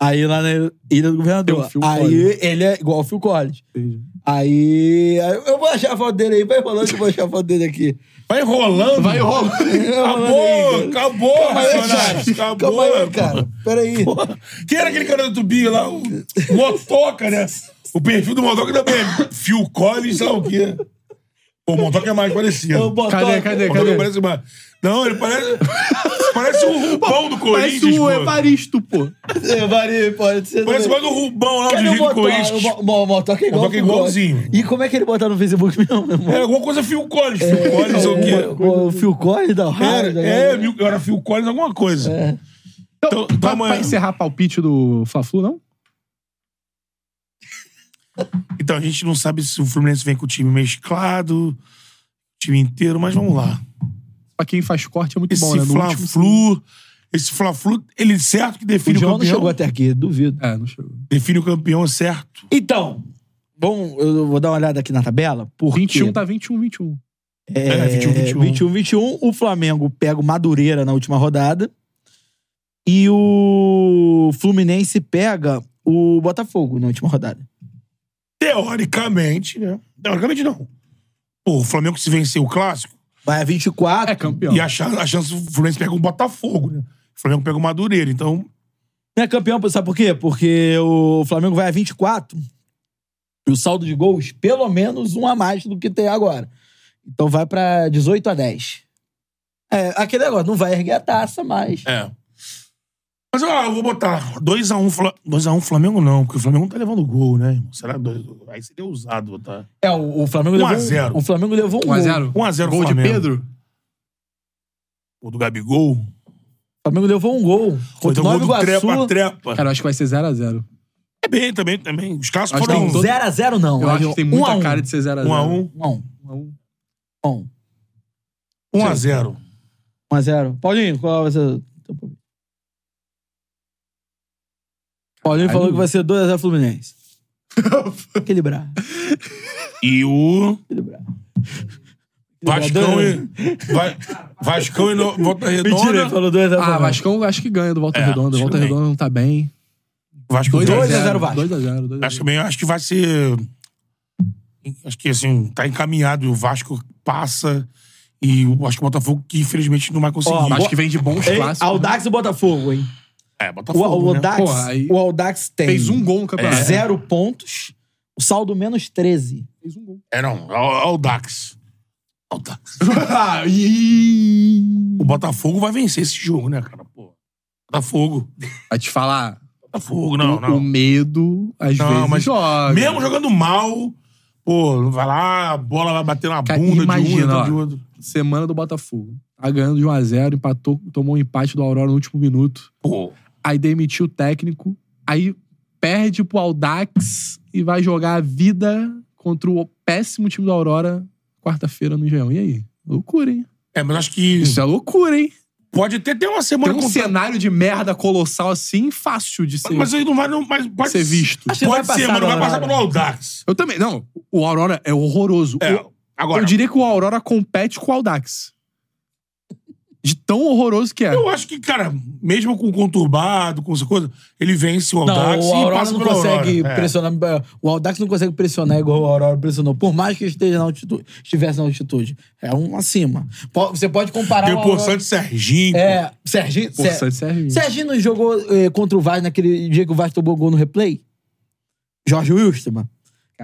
Speaker 1: Aí lá na Ilha do
Speaker 3: Tem
Speaker 1: Governador.
Speaker 3: o Phil
Speaker 1: aí
Speaker 3: Collins.
Speaker 1: ele é igual o Phil Collins.
Speaker 3: Entendi.
Speaker 1: Aí, aí Eu vou achar a foto dele aí. Vai rolando que eu vou achar a foto dele aqui.
Speaker 2: Vai rolando.
Speaker 3: Vai rolando.
Speaker 2: Acabou, acabou,
Speaker 1: Calma aí, cara.
Speaker 2: Racionais. Acabou.
Speaker 1: Calma aí, cara. Pera aí.
Speaker 2: Quem era aquele cara do Tubi lá? O Motoca, né? O perfil do Motoca também. Phil Collins, sei lá o quê. Pô, o Motoca é mais parecido.
Speaker 1: Ô, Botoca.
Speaker 3: Cadê, cadê,
Speaker 2: O Motoca
Speaker 3: cadê?
Speaker 2: parece mais... Não, ele parece... parece um Rubão do Corinthians,
Speaker 3: Parece o
Speaker 2: pô.
Speaker 1: né?
Speaker 3: Evaristo, pô.
Speaker 1: É, Maria, pode ser.
Speaker 2: Parece mais um Rubão lá
Speaker 1: Cadê
Speaker 2: do
Speaker 1: o
Speaker 2: Rio do
Speaker 1: Motoca? O
Speaker 2: Corinthians.
Speaker 1: Mo- Mo- Motoca é igual.
Speaker 2: Motoca é
Speaker 1: ao Phil Collins.
Speaker 2: igualzinho.
Speaker 1: E como é que ele botar no Facebook mesmo, meu irmão?
Speaker 2: Era É, alguma coisa Phil Collins.
Speaker 1: É,
Speaker 2: Phil Collins ou o
Speaker 1: O-
Speaker 2: quê?
Speaker 1: o, o Phil Collins da Rádio.
Speaker 2: Era,
Speaker 1: né? É.
Speaker 2: é, mil- era Phil Collins alguma coisa.
Speaker 3: Então,
Speaker 2: Então,
Speaker 3: pra,
Speaker 2: amanhã-
Speaker 3: pra encerrar palpite do Fla-Flu, não?
Speaker 2: Então, a gente não sabe se o Fluminense vem com o time mesclado, time inteiro, mas vamos lá.
Speaker 3: Pra quem faz corte é muito
Speaker 2: Esse
Speaker 3: bom, né? No último-
Speaker 2: Fla-Flu, esse Fla-Flu, ele é certo que
Speaker 1: O
Speaker 2: define o,
Speaker 1: João não
Speaker 2: campeão.
Speaker 1: chegou até aqui, duvido.
Speaker 3: É, não chegou.
Speaker 2: Define o campeão é certo.
Speaker 1: Então, bom, eu vou dar uma olhada aqui na tabela. Porque
Speaker 3: 21 tá 21, 21.
Speaker 1: é,
Speaker 2: É, 21, 21.
Speaker 1: 21, 21. O Flamengo pega o Madureira na última rodada. E o Fluminense pega o Botafogo na última rodada.
Speaker 2: Teoricamente, né? Teoricamente não. Pô, o Flamengo se vencer o clássico
Speaker 1: Vai a 24.
Speaker 3: É campeão.
Speaker 2: e a chance, a chance do Fluminense pega o Botafogo, né? O Flamengo pega o Madureira, então
Speaker 1: Não é campeão, sabe por quê? Porque o Flamengo vai a 24 e o saldo de gols, pelo menos um a mais do que tem agora. Então vai pra 18 a 10. É, aquele negócio, não vai erguer a taça, mas.
Speaker 2: É. Mas ó, eu vou botar 2x1 um, Fla- 2 a 1 Flamengo, não, porque o Flamengo não tá levando gol, né, irmão? Será dois, Aí seria ousado botar.
Speaker 1: É, o, o Flamengo
Speaker 2: Um
Speaker 1: levou.
Speaker 2: a zero.
Speaker 1: O Flamengo levou um.
Speaker 2: 1x0
Speaker 3: 1x0. Gol de
Speaker 2: Flamengo.
Speaker 3: Pedro?
Speaker 2: O do Gabigol.
Speaker 1: O Flamengo levou um gol.
Speaker 2: Ou
Speaker 1: Contra
Speaker 2: então
Speaker 1: o
Speaker 2: o gol
Speaker 1: Nova
Speaker 2: do
Speaker 1: Iguaçu.
Speaker 2: Trepa, Trepa.
Speaker 3: Cara, eu acho que vai ser 0x0.
Speaker 2: É bem, também, também. Os caras
Speaker 3: Acho que
Speaker 2: foram
Speaker 3: tem todo-
Speaker 1: 0x0 não.
Speaker 3: Eu acho que tem muita
Speaker 1: um
Speaker 3: cara de ser 0x0.
Speaker 2: 1x1.
Speaker 1: 1x1.
Speaker 3: 1x1.
Speaker 1: 1x1.
Speaker 2: 1x0.
Speaker 1: 1x0. Paulinho, qual vai ser. o teu palpite? Paulinho falou que vai ser 2x0 Fluminense. Equilibrar.
Speaker 2: E o
Speaker 1: Equilibrar.
Speaker 2: Vascão e... Va- Vascão e no... Volta
Speaker 1: Mentira, ele
Speaker 2: Redonda.
Speaker 1: falou 2x0
Speaker 3: Ah,
Speaker 1: Fluminense.
Speaker 3: Vascão acho que ganha do Volta
Speaker 2: É,
Speaker 3: Redonda.
Speaker 2: acho
Speaker 3: Volta
Speaker 2: que
Speaker 3: Redonda não tá bem.
Speaker 2: Vasco
Speaker 1: 2 a
Speaker 2: 2x0.
Speaker 1: 0 Vasco.
Speaker 3: 2x0, 2x0.
Speaker 2: Acho que bem, acho que vai ser. Acho que assim, tá encaminhado. O Vasco passa. E eu acho que o Botafogo, que infelizmente não vai conseguir.
Speaker 1: Ó,
Speaker 3: Acho que vem de bons
Speaker 1: Ei,
Speaker 3: clássicos.
Speaker 1: Aldax e Botafogo, hein?
Speaker 2: É,
Speaker 1: O,
Speaker 2: Botafogo.
Speaker 1: o,
Speaker 2: né?
Speaker 1: Aldax,
Speaker 3: Porra, aí-
Speaker 1: o Aldax tem
Speaker 3: Fez um gol no campeonato.
Speaker 1: zero pontos, o saldo menos 13.
Speaker 3: Fez um gol.
Speaker 2: É, não. É o Dax. É o Dax.
Speaker 3: Ah, Ih.
Speaker 2: O Botafogo vai vencer esse jogo, né, cara? Pô. Botafogo.
Speaker 3: Vai te falar.
Speaker 2: Botafogo, não,
Speaker 3: o, o
Speaker 2: não.
Speaker 3: medo, às
Speaker 2: Não,
Speaker 3: vezes,
Speaker 2: mas
Speaker 3: joga.
Speaker 2: Mesmo jogando mal, pô, vai lá, a bola vai bater na
Speaker 3: Cara,
Speaker 2: bunda de um,
Speaker 3: imagina,
Speaker 2: entra
Speaker 3: ó.
Speaker 2: de outro.
Speaker 3: Semana do Botafogo. Tá ganhando de 1x0, empatou, tomou um empate do Aurora no último minuto.
Speaker 2: Pô.
Speaker 3: Aí demitiu o técnico. Aí perde pro Aldax e vai jogar a vida contra o péssimo time do Aurora quarta-feira no Engenhão. E aí? Loucura, hein?
Speaker 2: É, mas acho que
Speaker 3: Isso é loucura, hein?
Speaker 2: pode até ter uma semana
Speaker 3: Tem um
Speaker 2: contra-
Speaker 3: cenário de merda colossal assim, fácil de ser,
Speaker 2: Mas aí não vai. Não, mas pode
Speaker 3: ser visto.
Speaker 1: Acho que vai
Speaker 2: Pode ser,
Speaker 1: passar do
Speaker 2: mas não vai passar
Speaker 1: Aurora.
Speaker 2: pelo Aldax.
Speaker 3: Eu também. Não, o Aurora é horroroso.
Speaker 2: É,
Speaker 3: O-
Speaker 2: agora.
Speaker 3: eu diria que o Aurora compete com o Aldax. De tão horroroso que é.
Speaker 2: Eu acho que, cara, mesmo com o conturbado, com essa coisa, ele vence o Aldax
Speaker 1: o
Speaker 2: e
Speaker 1: Aurora
Speaker 2: passa
Speaker 1: não
Speaker 2: pelo
Speaker 1: consegue
Speaker 2: Aurora. É.
Speaker 1: pressionar. O Aldax não consegue pressionar igual o Aurora pressionou, por mais que esteja na altitude, estivesse na altitude. É um acima. Po- Você pode comparar.
Speaker 2: Tem
Speaker 1: o
Speaker 2: o
Speaker 1: Aurora-
Speaker 2: Porçante Serginho.
Speaker 1: É, Serginho.
Speaker 3: Pô,
Speaker 1: Ser-
Speaker 3: Santos serve.
Speaker 1: Serginho não jogou eh, contra o Vasco naquele dia que o Vasco tomou gol no replay? Jorge Wilstermann.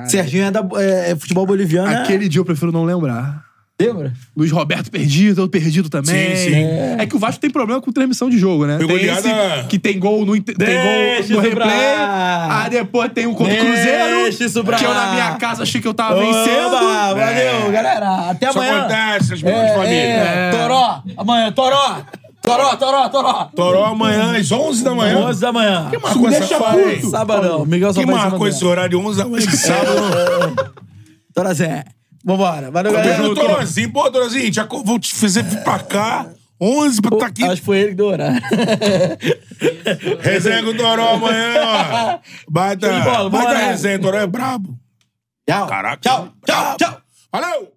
Speaker 1: Serginho é da é, futebol boliviano. é-
Speaker 3: Aquele dia eu prefiro não lembrar.
Speaker 1: Lembra?
Speaker 3: Luiz Roberto perdido, eu perdido também.
Speaker 2: Sim, sim.
Speaker 3: É. que o Vasco tem problema com transmissão de jogo, né?
Speaker 2: Pegou
Speaker 3: Tem
Speaker 2: goleada-
Speaker 3: esse que tem gol no, inte- tem gol
Speaker 1: Deixa isso
Speaker 3: no replay.
Speaker 1: pra lá.
Speaker 3: Ah, depois tem um contra o
Speaker 1: Deixa isso
Speaker 3: Cruzeiro.
Speaker 1: pra
Speaker 3: Que eu na
Speaker 1: lá.
Speaker 3: minha casa achei que eu
Speaker 2: Ah,
Speaker 3: tava vencendo.
Speaker 1: Oba, valeu, galera. Até
Speaker 2: Isso
Speaker 1: amanhã.
Speaker 2: É. acontece, as
Speaker 1: É,
Speaker 2: mãos de família.
Speaker 1: é, Toró, amanhã, Toró. Toró, Toró, Toró.
Speaker 2: Toró amanhã, às 11 da manhã.
Speaker 1: 11 da manhã.
Speaker 2: Quem marcou
Speaker 1: Me
Speaker 2: essa
Speaker 1: deixa
Speaker 2: hora aí?
Speaker 1: puto. Sabadão. Miguel
Speaker 2: Quem
Speaker 1: Sampaio se
Speaker 2: marcou
Speaker 1: mandou.
Speaker 2: esse horário? 11 da manhã de sábado.
Speaker 1: Toró Zé. Vambora. Valeu, galera.
Speaker 2: Beijo no Torozinho. Pô, Torozinho, já co- vou te fazer vir pra cá. 11 pra tá aqui.
Speaker 1: Acho que foi ele que deu horário.
Speaker 2: Resenha com o Toró amanhã, ó. Baita,
Speaker 1: Show de bola, né?
Speaker 2: baita
Speaker 1: bora.
Speaker 2: resenha. Toró é brabo.
Speaker 1: Tchau.
Speaker 2: Caraca.
Speaker 1: Tchau, tchau, tchau.
Speaker 2: Valeu!